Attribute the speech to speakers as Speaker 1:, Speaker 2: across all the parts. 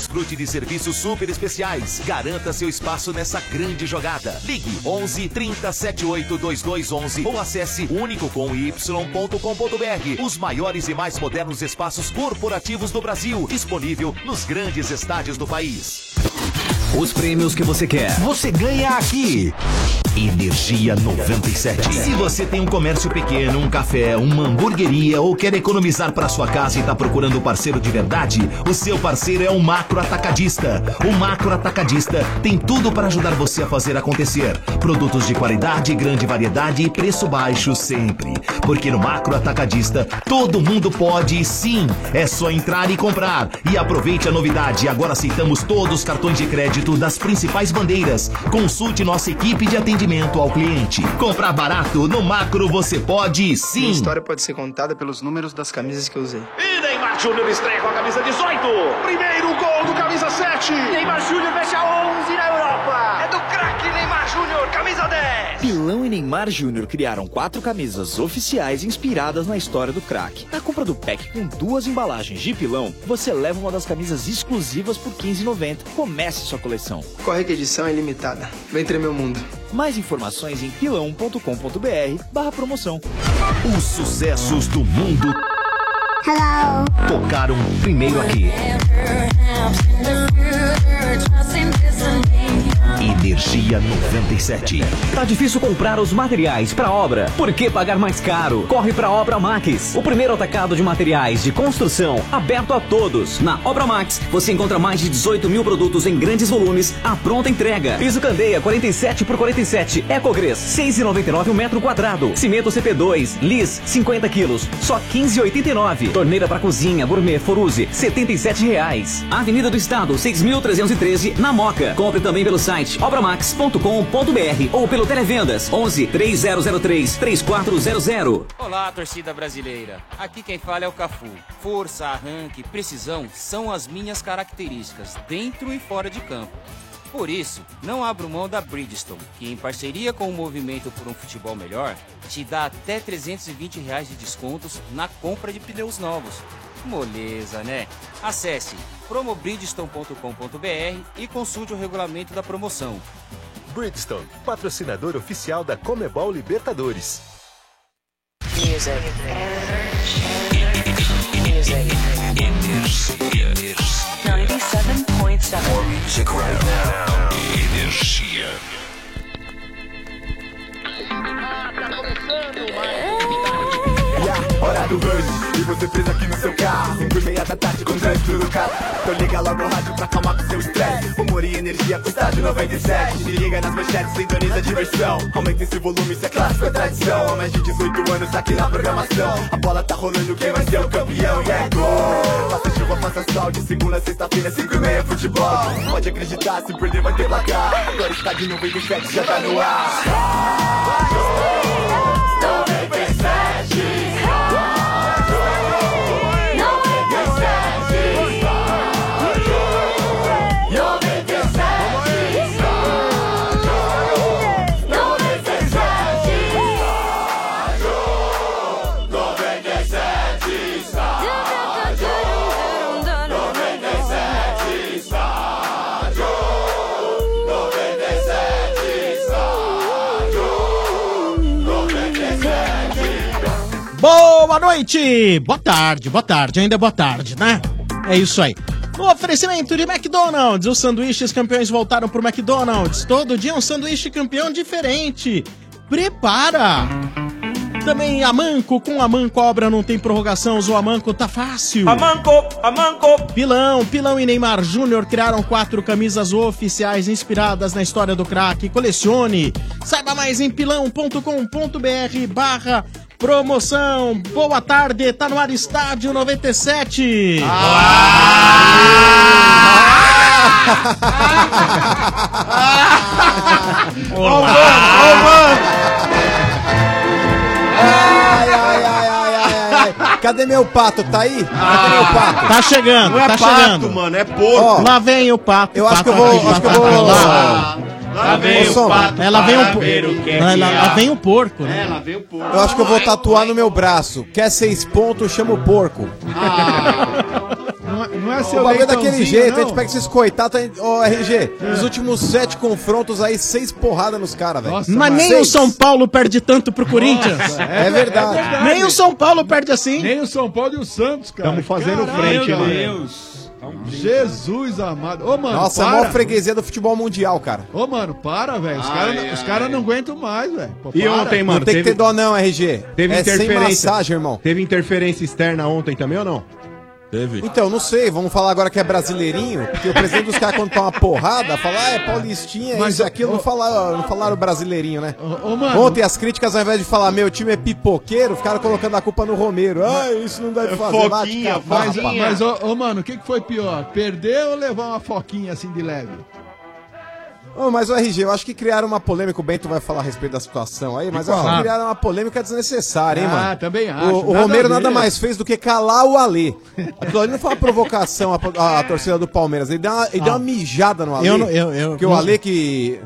Speaker 1: desfrute de serviços super especiais. Garanta seu espaço nessa grande jogada. Ligue 11 30 78 2211 ou acesse únicocomy.com.br. Os maiores e mais modernos espaços corporativos do Brasil, disponível nos grandes estádios do país.
Speaker 2: Os prêmios que você quer, você ganha aqui. Energia 97. Se você tem um comércio pequeno, um café, uma hamburgueria ou quer economizar para sua casa e está procurando um parceiro de verdade, o seu parceiro é o Macro Atacadista. O Macro Atacadista tem tudo para ajudar você a fazer acontecer. Produtos de qualidade, grande variedade e preço baixo sempre. Porque no Macro Atacadista, todo mundo pode sim. É só entrar e comprar. E aproveite a novidade. Agora aceitamos todos os cartões de crédito das principais bandeiras. Consulte nossa equipe de atendimento ao cliente. Comprar barato no macro você pode sim.
Speaker 3: Minha história pode ser contada pelos números das camisas que eu usei.
Speaker 4: E Neymar Júnior estreia com a camisa 18. Primeiro gol do camisa 7.
Speaker 5: Neymar Júnior fecha 11 na Europa.
Speaker 4: É do craque Neymar Júnior, camisa 10.
Speaker 6: Pilão e Neymar Júnior criaram quatro camisas oficiais inspiradas na história do craque. Na compra do pack com duas embalagens de pilão, você leva uma das camisas exclusivas por 15,90. Comece sua coleção.
Speaker 3: Corre que a edição é limitada. Vem tremer o mundo.
Speaker 6: Mais informações em pilão.com.br barra promoção.
Speaker 2: Os sucessos do mundo
Speaker 7: Hello.
Speaker 2: tocaram primeiro aqui. é Energia 97.
Speaker 8: Tá difícil comprar os materiais para obra. Por que pagar mais caro? Corre para Obra Max, o primeiro atacado de materiais de construção aberto a todos. Na Obra Max, você encontra mais de 18 mil produtos em grandes volumes à pronta entrega. Piso Candeia 47 por 47, Ecogres 6,99 o um metro quadrado. Cimento CP2, Lis 50 quilos, só 15,89. Torneira para cozinha Gourmet Foruse 77 reais. Avenida do Estado 6.313 na Moca. Compre também pelo site obramax.com.br ou pelo Televendas 11 3003 3400.
Speaker 9: Olá, torcida brasileira. Aqui quem fala é o Cafu. Força, arranque, precisão são as minhas características dentro e fora de campo. Por isso, não abro mão da Bridgestone, que em parceria com o Movimento por um Futebol Melhor, te dá até R$ 320 reais de descontos na compra de pneus novos. Moleza, né? Acesse promobridgestone.com.br e consulte o regulamento da promoção.
Speaker 10: Bridgestone, patrocinador oficial da Comebol Libertadores.
Speaker 11: Music. Music. Energia. 97.7. Music right now. Energia.
Speaker 12: Ah, tá começando mais hora do rush E você presa aqui no seu carro Cinco e meia da tarde com trânsito no carro Então liga logo o rádio pra acalmar com seu estresse Humor e energia com estágio 97 Me liga nas manchetes, sintoniza a diversão Aumenta esse volume, isso é clássico, é tradição Há mais de 18 anos aqui na programação A bola tá rolando, quem vai ser o campeão? E é gol! Faça chuva, faça sol De segunda a sexta-feira, cinco e meia, futebol Pode acreditar, se perder vai ter placar Agora está de novo e o chat já tá no ar Não vem sete
Speaker 13: Boa noite! Boa tarde, boa tarde, ainda é boa tarde, né? É isso aí. No oferecimento de McDonald's, os sanduíches campeões voltaram pro McDonald's. Todo dia um sanduíche campeão diferente. Prepara! Também Amanco, com Amanco a obra não tem prorrogação, o Amanco tá fácil.
Speaker 14: Amanco, Amanco!
Speaker 13: Pilão, Pilão e Neymar Júnior criaram quatro camisas oficiais inspiradas na história do craque. Colecione! Saiba mais em pilão.com.br barra promoção. Boa tarde, tá no ar Estádio 97.
Speaker 14: Ô, mano,
Speaker 15: Ai, ai, ai, ai, ai, ai. Cadê meu pato? Tá aí? Cadê meu pato?
Speaker 13: Tá chegando,
Speaker 14: Não é
Speaker 13: tá
Speaker 14: pato,
Speaker 13: chegando.
Speaker 14: mano, é porco.
Speaker 13: Ó, Lá vem o pato.
Speaker 15: Eu acho que
Speaker 13: pato
Speaker 15: eu vou-
Speaker 13: aqui,
Speaker 15: acho que eu
Speaker 13: pato
Speaker 15: vou-
Speaker 13: lá.
Speaker 14: Lá vem
Speaker 15: Ô,
Speaker 14: o
Speaker 15: Sombra,
Speaker 14: pato
Speaker 13: Ela vem
Speaker 14: para
Speaker 13: o
Speaker 14: ver o que
Speaker 13: porco.
Speaker 14: é
Speaker 13: Lá,
Speaker 14: que
Speaker 13: lá-
Speaker 14: há.
Speaker 13: lá vem o porco, né?
Speaker 14: É, lá vem o porco.
Speaker 15: Eu acho que eu vou tatuar no meu braço. Quer seis pontos, chama o porco.
Speaker 13: Não é,
Speaker 16: Não é
Speaker 15: o
Speaker 16: seu
Speaker 15: bagulho Ah. é daquele
Speaker 16: leitãozinho,
Speaker 15: jeito,
Speaker 16: não.
Speaker 15: a gente pega esses coitados. Ô, RG, nos últimos sete confrontos aí, seis porradas nos caras, velho.
Speaker 13: Mas nem o
Speaker 15: Seis.
Speaker 13: São Paulo perde tanto pro Corinthians.
Speaker 15: é verdade. É verdade.
Speaker 13: Nem o São Paulo perde assim.
Speaker 16: Nem o São Paulo e o Santos, cara.
Speaker 13: Tamo fazendo
Speaker 16: Caralho,
Speaker 13: frente,
Speaker 16: meu
Speaker 13: né?
Speaker 16: Deus. Jesus amado. Ô, mano,
Speaker 15: Nossa, é a
Speaker 16: para.
Speaker 15: maior freguesia do futebol mundial, cara.
Speaker 16: Ô, mano, para, velho. Os caras cara não aguentam mais, velho. Pô,
Speaker 17: Ah, é. E
Speaker 16: para.
Speaker 17: ontem, mano,
Speaker 15: Não tem que ter dó não, RG.
Speaker 17: Teve
Speaker 15: é sem
Speaker 17: interferência.
Speaker 15: massagem, irmão.
Speaker 17: Teve interferência externa ontem também ou não? Teve.
Speaker 15: Então, não sei, vamos falar agora que é brasileirinho, porque o presidente dos caras quando tá uma porrada, fala, ah, é paulistinha,
Speaker 16: Mas,
Speaker 15: isso e
Speaker 16: ô,
Speaker 15: aquilo, não falaram, não falaram brasileirinho, né?
Speaker 16: ô, mano.
Speaker 15: Ontem as críticas, ao invés de falar, meu time é pipoqueiro, ficaram colocando a culpa no Romero. Ah, isso não deve fazer.
Speaker 16: Foquinha,
Speaker 15: bate com a
Speaker 16: mas,
Speaker 15: barra,
Speaker 16: mas ô, ô, mano, o que, que foi pior? Perder ou levar uma foquinha assim de leve?
Speaker 15: Ô, mas o RG, eu acho que criaram uma polêmica, o Bento vai falar a respeito da situação aí, mas
Speaker 16: E
Speaker 15: eu
Speaker 16: qual?
Speaker 15: acho que criaram uma polêmica desnecessária, hein,
Speaker 16: Ah,
Speaker 15: mano?
Speaker 16: também
Speaker 15: O-
Speaker 16: acho,
Speaker 15: O,
Speaker 16: nada
Speaker 15: Romero
Speaker 16: a ver.
Speaker 15: nada mais fez do que calar o Alê. Aquilo ali não foi uma provocação à, à- à torcida do Palmeiras, ele deu uma, ele deu uma mijada no Alê.
Speaker 13: Eu não- eu- eu-
Speaker 15: porque o Alê que...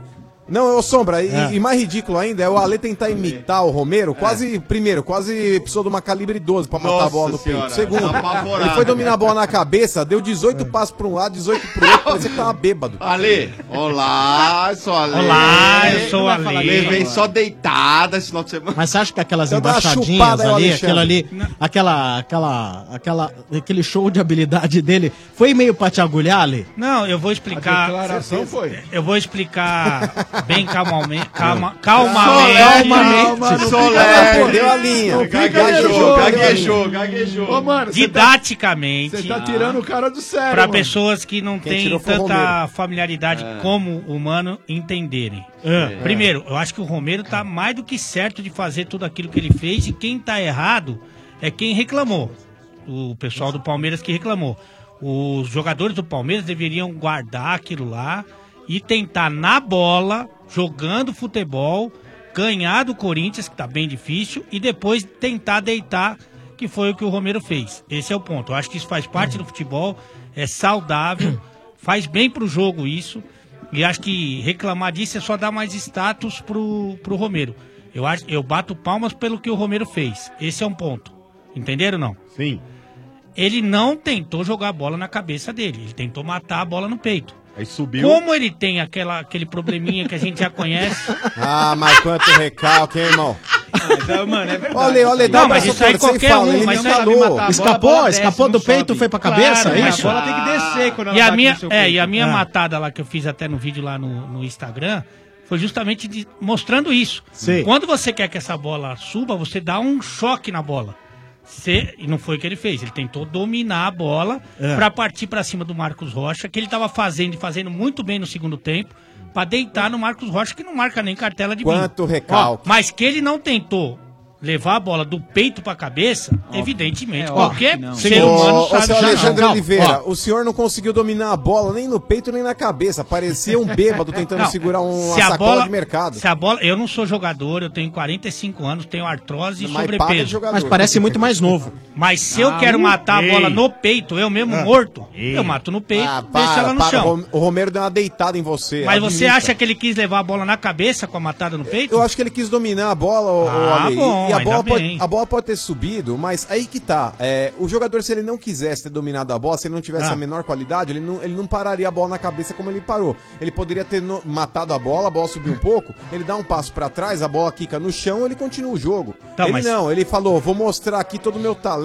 Speaker 15: Não, ô Sombra, e,
Speaker 13: É.
Speaker 15: e mais ridículo ainda é o Alê tentar imitar o Romero, quase, primeiro, quase precisou de uma calibre 12 pra matar a
Speaker 18: Nossa
Speaker 15: bola no
Speaker 18: senhora,
Speaker 15: peito. Segundo,
Speaker 18: apavorado.
Speaker 15: ele foi dominar a bola na cabeça, deu 18 passos pra um lado, 18 pro outro, parecia que tava bêbado.
Speaker 18: Ale, olá, eu sou o Ale.
Speaker 13: Olá, eu sou o Ale.
Speaker 18: Levei só deitada esse final de semana.
Speaker 13: Mas você acha que aquelas
Speaker 18: Então dá uma
Speaker 13: embaixadinhas
Speaker 18: chupada aí,
Speaker 13: ali,
Speaker 18: Alexandre.
Speaker 13: aquilo ali, aquela, aquela, aquela, aquele show de habilidade dele, foi meio pra te agulhar, Ale?
Speaker 11: Não, eu vou explicar.
Speaker 16: A declaração foi.
Speaker 11: Eu vou explicar bem calmamente. Calma, calmamente.
Speaker 16: Solene, calma, não fica-
Speaker 11: Solene.
Speaker 16: Perdeu a linha. Não fica nervoso,
Speaker 18: gaguejou,
Speaker 16: mano.
Speaker 18: gaguejou.
Speaker 16: Ô, mano, você tá-
Speaker 11: Didaticamente.
Speaker 16: Você tá tirando o cara do sério.
Speaker 11: Para
Speaker 16: mano.
Speaker 11: ah, pessoas que não
Speaker 16: Quem
Speaker 11: têm
Speaker 16: tirou foi o
Speaker 11: tanta
Speaker 16: Romero.
Speaker 11: familiaridade
Speaker 16: É.
Speaker 11: como humano entenderem. Ah,
Speaker 16: É.
Speaker 11: Primeiro, eu acho que o Romero tá mais do que certo de fazer tudo aquilo que ele fez e quem tá errado é quem reclamou. O pessoal do Palmeiras que reclamou. Os jogadores do Palmeiras deveriam guardar aquilo lá e tentar na bola, jogando futebol, ganhar do Corinthians, que tá bem difícil, e depois tentar deitar, que foi o que o Romero fez. Esse é o ponto. Eu acho que isso faz parte do futebol, é saudável, faz bem pro jogo isso. E acho que reclamar disso é só dar mais status pro, pro Romero. Eu, acho, eu bato palmas pelo que o Romero fez. Esse é um ponto. Entenderam ou não?
Speaker 17: Sim.
Speaker 11: Ele não tentou jogar a bola na cabeça dele. Ele tentou matar a bola no peito.
Speaker 17: Aí subiu.
Speaker 11: Como ele tem aquela, aquele probleminha que a gente já conhece.
Speaker 15: Ah, mas quanto recalque, hein, irmão?
Speaker 11: mano, é verdade.
Speaker 15: Olha, olha, dá
Speaker 11: Não,
Speaker 15: um
Speaker 11: mas
Speaker 15: braço
Speaker 11: isso aí
Speaker 15: forte, sem
Speaker 11: qualquer
Speaker 15: fala,
Speaker 11: um,
Speaker 15: ele
Speaker 11: mas
Speaker 15: não
Speaker 11: isso aí
Speaker 15: falou.
Speaker 11: vai matar a bola,
Speaker 13: Escapou?
Speaker 11: a bola desce,
Speaker 13: Escapou
Speaker 11: não
Speaker 13: do peito,
Speaker 11: sobe.
Speaker 13: foi pra cabeça, é isso?
Speaker 11: mas
Speaker 13: ela
Speaker 11: e a
Speaker 13: bate no
Speaker 11: minha,
Speaker 13: seu
Speaker 11: É,
Speaker 13: peito.
Speaker 11: e a minha
Speaker 13: Ah.
Speaker 11: matada lá que eu fiz até no vídeo lá no, no Instagram foi justamente de- mostrando isso.
Speaker 13: Sim.
Speaker 11: Quando você quer que essa bola suba, você dá um choque na bola. Você- e não foi o que ele fez, ele tentou dominar a bola
Speaker 13: É.
Speaker 11: pra partir pra cima do Marcos Rocha, que ele tava fazendo e fazendo muito bem no segundo tempo, pra deitar no Marcos Rocha, que não marca nem cartela de vinho.
Speaker 15: Quanto recalque.
Speaker 11: Ó, mas que ele não tentou levar a bola do peito pra cabeça,
Speaker 15: é,
Speaker 11: evidentemente, qualquer ser humano
Speaker 15: Ô, ô,
Speaker 11: sabe
Speaker 15: seu
Speaker 11: jogar.
Speaker 15: Alexandre
Speaker 11: Não,
Speaker 15: Oliveira,
Speaker 11: ó,
Speaker 15: o senhor não conseguiu dominar a bola nem no peito nem na cabeça. Parecia um bêbado tentando
Speaker 11: Não,
Speaker 15: segurar uma
Speaker 11: se a
Speaker 15: sacola
Speaker 11: bola-
Speaker 15: de mercado.
Speaker 11: Se a bola, eu não sou jogador, eu tenho 45 anos, tenho artrose e
Speaker 15: Mas para de
Speaker 11: sobrepeso.
Speaker 15: jogador. Mas parece muito
Speaker 13: mais novo.
Speaker 11: Mas se eu
Speaker 15: Ah,
Speaker 11: quero
Speaker 15: hum.
Speaker 11: matar
Speaker 15: Ei.
Speaker 11: a bola no peito, eu mesmo
Speaker 15: Ah.
Speaker 11: morto,
Speaker 15: Ei.
Speaker 11: eu mato no peito,
Speaker 15: Ah,
Speaker 11: deixo ela
Speaker 15: para,
Speaker 11: no
Speaker 15: para.
Speaker 11: chão.
Speaker 15: O Romero deu uma deitada em você.
Speaker 11: Mas você
Speaker 15: administra.
Speaker 11: acha que ele quis levar a bola na cabeça com a matada no peito?
Speaker 15: Eu acho que ele quis dominar a bola, o,
Speaker 11: Ah, bom,
Speaker 15: e a
Speaker 11: ainda
Speaker 15: bola, pode,
Speaker 11: bem.
Speaker 15: a bola pode ter subido, mas aí que tá. É, o jogador, se ele não quisesse ter dominado a bola, se ele não tivesse
Speaker 11: Ah.
Speaker 15: a menor qualidade, ele não, ele não pararia a bola na cabeça como ele parou. Ele poderia ter no- matado a bola, a bola subiu um pouco, ele dá um passo pra trás, a bola quica no chão, ele continua o jogo.
Speaker 11: Tá,
Speaker 15: ele
Speaker 11: mas-
Speaker 15: não, ele falou, vou mostrar aqui todo o meu talento.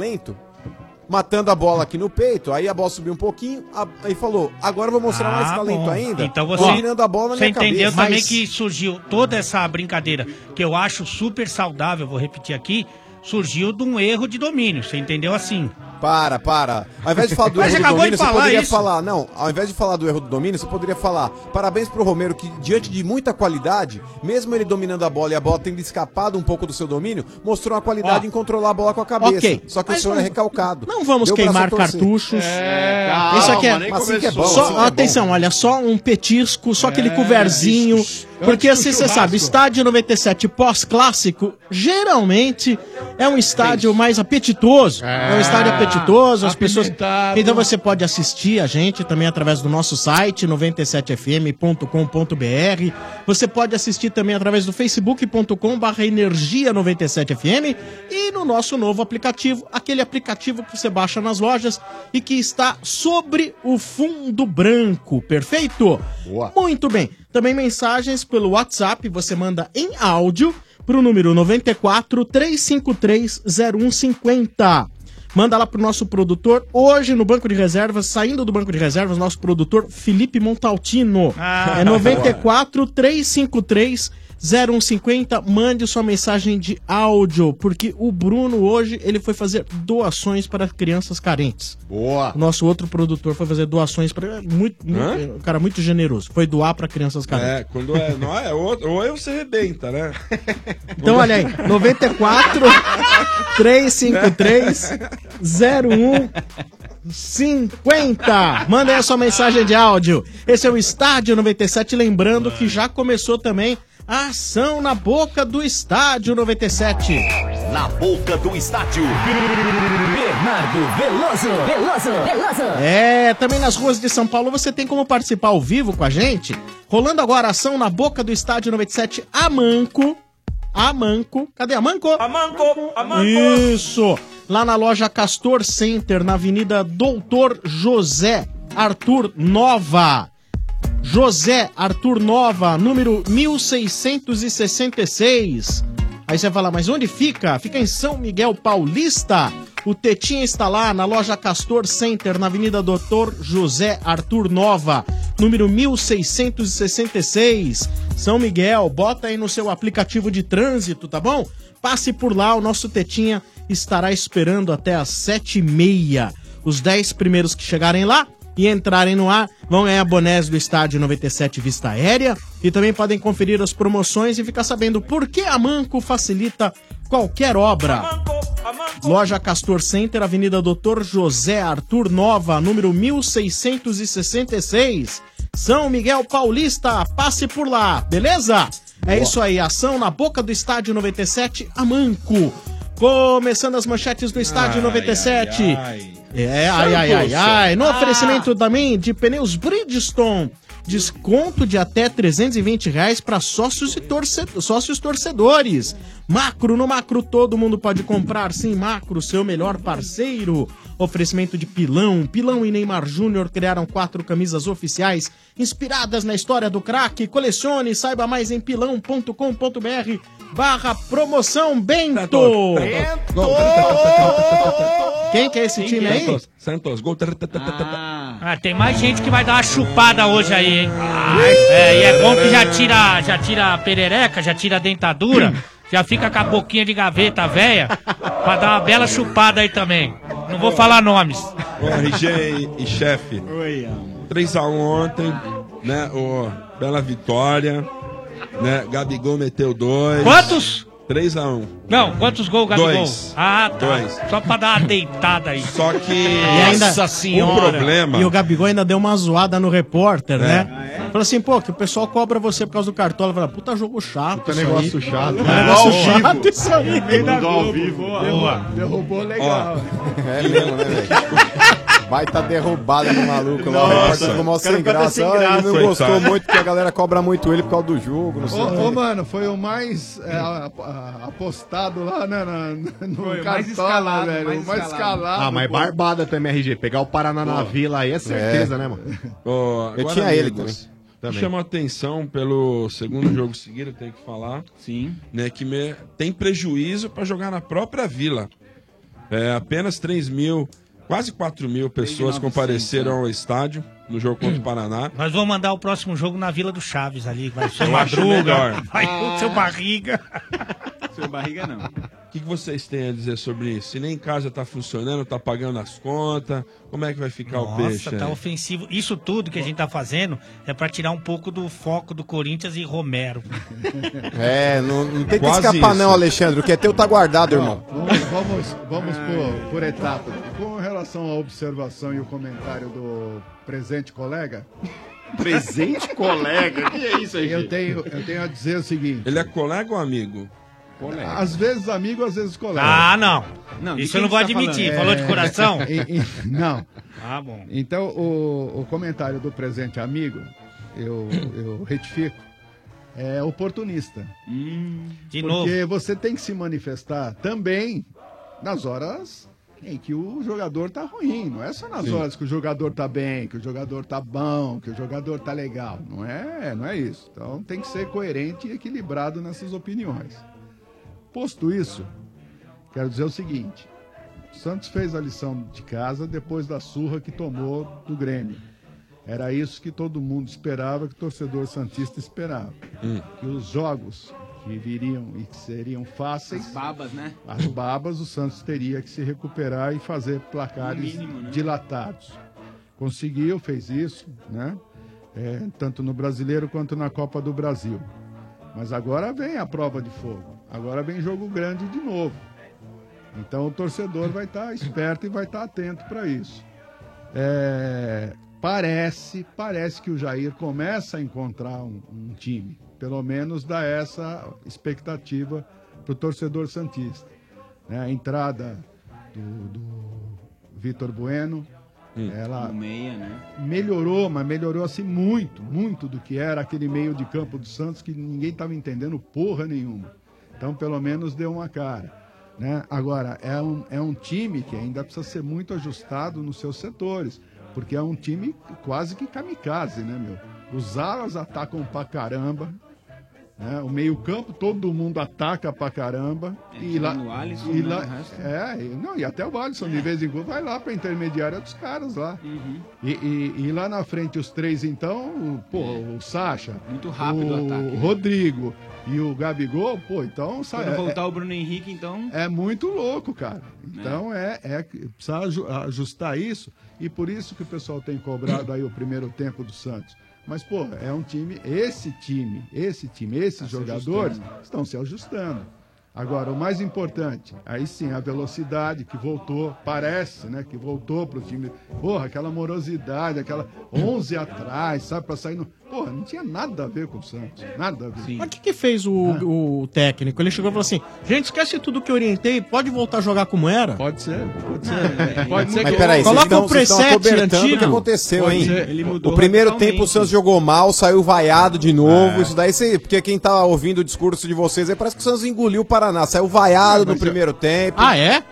Speaker 15: Matando a bola aqui no peito, aí a bola subiu um pouquinho, a- aí falou: agora eu vou mostrar é mais
Speaker 11: Ah,
Speaker 15: talento
Speaker 11: bom.
Speaker 15: ainda.
Speaker 11: Então você,
Speaker 15: dominando a bola na
Speaker 11: você
Speaker 15: minha cabeça.
Speaker 11: entendeu também
Speaker 15: Mas-
Speaker 11: que surgiu toda essa brincadeira, que eu acho super saudável, vou repetir aqui, surgiu de um erro de domínio. Você entendeu assim?
Speaker 15: Para, para. Ao invés de falar do
Speaker 11: Mas
Speaker 15: erro do
Speaker 11: acabou
Speaker 15: domínio,
Speaker 11: de
Speaker 15: você
Speaker 11: falar
Speaker 15: poderia
Speaker 11: isso.
Speaker 15: falar. Não, ao invés de falar do erro do domínio, você poderia falar. Parabéns pro Romero, que diante de muita qualidade, mesmo ele dominando a bola e a bola tendo escapado um pouco do seu domínio, mostrou uma qualidade em controlar a bola com a cabeça.
Speaker 13: Ok.
Speaker 15: Só que
Speaker 13: Mas
Speaker 15: o senhor
Speaker 13: não-
Speaker 15: é recalcado.
Speaker 13: Não vamos
Speaker 15: Deu braço a
Speaker 13: queimar
Speaker 15: torcer.
Speaker 13: cartuchos.
Speaker 15: É,
Speaker 13: Isso
Speaker 15: calma,
Speaker 13: aqui é,
Speaker 15: nem assim que é bom,
Speaker 13: só,
Speaker 15: assim que é bom.
Speaker 13: atenção, olha, só um petisco, só aquele
Speaker 15: É,
Speaker 13: coverzinho. porque
Speaker 15: antes do
Speaker 13: assim, você
Speaker 15: um churrasco.
Speaker 13: sabe, estádio 97 pós-clássico, geralmente é um estádio mais apetitoso. É, um estádio apetitoso, as pessoas.
Speaker 16: apimentado.
Speaker 13: Então você pode assistir a gente também através do nosso site 97fm.com.br. Você pode assistir também através do facebook.com/barra energia 97fm e no nosso novo aplicativo, aquele aplicativo que você baixa nas lojas e que está sobre o fundo branco, perfeito? Muito bem. Também mensagens pelo WhatsApp, você manda em áudio pro número 94 353 0150. Manda lá pro nosso produtor, hoje no Banco de Reservas, saindo do Banco de Reservas, nosso produtor Felipe Montaltino. é 94 353 0150. Mande sua mensagem de áudio, porque o Bruno hoje ele foi fazer doações para crianças carentes.
Speaker 17: Boa.
Speaker 13: O nosso outro produtor foi fazer doações para muito,
Speaker 17: Hã?
Speaker 13: muito, um cara muito generoso, foi doar para crianças carentes.
Speaker 17: É, quando é. Não é ou, ou eu se rebenta, né?
Speaker 13: Então olha aí, 94 353 01 50. um Manda aí a sua mensagem de áudio. Esse é o Estádio 97, lembrando que já começou também a ação na boca do Estádio 97.
Speaker 19: Na boca do estádio. Bernardo Veloso.
Speaker 14: Veloso, Veloso.
Speaker 13: É, também nas ruas de São Paulo você tem como participar ao vivo com a gente. Rolando agora a ação na boca do Estádio 97 Amanco. Amanco. Cadê Amanco? Amanco, Amanco. Isso. Lá na loja Castor Center, na Avenida Doutor José Arthur Nova. José Arthur Nova, número 1666. Aí você fala, mas onde fica? Fica em São Miguel Paulista. O Tetinha está lá na loja Castor Center, na Avenida Doutor José Arthur Nova, número 1666. São Miguel, bota aí no seu aplicativo de trânsito, tá bom? Passe por lá, o nosso Tetinha estará esperando até às sete e meia. Os 10 primeiros que chegarem lá e entrarem no ar, vão ganhar bonés do estádio 97 Vista Aérea e também podem conferir as promoções e ficar sabendo por que a Manco facilita qualquer obra. Loja Castor Center, Avenida Doutor José Arthur Nova, número 1666, São Miguel Paulista. Passe por lá, beleza? É isso aí, ação na boca do estádio 97 a Manco. Começando as manchetes do estádio
Speaker 17: Ai,
Speaker 13: 97.
Speaker 17: ai,
Speaker 13: É, ai, ai, ai,
Speaker 17: Santos.
Speaker 13: ai. No oferecimento também de pneus Bridgestone. Desconto de até R$ 320 reais para sócios, e torce- sócios torcedores. Macro, no Macro todo mundo pode comprar. Sim, Macro, seu melhor parceiro. Oferecimento de Pilão. Pilão e Neymar Júnior criaram quatro camisas oficiais inspiradas na história do craque. Colecione, saiba mais em pilão.com.br barra promoção Bento. Quem que é esse time aí?
Speaker 17: Santos, Santos, gol.
Speaker 11: Ah, tem mais gente que vai dar uma chupada hoje aí, hein? É, e é bom que já tira, já tira a perereca, já tira a dentadura, já fica com a boquinha de gaveta velha, pra dar uma bela chupada aí também. Não vou falar nomes.
Speaker 17: Ô, RG e, e chefe. 3x1 ontem, né? Ô, bela vitória. Né? Gabigol meteu dois.
Speaker 11: Quantos?
Speaker 17: 3x1.
Speaker 11: Não, quantos gols, Gabigol?
Speaker 17: Dois.
Speaker 11: Ah, tá.
Speaker 17: Dois.
Speaker 11: Só pra dar uma deitada aí.
Speaker 17: Só que.
Speaker 13: E ainda,
Speaker 11: um
Speaker 17: O problema.
Speaker 13: E o Gabigol ainda deu uma zoada no repórter, né? Falou assim, pô, que o pessoal cobra você por causa do cartola. Fala, puta jogo chato.
Speaker 12: Puta
Speaker 13: isso
Speaker 12: negócio
Speaker 13: aí.
Speaker 12: chato.
Speaker 13: Puta
Speaker 12: É.
Speaker 13: negócio
Speaker 12: Ao vivo.
Speaker 13: chato isso aí.
Speaker 12: Mudou ao vivo.
Speaker 16: Derrubou, derrubou legal.
Speaker 15: É mesmo, né, velho? Vai tá derrubada no maluco lá.
Speaker 16: Nossa.
Speaker 15: o repórter ficou mó
Speaker 16: O cara
Speaker 15: sem
Speaker 16: fica até
Speaker 15: graça.
Speaker 16: sem
Speaker 15: Ah, ele
Speaker 16: graça.
Speaker 15: não
Speaker 16: Coitado.
Speaker 15: gostou muito que a galera cobra muito ele por causa do jogo, não sei o quê.
Speaker 16: Ô, ô, mano, foi o mais é, a- a- apostado lá, né? na- no
Speaker 20: Foi o mais
Speaker 16: cartola,
Speaker 20: escalado,
Speaker 16: velho.
Speaker 20: mais
Speaker 16: o mais
Speaker 20: escalado.
Speaker 16: escalado.
Speaker 12: Ah, mas
Speaker 16: pô.
Speaker 12: barbada também, RG. Pegar o Paraná na vila aí é certeza, né, mano?
Speaker 17: Agora, amigos,
Speaker 12: também.
Speaker 17: Chama atenção pelo segundo jogo seguido, tem que falar. Sim. Né, que me- tem prejuízo para jogar na própria vila. É, apenas 3 mil, quase 4 mil né?
Speaker 11: 3.900,
Speaker 17: pessoas compareceram ao estádio no jogo contra o Paraná.
Speaker 11: Nós vamos mandar o próximo jogo na Vila do Chaves ali. Vai ser
Speaker 17: Eu acho
Speaker 11: madruga,
Speaker 17: melhor.
Speaker 11: vai o seu barriga.
Speaker 17: Seu barriga não. O que, que vocês têm a dizer sobre isso? Se nem em casa tá funcionando, tá pagando as contas, como é que vai ficar o peixe?
Speaker 11: Nossa, tá
Speaker 17: aí?
Speaker 11: ofensivo. Isso tudo que a gente tá fazendo é pra tirar um pouco do foco do Corinthians e Romero.
Speaker 15: É, não, não tem que
Speaker 11: Quase
Speaker 15: escapar
Speaker 11: isso.
Speaker 15: não, Alexandre. O que é teu tá guardado, irmão.
Speaker 16: Vamos, vamos, vamos
Speaker 20: É.
Speaker 16: por, por etapa. Com relação à observação e o comentário do presente colega.
Speaker 18: Presente colega? Que é isso aí,
Speaker 16: Eu
Speaker 18: gente?
Speaker 16: tenho, eu tenho a dizer o seguinte.
Speaker 17: Ele é colega ou amigo?
Speaker 12: colega.
Speaker 16: Às vezes amigo, às vezes colega.
Speaker 11: Ah, não.
Speaker 16: de
Speaker 11: Isso
Speaker 16: quem
Speaker 11: eu não vou
Speaker 16: você tá
Speaker 11: admitir.
Speaker 16: falando?
Speaker 11: Falou de
Speaker 16: É,
Speaker 11: coração?
Speaker 16: e- e- não.
Speaker 11: Ah, bom.
Speaker 16: Então, o, o comentário do presente amigo, eu, eu retifico, é oportunista.
Speaker 11: Hum. de
Speaker 16: porque
Speaker 11: novo.
Speaker 16: você tem que se manifestar também nas horas em que o jogador tá ruim. Não é só nas
Speaker 12: Sim.
Speaker 16: horas que o jogador tá bem, que o jogador tá bom, que o jogador tá legal. Não é, não é isso. Então tem que ser coerente e equilibrado nessas opiniões. Posto isso, quero dizer o seguinte: o Santos fez a lição de casa depois da surra que tomou do Grêmio. Era isso que todo mundo esperava, que o torcedor santista esperava. Que os jogos que viriam e que seriam fáceis, as
Speaker 14: babas, né?
Speaker 16: As babas, o Santos teria que se recuperar e fazer placares
Speaker 14: No mínimo, né?
Speaker 16: dilatados. Conseguiu, fez isso, né? É, tanto no Brasileiro quanto na Copa do Brasil. Mas agora vem a prova de fogo. Agora vem jogo grande de novo. Então o torcedor vai estar esperto e vai estar atento para isso. É, parece, parece que o Jair começa a encontrar um, um time. Pelo menos dá essa expectativa para o torcedor Santista. Né, A entrada do, do Vitor Bueno, ela melhorou, mas melhorou assim muito, muito do que era aquele meio de campo do Santos que ninguém estava entendendo porra nenhuma. Então, pelo menos deu uma cara. Né? Agora, é um, é um time que ainda precisa ser muito ajustado nos seus setores, porque é um time quase que kamikaze, né, meu? Os alas atacam pra caramba, né? O meio-campo, todo mundo ataca pra caramba. e lá,
Speaker 14: É, tirando o Alisson,
Speaker 16: e
Speaker 14: né,
Speaker 16: lá,
Speaker 14: o resto. É.
Speaker 16: é, e- não, e até o Alisson, de vez em quando, vai lá pra intermediária dos caras lá.
Speaker 14: Uhum.
Speaker 16: E, e- e lá na frente, os três, então, o, pô, o Sacha. Muito
Speaker 14: É. rápido
Speaker 16: o
Speaker 14: o ataque, né?
Speaker 16: Rodrigo e o Gabigol, pô, então, sabe.
Speaker 14: Quando
Speaker 16: é-
Speaker 14: voltar o Bruno Henrique, então.
Speaker 16: é muito louco, cara.
Speaker 13: né?
Speaker 16: Então é, é que precisa aju- ajustar isso e por isso que o pessoal tem cobrado aí o primeiro tempo do Santos. Mas pô, é um time, esse time, esse time,
Speaker 13: Tá
Speaker 16: esses jogadores estão se ajustando. Agora, o mais importante, aí sim, a velocidade que voltou, parece, né, que voltou pro time. Porra, aquela morosidade, aquela 11 atrás, sabe, pra sair no... Porra, não tinha nada a ver com o Santos, nada a ver.
Speaker 13: Mas o que, que fez o, o técnico? Ele chegou e falou assim: gente, esquece tudo que eu orientei, pode voltar a jogar como era? Ah.
Speaker 16: Pode ser, pode
Speaker 13: É, ser.
Speaker 15: Pode ser Mas peraí,
Speaker 13: Coloca
Speaker 15: vocês estão-
Speaker 13: o
Speaker 15: vocês estão
Speaker 13: preset
Speaker 15: acobertando
Speaker 13: antigo.
Speaker 15: o que aconteceu,
Speaker 13: Pode
Speaker 15: hein?
Speaker 13: ser, ele mudou
Speaker 15: o primeiro
Speaker 13: radicalmente. É.
Speaker 15: tempo o Santos jogou mal, saiu vaiado de novo. Isso daí, você, porque quem tá ouvindo o discurso de vocês aí, parece que o Santos engoliu o Paraná. Saiu vaiado no primeiro tempo.
Speaker 13: Ah, é?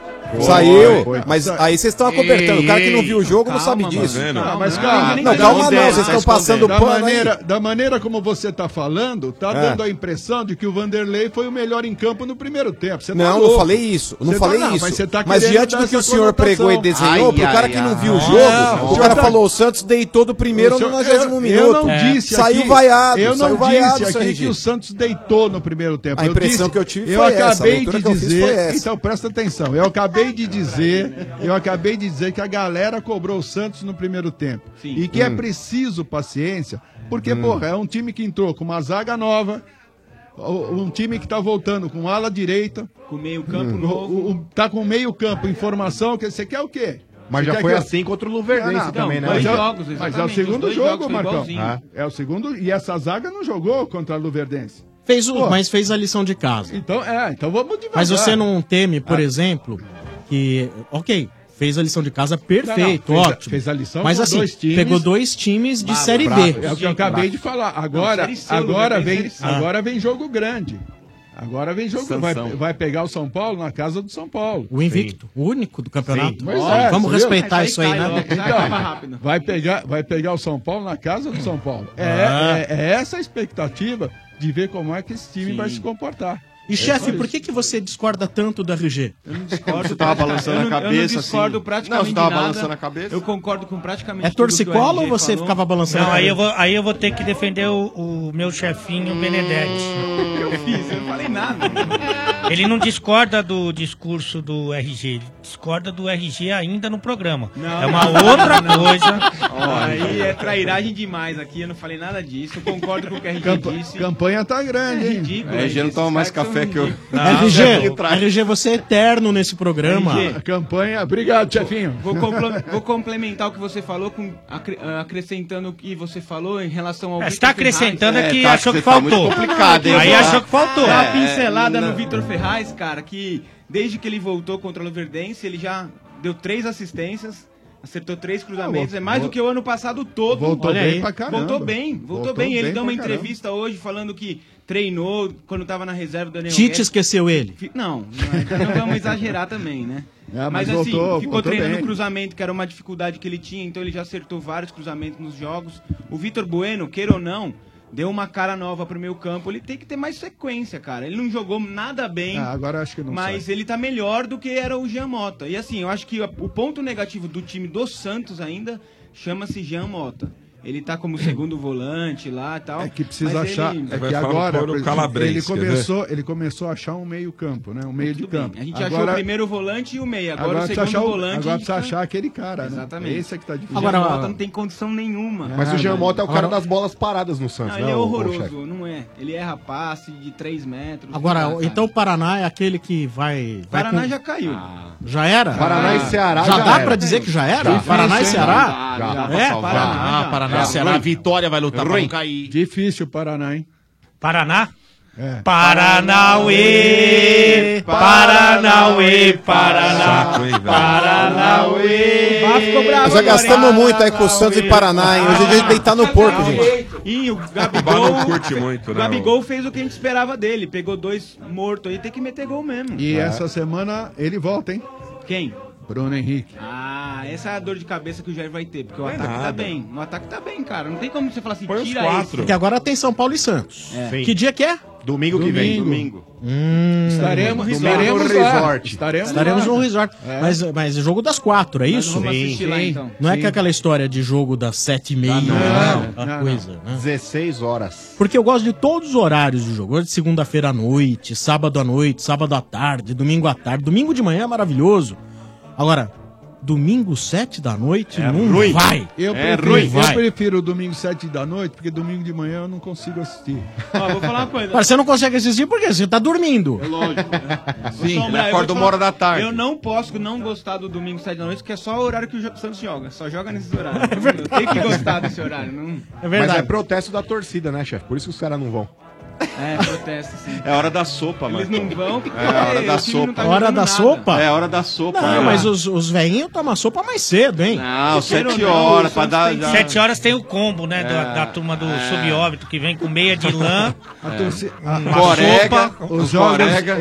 Speaker 15: Saiu,
Speaker 12: Foi, foi.
Speaker 15: mas aí vocês estão acobertando. O cara que não viu o jogo não sabe disso. Tá
Speaker 16: Não, Tá mas calma,
Speaker 15: não,
Speaker 13: tá
Speaker 15: calma não, vocês estão passando
Speaker 16: da
Speaker 15: pano aí.
Speaker 16: maneira, da maneira como você tá falando, tá
Speaker 15: É.
Speaker 16: dando a impressão de que o Vanderlei foi o melhor em campo no primeiro tempo. Você tá
Speaker 15: Não,
Speaker 16: louco.
Speaker 15: não falei isso. Não
Speaker 16: Você tá-
Speaker 15: falei
Speaker 16: não,
Speaker 15: isso.
Speaker 16: Mas, você
Speaker 15: Mas,
Speaker 16: tá
Speaker 15: diante do que o senhor pregou e desenhou, pro cara que não viu o jogo, o cara
Speaker 16: tá
Speaker 15: falou: o Santos deitou do primeiro
Speaker 16: O senhor-
Speaker 15: no 90
Speaker 16: eu-
Speaker 15: minuto. É.
Speaker 16: Eu não disse
Speaker 15: Saiu
Speaker 16: aqui,
Speaker 15: vaiado.
Speaker 16: Eu não
Speaker 15: saiu
Speaker 16: disse
Speaker 15: vaiado,
Speaker 16: aqui
Speaker 15: seu
Speaker 16: que
Speaker 15: ridículo.
Speaker 16: o Santos deitou no primeiro tempo.
Speaker 15: A
Speaker 16: Eu
Speaker 15: impressão
Speaker 16: disse-
Speaker 15: que eu tive
Speaker 16: eu
Speaker 15: foi essa, a
Speaker 16: acabei
Speaker 15: leitura
Speaker 16: de
Speaker 15: que eu fiz
Speaker 16: dizer,
Speaker 15: foi essa.
Speaker 16: Então presta atenção. Eu acabei de dizer, eu acabei de dizer que a galera cobrou o Santos no primeiro tempo. E que é
Speaker 12: Hum.
Speaker 16: preciso paciência, porque
Speaker 15: Hum.
Speaker 16: porra, é um time que entrou com uma zaga nova, o- um time que tá voltando com ala direita,
Speaker 14: Com meio campo
Speaker 16: o-
Speaker 14: novo.
Speaker 16: o- o- tá com meio campo, informação, que você quer o quê?
Speaker 12: Mas
Speaker 16: Você
Speaker 12: já
Speaker 16: quer
Speaker 12: foi
Speaker 16: que-
Speaker 12: assim contra o Luverdense
Speaker 16: Não, não,
Speaker 12: também, né?
Speaker 16: Mas,
Speaker 12: Dois
Speaker 16: é-
Speaker 12: jogos,
Speaker 16: mas é o
Speaker 12: exatamente, os
Speaker 16: segundo
Speaker 12: dois
Speaker 16: jogo,
Speaker 12: jogos foi
Speaker 16: Marcão.
Speaker 12: igualzinho.
Speaker 16: Ah. É o segundo. E essa zaga não jogou contra a Luverdense.
Speaker 13: Fez o-
Speaker 16: Pô.
Speaker 13: mas fez a lição de casa.
Speaker 16: Então, é, então vamos devagar.
Speaker 13: Mas você não teme, por
Speaker 16: Ah.
Speaker 13: exemplo, que. Ok, fez a lição de casa perfeito,
Speaker 16: Não, não, fez a-
Speaker 13: ótimo.
Speaker 16: fez a lição
Speaker 13: mas
Speaker 16: com
Speaker 13: assim,
Speaker 16: dois times.
Speaker 13: pegou dois times de
Speaker 16: Bravo,
Speaker 13: Série
Speaker 16: bravo.
Speaker 13: B.
Speaker 16: É o que eu acabei de falar. Agora,
Speaker 13: Série C,
Speaker 16: agora,
Speaker 13: Luverdense,
Speaker 16: vem,
Speaker 13: Série C.
Speaker 16: agora vem jogo grande. Agora vem jogo. Vai,
Speaker 13: Sansão.
Speaker 16: vai pegar o São Paulo na casa do São Paulo.
Speaker 13: O invicto, o único do campeonato.
Speaker 16: Pois
Speaker 13: Olha,
Speaker 16: é,
Speaker 13: Vamos
Speaker 16: você viu?
Speaker 13: respeitar isso aí, né?
Speaker 16: Então, vai, pegar, vai pegar o São Paulo na casa do São Paulo. É,
Speaker 13: Ah.
Speaker 16: é- é essa a expectativa de ver como é que esse time vai se comportar. É
Speaker 13: E chefe, por que, que você discorda tanto do RG? Eu não
Speaker 16: discordo, Você tava cara. balançando a
Speaker 14: Eu não- Eu não
Speaker 16: cabeça,
Speaker 14: discordo
Speaker 16: assim.
Speaker 14: praticamente.
Speaker 16: Não, você tava
Speaker 14: nada.
Speaker 16: balançando a cabeça?
Speaker 14: Eu concordo com praticamente.
Speaker 13: É torcicolo ou você ficava balançando?
Speaker 16: é?
Speaker 11: Não,
Speaker 13: a
Speaker 11: aí
Speaker 13: cabeça?
Speaker 11: eu vou, aí eu vou ter que defender o, o meu chefinho Benedetti. eu fiz, eu não falei nada. Ele não discorda do discurso do RG, ele discorda do RG ainda no programa. É uma outra coisa.
Speaker 14: Aí é trairagem demais aqui, eu não falei nada disso. Eu concordo com o que a gente
Speaker 16: Campa
Speaker 14: disse.
Speaker 16: campanha tá grande, hein?
Speaker 14: ridículo,
Speaker 18: É, a gente não toma mais
Speaker 14: Esses caras
Speaker 18: café café que eu.
Speaker 13: RG, RG, você é eterno nesse programa.
Speaker 14: RG.
Speaker 16: Campanha. Obrigado, chefinho.
Speaker 14: Vou, complo- vou complementar o que você falou, com, acre- ah, acrescentando o que você falou em relação ao.
Speaker 11: É, está
Speaker 14: Vitor Ferraz.
Speaker 11: acrescentando é que É, tá, achou que tá muito faltou. complicado, hein, Aí achou que faltou.
Speaker 14: Dá uma
Speaker 11: É,
Speaker 14: pincelada
Speaker 11: não.
Speaker 14: no Vitor Ferraz, cara, que desde que ele voltou contra o Luverdense, ele já deu três assistências. Acertou três cruzamentos, é mais do que o ano passado todo.
Speaker 16: Tá Voltou bem pra caramba.
Speaker 14: Voltou bem, voltou,
Speaker 16: Voltou
Speaker 14: bem. Ele
Speaker 16: bem
Speaker 14: deu uma
Speaker 16: pra caramba.
Speaker 14: entrevista hoje falando que treinou quando estava na reserva do Daniel
Speaker 13: Tite
Speaker 14: Guedes.
Speaker 13: esqueceu ele.
Speaker 14: Fi- Não, Então não não vamos exagerar também, né?
Speaker 16: Ah,
Speaker 13: É, mas
Speaker 14: mas
Speaker 13: voltou,
Speaker 14: assim, ficou
Speaker 13: voltou
Speaker 14: treinando
Speaker 13: bem.
Speaker 14: cruzamento, que era uma dificuldade que ele tinha, então ele já acertou vários cruzamentos nos jogos. O Vitor Bueno, queira ou não, deu uma cara nova pro meio campo. Ele tem que ter mais sequência, cara. Ele não jogou nada bem.
Speaker 16: Ah, agora eu acho que não
Speaker 14: Mas ele tá melhor do que era o Jean Mota. E assim, eu acho que a- o ponto negativo do time do Santos ainda chama-se Jean Mota. Ele tá como segundo volante lá e tal.
Speaker 16: É que precisa
Speaker 14: mas
Speaker 16: achar.
Speaker 14: ele-
Speaker 16: É que agora
Speaker 17: pôr o
Speaker 16: por exemplo,
Speaker 17: Calabrese,
Speaker 16: ele
Speaker 17: quer
Speaker 16: começou, ele começou a achar um meio campo, né? Um meio de campo.
Speaker 14: A gente achou o primeiro volante e o meio. Agora,
Speaker 16: agora
Speaker 14: o
Speaker 16: precisa
Speaker 14: segundo
Speaker 16: achar o-
Speaker 14: volante. tá-
Speaker 16: agora
Speaker 14: a gente
Speaker 16: precisa achar aquele cara, né?
Speaker 14: Exatamente.
Speaker 16: Esse é que tá difícil.
Speaker 14: Agora,
Speaker 16: Agora,
Speaker 14: o Mota não tem condição nenhuma.
Speaker 12: Mas o Jean Mota é o cara
Speaker 14: Agora-
Speaker 12: das bolas paradas no Santos,
Speaker 14: Não,
Speaker 12: né?
Speaker 14: ele é
Speaker 12: ô- ô
Speaker 14: horroroso,
Speaker 12: chefe?
Speaker 14: não é. Ele erra passe de 3 metros.
Speaker 13: Agora,
Speaker 14: Ah, cara.
Speaker 13: então o Paraná é aquele que vai. vai
Speaker 14: Paraná
Speaker 13: com-
Speaker 14: já Ah. caiu.
Speaker 13: Já era?
Speaker 14: Paraná e Ceará
Speaker 13: Já,
Speaker 14: já
Speaker 13: dá
Speaker 14: era.
Speaker 13: pra dizer que já era?
Speaker 14: Difícil,
Speaker 13: Paraná e
Speaker 14: hein?
Speaker 13: Ceará?
Speaker 14: Já, já,
Speaker 13: é?
Speaker 14: já.
Speaker 13: Paraná,
Speaker 14: Já.
Speaker 13: Paraná
Speaker 14: É,
Speaker 13: e Ceará.
Speaker 14: ruim.
Speaker 13: Vitória vai
Speaker 16: lutar pra não cair. Difícil o Paraná, hein?
Speaker 11: Paraná? Paranauê, Paranauê, Paraná, Paranauê.
Speaker 14: Ah, ficou bravo
Speaker 15: Nós já
Speaker 14: agora,
Speaker 15: gastamos
Speaker 14: hein?
Speaker 15: muito aí com o Santos e Paraná, hein? Hoje a gente deitar no porco, gente.
Speaker 14: Ih, o
Speaker 17: Gabigol
Speaker 14: Gabigol,
Speaker 17: não curte muito,
Speaker 14: o
Speaker 17: né?
Speaker 14: Gabigol fez o que a gente esperava dele. Pegou dois mortos aí, tem que meter gol mesmo.
Speaker 13: É.
Speaker 16: E essa semana ele volta, hein?
Speaker 14: Quem?
Speaker 16: Bruno Henrique.
Speaker 14: Ah, essa é a dor de cabeça que o Jair vai ter, porque o
Speaker 16: é
Speaker 14: ataque tá
Speaker 16: nada.
Speaker 14: bem. O ataque tá bem, cara. Não tem como você falar assim,
Speaker 16: os
Speaker 14: tira
Speaker 16: quatro.
Speaker 14: esse.
Speaker 13: Porque agora tem São Paulo e Santos.
Speaker 14: É.
Speaker 13: Que dia que é?
Speaker 12: Domingo que vem.
Speaker 14: Domingo.
Speaker 13: Hum,
Speaker 14: Estaremos-
Speaker 13: domingo.
Speaker 14: estaremos
Speaker 13: no
Speaker 14: lá.
Speaker 13: resort.
Speaker 14: Estaremos
Speaker 13: Estaremos
Speaker 14: lá.
Speaker 16: né?
Speaker 13: no resort.
Speaker 14: É.
Speaker 13: Mas, mas é jogo das quatro, é
Speaker 14: Mas
Speaker 13: isso?
Speaker 14: não vamos assistir lá, então.
Speaker 13: Não é
Speaker 14: Sim.
Speaker 13: que aquela história de jogo das sete e
Speaker 16: Tá,
Speaker 13: meia.
Speaker 12: não, não,
Speaker 13: aquela
Speaker 12: não.
Speaker 13: coisa, né?
Speaker 12: 16 horas.
Speaker 13: Porque eu gosto de todos os horários do jogo. Hoje, segunda-feira à noite, sábado à noite, sábado à tarde, domingo à tarde. Domingo de manhã é maravilhoso. Agora, domingo sete da noite não vai.
Speaker 16: É
Speaker 13: É
Speaker 16: Eu,
Speaker 14: É,
Speaker 16: prefiro,
Speaker 13: ruim.
Speaker 16: eu
Speaker 13: Vai.
Speaker 16: prefiro domingo 7 da noite, porque domingo de manhã eu não consigo assistir.
Speaker 14: vou falar uma coisa. É
Speaker 13: Agora, você não consegue assistir porque você tá dormindo.
Speaker 14: Lógico.
Speaker 16: Sim,
Speaker 14: Ô,
Speaker 16: ele
Speaker 14: eu
Speaker 16: acorda
Speaker 14: vou te
Speaker 16: uma hora da
Speaker 14: falar,
Speaker 16: tarde.
Speaker 14: Eu não posso não gostar do domingo 7 da noite, porque é só o horário que o Jo- Santos joga. Só joga nesses horários.
Speaker 17: É
Speaker 14: Eu tenho que gostar desse horário. Não...
Speaker 12: Mas é protesto da torcida, né, chefe? Por isso que os caras não vão.
Speaker 14: É, protesto, sim.
Speaker 18: É hora da sopa, mano.
Speaker 14: Eles não vão porque
Speaker 18: É a hora da
Speaker 14: o time não
Speaker 18: sopa.
Speaker 14: tá jogando
Speaker 13: Hora da
Speaker 14: nada.
Speaker 13: sopa?
Speaker 18: É hora da sopa.
Speaker 13: Não, mas os, os velhinhos tomam sopa mais cedo, hein?
Speaker 18: Não, sete horas, pra dar. já-
Speaker 11: Sete horas tem o combo, né? Da, da turma do
Speaker 18: É.
Speaker 11: subóbito que vem com meia de lã,
Speaker 16: A torci- a-
Speaker 11: uma
Speaker 18: Ah,
Speaker 16: Corega,
Speaker 11: sopa,
Speaker 16: os jogos,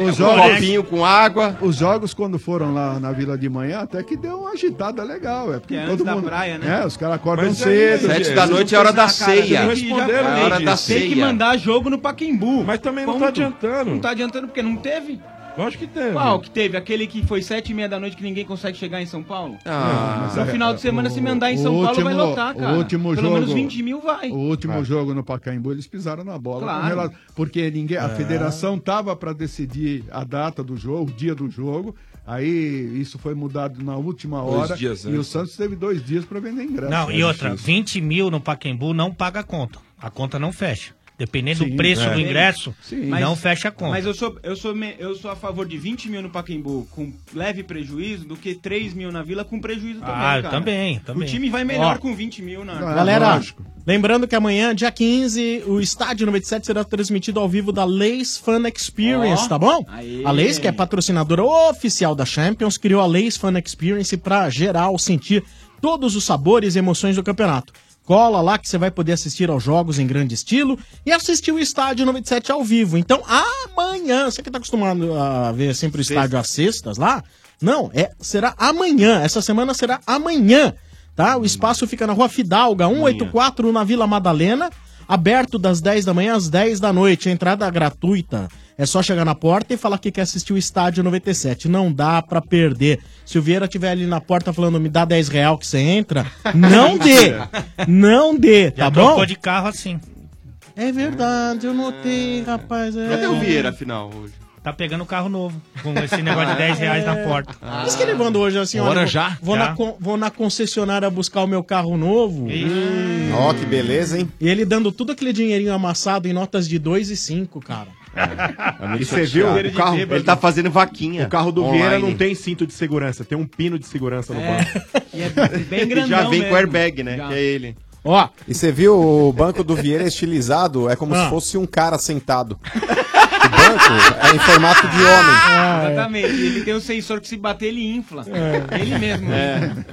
Speaker 16: os jogos,
Speaker 18: um com água.
Speaker 16: Os jogos, quando foram lá na Vila de Manhã, até que deu uma agitada legal. É, porque
Speaker 14: Que é
Speaker 16: todo
Speaker 14: antes da
Speaker 16: mundo,
Speaker 14: praia, né?
Speaker 16: É, os caras acordam
Speaker 18: Mas aí,
Speaker 16: cedo.
Speaker 18: sete
Speaker 16: gente.
Speaker 18: da noite é hora da
Speaker 14: Ah, cara,
Speaker 18: ceia.
Speaker 14: tem que-
Speaker 18: Responderam,
Speaker 14: já-
Speaker 18: né? Hora da
Speaker 14: Tem que
Speaker 18: ceia.
Speaker 14: mandar jogo no Paquembu. Mas
Speaker 17: também não tá adiantando.
Speaker 14: Não tá adiantando porque não teve?
Speaker 17: Lógico que teve.
Speaker 14: Qual que teve? Aquele que foi sete e meia da noite que ninguém consegue chegar em São Paulo?
Speaker 16: Ah, mas
Speaker 14: no
Speaker 16: é,
Speaker 14: final de semana, se mandar em
Speaker 16: o
Speaker 14: São Paulo, vai
Speaker 16: último-
Speaker 14: lotar, cara.
Speaker 16: O último
Speaker 14: Pelo
Speaker 16: jogo,
Speaker 14: menos 20 mil vai.
Speaker 16: O último jogo no Pacaembu, eles pisaram na bola. com
Speaker 14: Claro.
Speaker 16: relação- porque ninguém, a
Speaker 14: É.
Speaker 16: federação tava para decidir a data do jogo, o dia do jogo. Aí isso foi mudado na última
Speaker 11: Dois
Speaker 16: hora.
Speaker 11: dias
Speaker 16: e
Speaker 11: antes.
Speaker 16: o Santos teve dois dias para vender ingresso. É
Speaker 11: Não, e outra, 20 mil no Paquembu não paga a conta. A conta não fecha. Dependendo do preço do ingresso, não
Speaker 14: Mas-
Speaker 11: fecha a conta.
Speaker 14: Mas eu sou, eu, sou, me- eu sou a favor de 20 mil no Pacaembu com leve prejuízo do que 3 mil na Vila com prejuízo também,
Speaker 11: Ah, eu
Speaker 14: cara.
Speaker 11: também,
Speaker 14: O
Speaker 11: também.
Speaker 14: time vai melhor
Speaker 13: Ó.
Speaker 14: com 20 mil né? na...
Speaker 18: é
Speaker 13: Galera, lembrando que amanhã, dia 15, o Estádio 97 será transmitido ao vivo da Lace Fan Experience,
Speaker 14: Ó.
Speaker 13: tá bom?
Speaker 14: Aê.
Speaker 13: A Lace, que é patrocinadora oficial da Champions, criou a Lace Fan Experience pra geral sentir todos os sabores e emoções do campeonato. Cola lá que você vai poder assistir aos jogos em grande estilo e assistir o Estádio 97 ao vivo. Então, amanhã, você que tá acostumado a ver sempre o estádio às sextas lá, não, é será amanhã. Essa semana será amanhã tá? O espaço fica na Rua Fidalga, 184, na Vila Madalena, aberto das 10 da manhã às 10 da noite. Entrada gratuita. É só chegar na porta e falar que quer assistir o Estádio 97. Não dá pra perder. Se o Vieira tiver ali na porta falando, me dá 10 real que você entra, não dê. Não dê, tá
Speaker 11: Já
Speaker 13: bom?
Speaker 11: trocou de carro assim.
Speaker 13: É verdade, eu notei, rapaz. É...
Speaker 18: Cadê o Vieira, afinal, hoje?
Speaker 11: Tá pegando um carro novo, com esse negócio de 10 reais na porta.
Speaker 13: Por isso É. Ah. que ele manda hoje assim,
Speaker 11: Bora
Speaker 13: vou-
Speaker 11: já?
Speaker 13: Vou,
Speaker 11: Já.
Speaker 13: Na, con- vou na concessionária buscar o meu carro novo. Hum.
Speaker 15: Ó, que beleza, hein?
Speaker 13: E ele dando tudo aquele dinheirinho amassado em notas de 2 e 5, cara.
Speaker 18: muito
Speaker 12: E você viu
Speaker 18: chateado.
Speaker 12: o carro.
Speaker 18: Ele tá fazendo vaquinha
Speaker 12: O carro do
Speaker 18: online.
Speaker 12: Vieira não tem cinto de segurança, tem um pino de segurança no banco.
Speaker 18: Ele Já vem com airbag, né? Que é ele.
Speaker 13: Ó.
Speaker 15: E você viu o banco do Vieira estilizado? É como
Speaker 18: Ah.
Speaker 15: se fosse um cara sentado. O banco é em formato de homem.
Speaker 16: Ah,
Speaker 14: Ah,
Speaker 16: é.
Speaker 14: Exatamente. Ele tem um sensor que se bater, ele infla. Ele mesmo.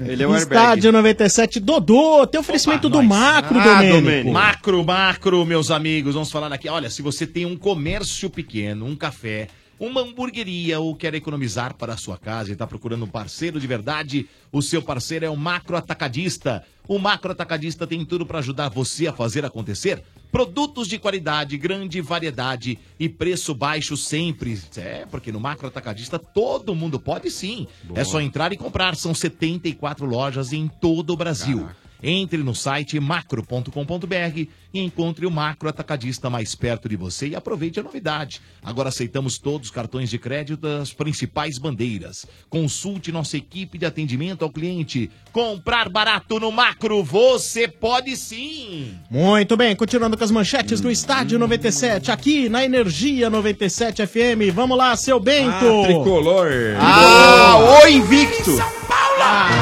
Speaker 18: Ele é
Speaker 14: um airbag.
Speaker 13: Estádio 97, Dodô, tem oferecimento do Macro,
Speaker 2: Ah,
Speaker 13: Domênico.
Speaker 2: Domênico. Macro, macro, meus amigos, vamos falar aqui. Olha, se você tem um comércio pequeno, um café, uma hamburgueria ou quer economizar para a sua casa e está procurando um parceiro de verdade, o seu parceiro é o Macro Atacadista. O Macro Atacadista tem tudo para ajudar você a fazer acontecer. Produtos de qualidade, grande variedade e preço baixo sempre. É, porque no Macro Atacadista todo mundo pode sim. É só entrar e comprar. São 74 lojas em todo o Brasil. Entre no site macro.com.br e encontre o macro atacadista mais perto de você e aproveite a novidade. Agora aceitamos todos os cartões de crédito das principais bandeiras. Consulte nossa equipe de atendimento ao cliente. Comprar barato no macro, você pode sim!
Speaker 13: Muito bem, continuando com as manchetes do Estádio 97, aqui na Energia 97 FM. Vamos lá, seu Bento!
Speaker 17: tricolor!
Speaker 13: Ah,
Speaker 18: o invicto!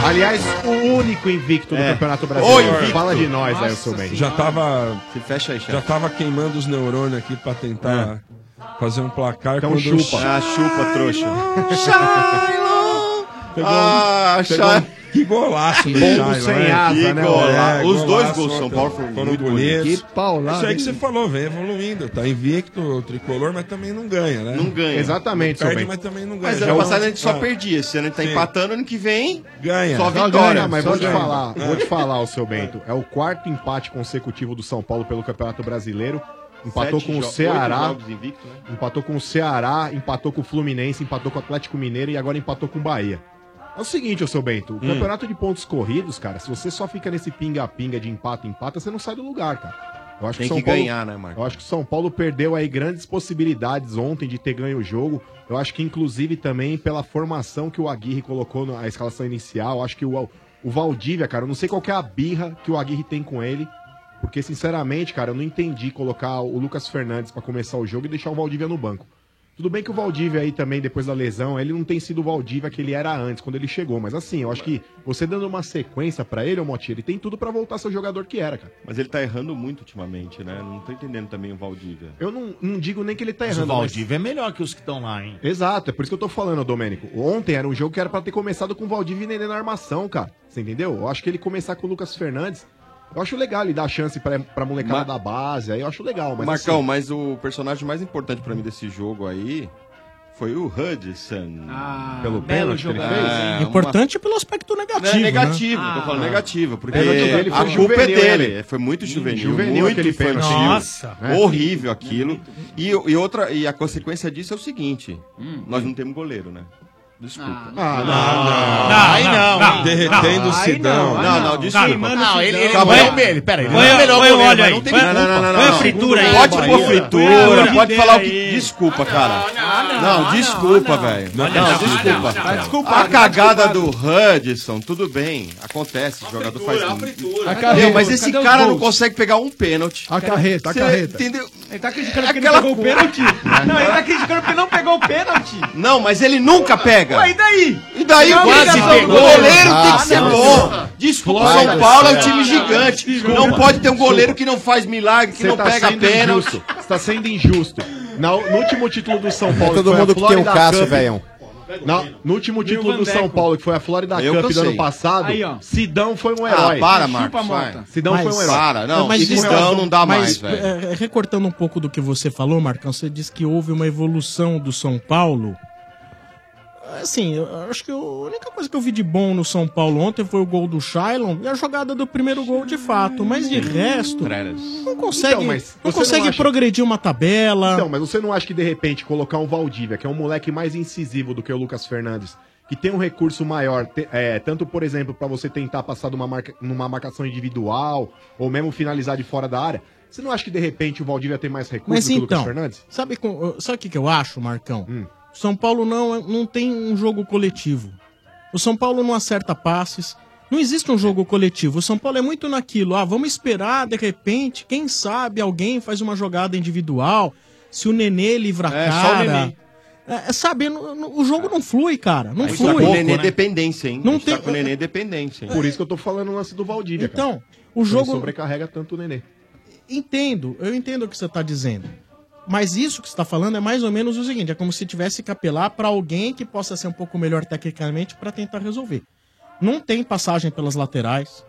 Speaker 12: Aliás, o único invicto do
Speaker 17: É.
Speaker 12: Campeonato
Speaker 17: Ô,
Speaker 12: Brasileiro.
Speaker 17: invicto.
Speaker 12: Fala de nós aí, o seu bem.
Speaker 17: Já tava.
Speaker 18: Se fecha aí, chefe.
Speaker 17: Já tava queimando os neurônios aqui pra tentar fazer um placar
Speaker 18: Então
Speaker 17: quando
Speaker 18: chupa. É. Ah, chupa, trouxa.
Speaker 17: Pegou,
Speaker 18: Ah,
Speaker 17: um, pegou
Speaker 18: Shai-
Speaker 17: um- Que golaço do
Speaker 18: Bombo
Speaker 17: Shai,
Speaker 18: sem
Speaker 17: né?
Speaker 18: asa,
Speaker 17: Que
Speaker 18: né,
Speaker 17: golaço,
Speaker 18: mano? Os dois
Speaker 17: golaço,
Speaker 18: gols de São
Speaker 17: foram-
Speaker 18: Paulo foram
Speaker 17: foram
Speaker 18: muito bonitos.
Speaker 17: bonitos.
Speaker 18: Que paulada,
Speaker 17: Isso aí que
Speaker 18: hein?
Speaker 17: você falou, vem evoluindo. Tá invicto o tricolor, mas também não ganha, né?
Speaker 18: Não ganha.
Speaker 17: Não
Speaker 18: seu
Speaker 17: perde,
Speaker 18: bem.
Speaker 17: mas também não ganha.
Speaker 18: Mas
Speaker 17: Já
Speaker 18: ano
Speaker 17: é um-
Speaker 18: passado a gente só
Speaker 17: Ah.
Speaker 18: perdia. Esse ano a gente tá
Speaker 17: Sim.
Speaker 18: empatando. Ano que vem,
Speaker 12: Ganha.
Speaker 18: só
Speaker 12: Só
Speaker 18: vitória.
Speaker 12: ganha, mas
Speaker 18: Só
Speaker 12: vou te
Speaker 18: ganha.
Speaker 12: falar,
Speaker 18: É.
Speaker 12: vou te falar, o seu Bento. É o quarto empate consecutivo do São Paulo pelo Campeonato Brasileiro. Empatou
Speaker 18: Sete
Speaker 12: com o
Speaker 18: jo- oito
Speaker 12: Ceará.
Speaker 18: jogos invicto, né?
Speaker 12: Empatou com o Ceará, empatou com o Fluminense, empatou com o Atlético Mineiro e agora empatou com o Bahia. É o seguinte, ô seu Bento, o campeonato de pontos corridos, cara, se você só fica nesse pinga-pinga de empate empata, você não sai do lugar, cara. Eu acho
Speaker 18: Tem
Speaker 12: o São
Speaker 18: que ganhar, né, Marco?
Speaker 12: Eu acho que o São Paulo perdeu aí grandes possibilidades ontem de ter ganho o jogo. Eu acho que, inclusive, também pela formação que o Aguirre colocou na escalação inicial, eu acho que o, o Valdívia, cara, eu não sei qual que é a birra que o Aguirre tem com ele. Porque, sinceramente, cara, eu não entendi colocar o Lucas Fernandes pra começar o jogo e deixar o Valdívia no banco. Tudo bem que o Valdívia aí também, depois da lesão, ele não tem sido o Valdívia que ele era antes, quando ele chegou. Mas assim, eu acho que você dando uma sequência pra ele, ô Moti, ele tem tudo pra voltar a ser o jogador que era, cara.
Speaker 18: Mas ele tá errando muito ultimamente, né? Não tô entendendo também o Valdívia.
Speaker 12: Eu não, não digo nem que ele tá
Speaker 18: Mas o
Speaker 12: errando.
Speaker 18: Valdívia
Speaker 12: é melhor que os que estão lá, hein? Exato, é por isso que eu tô falando, Domênico. Ontem era um jogo que era pra ter começado com o Valdívia e Nenê na armação, cara. Você entendeu? Eu acho que ele começar com o Lucas Fernandes, eu acho legal ele dar chance pra, pra molecada
Speaker 18: Ma-
Speaker 12: da base, aí eu acho legal. Mas
Speaker 18: Marcão,
Speaker 12: assim,
Speaker 18: mas o personagem mais importante pra mim desse jogo aí foi o Hudson.
Speaker 12: Pelo
Speaker 18: belo
Speaker 12: pênalti que ele
Speaker 18: jogo.
Speaker 12: fez?
Speaker 18: É, uma-
Speaker 13: Importante pelo aspecto negativo.
Speaker 18: Não, é negativo,
Speaker 13: né?
Speaker 18: tô falando
Speaker 13: Ah.
Speaker 18: negativo, porque
Speaker 13: Pênalti dele
Speaker 18: a
Speaker 13: foi
Speaker 18: culpa é
Speaker 13: juvenil, né,
Speaker 18: dele.
Speaker 13: Ale?
Speaker 18: Foi muito juvenil,
Speaker 13: Juvenil
Speaker 18: muito
Speaker 13: aquele
Speaker 18: infantil.
Speaker 13: pênalti. Nossa.
Speaker 18: Horrível aquilo. E, e outra, e a consequência disso é o seguinte:
Speaker 14: Hum.
Speaker 18: nós não temos goleiro, né? Desculpa.
Speaker 12: Ah,
Speaker 13: não. Não, Aí não, não, não.
Speaker 18: Derretendo
Speaker 13: não.
Speaker 18: o
Speaker 13: Aí
Speaker 18: Sidão.
Speaker 13: não,
Speaker 18: Não,
Speaker 13: aí
Speaker 18: não,
Speaker 13: não.
Speaker 18: desculpa.
Speaker 13: Queimando o Não, ele- Sidão. ele
Speaker 18: Calma
Speaker 13: não é
Speaker 18: aí.
Speaker 13: o melhor, peraí, ele
Speaker 18: Põe
Speaker 13: não é o melhor
Speaker 18: põe
Speaker 13: goleiro,
Speaker 18: óleo
Speaker 13: mas
Speaker 18: aí.
Speaker 13: não tem
Speaker 18: Põe-
Speaker 13: culpa.
Speaker 18: Não, não, não, não.
Speaker 13: Põe a
Speaker 18: não.
Speaker 13: fritura aí,
Speaker 18: Pode pôr
Speaker 13: Bahia. Põe a
Speaker 18: fritura, pode
Speaker 13: frigideira
Speaker 18: falar o
Speaker 13: aí.
Speaker 18: que.
Speaker 14: Ah,
Speaker 18: Desculpa, cara. Não, desculpa, velho. Não, desculpa.
Speaker 13: não, não.
Speaker 18: Desculpa. A cagada do Hudson, tudo bem. Acontece, o jogador faz. um-
Speaker 4: A
Speaker 18: Meu,
Speaker 4: carreta,
Speaker 18: Mas esse
Speaker 4: cadê os
Speaker 18: cara não
Speaker 4: gols?
Speaker 18: consegue pegar um pênalti.
Speaker 4: A carreta, a
Speaker 18: Cê
Speaker 4: carreta.
Speaker 18: Entendeu?
Speaker 14: Ele tá criticando porque
Speaker 18: Aquela
Speaker 14: não pegou o
Speaker 18: cor.
Speaker 14: pênalti. Não, ele tá criticando porque não pegou o pênalti.
Speaker 18: Não, mas ele nunca pega.
Speaker 14: Ué, e daí?
Speaker 18: E daí
Speaker 14: Não,
Speaker 18: quase
Speaker 14: obrigação do
Speaker 18: pegou. O goleiro tem que ser bom. Desculpa,
Speaker 14: Ah, Vai
Speaker 18: São
Speaker 14: do
Speaker 18: Paulo é um
Speaker 14: céu.
Speaker 18: time gigante.
Speaker 12: Desculpa.
Speaker 18: Não pode ter um goleiro
Speaker 12: Desculpa.
Speaker 18: que não faz milagre, que
Speaker 12: Você
Speaker 18: não
Speaker 12: tá
Speaker 18: pega
Speaker 12: sendo
Speaker 18: pênalti.
Speaker 12: injusto. Você tá sendo injusto. Na- no último título do São Paulo.
Speaker 15: todo
Speaker 12: foi a
Speaker 15: mundo que tem um
Speaker 12: Florida
Speaker 15: Cássio,
Speaker 12: Cup-
Speaker 15: velhão.
Speaker 12: Na- no último título
Speaker 15: Van
Speaker 12: do São
Speaker 15: Deco.
Speaker 12: Paulo, que foi a Florida
Speaker 15: Eu
Speaker 12: Cup do
Speaker 15: cansei.
Speaker 12: ano passado,
Speaker 15: Aí, ó.
Speaker 12: Sidão foi um
Speaker 15: Ah,
Speaker 12: herói.
Speaker 15: para,
Speaker 18: Marcos,
Speaker 12: Mota. Sidão foi um herói.
Speaker 13: isso- mas,
Speaker 12: velho.
Speaker 13: é, é, recortando um pouco do que você falou, Marcão, você disse que houve uma evolução do São Paulo. Assim, eu acho que a única coisa que eu vi de bom no São Paulo ontem foi o gol do Shailon e a jogada do primeiro gol de fato. Mas de resto, não consegue,
Speaker 12: Então, mas
Speaker 13: não
Speaker 12: você
Speaker 13: consegue
Speaker 12: não acha-
Speaker 13: progredir uma tabela.
Speaker 12: Então, mas você não acha que de repente colocar um Valdívia, que é um moleque mais incisivo do que o Lucas Fernandes, que tem um recurso maior, te- é, tanto por exemplo pra você tentar passar de uma marca- numa marcação individual ou mesmo finalizar de fora da área, você não acha que de repente o Valdívia tem mais recurso
Speaker 13: Mas
Speaker 12: do que o
Speaker 13: então,
Speaker 12: Lucas Fernandes?
Speaker 13: sabe com- sabe o que, que eu acho, Marcão? O São Paulo não, é- não tem um jogo coletivo. O São Paulo não acerta passes. Não existe um jogo coletivo. O São Paulo é muito naquilo. Ah, vamos esperar, de repente, quem sabe alguém faz uma jogada individual. se o Nenê livra a
Speaker 18: É,
Speaker 13: cara.
Speaker 18: só o Nenê.
Speaker 13: É, é, sabe, não- não- o jogo não flui, cara. Não
Speaker 18: A gente tá
Speaker 13: flui.
Speaker 18: com o Nenê dependência, hein?
Speaker 13: Não
Speaker 18: a gente
Speaker 13: tem-
Speaker 18: tá com o Nenê dependência, hein?
Speaker 13: Por isso
Speaker 12: que eu tô falando o lance do Valdívia.
Speaker 13: Então,
Speaker 12: cara.
Speaker 13: o jogo-
Speaker 12: Ele sobrecarrega tanto o Nenê.
Speaker 13: Entendo, eu entendo o que você tá dizendo. Mas isso que você tá falando é mais ou menos o seguinte: é como se tivesse que apelar para alguém que possa ser um pouco melhor tecnicamente para tentar resolver. Não tem passagem pelas laterais.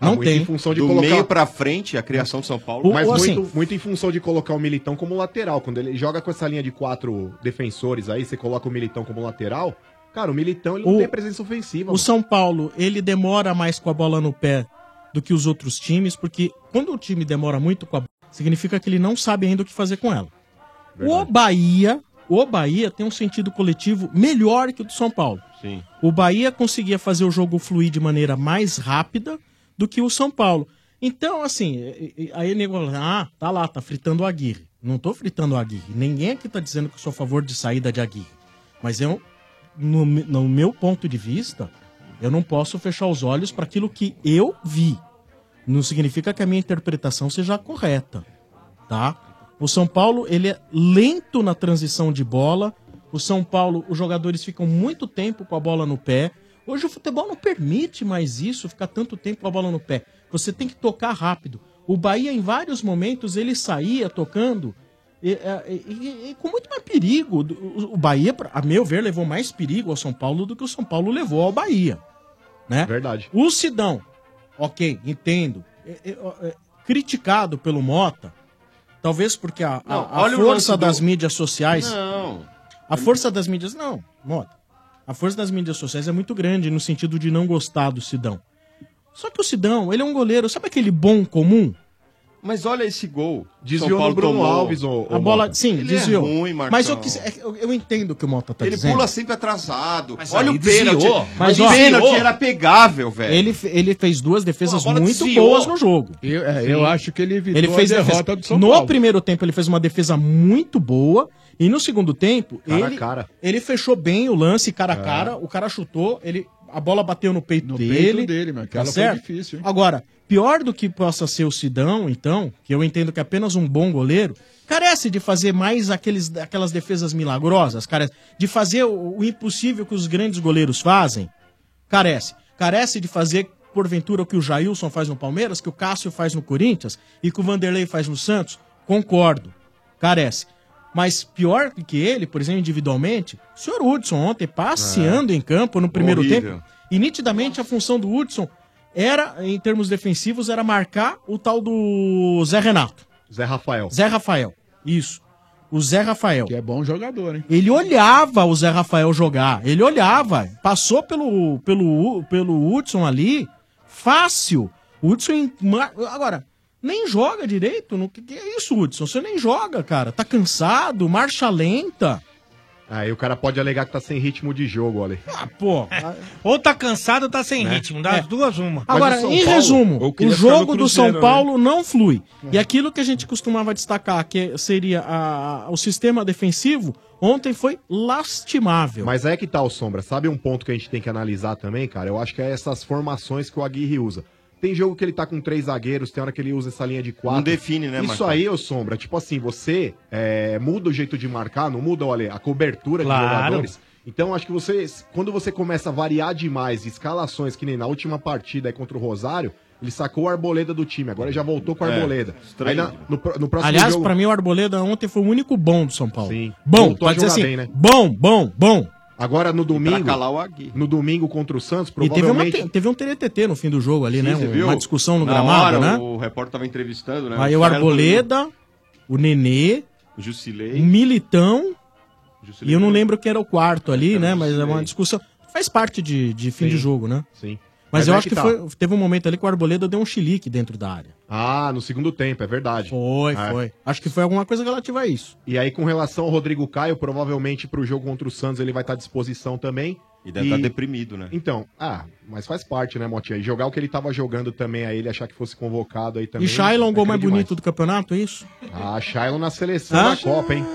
Speaker 13: Não
Speaker 12: Ah, muito
Speaker 13: tem. assim,
Speaker 12: Em função de
Speaker 18: Do
Speaker 12: colocar...
Speaker 18: meio pra frente, a criação de São Paulo.
Speaker 12: O- mas muito, muito em função de colocar o Militão como lateral. Quando ele joga com essa linha de quatro defensores aí, você coloca o Militão como lateral. Cara, o Militão ele não
Speaker 13: O-
Speaker 12: tem presença ofensiva.
Speaker 13: O São Paulo, ele demora mais com a bola no pé do que os outros times, porque quando o time demora muito com a bola, significa que ele não sabe ainda o que fazer com ela. O Bahia, o Bahia tem um sentido coletivo melhor que o do São Paulo.
Speaker 18: Sim.
Speaker 13: O Bahia conseguia fazer o jogo fluir de maneira mais rápida do que o São Paulo. Então, assim, e- e- aí o nego fala, ah, tá lá, tá fritando o Aguirre. Não tô fritando o Aguirre. Ninguém aqui tá dizendo que eu sou a favor de saída de Aguirre. Mas eu, no, me- no meu ponto de vista, eu não posso fechar os olhos para aquilo que eu vi. Não significa que a minha interpretação seja a correta, tá? O São Paulo, ele é lento na transição de bola. O São Paulo, os jogadores ficam muito tempo com a bola no pé. Hoje o futebol não permite mais isso, ficar tanto tempo com a bola no pé. Você tem que tocar rápido. O Bahia, em vários momentos, ele saía tocando e, é, e- e- e com muito mais perigo. O- O Bahia, pra- a meu ver, levou mais perigo ao São Paulo do que o São Paulo levou ao Bahia. Né?
Speaker 12: Verdade.
Speaker 13: O Sidão, ok, entendo. É, é, ó, é, criticado pelo Mota, talvez porque a, a-
Speaker 18: Não,
Speaker 13: a
Speaker 18: olha o
Speaker 13: força
Speaker 18: lance do-
Speaker 13: das mídias sociais.
Speaker 18: Não.
Speaker 13: A força das mídias. Não, Mota. A força das mídias sociais é muito grande no sentido de não gostar do Sidão. Só que o Sidão, ele é um goleiro, sabe aquele bom comum?
Speaker 18: Mas olha esse gol.
Speaker 12: Desviou no Bruno Alves, ô- ô
Speaker 13: a bola,
Speaker 12: Mota.
Speaker 13: sim,
Speaker 18: Ele é
Speaker 13: desviou.
Speaker 18: ruim, Marcão.
Speaker 13: mas eu, quis- é que eu, eu entendo o que o Mota tá
Speaker 18: Ele
Speaker 13: dizendo.
Speaker 18: pula sempre atrasado.
Speaker 13: Mas
Speaker 18: olha
Speaker 13: aí
Speaker 18: o pênalti.
Speaker 13: desviou. Mas,
Speaker 18: Mas o
Speaker 13: ó,
Speaker 18: pênalti
Speaker 13: desviou.
Speaker 18: era pegável, velho.
Speaker 13: Ele, fe- ele fez duas defesas
Speaker 18: Pô, a bola
Speaker 13: muito
Speaker 18: desviou.
Speaker 13: boas no jogo.
Speaker 18: Eu- é, eu
Speaker 13: Sim.
Speaker 18: acho que ele evitou
Speaker 13: ele fez
Speaker 18: a derrota
Speaker 13: defesa-
Speaker 18: do São
Speaker 13: no
Speaker 18: Paulo.
Speaker 13: primeiro tempo ele fez uma defesa muito boa e no segundo tempo
Speaker 12: Cara a
Speaker 13: ele,
Speaker 12: cara.
Speaker 13: ele fechou bem o lance cara a
Speaker 12: É.
Speaker 13: cara, o cara chutou, ele a bola bateu no peito dele.
Speaker 16: peito dele, mas aquela
Speaker 13: tá
Speaker 16: foi
Speaker 13: certo?
Speaker 16: difícil, hein?
Speaker 13: Agora, pior do que possa ser o Sidão, então, que eu entendo que é apenas um bom goleiro, carece de fazer mais aqueles, aquelas defesas milagrosas, carece de fazer o, o impossível que os grandes goleiros fazem, carece. Carece de fazer, porventura, o que o Jailson faz no Palmeiras, que o Cássio faz no Corinthians e que o Vanderlei faz no Santos, concordo, carece. Mas pior do que ele, por exemplo, individualmente, o senhor Hudson ontem
Speaker 12: É.
Speaker 13: passeando em campo no primeiro
Speaker 18: Horrível.
Speaker 13: tempo, e nitidamente a função do Hudson era, em termos defensivos, era marcar o tal do Zé Renato.
Speaker 12: Zé Rafael.
Speaker 13: Zé Rafael, isso. O Zé Rafael. Que
Speaker 16: é bom jogador, hein?
Speaker 13: Ele olhava o Zé Rafael jogar. Ele olhava. Passou pelo, pelo, pelo Hudson ali. Fácil. O Hudson. em- ma- Agora, nem joga direito. O que, que é isso, Hudson? Você nem joga, cara. Tá cansado, marcha lenta.
Speaker 12: Aí o cara pode alegar que tá sem ritmo de jogo, olha.
Speaker 13: Ah, pô.
Speaker 11: Ou tá cansado ou tá sem
Speaker 12: Né?
Speaker 11: ritmo. Das
Speaker 12: É.
Speaker 11: duas, uma.
Speaker 13: Agora, em resumo, o jogo do São
Speaker 11: né?
Speaker 13: Paulo não flui. E aquilo que a gente costumava destacar, que seria a- a- o sistema defensivo, ontem foi lastimável.
Speaker 12: Mas aí é que tá o Sombra. Sabe um ponto que a gente tem que analisar também, cara? Eu acho que é essas formações que o Aguirre usa. Tem jogo que ele tá com três zagueiros, tem hora que ele usa essa linha de quatro.
Speaker 18: Não define, né,
Speaker 12: Isso
Speaker 18: Marcão?
Speaker 12: aí, ô Sombra, tipo assim, você é, muda o jeito de marcar, não muda, olha, a cobertura de
Speaker 18: Claro.
Speaker 12: jogadores. Então, acho que você, quando você começa a variar demais escalações, que nem na última partida aí contra o Rosário, ele sacou a arboleda do time, agora ele já voltou com a
Speaker 13: É,
Speaker 12: arboleda.
Speaker 13: estranho.
Speaker 12: Aí na- no, pro- no próximo
Speaker 13: Aliás,
Speaker 12: jogo...
Speaker 13: pra mim, o Arboleda ontem foi o único bom do São Paulo. Bom,
Speaker 12: Bom,
Speaker 13: pode dizer assim,
Speaker 12: Bom, bom, bom. Agora no domingo.
Speaker 13: calar o
Speaker 12: no domingo contra o Santos,
Speaker 13: E teve, uma,
Speaker 12: provavelmente.
Speaker 13: te- teve um TTT no fim do jogo ali, né?
Speaker 18: Sim, você
Speaker 13: Um-
Speaker 18: viu?
Speaker 13: Uma discussão no
Speaker 18: Na
Speaker 13: gramado,
Speaker 18: hora,
Speaker 13: né?
Speaker 18: O repórter tava entrevistando, né?
Speaker 13: Aí o
Speaker 18: cara
Speaker 13: Arboleda, o Nenê,
Speaker 18: do Jusilei.
Speaker 13: o Militão, e eu não lembro quem era o quarto ali, né? Mas é uma discussão. Faz parte de, de fim de jogo, né?
Speaker 12: Sim.
Speaker 13: Mas,
Speaker 12: Mas
Speaker 13: eu
Speaker 12: é
Speaker 13: acho que,
Speaker 12: que tá.
Speaker 13: foi, teve um momento ali que o Arboleda deu um chilique dentro da área.
Speaker 12: Ah, no segundo tempo, é verdade. É.
Speaker 13: Foi, foi. Acho que foi alguma coisa relativa a isso.
Speaker 12: E aí, com relação ao Rodrigo Caio, provavelmente pro jogo contra o Santos ele vai estar à disposição também.
Speaker 18: E deve tá deprimido, né?
Speaker 12: Então, ah, mas faz parte, né, Motinha? E jogar o que ele tava jogando também, aí ele achar que fosse convocado aí também.
Speaker 13: e Shailon,
Speaker 12: é
Speaker 13: gol mais
Speaker 12: demais.
Speaker 13: bonito do campeonato, é isso?
Speaker 12: Ah, Shailon na seleção
Speaker 13: Hã?
Speaker 12: da Copa, hein?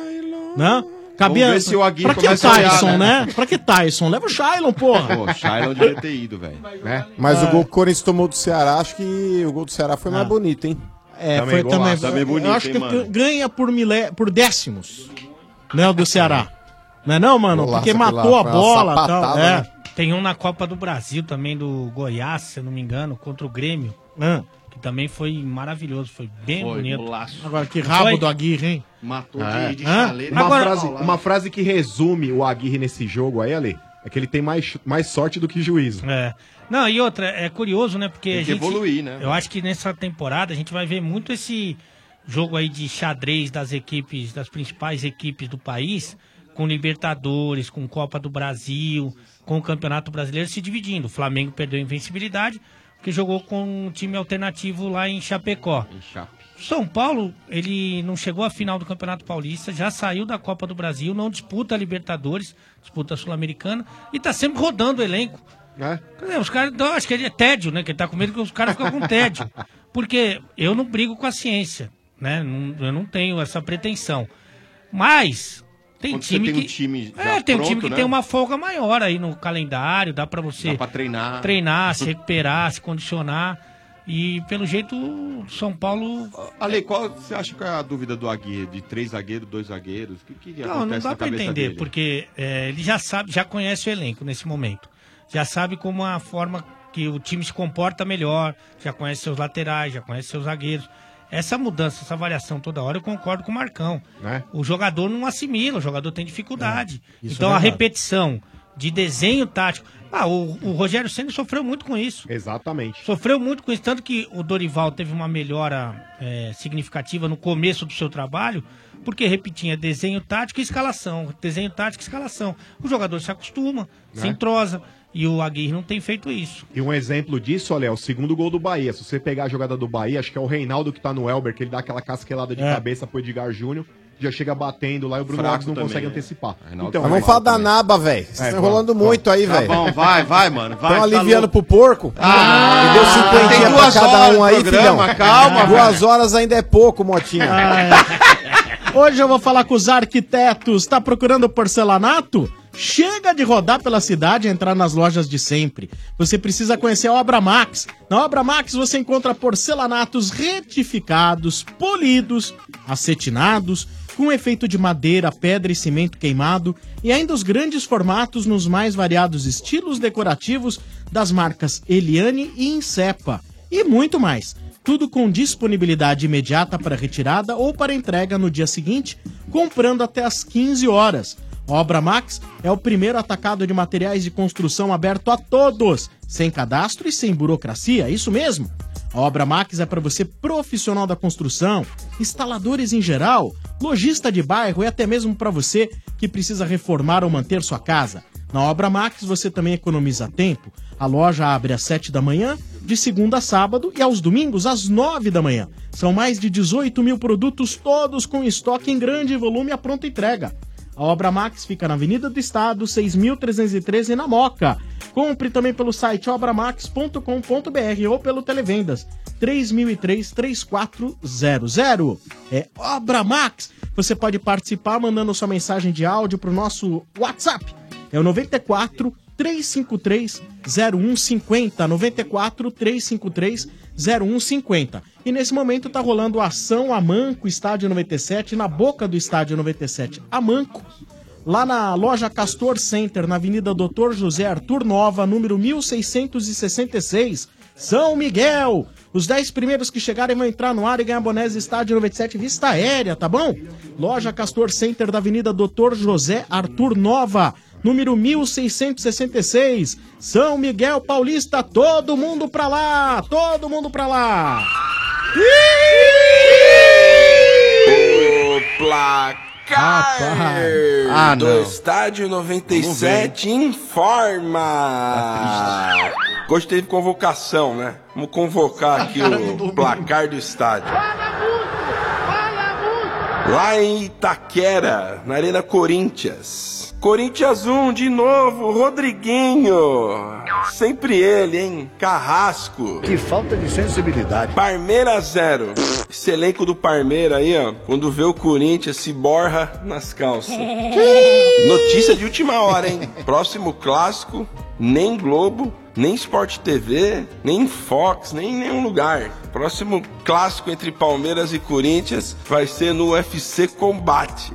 Speaker 13: Né? Cabia...
Speaker 12: Vamos ver se o Aguirre
Speaker 13: pra que
Speaker 12: começa a olhar,
Speaker 13: Tyson, né?
Speaker 12: né?
Speaker 13: Pra que Tyson? Leva o Shailon, porra!
Speaker 18: Pô, Shailon devia ter ido, velho.
Speaker 12: Né?
Speaker 15: Mas
Speaker 13: Ah.
Speaker 12: Ah.
Speaker 15: o gol que o Corinthians tomou do Ceará, acho que o gol do Ceará foi mais bonito, hein?
Speaker 13: É,
Speaker 18: Também
Speaker 13: foi também.
Speaker 18: golaço. Também bonito,
Speaker 13: eu acho
Speaker 18: hein,
Speaker 13: que
Speaker 18: mano?
Speaker 13: ganha por, milé, por décimos, né, o do Ceará. Não é não, mano?
Speaker 11: Golaço
Speaker 13: Porque
Speaker 11: aquele
Speaker 13: matou
Speaker 11: lá,
Speaker 13: a
Speaker 11: foi uma
Speaker 13: bola e
Speaker 11: sapatada,
Speaker 13: tal. É.
Speaker 11: né? Tem um na Copa do Brasil também, do Goiás, se eu não me engano, contra o Grêmio.
Speaker 13: Ah.
Speaker 11: Que também foi maravilhoso, foi bem
Speaker 13: Foi,
Speaker 11: bonito.
Speaker 13: golaço. Agora, que rabo do Aguirre, hein?
Speaker 14: Matou
Speaker 12: Ah, é.
Speaker 11: chaleira.
Speaker 12: Uma,
Speaker 11: Agora-
Speaker 12: frase, uma frase que resume o Aguirre nesse jogo aí, Ale, é que ele tem mais, mais sorte do que juízo.
Speaker 11: É. Não, e outra, é curioso, né? Porque
Speaker 12: Tem
Speaker 11: a
Speaker 12: que
Speaker 11: gente.
Speaker 12: evoluir, né?
Speaker 11: Eu acho que nessa temporada a gente vai ver muito esse jogo aí de xadrez das equipes, das principais equipes do país, com Libertadores, com Copa do Brasil, com o Campeonato Brasileiro se dividindo. O Flamengo perdeu a invencibilidade, porque jogou com um time alternativo lá em Chapecó. São Paulo, ele não chegou à final do Campeonato Paulista, já saiu da Copa do Brasil, não disputa a Libertadores, disputa a Sul-Americana e tá sempre rodando o elenco.
Speaker 18: É?
Speaker 11: Quer dizer, Os caras, não, acho que é tédio, né? Que ele tá com medo que os caras ficam com tédio. Porque eu não brigo com a ciência, né? Não- eu não tenho essa pretensão. Mas tem
Speaker 18: Quando você
Speaker 11: time
Speaker 18: tem
Speaker 11: que
Speaker 18: um time já
Speaker 11: É, tem um time
Speaker 18: pronto,
Speaker 11: que
Speaker 18: né?
Speaker 11: tem uma folga maior aí no calendário, dá pra você
Speaker 18: Dá pra treinar.
Speaker 11: treinar, se recuperar, se condicionar. E pelo jeito, o São Paulo.
Speaker 21: Ah,
Speaker 18: Ale, qual você acha que é a dúvida do Aguirre? De três zagueiros, dois zagueiros? O que, que
Speaker 11: Não, não
Speaker 18: acontece
Speaker 11: dá
Speaker 18: na
Speaker 11: pra
Speaker 18: cabeça
Speaker 11: entender,
Speaker 18: dele?
Speaker 11: porque é, ele já sabe, já conhece o elenco nesse momento. Já sabe como a forma que o time se comporta melhor, já conhece seus laterais, já conhece seus zagueiros. Essa mudança, essa variação toda hora, eu concordo com o Marcão.
Speaker 18: Né?
Speaker 11: O jogador não assimila, o jogador tem dificuldade.
Speaker 13: isso
Speaker 11: então
Speaker 13: é
Speaker 11: a
Speaker 13: verdade.
Speaker 11: repetição de desenho tático. Ah, o, o Rogério Senna sofreu muito com isso.
Speaker 12: Exatamente.
Speaker 11: Sofreu muito com isso, tanto que o Dorival teve uma melhora é, significativa no começo do seu trabalho, porque repetia desenho tático e escalação. Desenho tático e escalação. O jogador se acostuma,
Speaker 12: Né?
Speaker 11: se entrosa, e o Aguirre não tem feito isso.
Speaker 12: E um exemplo disso, olha, é o segundo gol do Bahia. Se você pegar a jogada do Bahia, acho que é o Reinaldo que tá no Elber, que ele dá aquela casquelada de
Speaker 15: É.
Speaker 12: cabeça pro Edgar Júnior, já chega batendo lá e o Bruno
Speaker 15: Fraco
Speaker 12: Alves não
Speaker 15: também,
Speaker 12: consegue
Speaker 15: é.
Speaker 12: antecipar. Então,
Speaker 15: Mas vamos falar da naba, velho. Vocês
Speaker 12: É,
Speaker 15: estão
Speaker 12: vamos,
Speaker 15: enrolando
Speaker 12: vamos.
Speaker 15: muito aí,
Speaker 12: Tá
Speaker 15: velho.
Speaker 12: bom, vai, vai, mano, vai,
Speaker 15: Estão
Speaker 12: tá
Speaker 15: aliviando
Speaker 12: louco.
Speaker 15: pro porco.
Speaker 12: Ah,
Speaker 15: e deu cinquentinha
Speaker 12: tem
Speaker 15: pra
Speaker 12: duas
Speaker 15: cada
Speaker 12: horas
Speaker 15: um
Speaker 12: de
Speaker 15: aí,
Speaker 12: programa,
Speaker 15: filhão.
Speaker 12: calma,
Speaker 15: Duas horas ainda é pouco, Motinha.
Speaker 13: Hoje eu vou falar com os arquitetos. Tá procurando porcelanato? Chega de rodar pela cidade e entrar nas lojas de sempre. Você precisa conhecer a Obra Max. Na Obra Max você encontra porcelanatos retificados, polidos, acetinados, com efeito de madeira, pedra e cimento queimado e ainda os grandes formatos nos mais variados estilos decorativos das marcas Eliane e Insepa e muito mais. Tudo com disponibilidade imediata para retirada ou para entrega no dia seguinte, comprando até às 15 horas. A Obra Max é o primeiro atacado de materiais de construção aberto a todos, sem cadastro e sem burocracia, é isso mesmo? A Obra Max é para você profissional da construção, instaladores em geral, lojista de bairro e até mesmo para você que precisa reformar ou manter sua casa. Na Obra Max você também economiza tempo. A loja abre às 7 da manhã, de segunda a sábado e aos domingos às 9 da manhã. São mais de 18 mil produtos, todos com estoque em grande volume à pronta entrega. A Obra Max fica na Avenida do Estado, 6.313 na Moca. Compre também pelo site obramax.com.br ou pelo Televendas 3003-3400. É Obra Max! Você pode participar mandando sua mensagem de áudio para o nosso WhatsApp. É o 94 353 0150. 94 353 0150. E nesse momento tá rolando a ação Amanco Estádio 97, na boca do Estádio 97 Amanco, lá na loja Castor Center, na Avenida Doutor José Arthur Nova, número 1666, São Miguel. Os 10 primeiros que chegarem vão entrar no ar e ganhar bonés Estádio 97 Vista Aérea, tá bom? Loja Castor Center da Avenida Doutor José Arthur Nova, número 1666, São Miguel Paulista. Todo mundo pra lá! Todo mundo pra lá!
Speaker 22: O placar
Speaker 13: Ah,
Speaker 22: do
Speaker 13: não.
Speaker 22: estádio 97 informa.
Speaker 17: Tá
Speaker 22: Gostei de convocação, né? Vamos convocar aqui o placar do estádio. Lá em Itaquera, na Arena Corinthians. Corinthians 1, de novo, Rodriguinho. Sempre ele, hein? Carrasco. Que falta de sensibilidade. Parmeira 0. Esse elenco do Parmeira aí, ó. Quando vê o Corinthians, se borra nas calças. Notícia de última hora, hein? Próximo clássico, nem Globo, nem Sport TV, nem Fox, nem em nenhum lugar. Próximo clássico entre Palmeiras e Corinthians vai ser no UFC Combate.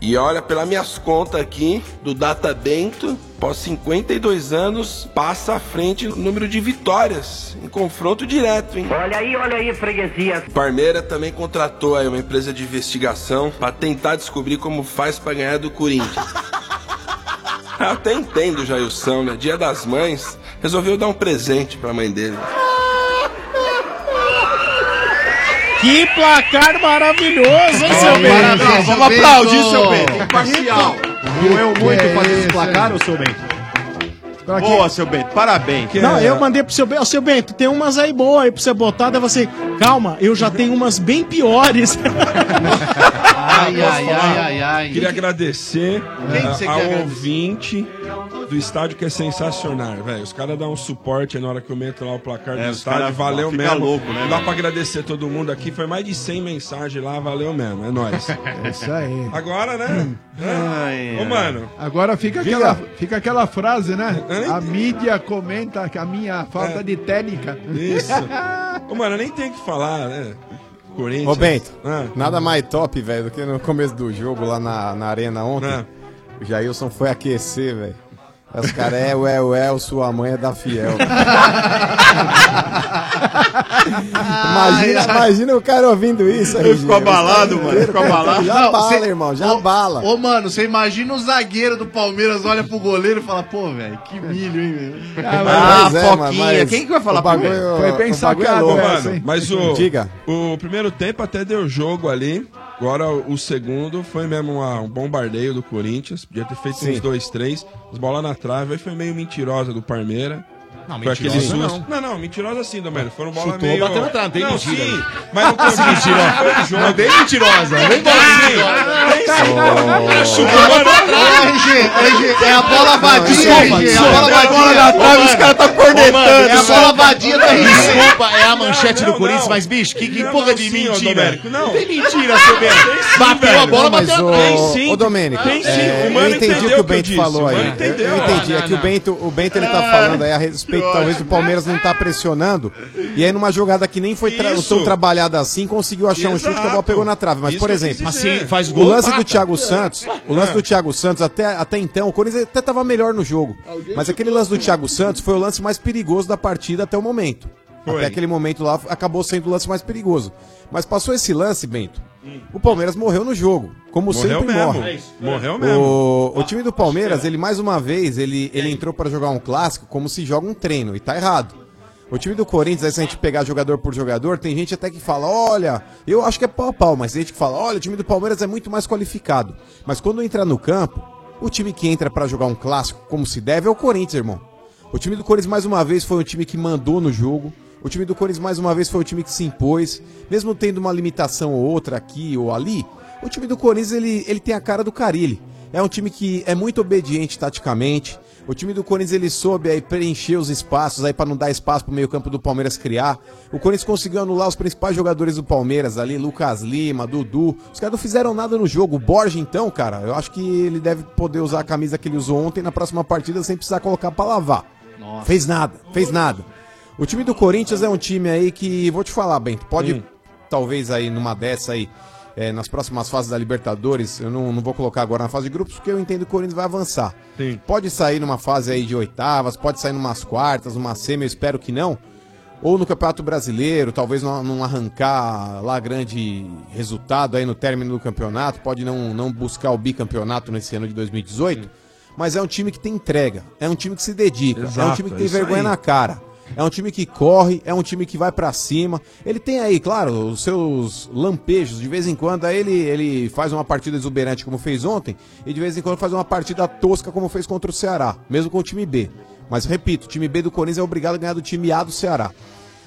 Speaker 22: E olha, pelas minhas contas aqui, do Data Bento, após 52 anos, passa à frente no número de vitórias em confronto direto, hein?
Speaker 20: Olha aí, olha aí, freguesia.
Speaker 22: Parmeira também contratou aí uma empresa de investigação para tentar descobrir como faz para ganhar do Corinthians. Eu até entendo o Jailson, né? Dia das Mães, resolveu dar um presente pra mãe dele.
Speaker 13: Que placar maravilhoso, hein, seu Bento?
Speaker 12: Parabéns,
Speaker 13: Vamos aplaudir, seu Bento.
Speaker 12: Imparcial. Doeu muito fazer esse placar, ô, seu Bento.
Speaker 13: Boa,
Speaker 12: seu Bento. Parabéns.
Speaker 13: Não,
Speaker 18: é.
Speaker 13: eu mandei pro seu Bento. Ô, Seu Bento, tem umas aí boas aí pra você botar. Daí você, calma, eu já tenho umas bem piores.
Speaker 17: Ai,
Speaker 13: ai, ai, ai, ai.
Speaker 17: Queria agradecer
Speaker 13: Quem que
Speaker 17: eh,
Speaker 13: você quer
Speaker 17: ao
Speaker 13: agradecer?
Speaker 17: ouvinte do estádio que é sensacional, velho. Os caras dão um suporte aí na hora que eu meto lá o placar
Speaker 18: É,
Speaker 17: do
Speaker 18: os
Speaker 17: estádio.
Speaker 18: cara
Speaker 17: valeu
Speaker 18: fica
Speaker 17: mesmo.
Speaker 18: louco, né,
Speaker 17: Dá
Speaker 18: velho?
Speaker 17: pra agradecer todo mundo aqui. Foi mais de 100 mensagens lá. Valeu mesmo. É nóis.
Speaker 16: É isso aí.
Speaker 17: Agora, né? Ô, mano.
Speaker 16: Agora fica
Speaker 17: Diga.
Speaker 16: aquela, fica aquela frase, né? A mídia comenta que a minha falta
Speaker 17: É.
Speaker 16: de técnica.
Speaker 17: Isso. Ô, mano, eu nem tenho o que falar, né? Corinthians.
Speaker 15: Ô, Bento,
Speaker 17: Ah.
Speaker 15: nada mais top, velho, do que no começo do jogo lá na, na arena ontem. O Jailson foi aquecer, velho. Os caras, é, ué, ué, sua mãe é da Fiel. imagina, imagina o cara ouvindo isso aí.
Speaker 23: Ele ficou
Speaker 15: Jailson.
Speaker 23: abalado, mano, ficou abalado.
Speaker 15: Já
Speaker 23: Não,
Speaker 15: bala,
Speaker 23: cê-
Speaker 15: irmão, já bala.
Speaker 23: Ô, mano, você imagina o zagueiro do Palmeiras olha pro goleiro e fala, pô, velho, que milho, hein, velho.
Speaker 17: Ah,
Speaker 23: Ah,
Speaker 21: Ah,
Speaker 15: mas é, mano, mas o bagulho-
Speaker 23: Foi bem o bagulho é sacado louco. essa,
Speaker 17: mano,
Speaker 21: assim.
Speaker 23: hein?
Speaker 17: Mas o,
Speaker 15: Diga.
Speaker 17: o primeiro tempo até deu jogo ali. Agora o o segundo foi mesmo uma- um bombardeio do Corinthians. Podia ter feito
Speaker 15: Sim.
Speaker 17: uns dois, três. As bolas na trave. Aí foi meio mentirosa do Parmeira.
Speaker 18: Não,
Speaker 17: Foi aquele
Speaker 18: mentirosa
Speaker 17: susto. Não, não, mentirosa sim, Domênio. Foram bola
Speaker 18: Chutou,
Speaker 17: meio...
Speaker 18: bateu na trave, não tem
Speaker 17: não,
Speaker 18: mentira.
Speaker 17: sim, mas não consegui
Speaker 18: Mentirosa. Não tem mentirosa, nem bola mentirosa.
Speaker 17: Cara, chutou,
Speaker 23: Bola
Speaker 17: mano.
Speaker 23: na trave, RG, RG, é a bola vadia, RG, é a bola vadia.
Speaker 15: tá
Speaker 23: Ô, mano, É a bola vadia da RG.
Speaker 21: Desculpa, é a manchete do Corinthians, mas bicho, que, que porra de
Speaker 23: é.
Speaker 21: mentira.
Speaker 17: Domérico, não.
Speaker 21: tem mentira, seu Bento. Bateu a bola,
Speaker 15: mas
Speaker 21: bateu
Speaker 15: o,
Speaker 21: a
Speaker 15: ô Domênico,
Speaker 21: Tem sim.
Speaker 15: é,
Speaker 21: O mano
Speaker 15: eu entendi o que
Speaker 21: entendeu o
Speaker 15: o
Speaker 21: que eu
Speaker 15: Bento
Speaker 21: disse,
Speaker 15: falou
Speaker 21: o
Speaker 15: aí.
Speaker 21: mano entendeu.
Speaker 15: Eu entendi,
Speaker 21: Ah,
Speaker 15: é
Speaker 21: não,
Speaker 15: que o
Speaker 21: não.
Speaker 15: Bento, o Bento ele tá
Speaker 21: Ah,
Speaker 15: falando aí a respeito,
Speaker 21: que
Speaker 15: talvez, do
Speaker 21: ótimo.
Speaker 15: Palmeiras não tá pressionando, e aí numa jogada que nem foi tra-
Speaker 21: Isso.
Speaker 15: tão trabalhada assim, conseguiu achar um chute que a bola
Speaker 21: Exato.
Speaker 15: pegou na trave, mas
Speaker 21: Isso
Speaker 15: por
Speaker 21: que eu quis
Speaker 15: exemplo,
Speaker 21: dizer. Mas se Assim, faz
Speaker 15: o
Speaker 21: gol,
Speaker 15: lance do
Speaker 21: mata.
Speaker 15: Thiago Santos, o lance do Thiago Santos, até, até então, o Corinthians até tava melhor no jogo, mas aquele lance do Thiago Santos foi o lance mais perigoso da partida até o momento. Até aquele momento lá acabou sendo o lance mais perigoso. Mas passou esse lance, Bento. O Palmeiras morreu no jogo, como
Speaker 17: Morreu
Speaker 15: sempre
Speaker 17: mesmo.
Speaker 15: morre.
Speaker 17: É isso. Morreu
Speaker 15: O-
Speaker 17: mesmo.
Speaker 15: O, time do Palmeiras, ele mais uma vez, ele, ele entrou pra jogar um clássico como se joga um treino, e tá errado. O time do Corinthians, aí, se a gente pegar jogador por jogador, tem gente até que fala, olha, eu acho que é pau a pau, mas tem gente que fala, olha, o time do Palmeiras é muito mais qualificado. Mas quando entra no campo, o time que entra pra jogar um clássico como se deve é o Corinthians, irmão. O time do Corinthians mais uma vez foi um time que mandou no jogo. O time do Corinthians mais uma vez foi um time que se impôs, mesmo tendo uma limitação ou outra aqui ou ali. O time do Corinthians ele, ele tem a cara do Carilli. É um time que é muito obediente taticamente. O time do Corinthians ele soube aí preencher os espaços aí para não dar espaço pro meio-campo do Palmeiras criar. O Corinthians conseguiu anular os principais jogadores do Palmeiras ali, Lucas Lima, Dudu. Os caras não fizeram nada no jogo. O Borja então, cara, eu acho que ele deve poder usar a camisa que ele usou ontem na próxima partida sem precisar colocar pra lavar. Fez nada, fez nada. O time do Corinthians é um time aí que, vou te falar, Bento, pode, talvez aí numa dessa aí, é, nas próximas fases da Libertadores, eu não, não vou colocar agora na fase de grupos, porque eu entendo que o Corinthians vai avançar. Pode sair numa fase aí de oitavas, pode sair numas quartas, numa semi, eu espero que não. Ou no Campeonato Brasileiro, talvez não, não arrancar lá grande resultado aí no término do campeonato, pode não, não buscar o bicampeonato nesse ano de 2018. Mas é um time que tem entrega, é um time que se dedica, é um
Speaker 18: Exato,
Speaker 15: time que
Speaker 18: é
Speaker 15: tem
Speaker 18: isso
Speaker 15: vergonha
Speaker 18: aí.
Speaker 15: na cara. É um time que corre, é um time que vai pra cima. Ele tem aí, claro, os seus lampejos. De vez em quando aí ele, ele faz uma partida exuberante como fez ontem, e de vez em quando faz uma partida tosca como fez contra o Ceará, mesmo com o time B. Mas repito, o time B do Corinthians é obrigado a ganhar do time A do Ceará.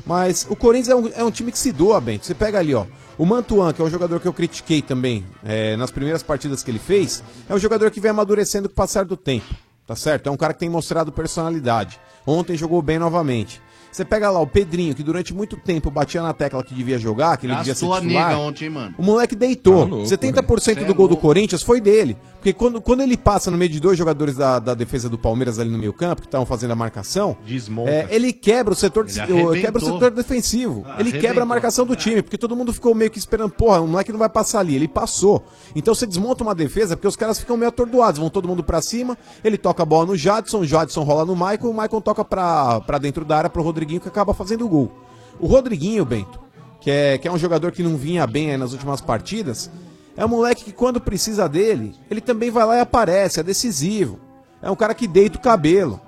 Speaker 15: Mas o Corinthians é um, é um time que se doa, Bento. Você pega ali, ó. O Mantuan, que é um jogador que eu critiquei também é, nas primeiras partidas que ele fez, é um jogador que vem amadurecendo com o passar do tempo. Tá certo? É um cara que tem mostrado personalidade. Ontem jogou bem novamente. Você pega lá o Pedrinho, que durante muito tempo batia na tecla que devia jogar, que ele devia ser
Speaker 21: Gastou a
Speaker 15: titular.
Speaker 21: nega ontem, hein, mano.
Speaker 15: O moleque deitou.
Speaker 21: Tá louco,
Speaker 15: 70%
Speaker 21: né?
Speaker 15: do
Speaker 12: é
Speaker 15: gol do Corinthians foi dele. Porque quando, quando ele passa no meio de dois jogadores da, da defesa do Palmeiras ali no meio campo, que estavam fazendo a marcação,
Speaker 12: Desmonta.
Speaker 15: é, ele quebra o setor, de-
Speaker 12: Ele
Speaker 15: o- quebra o
Speaker 12: arrebentou. Ah,
Speaker 15: setor defensivo. ele
Speaker 12: arrebentou.
Speaker 15: quebra a marcação do time, porque todo mundo ficou meio que esperando, porra, o moleque não vai passar ali. Ele passou. Então você desmonta uma defesa, porque os caras ficam meio atordoados, vão todo mundo pra cima, ele toca a bola no Jadson, o Jadson rola no Maicon, o Maicon toca pra, pra dentro da área pro Rodriguinho, que acaba fazendo o gol. O Rodriguinho, Bento, que é, que é um jogador que não vinha bem aí nas últimas partidas, é um moleque que quando precisa dele, ele também vai lá e aparece, é decisivo. É um cara que deita o cabelo.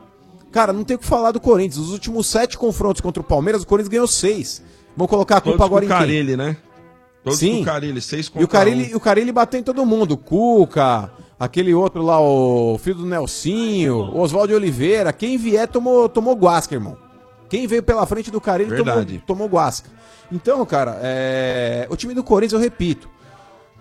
Speaker 15: Cara, não tem o que falar do Corinthians. Os últimos sete confrontos contra o Palmeiras, o Corinthians ganhou seis. Vão colocar a culpa
Speaker 17: Todos
Speaker 15: agora
Speaker 17: com
Speaker 15: em
Speaker 17: o
Speaker 15: quem?
Speaker 17: Carilli, né? Todos
Speaker 15: Sim.
Speaker 17: com o Carilli, seis
Speaker 15: E
Speaker 17: contra um.
Speaker 15: o Carilli, o Carilli bateu em todo mundo. O Cuca, aquele outro lá, o filho do Nelsinho, o Oswaldo Oliveira. Quem vier tomou, tomou guasca, irmão. Quem veio pela frente do Carilli tomou,
Speaker 17: Verdade.
Speaker 15: tomou guasca. Então, cara, é, o time do Corinthians, eu repito,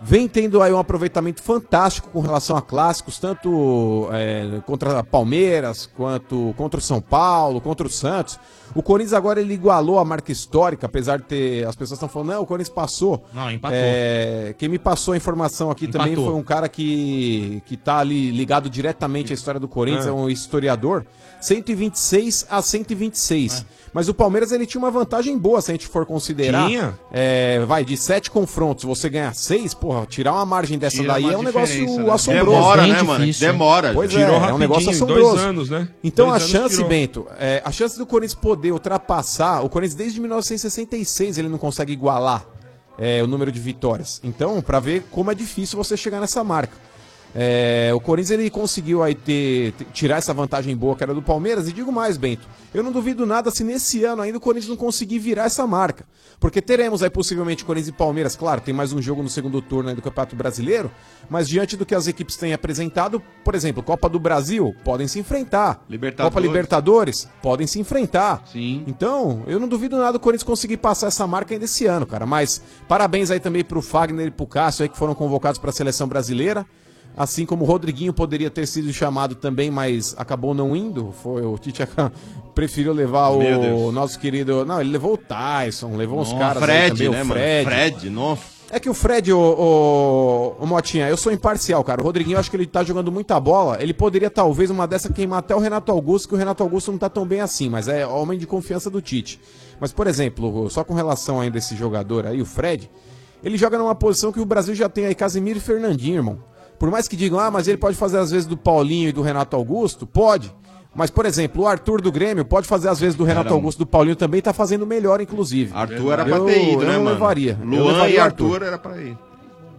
Speaker 15: vem tendo aí um aproveitamento fantástico com relação a clássicos, tanto é, contra Palmeiras, quanto contra o São Paulo, contra o Santos. O Corinthians agora ele igualou a marca histórica, apesar de ter. As pessoas estão falando, não, o Corinthians passou.
Speaker 13: Não, empatou.
Speaker 15: É, quem me passou a informação aqui também
Speaker 13: Empatou.
Speaker 15: foi um cara que, que tá ali ligado diretamente à história do Corinthians,
Speaker 13: É.
Speaker 15: é, um historiador. 126 a 126.
Speaker 21: É.
Speaker 15: Mas o Palmeiras ele tinha uma vantagem boa, se a gente for considerar.
Speaker 17: Tinha.
Speaker 15: É, vai, de sete confrontos, você ganhar seis, porra, tirar uma margem dessa
Speaker 21: Tira
Speaker 15: daí
Speaker 21: uma
Speaker 15: é um negócio
Speaker 21: diferença, né?
Speaker 15: assombroso.
Speaker 21: Demora, Bem né, mano? difícil, hein? Demora.
Speaker 15: Pois
Speaker 21: Tirou
Speaker 15: é, é um
Speaker 21: rapidinho,
Speaker 15: negócio
Speaker 21: dois
Speaker 15: assombroso.
Speaker 21: anos, né?
Speaker 15: Então
Speaker 21: Dois
Speaker 15: a
Speaker 21: anos
Speaker 15: chance,
Speaker 21: tirou.
Speaker 15: Bento, é, a chance do Corinthians poder ultrapassar, o Corinthians desde 1966 ele não consegue igualar é, o número de vitórias. Então, pra ver como é difícil você chegar nessa marca. É, o Corinthians ele conseguiu aí ter, t- tirar essa vantagem boa que era do Palmeiras. E digo mais, Bento, eu não duvido nada se nesse ano ainda o Corinthians não conseguir virar essa marca. Porque teremos aí possivelmente Corinthians e Palmeiras, claro, tem mais um jogo no segundo turno aí do Campeonato Brasileiro, mas diante do que as equipes têm apresentado, por exemplo, Copa do Brasil, podem se enfrentar.
Speaker 18: Libertadores.
Speaker 15: Copa Libertadores, podem se enfrentar. Sim. Então, eu não duvido nada do Corinthians conseguir passar essa marca ainda esse ano, cara. Mas parabéns aí também pro Fagner e pro Cássio aí que foram convocados pra seleção brasileira. Assim como o Rodriguinho poderia ter sido chamado também, mas acabou não indo. Foi o Tite ac- preferiu levar
Speaker 21: Meu
Speaker 15: o
Speaker 21: Deus.
Speaker 15: nosso querido. Não, ele levou o Tyson, levou uns
Speaker 21: Nossa,
Speaker 15: caras. aí
Speaker 21: Fred,
Speaker 15: também, o
Speaker 21: né, mano? Fred, nossa.
Speaker 15: é que o Fred, o, o, Motinha, eu sou imparcial, cara. O Rodriguinho, eu acho que ele tá jogando muita bola. Ele poderia, talvez, uma dessa queimar até o Renato Augusto, que o Renato Augusto não tá tão bem assim, mas é homem de confiança do Tite. Mas, por exemplo, só com relação ainda a esse jogador aí, o Fred, ele joga numa posição que o Brasil já tem aí, Casemiro e Fernandinho, irmão. Por mais que digam, ah, mas ele pode fazer às vezes do Paulinho e do Renato Augusto, pode. Mas, por exemplo, o Arthur do Grêmio pode fazer às vezes do Renato
Speaker 21: Cara,
Speaker 15: Augusto do Paulinho também, tá fazendo melhor, inclusive.
Speaker 21: um Arthur era pra ter ido,
Speaker 15: eu
Speaker 21: né,
Speaker 15: não
Speaker 21: mano?
Speaker 15: Levaria. Eu
Speaker 21: Luan
Speaker 15: levaria
Speaker 21: e
Speaker 15: o
Speaker 21: Arthur era pra ir.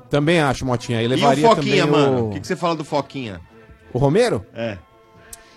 Speaker 15: Também acho, Motinha. Ele
Speaker 21: E o
Speaker 15: levaria
Speaker 21: Foquinha,
Speaker 15: também
Speaker 21: mano? O
Speaker 15: O...
Speaker 21: que, que você fala do Foquinha?
Speaker 15: o Romero?
Speaker 21: É.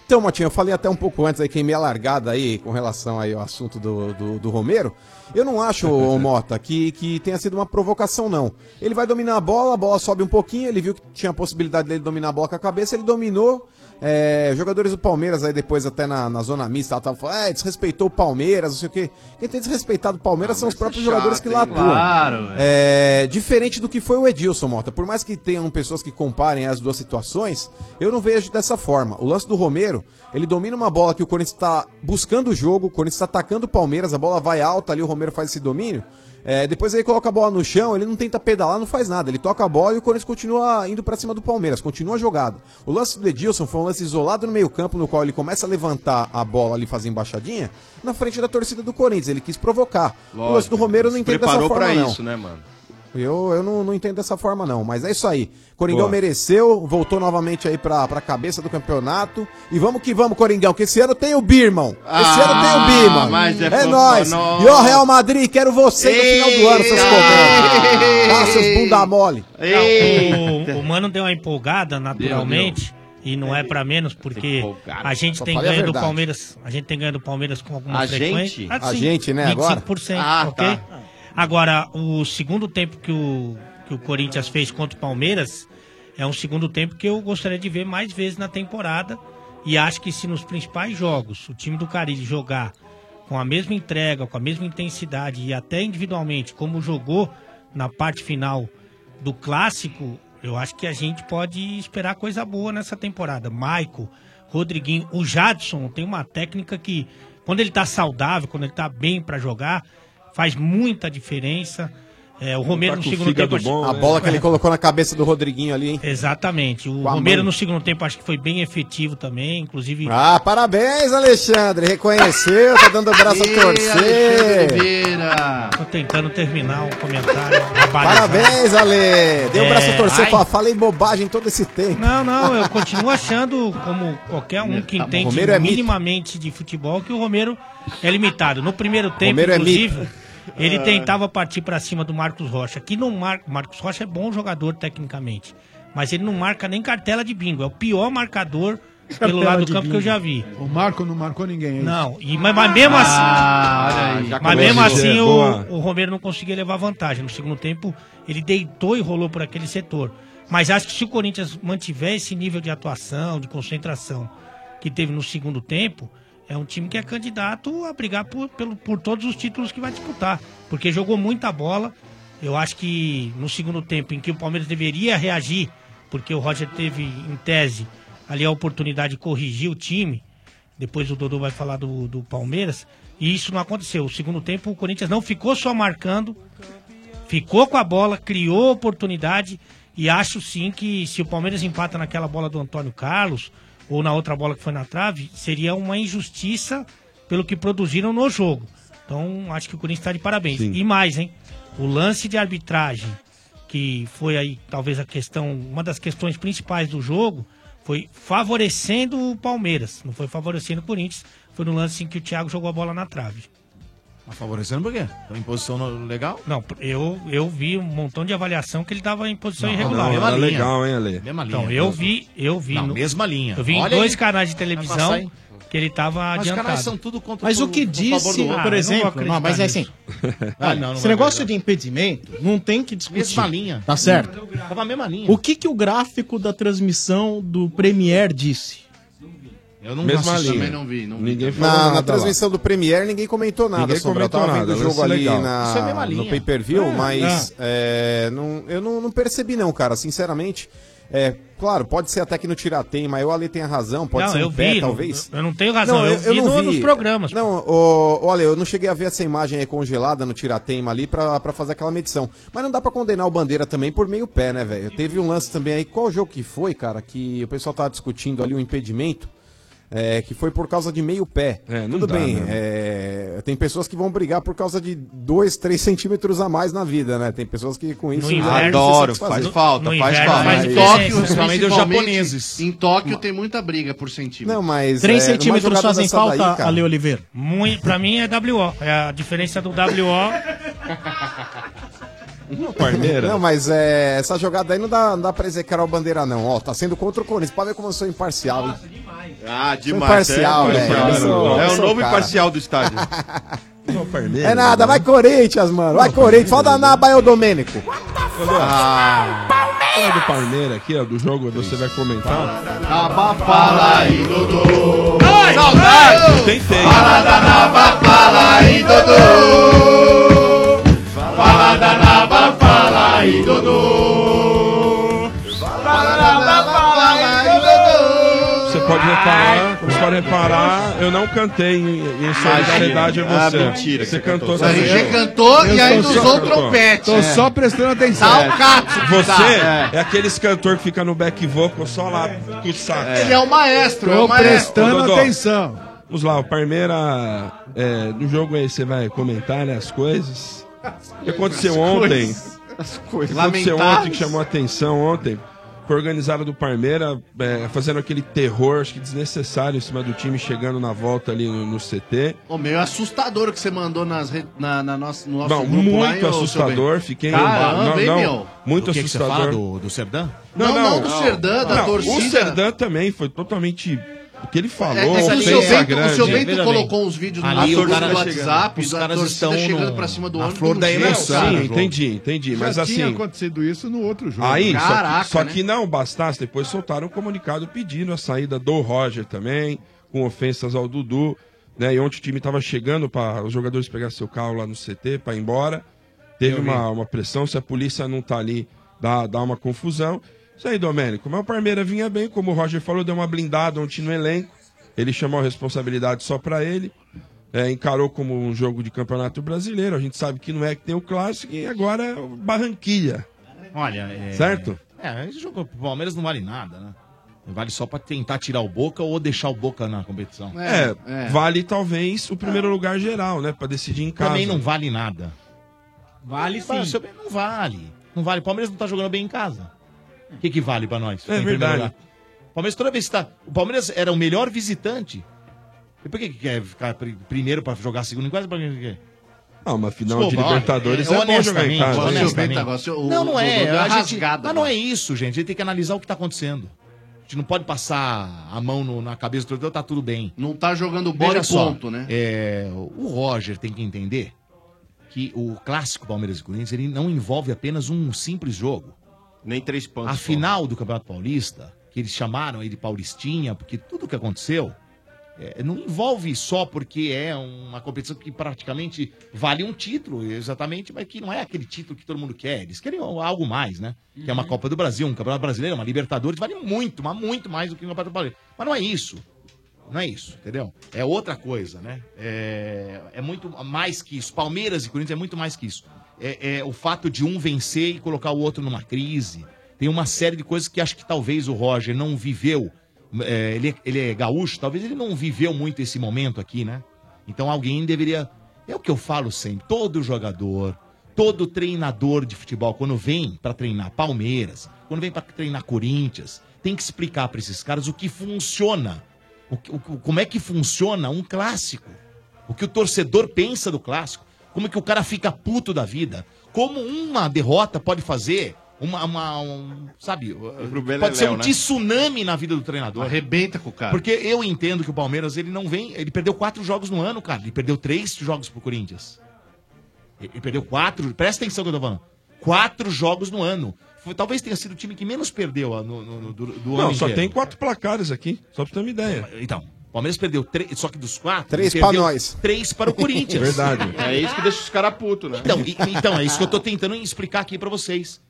Speaker 15: Então, Motinha, eu falei até um pouco antes aí, quem me alargada aí com relação aí ao assunto do, do, do Romero. Eu não acho, ô, Mota, que, que tenha sido uma provocação, não. Ele vai dominar a bola, a bola sobe um pouquinho, ele viu que tinha a possibilidade dele dominar a bola com a cabeça, ele dominou. É, jogadores do Palmeiras aí depois até na, na zona mista, ela tava falando, é, desrespeitou o Palmeiras, não sei o quê. Quem tem desrespeitado o Palmeiras são os próprios
Speaker 21: é chato,
Speaker 15: jogadores que
Speaker 21: hein?
Speaker 15: lá atuam.
Speaker 21: Claro, velho.
Speaker 15: É, diferente do que foi o Edilson, Mota. Por mais que tenham pessoas que comparem as duas situações, eu não vejo dessa forma. O lance do Romero, ele domina uma bola que o Corinthians está buscando o jogo, o Corinthians está atacando o Palmeiras, a bola vai alta ali, o Romero faz esse domínio. É, depois ele coloca a bola no chão, ele não tenta pedalar, não faz nada. Ele toca a bola e o Corinthians continua indo pra cima do Palmeiras, continua a jogada. O lance do Edilson foi um lance isolado no meio-campo, no qual ele começa a levantar a bola ali, fazer embaixadinha, na frente da torcida do Corinthians. Ele quis provocar. o lance do Romero eu não entendo dessa
Speaker 21: Preparou
Speaker 15: forma,
Speaker 21: pra
Speaker 15: não.
Speaker 21: isso, né, mano?
Speaker 15: Eu, eu não, não entendo dessa forma, não. Mas é isso aí. Coringão
Speaker 21: Boa.
Speaker 15: mereceu, voltou novamente aí pra, pra cabeça do campeonato. E vamos que vamos, Coringão, que esse ano tem o Bi, irmão. Esse ano tem o Bi, mano.
Speaker 21: mas é
Speaker 15: é
Speaker 21: fofo,
Speaker 15: nóis.
Speaker 21: não.
Speaker 15: E ó, Real Madrid, quero você no final do ano, seus cobrantes. Ah, seus bunda mole.
Speaker 11: O, o Mano deu uma empolgada naturalmente. E não é pra menos, porque a gente
Speaker 15: Só
Speaker 11: tem
Speaker 15: falei a
Speaker 11: ganho do
Speaker 15: verdade.
Speaker 11: Palmeiras. A gente tem ganho do Palmeiras com alguma
Speaker 15: A
Speaker 11: frequência. Ah,
Speaker 15: gente? A gente, né, agora?
Speaker 11: 25%,
Speaker 15: Ah,
Speaker 11: ok?
Speaker 15: tá.
Speaker 11: Agora, o segundo tempo que o, que o Corinthians fez contra o Palmeiras é um segundo tempo que eu gostaria de ver mais vezes na temporada. E acho que se nos principais jogos o time do Carille jogar com a mesma entrega, com a mesma intensidade e até individualmente, como jogou na parte final do clássico, eu acho que a gente pode esperar coisa boa nessa temporada. Maico, Rodriguinho, o Jadson tem uma técnica que Quando ele tá saudável, quando ele tá bem pra jogar, faz muita diferença. É, o
Speaker 21: Tá
Speaker 11: Romero no segundo tempo.
Speaker 15: a
Speaker 21: né?
Speaker 15: bola que ele colocou na cabeça do Rodriguinho ali, hein?
Speaker 11: Exatamente. O Romero no segundo tempo acho que foi bem efetivo também, inclusive.
Speaker 15: Ah, parabéns, Alexandre. Reconheceu, tá dando o braço a torcer.
Speaker 11: Tô tentando terminar o comentário.
Speaker 15: Parabéns, Ale. Deu o braço a
Speaker 11: É,
Speaker 15: torcer,
Speaker 11: ai.
Speaker 15: fa- falei bobagem todo esse tempo.
Speaker 11: Não, não, eu continuo achando, como qualquer um que
Speaker 15: Tá bom,
Speaker 11: entende
Speaker 15: Romero é mito.
Speaker 11: minimamente de futebol, que o Romero é limitado. No primeiro tempo,
Speaker 15: Romero é
Speaker 11: inclusive,
Speaker 15: mito.
Speaker 11: ele
Speaker 15: Ah.
Speaker 11: tentava partir pra cima do Marcos Rocha. Que não mar... o Marcos Rocha é bom jogador tecnicamente, mas ele não marca nem cartela de bingo. É o pior marcador
Speaker 15: É
Speaker 11: pelo lado do campo que eu já vi.
Speaker 16: O Marco não marcou ninguém, é isso?
Speaker 11: Não, e, mas, mas mesmo assim,
Speaker 16: Ah, olha aí. Já
Speaker 11: mas
Speaker 16: começou.
Speaker 11: mesmo assim
Speaker 16: Boa.
Speaker 11: o, o Romero não conseguia levar vantagem. No segundo tempo, ele deitou e rolou por aquele setor. Mas acho que se o Corinthians mantiver esse nível de atuação, de concentração que teve no segundo tempo, é um time que é candidato a brigar por, pelo, por todos os títulos que vai disputar. Porque jogou muita bola. Eu acho que no segundo tempo, em que o Palmeiras deveria reagir, porque o Roger teve, em tese, ali a oportunidade de corrigir o time, depois o Dodô vai falar do, do Palmeiras. E isso não aconteceu. O segundo tempo, o Corinthians não ficou só marcando, ficou com a bola, criou oportunidade. E acho sim que se o Palmeiras empata naquela bola do Antônio Carlos, ou na outra bola que foi na trave, seria uma injustiça pelo que produziram no jogo. Então, acho que o Corinthians está de parabéns. E mais, hein? O lance de arbitragem, que foi aí talvez a questão, uma das questões principais do jogo, foi favorecendo o Palmeiras, não foi favorecendo o Corinthians. Foi no lance em que o Thiago jogou a bola na trave.
Speaker 21: Mas favorecendo por quê? Tá em posição no- legal?
Speaker 11: Não, eu, eu vi um montão de avaliação que ele estava em posição
Speaker 21: Não,
Speaker 11: é irregular.
Speaker 21: não, era Mesma linha. legal, hein, Ale? Mesma linha.
Speaker 11: Então, eu vi, eu vi.
Speaker 21: Não, mesma linha.
Speaker 11: Eu vi em
Speaker 21: Olha aí.
Speaker 11: dois canais de
Speaker 21: Vai passar,
Speaker 11: televisão
Speaker 21: hein?
Speaker 11: que ele estava
Speaker 21: Mas os
Speaker 11: adiantado.
Speaker 21: canais são tudo contra
Speaker 13: Mas o que disse, por exemplo, não, mas é assim.
Speaker 21: Ah,
Speaker 13: Olha,
Speaker 21: não, não
Speaker 13: esse
Speaker 21: vai
Speaker 13: negócio de impedimento não tem que discutir.
Speaker 21: Mesma linha.
Speaker 13: Tá certo.
Speaker 21: Tava a mesma linha.
Speaker 13: O que, que o gráfico da transmissão do Premier disse?
Speaker 21: Eu
Speaker 13: não
Speaker 15: Mesma
Speaker 13: assisti,
Speaker 15: linha.
Speaker 13: também não vi, não vi.
Speaker 15: Ninguém
Speaker 13: Ninguém
Speaker 15: falou
Speaker 13: falou
Speaker 15: na, na
Speaker 13: nada
Speaker 15: transmissão do Premier ninguém comentou nada.
Speaker 13: Ninguém
Speaker 15: sobre.
Speaker 13: comentou
Speaker 15: eu tava
Speaker 13: nada,
Speaker 15: vendo o
Speaker 13: lance
Speaker 15: jogo ali
Speaker 13: legal.
Speaker 15: na-
Speaker 13: Isso é mesma linha.
Speaker 15: no pay-per-view,
Speaker 12: Ah,
Speaker 13: É,
Speaker 15: mas é, não, eu não, não percebi não, cara. Sinceramente, é, claro, pode ser até que no Tiratei, mas o Ale tem a razão, pode
Speaker 11: não,
Speaker 15: ser
Speaker 11: eu
Speaker 15: um pé,
Speaker 11: vi,
Speaker 15: talvez.
Speaker 11: Eu, eu não tenho razão, eu, vi no- nos programas.
Speaker 15: Não, ô, olha, eu não cheguei a ver essa imagem aí congelada no tiratema ali pra, pra fazer aquela medição. Mas não dá pra condenar o Bandeira também por meio pé, né, velho? Teve um lance também aí, qual jogo que foi, cara, que o pessoal tava discutindo ali o impedimento, é, que foi por causa de meio pé.
Speaker 17: não
Speaker 15: Tudo
Speaker 17: dá,
Speaker 15: bem,
Speaker 17: né?
Speaker 15: é, tem pessoas que vão brigar por causa de 2, 3 centímetros a mais na vida, né? Tem pessoas que com isso...
Speaker 4: Adoro, faz falta, faz falta. Em Tóquio,
Speaker 11: né?
Speaker 4: principalmente Em Tóquio tem muita briga por centímetro.
Speaker 15: Não, mas... é,
Speaker 13: 3 centímetros fazem falta, Ale Oliveira.
Speaker 11: Muito, pra mim é WO. É a diferença do WO.
Speaker 15: Parmeira. Não, mas é, essa jogada aí não dá, não dá pra execrar o bandeira, não. Ó, tá sendo contra o Corinthians. Pode ver como eu sou imparcial. hein?
Speaker 18: Ah,
Speaker 15: Sou
Speaker 18: demais.
Speaker 15: imparcial, velho.
Speaker 18: imparcial.
Speaker 15: Eu sou-
Speaker 18: É
Speaker 15: eu
Speaker 18: o
Speaker 15: sou
Speaker 18: novo
Speaker 15: cara.
Speaker 18: imparcial do estádio.
Speaker 15: É
Speaker 17: né?
Speaker 15: nada, vai Corinthians, mano. Vai Corinthians. Falta na Baia o Domênico.
Speaker 17: Ah. Fala do Parmeira aqui, ó, do jogo, você vai comentar.
Speaker 4: Nava, fala aí, Dodô.
Speaker 17: Saudade! Tentei.
Speaker 4: Fala da Nava, fala aí, Dodô. Fala da Nava, fala aí, Dodô. Fala da Nava, fala aí, Dodô.
Speaker 17: Você pode reparar, você pode reparar, eu não cantei em, em solidariedade a
Speaker 18: Ah,
Speaker 17: você.
Speaker 18: mentira que
Speaker 17: Você
Speaker 18: você
Speaker 17: cantou
Speaker 18: cantou. Você
Speaker 17: sozinho.
Speaker 4: cantou e
Speaker 17: Eu
Speaker 4: ainda
Speaker 17: tô
Speaker 4: usou
Speaker 17: só-
Speaker 4: o trompete.
Speaker 17: Tô
Speaker 4: É.
Speaker 15: né?
Speaker 17: só
Speaker 16: prestando atenção.
Speaker 4: Dá o cato. que
Speaker 17: Você
Speaker 4: dá.
Speaker 17: é aqueles cantor que fica no back vocal só lá com o saco.
Speaker 4: Ele é o maestro, é o maestro.
Speaker 16: prestando atenção.
Speaker 17: Vamos lá, o Parmeira, é, no jogo aí você vai comentar né, as coisas. O que aconteceu
Speaker 18: As
Speaker 17: ontem?
Speaker 18: coisas. As
Speaker 17: O que
Speaker 18: coisas.
Speaker 17: aconteceu
Speaker 18: Lamentáveis.
Speaker 17: ontem que chamou a atenção ontem? Foi organizada do Parmeira, é, fazendo aquele terror, acho que desnecessário em cima do time, chegando na volta ali no, no CT.
Speaker 4: Ô,
Speaker 21: é
Speaker 4: meio assustador o que você mandou nas re- na, na nossa, no nosso
Speaker 17: Não,
Speaker 4: grupo lá, hein,
Speaker 17: muito
Speaker 4: ô, seu
Speaker 17: assustador,
Speaker 4: Bento?
Speaker 17: fiquei
Speaker 4: Caramba, hein,
Speaker 17: não,
Speaker 4: meu?
Speaker 17: não, muito
Speaker 21: Do que que você
Speaker 17: assustador.
Speaker 21: fala? Do- do Serdan?
Speaker 4: Não, não, do Serdan, da
Speaker 17: O
Speaker 4: torcida.
Speaker 17: Serdan também foi totalmente. O que ele falou,
Speaker 4: É, é que o seu
Speaker 17: ofensa
Speaker 4: Bento, o
Speaker 17: grande.
Speaker 4: seu Bento colocou uns vídeos no nosso
Speaker 17: Ali o
Speaker 4: grupo
Speaker 17: cara
Speaker 4: do
Speaker 17: tá
Speaker 4: WhatsApp,
Speaker 17: chegando. Os
Speaker 4: da
Speaker 17: caras
Speaker 4: torcida
Speaker 17: estão
Speaker 4: chegando
Speaker 17: no-
Speaker 4: pra cima do
Speaker 17: na
Speaker 4: ônibus.
Speaker 17: flor
Speaker 4: de um
Speaker 17: da
Speaker 4: jeito,
Speaker 17: emoção,
Speaker 4: cara.
Speaker 17: né? Entendi, entendi,
Speaker 16: Já
Speaker 17: mas
Speaker 16: tinha
Speaker 17: assim-
Speaker 16: acontecido isso no outro jogo.
Speaker 17: Aí, só-
Speaker 16: Caraca,
Speaker 17: só,
Speaker 16: né?
Speaker 17: que não bastasse, depois soltaram um comunicado pedindo a saída do Roger também, com ofensas ao Dudu, né? E ontem o time tava chegando para os jogadores pegar seu carro lá no CT para ir embora. Teve
Speaker 21: Eu vi.
Speaker 17: uma, uma pressão, se a polícia não tá ali, dá, dá uma confusão. Isso aí, Domênico. Mas o Parmeira vinha bem, como o Roger falou, deu uma blindada ontem no elenco. Ele chamou a responsabilidade só para ele. é, encarou como um jogo de campeonato brasileiro. A gente sabe que não é que tem o clássico e agora é o Barranquilha.
Speaker 2: Olha, é...
Speaker 17: Certo?
Speaker 2: É, esse jogo pro Palmeiras não vale nada, né? Vale só pra tentar tirar o Boca ou deixar o Boca na competição.
Speaker 17: É, vale talvez o primeiro lugar geral, né? Pra decidir em casa.
Speaker 2: Também não vale nada.
Speaker 14: Vale sim.
Speaker 2: Mas também não vale. Não vale. O Palmeiras não tá jogando bem em casa. O que, que vale pra nós?
Speaker 17: É
Speaker 2: Em primeiro
Speaker 17: verdade.
Speaker 2: lugar. O Palmeiras toda vez que tá. O Palmeiras era o melhor visitante. E por que, que quer ficar pri- primeiro pra jogar segundo em casa? Pra quê?
Speaker 17: Não, uma final
Speaker 2: Desculpa,
Speaker 17: de
Speaker 2: olha,
Speaker 17: Libertadores é, bom jogar em
Speaker 2: honestamente,
Speaker 17: casa.
Speaker 2: honestamente. Não, não é.
Speaker 17: a
Speaker 2: A
Speaker 17: gente-
Speaker 2: gente, mas não é isso, gente. A gente tem que analisar o que tá acontecendo. A gente não pode passar a mão no- na cabeça do torcedor, tá tudo bem.
Speaker 21: Não tá jogando bola e ponto, né?
Speaker 2: É, o Roger tem que entender que o clássico Palmeiras e Corinthians ele não envolve apenas um simples jogo.
Speaker 18: Nem três pontos.
Speaker 2: A final do Campeonato Paulista, que eles chamaram aí de Paulistinha, porque tudo que aconteceu é, não envolve só porque é uma competição que praticamente vale um título, exatamente, mas que não é aquele título que todo mundo quer. Eles querem algo mais, né? Que é uma Copa do Brasil, um Campeonato Brasileiro, uma Libertadores, vale muito, mas muito mais do que um Campeonato Brasileiro. Mas não é isso. Não é isso, entendeu? É outra coisa, né? É, é muito mais que isso. Palmeiras e Corinthians é muito mais que isso. É, é o fato de um vencer e colocar o outro numa crise. Tem uma série de coisas que acho que talvez o Roger não viveu. É, ele, é- ele é gaúcho, talvez ele não viveu muito esse momento aqui, né? Então alguém deveria. É o que eu falo sempre. Todo jogador, todo treinador de futebol, quando vem pra treinar Palmeiras, quando vem pra treinar Corinthians, tem que explicar pra esses caras o que funciona. O que- o- o- como é que funciona um clássico? O que o torcedor pensa do clássico? Como é que o cara fica puto da vida? Como uma derrota pode fazer uma, uma- um, sabe,
Speaker 21: beleléu,
Speaker 2: pode ser um
Speaker 21: né?
Speaker 2: tsunami na vida do treinador.
Speaker 21: Arrebenta com o cara.
Speaker 2: Porque eu entendo que o Palmeiras ele não vem, ele perdeu quatro jogos no ano, cara. Ele perdeu três jogos pro Corinthians. Ele ele perdeu quatro, presta atenção que eu tô falando. Quatro jogos no ano. Foi- talvez tenha sido o time que menos perdeu ah, no, no- no- do, do ano
Speaker 17: Não, só
Speaker 2: inteiro.
Speaker 17: tem quatro placares aqui, só pra você ter uma ideia.
Speaker 2: Então, o Palmeiras perdeu três, só que dos quatro.
Speaker 17: Três
Speaker 2: ele perdeu
Speaker 17: pra nós.
Speaker 2: Três para o Corinthians.
Speaker 17: Verdade.
Speaker 18: É isso que deixa os caras putos, né?
Speaker 2: Então, e- então, é isso que eu tô tentando explicar aqui pra vocês.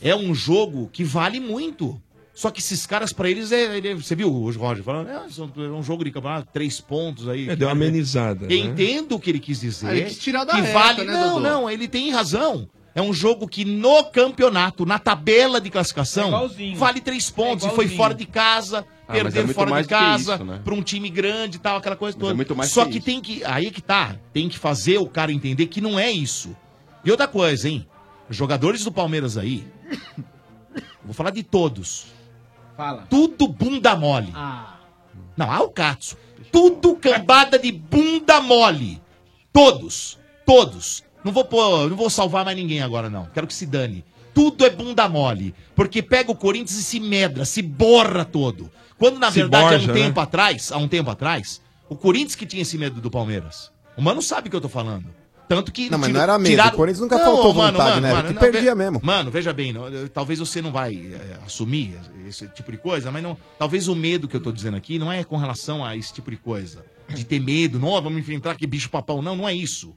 Speaker 2: É um jogo que vale muito. Só que esses caras, pra eles, é, ele- você viu o Roger falando? É são- é um jogo de campeonato, três pontos aí.
Speaker 17: É, deu uma amenizada.
Speaker 21: né?
Speaker 2: Eu entendo o que ele quis dizer.
Speaker 21: Ah, ele quis tirar da
Speaker 2: que
Speaker 21: reta,
Speaker 2: vale.
Speaker 21: né,
Speaker 2: não,
Speaker 21: Dodô?
Speaker 2: não, ele tem razão. É um jogo que no campeonato, na tabela de classificação, vale três pontos. e foi
Speaker 21: igualzinho.
Speaker 2: fora de casa,
Speaker 21: Ah, mas é
Speaker 2: perder
Speaker 21: muito
Speaker 2: fora
Speaker 21: mais
Speaker 2: de
Speaker 21: do que
Speaker 2: casa,
Speaker 21: isso, né?
Speaker 2: pra um time grande e tal, aquela coisa toda.
Speaker 21: é muito mais
Speaker 2: Só
Speaker 21: que
Speaker 2: que tem que. Aí que tá. Tem que fazer o cara entender que não é isso. E outra coisa, hein? Jogadores do Palmeiras aí. Vou falar de todos.
Speaker 14: Fala.
Speaker 2: Tudo bunda mole.
Speaker 14: Ah.
Speaker 2: Não, Alcatso. Tudo cambada de bunda mole. Todos. Todos. Não vou pôr, não vou salvar mais ninguém agora, não. Quero que se dane. Tudo é bunda mole. Porque pega o Corinthians e se medra, se borra todo. Quando, na
Speaker 17: Se
Speaker 2: verdade, há
Speaker 17: borja,
Speaker 2: um
Speaker 17: né?
Speaker 2: tempo atrás, há um tempo atrás, o Corinthians que tinha esse medo do Palmeiras. O mano sabe o que eu tô falando. Tanto que.
Speaker 15: Não, mas
Speaker 2: tira-
Speaker 15: não era medo. O Corinthians nunca faltou vontade, né? Era que
Speaker 2: não, ve-
Speaker 15: perdia mesmo.
Speaker 2: Mano, veja bem, não, eu- talvez você não vai eh, assumir esse tipo de coisa, mas não, talvez o medo que eu tô dizendo aqui não é com relação a esse tipo de coisa. De ter medo, não, vamos enfrentar que bicho papão. Não, não é isso.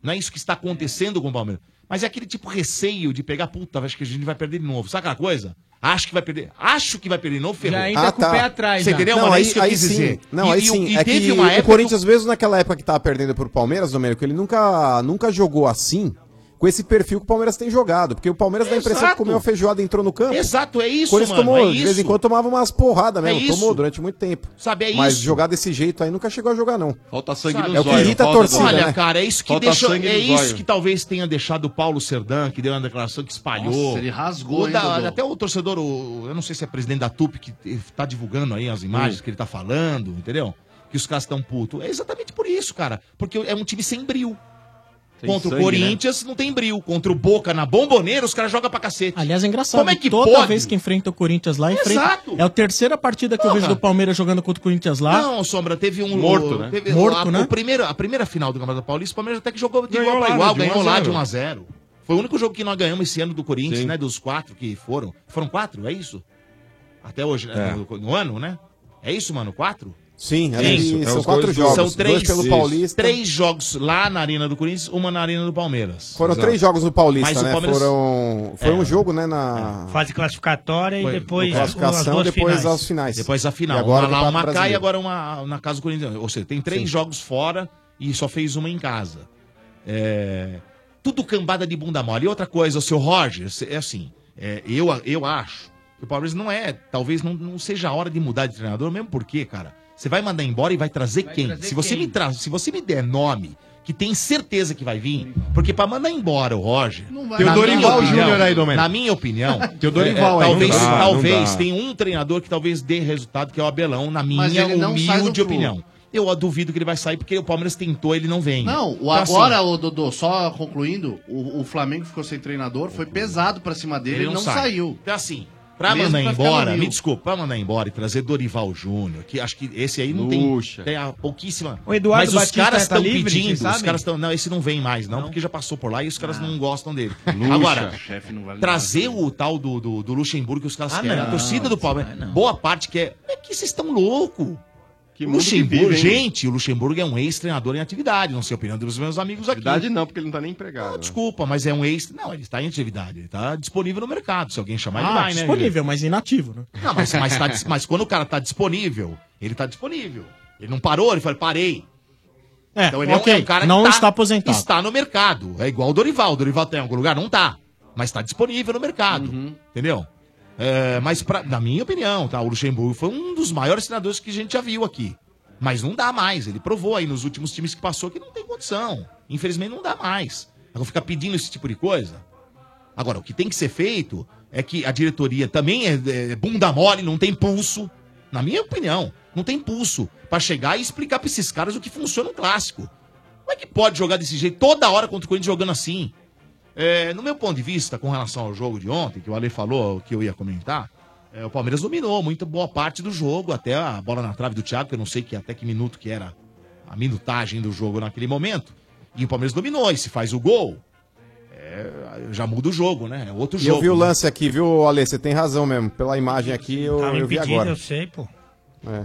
Speaker 2: Não é isso que está acontecendo com o Palmeiras. Mas é aquele tipo receio de pegar, puta, acho que a gente vai perder de novo. Sabe aquela coisa? Acho que vai perder. Acho que vai perder de novo, ferrou.
Speaker 14: Já entra com o pé atrás,
Speaker 2: Você
Speaker 14: já.
Speaker 2: entendeu?
Speaker 15: Ah, tá. Não,
Speaker 2: mano? é
Speaker 15: aí,
Speaker 2: isso que eu
Speaker 15: aí
Speaker 2: quis
Speaker 15: sim.
Speaker 2: dizer.
Speaker 15: Não, aí sim.
Speaker 2: E,
Speaker 15: é
Speaker 2: teve
Speaker 15: que
Speaker 2: uma
Speaker 15: o
Speaker 2: época.
Speaker 15: Corinthians, mesmo naquela época que tava perdendo pro Palmeiras, Domênico, ele nunca, nunca jogou assim, com esse perfil que o Palmeiras tem jogado. Porque o Palmeiras dá a impressão
Speaker 2: Exato.
Speaker 15: que comeu a feijoada e entrou no campo.
Speaker 2: Exato, é isso,
Speaker 15: O Corinthians
Speaker 2: mano,
Speaker 15: tomou,
Speaker 2: é
Speaker 15: de vez em
Speaker 2: isso.
Speaker 15: quando tomava umas porradas mesmo.
Speaker 2: É isso.
Speaker 15: tomou durante muito tempo.
Speaker 2: Sabe, é
Speaker 15: Mas
Speaker 2: isso.
Speaker 15: jogar desse jeito aí nunca chegou a jogar, não.
Speaker 18: Falta
Speaker 15: É o que irrita a torcida.
Speaker 2: Olha,
Speaker 15: né?
Speaker 2: cara, é isso que
Speaker 15: Falta
Speaker 2: deixou.
Speaker 15: sangue
Speaker 2: É
Speaker 15: nos olhos.
Speaker 2: isso que talvez tenha deixado o Paulo Serdan, que deu uma declaração que espalhou.
Speaker 21: Nossa, ele rasgou,
Speaker 2: O
Speaker 21: hein,
Speaker 2: da-
Speaker 21: Dodô?
Speaker 2: Até o torcedor, o- eu não sei se é presidente da TUP, que tá divulgando aí as imagens
Speaker 21: Hum.
Speaker 2: que ele tá falando, entendeu? Que os caras estão putos. É exatamente por isso, cara. Porque é um time sem bril.
Speaker 21: Sem
Speaker 2: contra
Speaker 21: sangue, né?
Speaker 2: o Corinthians não tem bril. Contra o Boca na bomboneira, os caras jogam pra cacete.
Speaker 13: Aliás, é engraçado.
Speaker 2: Como é que
Speaker 13: toda
Speaker 2: pode?
Speaker 13: vez que enfrenta o Corinthians lá, enfrenta.
Speaker 2: Exato.
Speaker 13: É a terceira partida que eu
Speaker 2: Porra.
Speaker 13: vejo do Palmeiras jogando contra o Corinthians lá.
Speaker 2: Não, Sombra, teve um.
Speaker 13: Morto, né?
Speaker 2: Teve,
Speaker 13: Morto,
Speaker 2: a,
Speaker 13: né?
Speaker 2: O primeiro, a primeira final do Campeonato Paulista, o Palmeiras até que jogou de
Speaker 13: Ganhou
Speaker 2: igual
Speaker 13: lá,
Speaker 2: para
Speaker 13: né?
Speaker 2: igual,
Speaker 13: De um
Speaker 2: ganhou
Speaker 13: a
Speaker 2: lá
Speaker 13: zero.
Speaker 2: de 1 a 0 Foi o único jogo que nós ganhamos esse ano do Corinthians, né? Dos quatro que foram. Foram quatro, é isso? Até hoje, né?
Speaker 15: É.
Speaker 2: No, no ano, né? É isso, mano? Quatro?
Speaker 15: Sim,
Speaker 2: é
Speaker 15: é
Speaker 2: isso.
Speaker 15: isso. São quatro jogos.
Speaker 2: São três,
Speaker 15: Dois pelo Paulista.
Speaker 2: três jogos lá na Arena do Corinthians, uma na Arena do Palmeiras.
Speaker 15: Foram
Speaker 2: Exato.
Speaker 15: três jogos no Paulista,
Speaker 2: Mas o
Speaker 15: né?
Speaker 2: Palmeiras-
Speaker 15: Foram, foi
Speaker 2: É.
Speaker 15: um jogo, né? Na
Speaker 11: Fase classificatória
Speaker 2: Foi.
Speaker 11: e depois
Speaker 15: classificação,
Speaker 11: as duas
Speaker 15: depois
Speaker 11: finais.
Speaker 15: as finais.
Speaker 2: Depois a final.
Speaker 15: E agora
Speaker 2: uma lá,
Speaker 15: o
Speaker 2: uma cá e
Speaker 15: Brasileiro.
Speaker 2: agora uma na casa do Corinthians. Ou seja, tem três jogos fora e só fez uma em casa. É, tudo cambada de bunda mole. E outra coisa, o seu Roger, é assim, é, eu, eu acho que o Palmeiras não é, talvez não, não seja a hora de mudar de treinador, mesmo porque, cara, você vai mandar embora e vai trazer quem?
Speaker 21: trazer
Speaker 2: se, você
Speaker 21: quem?
Speaker 2: Me tra se você me der nome que tem certeza que vai vir, porque pra mandar embora o Roger,
Speaker 21: Não vai.
Speaker 2: tem
Speaker 21: Na minha opinião,
Speaker 2: Na minha opinião,
Speaker 21: Tem o Dorival aí,
Speaker 2: É, talvez,
Speaker 21: não dá, não
Speaker 2: talvez
Speaker 21: dá.
Speaker 2: tem um treinador que talvez dê resultado, que é o Abelão, na minha
Speaker 21: Mas ele não sai do
Speaker 2: humilde
Speaker 21: clube.
Speaker 2: opinião. Eu duvido que ele vai sair, porque o Palmeiras tentou, ele não vem.
Speaker 21: Não, o
Speaker 2: Então, assim,
Speaker 21: agora, o Dodô, só concluindo, o, o Flamengo ficou sem treinador, foi pesado pra cima dele, ele não,
Speaker 2: sai.
Speaker 21: saiu.
Speaker 2: Então, assim, Pra
Speaker 21: Mesmo
Speaker 2: mandar
Speaker 21: pra ficar no
Speaker 2: embora,
Speaker 21: Rio.
Speaker 2: me desculpa, pra mandar embora e trazer Dorival Júnior, que acho que esse aí não
Speaker 21: Luxa.
Speaker 2: tem, tem a pouquíssima.
Speaker 21: O Eduardo
Speaker 2: mas os
Speaker 21: Batista
Speaker 2: caras
Speaker 21: tá
Speaker 2: estão
Speaker 21: livre,
Speaker 2: pedindo,
Speaker 21: vocês
Speaker 2: os
Speaker 21: sabem?
Speaker 2: caras estão. Não, esse não vem mais, não, porque já passou por lá e os
Speaker 21: Ah.
Speaker 2: caras não gostam dele.
Speaker 18: né?
Speaker 21: Luxa.
Speaker 2: Agora,
Speaker 21: Chefe não vale
Speaker 2: trazer o tal do, do, do Luxemburgo que os caras
Speaker 21: Ah,
Speaker 2: querem.
Speaker 21: não,
Speaker 2: a torcida do
Speaker 13: é,
Speaker 2: Palmeiras, boa parte quer. É que vocês estão loucos.
Speaker 18: Que
Speaker 2: O
Speaker 18: mundo que
Speaker 2: Luxemburgo,
Speaker 18: vive, hein?
Speaker 2: gente, o Luxemburgo é um ex-treinador em atividade, não sei a opinião dos meus amigos aqui.
Speaker 18: Verdade não, porque ele não tá nem empregado. né?
Speaker 2: Desculpa, mas é um ex. Não, ele está em atividade, ele está disponível no mercado. Se alguém chamar, ele
Speaker 13: Ah,
Speaker 2: vai, né?
Speaker 13: disponível, mas inativo, né?
Speaker 2: Não, mas, mas, tá dis- mas quando o cara tá disponível, ele tá disponível. Ele não parou, ele falou, parei.
Speaker 13: É,
Speaker 2: então
Speaker 13: ok, não está aposentado.
Speaker 2: Está no mercado. É igual o Dorival. O Dorival tem em algum lugar? Não tá. Mas tá disponível no mercado. Entendeu? É, mas, pra, na minha opinião, tá? O Luxemburgo foi um dos maiores treinadores que a gente já viu aqui. Mas não dá mais. Ele provou aí nos últimos times que passou que não tem condição. Infelizmente não dá mais. Agora ficar pedindo esse tipo de coisa. Agora, o que tem que ser feito é que a diretoria também é, é bunda mole, não tem pulso. Na minha opinião, não tem pulso Pra chegar e explicar pra esses caras o que funciona um clássico. Como é que pode jogar desse jeito toda hora contra o Corinthians jogando assim? É, no meu ponto de vista, com relação ao jogo de ontem, que o Ale falou que eu ia comentar, é, o Palmeiras dominou muito boa parte do jogo, até a bola na trave do Thiago, que eu não sei que, até que minuto que era a minutagem do jogo naquele momento. E o Palmeiras dominou, e se faz o gol, é, já muda o jogo, né? É outro
Speaker 15: E eu
Speaker 2: jogo.
Speaker 15: vi o
Speaker 2: né?
Speaker 15: lance aqui, viu, Ale? Você tem razão mesmo. Pela imagem aqui, eu,
Speaker 2: Tava
Speaker 15: eu vi
Speaker 2: impedido,
Speaker 15: agora. É.
Speaker 2: eu
Speaker 11: sei, pô.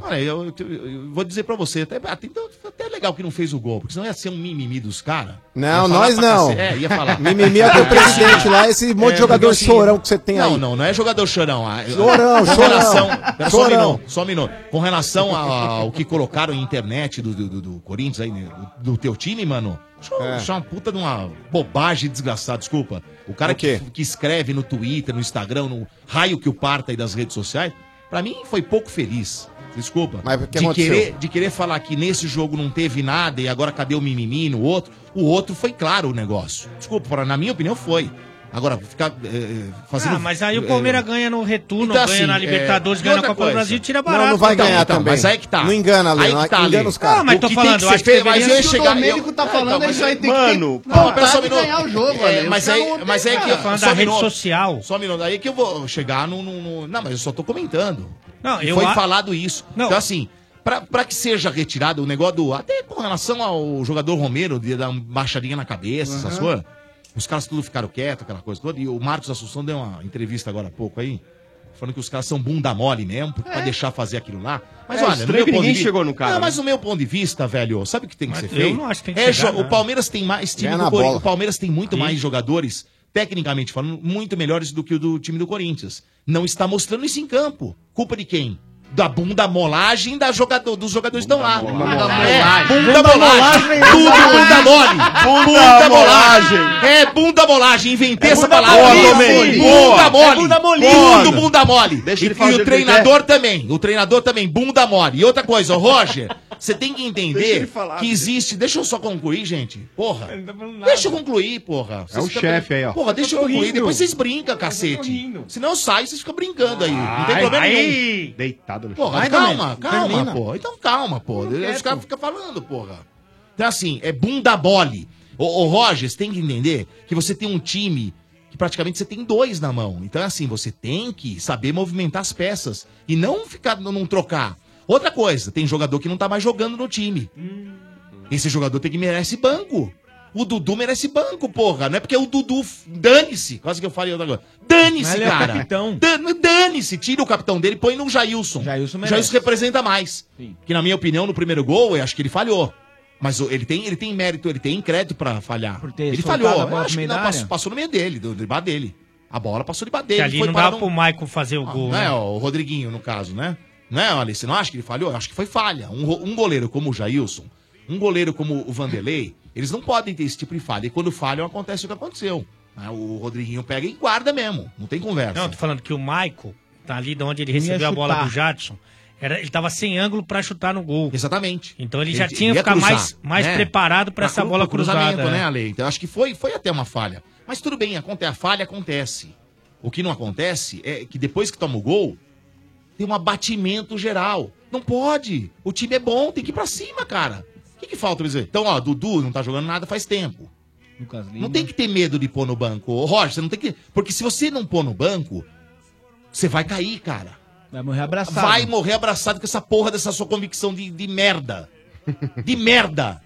Speaker 2: Olha, eu, eu- eu vou dizer pra você, até, até, então, até é legal que não fez o gol, porque senão ia ser um mimimi dos caras.
Speaker 15: Não,
Speaker 2: Ia falar
Speaker 15: nós
Speaker 2: pra
Speaker 15: não.
Speaker 2: cacete. É, ia falar.
Speaker 15: Mimimi é do presidente lá, esse monte de jogador
Speaker 2: porque, assim,
Speaker 15: chorão que você tem
Speaker 2: não,
Speaker 15: aí.
Speaker 2: Não, não é jogador chorão. ah,
Speaker 15: Chorão,
Speaker 2: com
Speaker 15: chorão.
Speaker 2: Relação, pera, Só um
Speaker 15: Chorão.
Speaker 2: minuto, só um minuto. Com relação a- ao que colocaram em internet do, do, do- do Corinthians aí, né, do, do teu time, mano, isso é isso é uma puta de uma bobagem desgraçada, desculpa. O cara
Speaker 15: O quê?
Speaker 2: que, que escreve no Twitter, no Instagram, no raio que o parta aí das redes sociais, pra mim foi pouco feliz. Desculpa. Mas
Speaker 15: que
Speaker 2: de,
Speaker 15: aconteceu?
Speaker 2: querer, de querer falar que nesse jogo não teve nada e agora cadê o mimimi no outro? O outro foi claro o negócio. Desculpa, pra- na minha opinião foi. Agora, ficar eh, Então, assim, é, fazendo.
Speaker 11: Ah, mas aí o Palmeiras ganha no retorno, ganha na Libertadores, ganha na Copa do Brasil, tira barato.
Speaker 2: Então, então, Mas aí que tá.
Speaker 15: Não engana,
Speaker 2: aí
Speaker 15: Leandro,
Speaker 2: que tá,
Speaker 15: engana
Speaker 2: Ale.
Speaker 15: os caras.
Speaker 11: Ah, mas tô
Speaker 2: O que tem
Speaker 11: falando,
Speaker 2: que
Speaker 11: eu
Speaker 2: ser
Speaker 11: acho que
Speaker 2: feito, mas eu
Speaker 11: deveria-
Speaker 2: ia
Speaker 11: O que o
Speaker 2: chegar-
Speaker 11: Domênico
Speaker 2: eu-
Speaker 11: tá
Speaker 2: Ah,
Speaker 11: falando,
Speaker 2: então,
Speaker 11: é
Speaker 2: mas
Speaker 11: isso aí, tem que ter
Speaker 2: Não,
Speaker 11: vontade
Speaker 2: pera só um
Speaker 11: de
Speaker 2: minuto.
Speaker 11: ganhar o jogo,
Speaker 2: É,
Speaker 11: Ale.
Speaker 2: Mas
Speaker 11: Os caras
Speaker 2: aí,
Speaker 11: não têm,
Speaker 2: mas aí que
Speaker 11: cara. Tá falando
Speaker 2: só
Speaker 11: da
Speaker 2: um
Speaker 11: rede
Speaker 2: minuto.
Speaker 11: social.
Speaker 2: Só um minuto, aí que eu vou chegar no, no- no- não, mas eu só tô comentando.
Speaker 11: Não,
Speaker 2: E
Speaker 11: eu
Speaker 2: foi
Speaker 11: a-
Speaker 2: falado isso. Então assim, pra, pra que seja retirado o negócio do até com relação ao jogador Romero de dar uma baixadinha na cabeça, essas
Speaker 21: Aham.
Speaker 2: coisas. Os caras tudo ficaram quietos, aquela coisa toda. E o Marcos Assunção deu uma entrevista agora há pouco aí, falando que os caras são bunda mole mesmo, porque
Speaker 11: É.
Speaker 2: pra deixar fazer aquilo lá. Mas
Speaker 18: É,
Speaker 2: olha,
Speaker 18: estranho que ninguém chegou no cara,
Speaker 2: Não,
Speaker 18: né?
Speaker 2: mas no meu ponto de vista, velho, sabe o que tem que
Speaker 18: Mas
Speaker 2: ser
Speaker 18: eu
Speaker 2: feito?
Speaker 18: não acho que tem que
Speaker 2: é,
Speaker 18: chegar,
Speaker 2: jo-
Speaker 18: né?
Speaker 2: o Palmeiras tem mais time
Speaker 18: Ganhar
Speaker 2: do
Speaker 18: na
Speaker 2: Corinthians.
Speaker 18: bola.
Speaker 2: O Palmeiras tem muito
Speaker 18: Sim.
Speaker 2: mais jogadores, tecnicamente falando, muito melhores do que o do time do Corinthians. Não está mostrando isso em campo. Culpa de quem? Da bunda molagem da jogador, dos jogadores que estão lá. É, Bunda
Speaker 21: Bunda
Speaker 2: molagem.
Speaker 21: molagem.
Speaker 2: Tudo bunda mole.
Speaker 21: Bunda
Speaker 2: Bunda molagem.
Speaker 21: molagem.
Speaker 2: É bunda molagem. Inventei
Speaker 21: É
Speaker 2: essa
Speaker 21: bunda
Speaker 2: palavra.
Speaker 21: mole,
Speaker 2: Isso,
Speaker 21: Domênico.
Speaker 2: Bunda
Speaker 21: Boa.
Speaker 2: mole.
Speaker 21: É bunda mole.
Speaker 2: Tudo bunda mole.
Speaker 21: Deixa
Speaker 2: E,
Speaker 21: ele falar
Speaker 2: e o
Speaker 21: o jeito que ele
Speaker 2: treinador também. O treinador também. Bunda mole. E outra coisa, ô, Roger, você tem que
Speaker 21: Deixa ele
Speaker 2: entender
Speaker 21: falar,
Speaker 2: que existe. Deixa eu só concluir, gente. Porra.
Speaker 11: tá
Speaker 2: Deixa eu concluir, porra.
Speaker 21: É o
Speaker 2: ficam-
Speaker 21: chefe aí, ó.
Speaker 2: Porra, deixa eu
Speaker 21: Eu tô
Speaker 2: concluir.
Speaker 21: rindo.
Speaker 2: Depois vocês brincam, cacete. Senão sai, vocês ficam brincando aí. Não tem
Speaker 21: Ai,
Speaker 2: problema
Speaker 21: ai.
Speaker 2: nenhum.
Speaker 12: Deitado no
Speaker 2: Porra,
Speaker 21: Vai,
Speaker 2: calma,
Speaker 21: Domênico,
Speaker 2: calma,
Speaker 21: termina.
Speaker 2: porra. Então calma, porra. Os
Speaker 21: quieto.
Speaker 2: caras ficam falando, porra. Então assim, é bunda mole. Ô, ô Rogers, tem que entender que você tem um time que praticamente você tem dois na mão. Então assim, você tem que saber movimentar as peças e não ficar, não trocar. Outra coisa, tem jogador que não tá mais jogando no time. Esse jogador tem que merece banco. O Dudu merece banco, porra. Não é porque o Dudu. f- Dane-se. Quase que eu falei outra coisa. Dane-se,
Speaker 21: Ele é o
Speaker 2: cara.
Speaker 21: capitão.
Speaker 2: Dan- Dane-se. Tira o capitão dele e põe no Jailson. Jailson
Speaker 21: merece.
Speaker 2: Jailson representa mais. Que, na minha opinião, no primeiro gol, eu acho que ele falhou. Mas o- ele tem, ele tem mérito, ele tem crédito pra falhar. ele
Speaker 21: soltado
Speaker 2: falhou.
Speaker 21: a bola
Speaker 2: Eu acho
Speaker 21: pro
Speaker 2: que
Speaker 21: meio
Speaker 2: não,
Speaker 21: da
Speaker 2: passou,
Speaker 21: área.
Speaker 2: passou no meio dele, do debaixo dele. A bola passou debaixo dele.
Speaker 11: Que ali
Speaker 2: foi
Speaker 11: não
Speaker 2: parada
Speaker 11: dava
Speaker 21: um-
Speaker 11: pro Maicon fazer
Speaker 21: Ah,
Speaker 11: o gol,
Speaker 2: não
Speaker 11: né?
Speaker 2: é o Né, Rodriguinho, no caso, né? Não é, Alice? Não acha que ele falhou? Eu acho que foi falha. Um, ro- um goleiro como o Jailson, Um goleiro como o Vanderlei, eles não podem ter esse tipo de falha. E quando falham, acontece o que aconteceu. né? O Rodriguinho pega e guarda mesmo. Não tem conversa.
Speaker 11: Não, tô falando que o Maico, tá ali de onde ele
Speaker 2: Não ia
Speaker 11: recebeu a bola
Speaker 2: chutar.
Speaker 11: do Jadson, era, ele tava sem ângulo pra chutar no gol.
Speaker 2: Exatamente.
Speaker 11: Então ele,
Speaker 2: Ele-
Speaker 11: já tinha
Speaker 2: ele
Speaker 11: que
Speaker 2: ia
Speaker 11: ficar
Speaker 2: cruzar,
Speaker 11: mais, mais
Speaker 2: né?
Speaker 11: preparado pra
Speaker 2: Pra
Speaker 11: essa
Speaker 2: cru-
Speaker 11: bola
Speaker 2: pro cruzamento,
Speaker 11: cruzada. é.
Speaker 2: né, Ale? Então, eu acho que foi, foi até uma falha. Mas tudo bem, aconte- a falha acontece. O que não acontece é que depois que toma o gol, tem um abatimento geral. Não pode. O time é bom, tem que ir pra cima, cara. O que, que falta pra dizer? Então, ó, Dudu não tá jogando nada faz tempo. Não tem que ter medo de pôr no banco. Ô, Roger, você não tem que. Porque se você não pôr no banco, você vai cair, cara.
Speaker 14: Vai morrer abraçado.
Speaker 2: Vai morrer abraçado com essa porra dessa sua convicção de, de merda. De merda.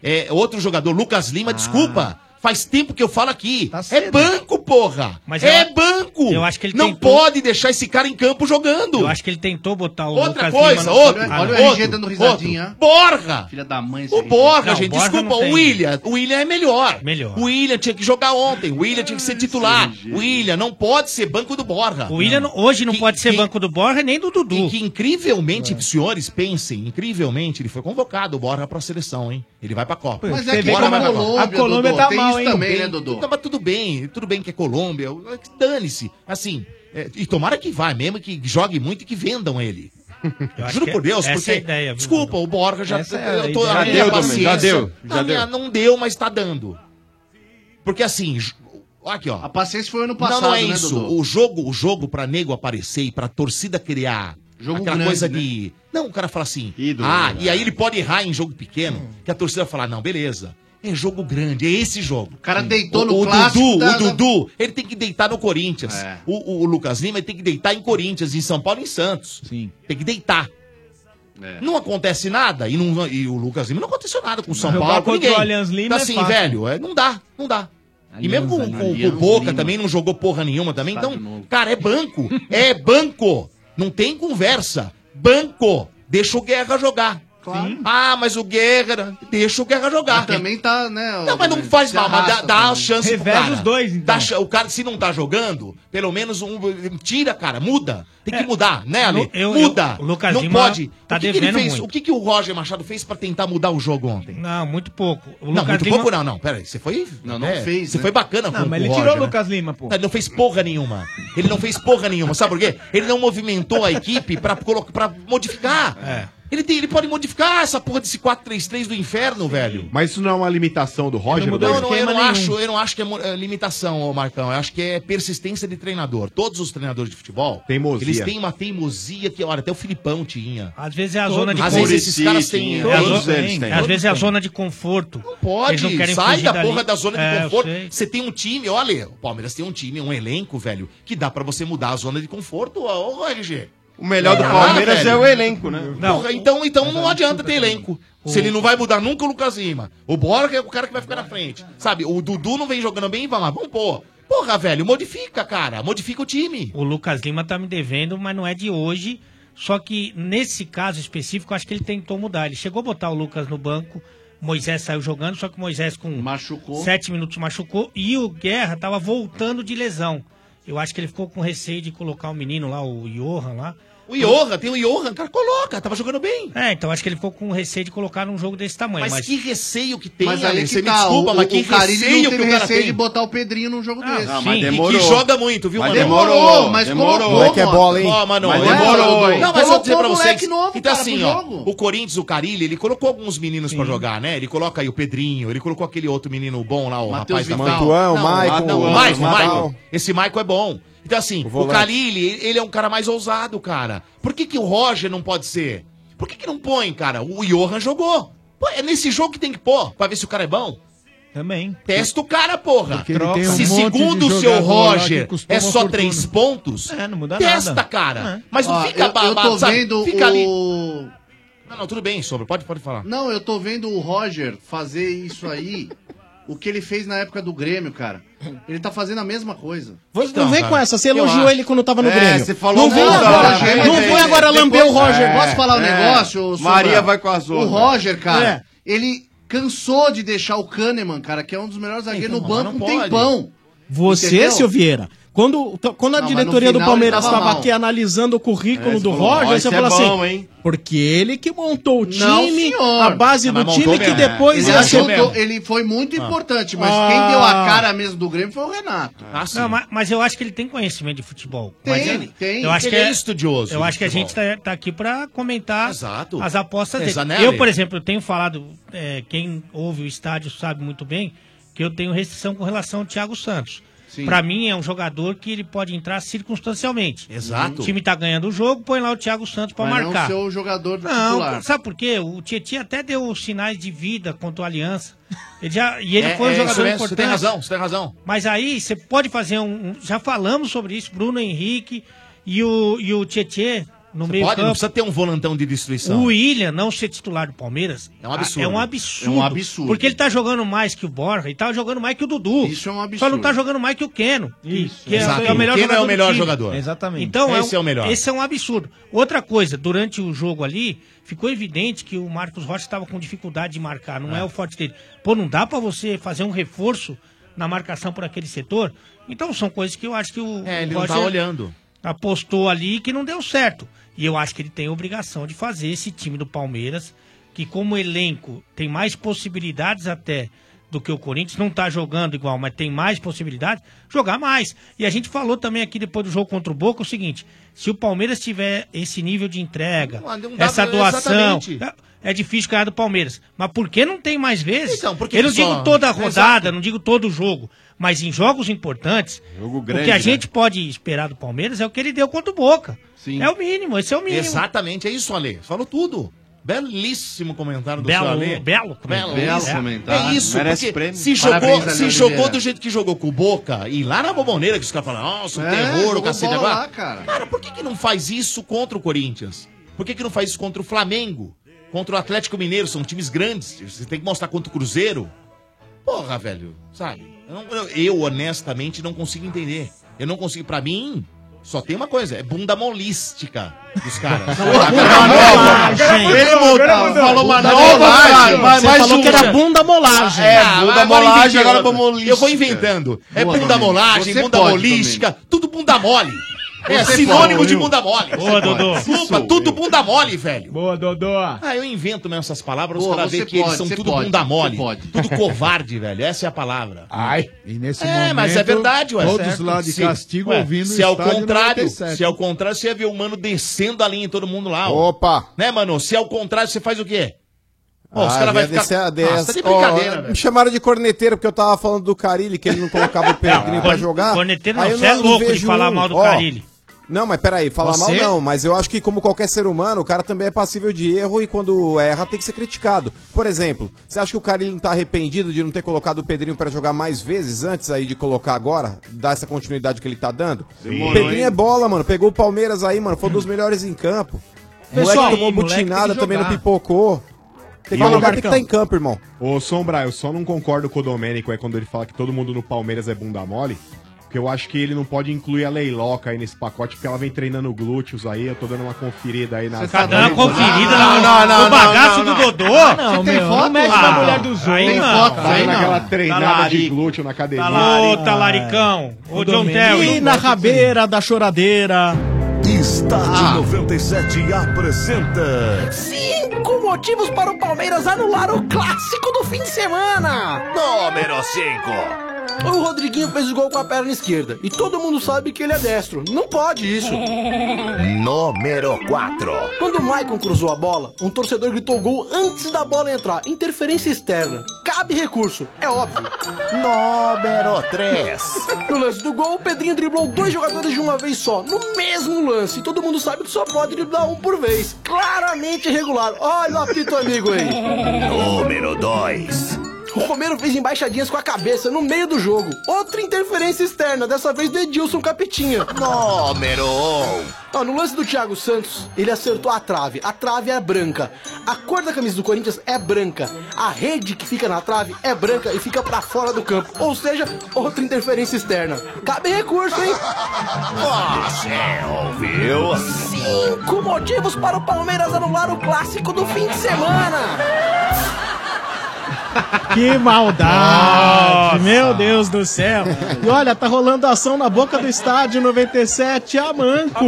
Speaker 2: É, outro jogador, Lucas
Speaker 11: Ah.
Speaker 2: Lima, desculpa. Faz tempo que eu falo aqui. é banco, porra.
Speaker 11: Tá Mas
Speaker 2: é
Speaker 11: eu-
Speaker 2: banco.
Speaker 11: eu acho que ele
Speaker 2: Não
Speaker 11: tentou-
Speaker 2: pode deixar esse cara em campo jogando.
Speaker 11: Eu acho que ele tentou botar o
Speaker 2: Outra
Speaker 11: Lucas
Speaker 2: coisa,
Speaker 11: Lima no-
Speaker 2: outro.
Speaker 11: Ah,
Speaker 2: outro, outro,
Speaker 11: não.
Speaker 2: Borra.
Speaker 21: Filha da mãe.
Speaker 2: O Borja,
Speaker 11: Não,
Speaker 2: gente,
Speaker 11: Borja
Speaker 2: desculpa,
Speaker 11: não tem.
Speaker 2: o William. O William é melhor. Melhor. O William tinha que jogar ontem. O William tinha que ser titular. O William não pode ser banco do Borja.
Speaker 11: O William não- hoje não pode ser banco do Borja nem do Dudu. É.
Speaker 2: E que incrivelmente, senhores, pensem, incrivelmente, ele foi convocado o Borja pra seleção, hein? Ele vai pra Copa.
Speaker 21: Mas é que
Speaker 2: Borja
Speaker 21: como
Speaker 2: vai pra
Speaker 21: a Colômbia, A Colômbia Dodô, tá tem mal, isso hein? também,
Speaker 2: Bem,
Speaker 21: né, Dodô?
Speaker 2: Então, mas tudo bem, tudo bem que é Colômbia. Dane-se. Assim, é, e tomara que vá mesmo, que jogue muito e que vendam ele.
Speaker 11: acho
Speaker 2: Juro
Speaker 11: que
Speaker 2: por Deus,
Speaker 11: essa
Speaker 2: porque.
Speaker 11: é a ideia, viu,
Speaker 2: desculpa, o Borja já.
Speaker 11: Essa é a
Speaker 2: eu tô,
Speaker 11: ideia.
Speaker 2: a
Speaker 11: Já
Speaker 2: minha
Speaker 11: deu também,
Speaker 2: paciência-
Speaker 11: já deu,
Speaker 2: Não,
Speaker 21: já
Speaker 2: a minha
Speaker 21: deu.
Speaker 2: Não deu, mas tá dando. Porque assim. j- Aqui, ó.
Speaker 21: A paciência foi ano passado,
Speaker 2: não, não é
Speaker 21: né,
Speaker 2: isso.
Speaker 21: Dodô?
Speaker 2: O jogo, o jogo para nego aparecer e para torcida criar
Speaker 21: Jogo
Speaker 2: aquela
Speaker 21: grande,
Speaker 2: coisa
Speaker 21: né?
Speaker 2: de não, o cara fala assim: "Ah, e aí ele pode errar em jogo pequeno",
Speaker 4: Hum.
Speaker 2: que a torcida vai falar: "Não, beleza. É jogo grande, é esse jogo". O
Speaker 21: cara deitou no
Speaker 2: o
Speaker 21: clássico,
Speaker 2: Dudu,
Speaker 21: tá-
Speaker 2: o Dudu, ele tem que deitar no Corinthians.
Speaker 21: É.
Speaker 2: O, o- o Lucas Lima ele tem que deitar em Corinthians, em São Paulo, e em Santos. Sim. Tem que deitar.
Speaker 21: É.
Speaker 2: Não acontece nada e, não- e o Lucas Lima não aconteceu nada com o São
Speaker 4: Jogar
Speaker 2: Paulo, com
Speaker 4: contra
Speaker 2: ninguém.
Speaker 4: o Allianz Lima
Speaker 2: Então,
Speaker 4: é
Speaker 2: assim,
Speaker 4: fácil.
Speaker 2: velho, é, não dá, não dá. e mesmo com, com- com o
Speaker 4: Allianz
Speaker 2: Boca
Speaker 4: Lima.
Speaker 2: também não jogou porra nenhuma também.
Speaker 4: Tá de
Speaker 2: Então, cara, é banco, é banco. Não tem conversa. Banco, deixa o Guerra jogar. Ah, mas o Guerra, deixa o Guerra jogar.
Speaker 21: também tá, né?
Speaker 2: Não, mas não faz
Speaker 21: se
Speaker 2: mal, mas dá,
Speaker 21: arrasta
Speaker 2: dá a
Speaker 21: também.
Speaker 2: chance
Speaker 21: Reveza os
Speaker 2: dois, então. o cara, se não tá jogando, pelo menos um... Tira, cara, muda. Tem que mudar, né, Ale?
Speaker 11: Lu- É. eu-
Speaker 2: muda.
Speaker 11: eu- o Lucas
Speaker 2: não
Speaker 11: Lima
Speaker 2: pode.
Speaker 11: tá
Speaker 2: o que, que ele
Speaker 11: devendo
Speaker 2: fez?
Speaker 11: muito.
Speaker 2: O que, que o Roger Machado fez pra tentar mudar o jogo ontem?
Speaker 11: Não, muito pouco. O
Speaker 2: não,
Speaker 11: Lucas
Speaker 2: muito
Speaker 11: Lima-
Speaker 2: pouco não, não. Pera aí, você foi... Não,
Speaker 11: não fez,
Speaker 2: Você
Speaker 11: né?
Speaker 2: foi bacana
Speaker 11: Não, mas ele
Speaker 2: o
Speaker 11: tirou
Speaker 2: Roger,
Speaker 11: o
Speaker 2: né?
Speaker 11: Lucas Lima, pô.
Speaker 2: Ele não fez porra nenhuma. Ele não fez porra nenhuma. Sabe por quê? Ele não movimentou a equipe pra, colo- pra modificar.
Speaker 11: É.
Speaker 2: Ele, tem- ele pode modificar essa porra desse 4-3-3 do inferno, velho.
Speaker 12: Mas isso não é uma limitação do Roger?
Speaker 2: Não,
Speaker 12: Rodolfo?
Speaker 2: não, eu não, acho, eu não acho que é mo- é limitação, ô Marcão. Eu acho que é persistência de treinador. Todos os treinadores de futebol,
Speaker 12: Teimosia.
Speaker 2: eles têm uma teimosia que, olha, até o Filipão tinha.
Speaker 11: Às vezes é a zona de
Speaker 2: Às vezes esses caras têm.
Speaker 11: Todos
Speaker 2: todos
Speaker 11: têm.
Speaker 2: eles têm.
Speaker 11: Às vezes é a
Speaker 2: Todos
Speaker 11: zona de conforto. Não
Speaker 2: Pode, sai
Speaker 11: fugir
Speaker 2: da
Speaker 11: dali.
Speaker 2: porra da zona de
Speaker 11: É, eu
Speaker 2: conforto.
Speaker 11: sei.
Speaker 2: Você tem um time, olha, o Palmeiras tem um time, um elenco, velho, que dá pra você mudar a zona de conforto, ô, ô, RG.
Speaker 18: O melhor do Palmeiras é o elenco, né?
Speaker 2: Não. Porra, então, então não adianta ter elenco. Se ele não vai mudar nunca o Lucas Lima. O Borja é o cara que vai ficar na frente. Sabe, o Dudu não vem jogando bem e vai lá, vamos pôr. Porra, velho, modifica, cara. Modifica o time.
Speaker 11: O Lucas Lima tá me devendo, mas não é de hoje. Só que nesse caso específico, eu acho que ele tentou mudar. Ele chegou a botar o Lucas no banco. Moisés saiu jogando, só que o Moisés com sete minutos machucou e o Guerra tava voltando de lesão. Eu acho que ele ficou com receio de colocar o menino lá, o Johan lá.
Speaker 2: O Johan, tem o Johan, cara, coloca, tava jogando bem.
Speaker 11: É, então acho que ele ficou com receio de colocar num jogo desse tamanho.
Speaker 2: Mas,
Speaker 11: Mas,
Speaker 2: que receio que tem,
Speaker 11: Mas aí
Speaker 2: Ale,
Speaker 11: que
Speaker 2: você me
Speaker 11: tá,
Speaker 2: desculpa,
Speaker 11: o-
Speaker 2: mas
Speaker 11: o
Speaker 2: que
Speaker 11: Carille não
Speaker 2: receio que
Speaker 21: teve
Speaker 2: o cara
Speaker 21: receio
Speaker 2: tem.
Speaker 21: de botar o Pedrinho num jogo desse.
Speaker 2: Ah, mas demorou. Que joga muito, viu,
Speaker 21: Mas
Speaker 2: mano?
Speaker 21: demorou, mas
Speaker 2: demorou.
Speaker 21: colocou, Moleque é mano. bola, hein?
Speaker 2: Ó, mano,
Speaker 21: Mas
Speaker 2: demorou.
Speaker 21: demorou, hein?
Speaker 2: Não, mas eu vou dizer pra
Speaker 21: Colocou o
Speaker 2: vocês.
Speaker 21: moleque novo,
Speaker 2: então,
Speaker 21: cara,
Speaker 2: assim,
Speaker 21: pro
Speaker 2: ó,
Speaker 21: jogo.
Speaker 2: o Corinthians, o Carilli, ele colocou alguns meninos pra jogar, né? Ele coloca aí o Pedrinho, ele colocou aquele outro menino bom lá, o rapaz
Speaker 15: Matheus
Speaker 2: da
Speaker 15: Vital. Mantuan, o
Speaker 2: Não,
Speaker 15: Maicon,
Speaker 2: Não, o
Speaker 15: o
Speaker 2: Maicon, o
Speaker 15: Amaral.
Speaker 2: Maicon. Esse Maicon é bom. Então, assim, o,
Speaker 15: volante.
Speaker 2: Carilli, ele é um cara mais ousado, cara. Por que, que o Roger não pode ser? Por que, que não põe, cara? O Johan jogou. Pô, é nesse jogo que tem que pôr, pra ver se o cara é bom.
Speaker 11: Também.
Speaker 2: Testa o cara, porra.
Speaker 11: ele tem um
Speaker 2: se
Speaker 11: monte
Speaker 2: segundo
Speaker 11: de
Speaker 2: o seu
Speaker 11: jogador lá que
Speaker 2: Roger
Speaker 11: custou
Speaker 2: é
Speaker 11: uma
Speaker 2: só
Speaker 11: fortuna.
Speaker 2: três pontos,
Speaker 11: É, não muda
Speaker 2: testa,
Speaker 11: nada.
Speaker 2: cara.
Speaker 11: É.
Speaker 2: Mas não
Speaker 21: Ó,
Speaker 2: fica
Speaker 21: eu- eu
Speaker 2: babado,
Speaker 21: tô
Speaker 2: sabe?
Speaker 21: vendo
Speaker 2: fica ali.
Speaker 21: o-
Speaker 2: Não, não, tudo bem, Sombra, pode, pode falar.
Speaker 21: Não, eu tô vendo o Roger fazer isso aí, o que ele fez na época do Grêmio, cara. Ele tá fazendo a mesma coisa.
Speaker 13: Você
Speaker 2: Então,
Speaker 13: não
Speaker 2: tá.
Speaker 13: vem com essa, você elogiou ele quando tava no
Speaker 21: É,
Speaker 13: Grêmio.
Speaker 21: você falou
Speaker 13: não vem
Speaker 21: mal da
Speaker 13: agora,
Speaker 21: Roger,
Speaker 13: não
Speaker 21: mas
Speaker 13: vem
Speaker 21: é-
Speaker 13: agora lamber o
Speaker 21: depois-
Speaker 13: Roger.
Speaker 21: É, Posso falar um é. negócio, Sombra? Maria vai com as O outras. Roger, cara, É. ele cansou de deixar o Kahneman, cara, que é um dos melhores zagueiros no
Speaker 13: mas
Speaker 21: banco, um
Speaker 13: não pode.
Speaker 21: tempão.
Speaker 13: Você,
Speaker 21: Entendeu?
Speaker 13: seu Vieira, Quando, t- quando a
Speaker 21: Não, mas no
Speaker 13: diretoria do
Speaker 21: final
Speaker 13: Palmeiras
Speaker 21: ele tava
Speaker 13: estava
Speaker 21: mal.
Speaker 13: aqui analisando o currículo
Speaker 21: É,
Speaker 13: do
Speaker 21: você falou, "Ó,
Speaker 13: Roger, você
Speaker 21: esse
Speaker 13: fala
Speaker 21: é
Speaker 13: assim,
Speaker 21: bom, hein?"
Speaker 13: porque ele que montou o time,
Speaker 21: Não, senhor.
Speaker 13: a base
Speaker 21: Não,
Speaker 13: do
Speaker 21: mas
Speaker 13: time
Speaker 21: montou
Speaker 13: que
Speaker 21: mesmo.
Speaker 13: depois
Speaker 21: ele,
Speaker 13: ia ser-
Speaker 21: ajudou- ele foi muito
Speaker 13: Ah.
Speaker 21: importante, mas
Speaker 13: Ah.
Speaker 21: quem deu a cara mesmo do Grêmio foi o Renato.
Speaker 11: Não, ma- mas, eu acho que ele tem conhecimento de futebol.
Speaker 21: Tem,
Speaker 11: Mas ele-
Speaker 21: tem.
Speaker 11: Eu acho
Speaker 21: Ele
Speaker 11: que
Speaker 21: é estudioso
Speaker 11: Eu
Speaker 21: de
Speaker 11: acho que a
Speaker 21: futebol.
Speaker 11: gente tá, tá aqui pra comentar
Speaker 2: Exato.
Speaker 11: as apostas
Speaker 2: É,
Speaker 11: dele.
Speaker 2: Zanelli.
Speaker 11: Eu, por exemplo, eu tenho falado, é, quem ouve o estádio sabe muito bem, que eu tenho restrição com relação ao Thiago Santos.
Speaker 2: Sim.
Speaker 11: Pra mim é um jogador que ele pode entrar circunstancialmente.
Speaker 2: Exato.
Speaker 11: O time tá ganhando o jogo, põe lá o Thiago Santos pra
Speaker 21: Mas
Speaker 11: marcar.
Speaker 21: não ser o jogador do
Speaker 11: Não,
Speaker 21: titular.
Speaker 11: sabe por quê? O Tietchan até deu sinais de vida contra o Aliança. Ele já, e ele
Speaker 2: É,
Speaker 11: foi um
Speaker 2: é, isso
Speaker 11: jogador
Speaker 2: mesmo,
Speaker 11: importante.
Speaker 2: Você tem razão, você tem razão.
Speaker 11: Mas aí você pode fazer um, um- Já falamos sobre isso, Bruno Henrique e o, e o Tietê no
Speaker 2: Você
Speaker 11: meio
Speaker 2: pode, não
Speaker 11: campo.
Speaker 2: precisa ter um volantão de destruição.
Speaker 11: O William não ser titular do Palmeiras
Speaker 2: É um absurdo.
Speaker 11: É um absurdo.
Speaker 2: É um absurdo.
Speaker 11: Porque ele tá jogando mais que o Borja e tá jogando mais que o Dudu. Isso é um absurdo. Só não tá jogando mais que o Keno. Isso. Que
Speaker 2: Exato. O Keno é o melhor jogador. Exatamente.
Speaker 11: Então,
Speaker 2: Esse é o melhor.
Speaker 11: Esse é um absurdo. Outra coisa, durante o jogo ali, ficou evidente que o Marcos Rocha estava com dificuldade de marcar,
Speaker 2: Ah.
Speaker 11: não é. o forte dele. Pô, não dá pra você fazer um reforço na marcação por aquele setor? Então são coisas que eu acho que o,
Speaker 2: É,
Speaker 11: o
Speaker 2: ele não tá
Speaker 11: Roger
Speaker 2: olhando.
Speaker 11: apostou ali que não deu certo. E eu acho que ele tem a obrigação de fazer esse time do Palmeiras, que como elenco tem mais possibilidades até do que o Corinthians, não tá jogando igual, mas tem mais possibilidades, jogar mais. E a gente falou também aqui depois do jogo contra o Boca o seguinte, se o Palmeiras tiver esse nível de entrega,
Speaker 2: não dá
Speaker 11: essa
Speaker 2: pra-
Speaker 11: doação,
Speaker 2: um exatamente.
Speaker 11: é difícil ganhar do Palmeiras. Mas por que não tem mais vezes?
Speaker 2: Então, por que
Speaker 11: eu não
Speaker 2: que
Speaker 11: digo
Speaker 2: só-
Speaker 11: toda
Speaker 2: Exato.
Speaker 11: rodada, não digo todo jogo, mas em jogos importantes, o
Speaker 2: grande,
Speaker 11: que a
Speaker 2: né?
Speaker 11: gente pode esperar do Palmeiras é o que ele deu contra o Boca. É o mínimo, esse é o mínimo.
Speaker 2: Exatamente, é isso, Ale. Falou tudo. Belíssimo comentário do
Speaker 11: Belo-
Speaker 2: seu Ale.
Speaker 11: belo
Speaker 2: Belo
Speaker 11: comentário. Belo
Speaker 2: É
Speaker 21: tá.
Speaker 11: comentário.
Speaker 2: isso,
Speaker 11: Merece
Speaker 2: porque
Speaker 11: prêmio.
Speaker 2: se
Speaker 11: Parabéns,
Speaker 2: jogou,
Speaker 11: Ale
Speaker 2: se
Speaker 11: Oliveira.
Speaker 2: jogou do jeito que jogou com o Boca, e lá na Boboneira, que os caras falam, nossa, o
Speaker 21: É,
Speaker 2: terror, o
Speaker 21: jogou
Speaker 2: cacete
Speaker 21: bola
Speaker 2: agora.
Speaker 21: lá, cara.
Speaker 2: por que, que não faz isso contra o Corinthians? Por que, que não faz isso contra o Flamengo? Contra o Atlético Mineiro? São times grandes. Você tem que mostrar contra o Cruzeiro. Porra, velho, sabe? Eu, não- eu- eu, honestamente não consigo entender. Eu não consigo. Pra mim, só tem uma coisa: é bunda molística dos caras.
Speaker 13: Não, bunda molagem. Ele montou, falou uma molagem. Você falou que era bunda molagem.
Speaker 2: É,
Speaker 13: Ah,
Speaker 2: bunda
Speaker 13: agora
Speaker 2: molagem,
Speaker 13: inventei
Speaker 2: agora
Speaker 13: outra.
Speaker 2: bunda molística. Eu vou inventando. É
Speaker 13: Boa,
Speaker 2: bunda
Speaker 13: Domingo.
Speaker 2: molagem,
Speaker 13: Você
Speaker 2: bunda
Speaker 13: pode,
Speaker 2: molística, tudo bunda mole. É
Speaker 13: Você
Speaker 2: sinônimo
Speaker 13: pode,
Speaker 2: de
Speaker 13: viu?
Speaker 2: bunda mole.
Speaker 13: Boa, Dodô.
Speaker 2: Desculpa, tudo bunda mole, velho.
Speaker 11: Boa, Dodô.
Speaker 2: Ah, eu invento mesmo essas palavras
Speaker 21: Boa,
Speaker 2: para
Speaker 21: você
Speaker 2: ver que eles
Speaker 21: pode,
Speaker 2: são
Speaker 21: você
Speaker 2: tudo
Speaker 21: pode,
Speaker 2: bunda mole.
Speaker 21: você pode.
Speaker 2: Tudo covarde, velho. Essa é a palavra.
Speaker 24: Ai. E nesse
Speaker 2: é,
Speaker 24: momento,
Speaker 2: mas é verdade, ué.
Speaker 24: todos
Speaker 2: Certo.
Speaker 24: lá de castigo ouvindo o
Speaker 2: Se é o
Speaker 24: estádio
Speaker 2: contrário,
Speaker 24: 97.
Speaker 2: se é o contrário, você ia ver o mano descendo a linha em todo mundo lá. ó.
Speaker 15: Opa!
Speaker 2: Né, mano? Se é o contrário, você faz o quê? Pô, os
Speaker 15: Ah,
Speaker 2: caras
Speaker 15: ia
Speaker 2: vão ficar...
Speaker 15: descer a
Speaker 2: Ah,
Speaker 15: dessa.
Speaker 2: você tá de
Speaker 15: Ó,
Speaker 2: brincadeira, velho.
Speaker 15: Me chamaram de corneteiro porque eu tava falando do Carilli, que ele não colocava o Pedrinho pra
Speaker 11: corne-
Speaker 15: jogar.
Speaker 11: corneteiro
Speaker 15: Aí
Speaker 11: não,
Speaker 15: eu
Speaker 11: você é louco de
Speaker 15: vejo um.
Speaker 11: falar mal do
Speaker 15: Ó,
Speaker 11: Carille.
Speaker 15: Não, mas peraí, falar mal
Speaker 11: Você?
Speaker 15: não, mas eu acho que como qualquer ser humano, o cara também é passível de erro e quando erra tem que ser criticado. Por exemplo, você acha que o Carilli não tá arrependido de não ter colocado o Pedrinho pra jogar mais vezes antes aí de colocar agora, dar essa continuidade que ele tá dando?
Speaker 21: Demorou,
Speaker 15: o Pedrinho
Speaker 21: hein?
Speaker 15: é bola, mano, pegou o Palmeiras aí, mano, foi um dos melhores em campo. O
Speaker 12: Pessoal,
Speaker 15: moleque tomou
Speaker 12: aí, moleque tem que
Speaker 15: butinada, também não
Speaker 12: jogar.
Speaker 15: pipocou. Tem que
Speaker 12: Fala,
Speaker 15: colocar, tem que
Speaker 12: Marcão.
Speaker 15: tá em campo, irmão.
Speaker 12: Ô, Sombra, eu só não concordo com o Domênico aí quando ele fala que todo mundo no Palmeiras é bunda mole. Porque eu acho que ele não pode incluir a Leiloca aí nesse pacote, porque ela vem treinando glúteos aí. Eu tô dando uma conferida aí na.
Speaker 11: Você tá dando uma conferida no- no bagaço do Dodô?
Speaker 12: Ah,
Speaker 11: Você
Speaker 12: não,
Speaker 11: tem
Speaker 12: meu,
Speaker 11: foto?
Speaker 12: não mexe
Speaker 11: Ah,
Speaker 12: na mulher dos
Speaker 11: aí
Speaker 12: outros.
Speaker 11: não.
Speaker 12: Tá
Speaker 11: Aí
Speaker 12: dando
Speaker 11: não. Tá
Speaker 12: aquela treinada de
Speaker 11: Talarico.
Speaker 12: glúteo na academia.
Speaker 11: Ô, talaricão. Ah. Ô, John Terry.
Speaker 13: E na rabeira da choradeira. Ah.
Speaker 25: Estádio 97 apresenta.
Speaker 4: Cinco motivos para o Palmeiras anular o clássico do fim de semana.
Speaker 25: Número 5.
Speaker 4: O Rodriguinho fez o gol com a perna esquerda e todo mundo sabe que ele é destro. Não pode isso.
Speaker 25: Número 4.
Speaker 4: Quando o Maicon cruzou a bola, um torcedor gritou gol antes da bola entrar. Interferência externa. Cabe recurso, é óbvio.
Speaker 25: Número 3.
Speaker 4: No lance do gol, o Pedrinho driblou dois jogadores de uma vez só, no mesmo lance. Todo mundo sabe que só pode driblar um por vez. Claramente irregular. Olha o apito amigo aí.
Speaker 25: Número 2.
Speaker 4: O Romero fez embaixadinhas com a cabeça no meio do jogo. Outra interferência externa, dessa vez do Edilson Capetinha.
Speaker 25: Número 1.
Speaker 4: Ó, no lance do Thiago Santos, ele acertou a trave. A trave é branca. A cor da camisa do Corinthians é branca. A rede que fica na trave é branca e fica pra fora do campo. Ou seja, outra interferência externa. Cabe recurso, hein?
Speaker 25: Você ouviu?
Speaker 4: Cinco motivos para o Palmeiras anular o clássico do fim de semana.
Speaker 13: Que maldade! Meu Deus do céu! E olha, tá rolando ação na boca do estádio 97 a Manco.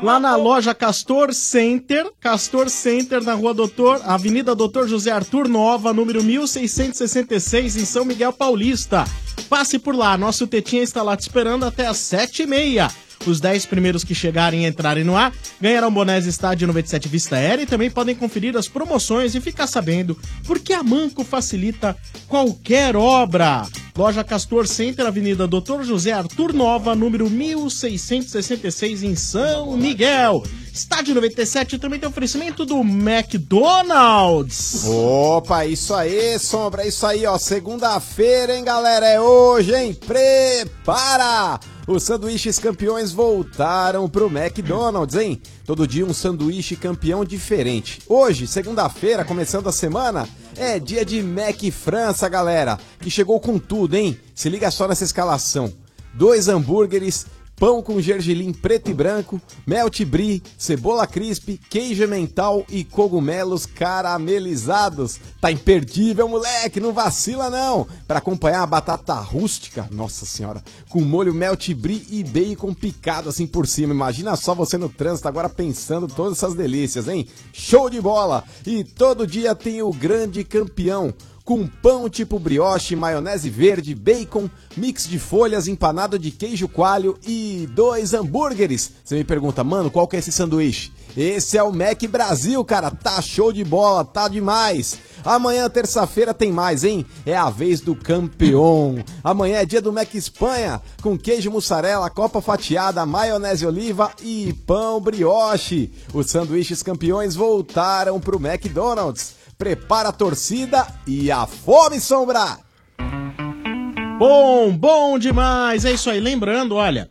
Speaker 13: Lá na loja Castor Center, Castor Center na Rua Doutor, Avenida Doutor José Arthur Nova, número 1666, em São Miguel Paulista. Passe por lá, nosso Tetinha está lá te esperando até às 7h30. Os 10 primeiros que chegarem e entrarem no ar ganharão bonés estádio 97 Vista Aérea e também podem conferir as promoções e ficar sabendo porque a Manco facilita qualquer obra. Loja Castor Center, Avenida Doutor José Arthur Nova, número 1666, em São Miguel. Estádio 97 também tem oferecimento do McDonald's.
Speaker 15: Opa, isso aí, Sombra, isso aí, ó. Segunda-feira, hein, galera? É hoje, hein? Prepara! Os sanduíches campeões voltaram pro McDonald's, hein? Todo dia um sanduíche campeão diferente. Hoje, segunda-feira, começando a semana, é dia de Mac França, galera, que chegou com tudo, hein? Se liga só nessa escalação. Dois hambúrgueres, pão com gergelim preto e branco, melt brie, cebola crisp, queijo mental e cogumelos caramelizados. Tá imperdível, moleque, não vacila não. Para acompanhar a batata rústica, nossa senhora, com molho melt brie e bacon picado assim por cima. Imagina só você no trânsito agora pensando todas essas delícias, hein? Show de bola. E todo dia tem o grande campeão com pão tipo brioche, maionese verde, bacon, mix de folhas, empanado de queijo coalho e dois hambúrgueres. Você me pergunta, mano, qual que é esse sanduíche? Esse é o Mac Brasil, cara. Tá show de bola, tá demais. Amanhã, terça-feira, tem mais, hein? É a vez do campeão. Amanhã é dia do Mac Espanha, com queijo mussarela, copa fatiada, maionese oliva e pão brioche. Os sanduíches campeões voltaram pro McDonald's. Prepara a torcida e a fome, Sombra!
Speaker 13: Bom, bom demais! É isso aí. Lembrando, olha,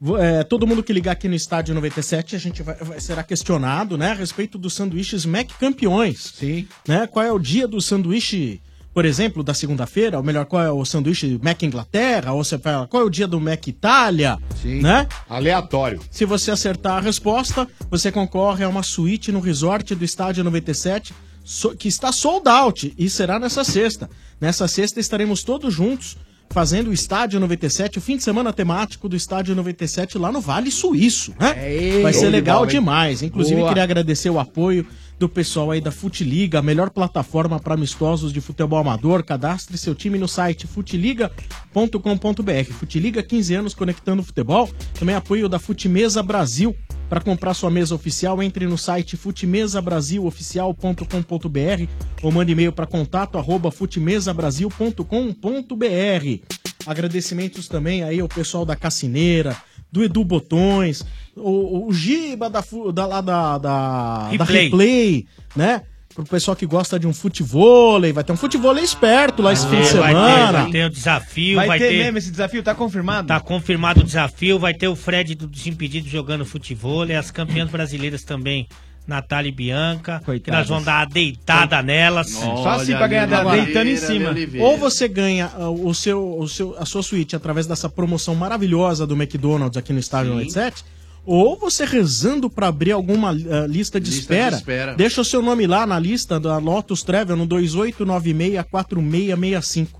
Speaker 13: vo- é, todo mundo que ligar aqui no estádio 97, a gente vai, vai- será questionado, né, a respeito dos sanduíches Mac campeões. Sim. Né? Qual é o dia do sanduíche, por exemplo, da segunda-feira? Ou melhor, qual é o sanduíche Mac Inglaterra? Ou você fala, qual é o dia do Mac Itália? Sim. Né?
Speaker 12: Aleatório.
Speaker 13: Se você acertar a resposta, você concorre a uma suíte no resort do estádio 97 so- que está sold out e será nessa sexta. Nessa sexta estaremos todos juntos fazendo o Estádio 97, o fim de semana temático do Estádio 97 lá no Vale Suíço, né? Vai
Speaker 26: É show
Speaker 13: ser
Speaker 26: de
Speaker 13: legal
Speaker 26: bola, hein?
Speaker 13: demais. Inclusive,
Speaker 26: Boa.
Speaker 13: queria agradecer o apoio do pessoal aí da Futiliga, a melhor plataforma para amistosos de futebol amador. Cadastre seu time no site futiliga.com.br. Futiliga, 15 anos conectando futebol. Também apoio da Futimesa Brasil. Para comprar sua mesa oficial, entre no site futimesabrasiloficial.com.br ou mande e-mail para contato arroba futimesabrasil.com.br. Agradecimentos também aí ao pessoal da Cassineira, do Edu Botões, o, o Giba da, fu- da, lá da, da, da
Speaker 11: Replay.
Speaker 13: Replay, né? Pro pessoal que gosta de um futevôlei, vai ter um futevôlei esperto lá esse fim de
Speaker 11: Vai ter,
Speaker 13: semana.
Speaker 11: vai ter o desafio, vai, ter.
Speaker 14: mesmo esse desafio? Tá confirmado?
Speaker 11: Tá confirmado o desafio, vai ter o Fred do Desimpedido jogando futebol, e as campeãs brasileiras também, Natália e Bianca.
Speaker 13: Coitadas.
Speaker 11: Nós vamos dar a deitada nelas.
Speaker 13: Só assim pra ganhar dela, deitando em cima. Ou você ganha ah, o seu, o seu, a sua suíte através dessa promoção maravilhosa do McDonald's aqui no Estádio 97, ou você rezando pra abrir alguma ah, lista, de,
Speaker 21: Lista de
Speaker 13: espera.
Speaker 21: espera.
Speaker 13: Deixa o seu nome lá na lista da Lotus Travel no 28964665.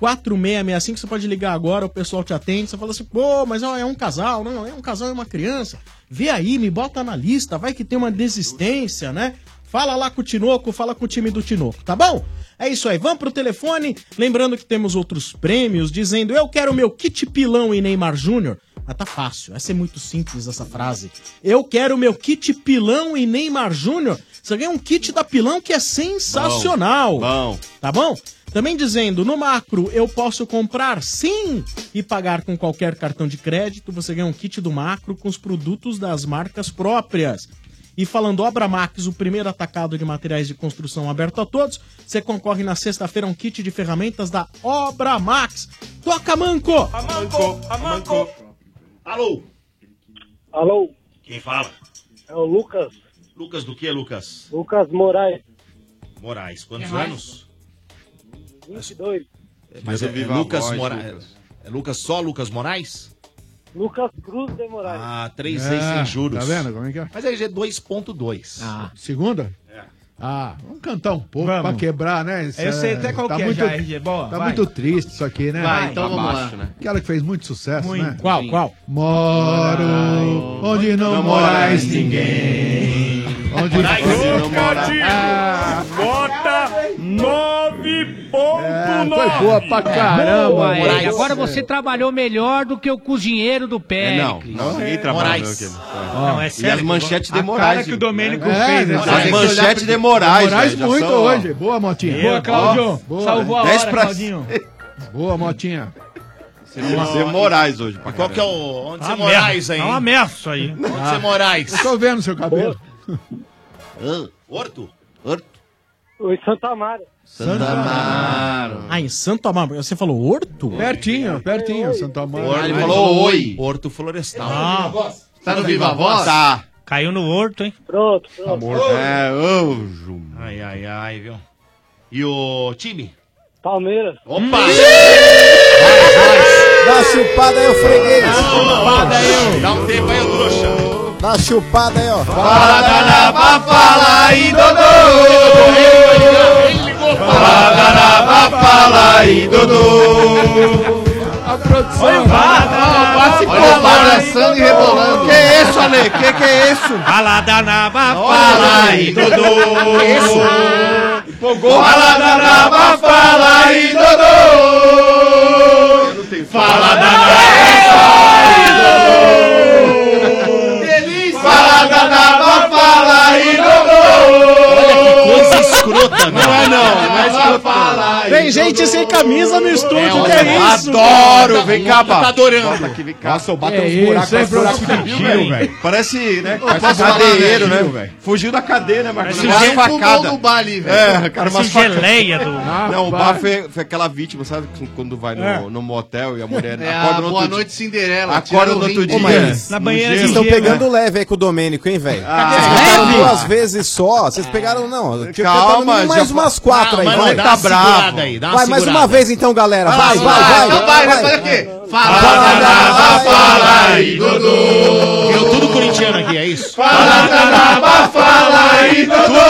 Speaker 13: 28964665. Você pode ligar agora, o pessoal te atende. Você fala assim, pô, mas ó, é um casal, não, é um casal, é uma criança. Vê aí, me bota na lista, vai que tem uma desistência, né? Fala lá com o Tinoco, fala com o time do Tinoco, tá bom? É isso aí, vamos pro telefone. Lembrando que temos outros prêmios dizendo: Eu quero meu kit pilão e Neymar Júnior. Mas tá fácil, essa é muito simples essa frase. Eu quero meu kit pilão e Neymar Júnior. Você ganha um kit da pilão que é sensacional. Bom. Tá bom? Também dizendo, no macro, eu posso comprar sim e pagar com qualquer cartão de crédito. Você ganha um kit do macro com os produtos das marcas próprias. E falando Obra Max, o primeiro atacado de materiais de construção aberto a todos, você concorre na sexta-feira a um kit de ferramentas da Obra Max. Toca, Manco!
Speaker 4: Amanco, amanco.
Speaker 2: Alô?
Speaker 27: Alô?
Speaker 2: Quem fala?
Speaker 27: É o Lucas.
Speaker 2: Lucas do que, Lucas?
Speaker 27: Lucas Moraes,
Speaker 2: Moraes, quantos
Speaker 27: Quem mais?
Speaker 2: anos?
Speaker 27: 22.
Speaker 2: Mas é, é
Speaker 18: Viva a
Speaker 2: Lucas
Speaker 18: voz,
Speaker 2: Moraes. É Lucas só Lucas Moraes?
Speaker 27: Lucas Cruz de Moraes.
Speaker 2: Ah, 3
Speaker 16: É,
Speaker 21: tá
Speaker 2: sem juros.
Speaker 16: tá vendo como é que é?
Speaker 13: Ah.
Speaker 2: Mas aí já é 2.2.
Speaker 16: Segunda? Ah, vamos cantar um pouco pra quebrar, né? Isso
Speaker 14: Eu sei até qual que é
Speaker 16: muito,
Speaker 14: já, RG. Boa,
Speaker 16: Tá
Speaker 14: vai.
Speaker 16: muito triste isso aqui, né?
Speaker 14: Vai, então vamos lá.
Speaker 16: Aquela que fez muito sucesso,
Speaker 14: Muito,
Speaker 16: né?
Speaker 14: Qual, sim. qual?
Speaker 16: Moro onde não, morais ninguém. Onde não Ah. morais
Speaker 4: Ah.
Speaker 11: Nota 9.9.
Speaker 16: É, foi boa pra caramba,
Speaker 11: Boa,
Speaker 16: Moraes.
Speaker 11: Eric. Agora você trabalhou melhor do que o cozinheiro do É. pé.
Speaker 18: É, não, não, ninguém trabalhou aquele.
Speaker 11: Não, é sério.
Speaker 18: E as manchetes
Speaker 11: A cara
Speaker 18: demorais.
Speaker 11: que
Speaker 18: viu?
Speaker 11: o Domênico
Speaker 18: É,
Speaker 11: fez, né?
Speaker 18: As
Speaker 11: Moraes.
Speaker 18: manchetes demorais.
Speaker 16: Morais
Speaker 18: velho, já
Speaker 16: muito
Speaker 18: são, ó.
Speaker 16: hoje. Boa, Motinha.
Speaker 18: Boa, Claudio. Salvou a
Speaker 16: Dez
Speaker 18: hora,
Speaker 16: pra-
Speaker 18: Claudinho.
Speaker 16: Boa, Motinha.
Speaker 18: Você Moraes hoje. pra
Speaker 16: E qual
Speaker 18: caramba.
Speaker 16: que é o- onde você Ah, Moraes merda. aí? É uma
Speaker 28: ameaça isso aí.
Speaker 16: Onde
Speaker 2: você Moraes?
Speaker 16: Ah. Eu tô vendo seu cabelo.
Speaker 2: Horto?
Speaker 29: Oi, Santa Amaro.
Speaker 16: Santa Amaro.
Speaker 13: Ah, em Santo Amaro. Você falou Horto?
Speaker 16: Pertinho, pertinho, Santo Amaro.
Speaker 13: Ele falou oi.
Speaker 2: Horto Florestal.
Speaker 13: Ah.
Speaker 2: Tá no
Speaker 13: Viva
Speaker 2: Voz?
Speaker 28: Tá. Caiu no horto, hein?
Speaker 29: Pronto,
Speaker 2: Tá morto. É, ô, Jum. Ai, ai, ai, viu? E o time?
Speaker 29: Palmeiras.
Speaker 2: Opa!
Speaker 15: Dá chupada aí, ô freguês. Dá
Speaker 2: chupada aí, Dá um tempo aí, ô trouxa.
Speaker 15: Dá chupada aí, ó.
Speaker 4: Fala danaba, fala aí, Dodô. Fala danaba, fala aí, Dodô.
Speaker 16: A produção. Olha,
Speaker 4: tá balançando e rebolando. Que isso, Ale?
Speaker 14: Que que é isso? Fala danaba, fala aí,
Speaker 4: Dodô. Que isso? Empolgou. Fala danaba, fala aí, Dodô. Fala Fala danaba, fala aí, Dodô!
Speaker 2: Coisa escrota,
Speaker 4: Não é não, não é escrota.
Speaker 13: Tem gente sem camisa no estúdio, que é isso?
Speaker 18: Adoro, vem cá,
Speaker 13: Tá adorando.
Speaker 18: Nossa, É eu bato
Speaker 13: Que
Speaker 18: uns
Speaker 13: isso,
Speaker 18: buracos,
Speaker 13: hein,
Speaker 18: uns buracos
Speaker 13: Bruno?
Speaker 18: de tiro, velho. Parece, né? Parece
Speaker 15: falar, né,
Speaker 18: cadeieiro,
Speaker 15: tiro,
Speaker 18: né? Fugiu da cadeia, né, Marcos?
Speaker 15: Parece
Speaker 18: Uma
Speaker 15: gente
Speaker 18: facada.
Speaker 15: com o gol do Bali, velho.
Speaker 18: É, cara, uma
Speaker 15: Parece geleia do-
Speaker 18: Não, o
Speaker 15: Rapaz.
Speaker 18: Bafo é, foi aquela vítima, sabe? que Quando vai no,
Speaker 15: É.
Speaker 18: no motel e a mulher
Speaker 15: É a
Speaker 18: acorda no
Speaker 15: Boa
Speaker 18: outro dia.
Speaker 15: Noite Cinderela,
Speaker 18: Acorda
Speaker 15: tiraram
Speaker 18: no
Speaker 15: o
Speaker 18: outro
Speaker 15: rim.
Speaker 18: dia.
Speaker 15: Ô, mas na
Speaker 18: no
Speaker 15: banheira
Speaker 18: gelo.
Speaker 15: Vocês estão pegando leve aí com o Domênico, hein, velho?
Speaker 18: Ah.
Speaker 15: Vocês pegaram duas vezes só. Vocês pegaram, não. Tinha que ter
Speaker 18: Calma,
Speaker 15: pelo menos mais
Speaker 18: já-
Speaker 15: umas quatro aí.
Speaker 18: Calma,
Speaker 15: vai.
Speaker 18: ele tá Dá uma bravo. segurada aí, dá uma
Speaker 15: Vai, mais uma
Speaker 18: segurada.
Speaker 15: vez então, galera. Vai, vai, vai.
Speaker 4: Então vai, vai fazer o quê? Fala, danaba, fala aí, Dodô.
Speaker 2: Eu tudo corintiano aqui, é isso?
Speaker 4: Fala, danaba, fala aí, Dodô.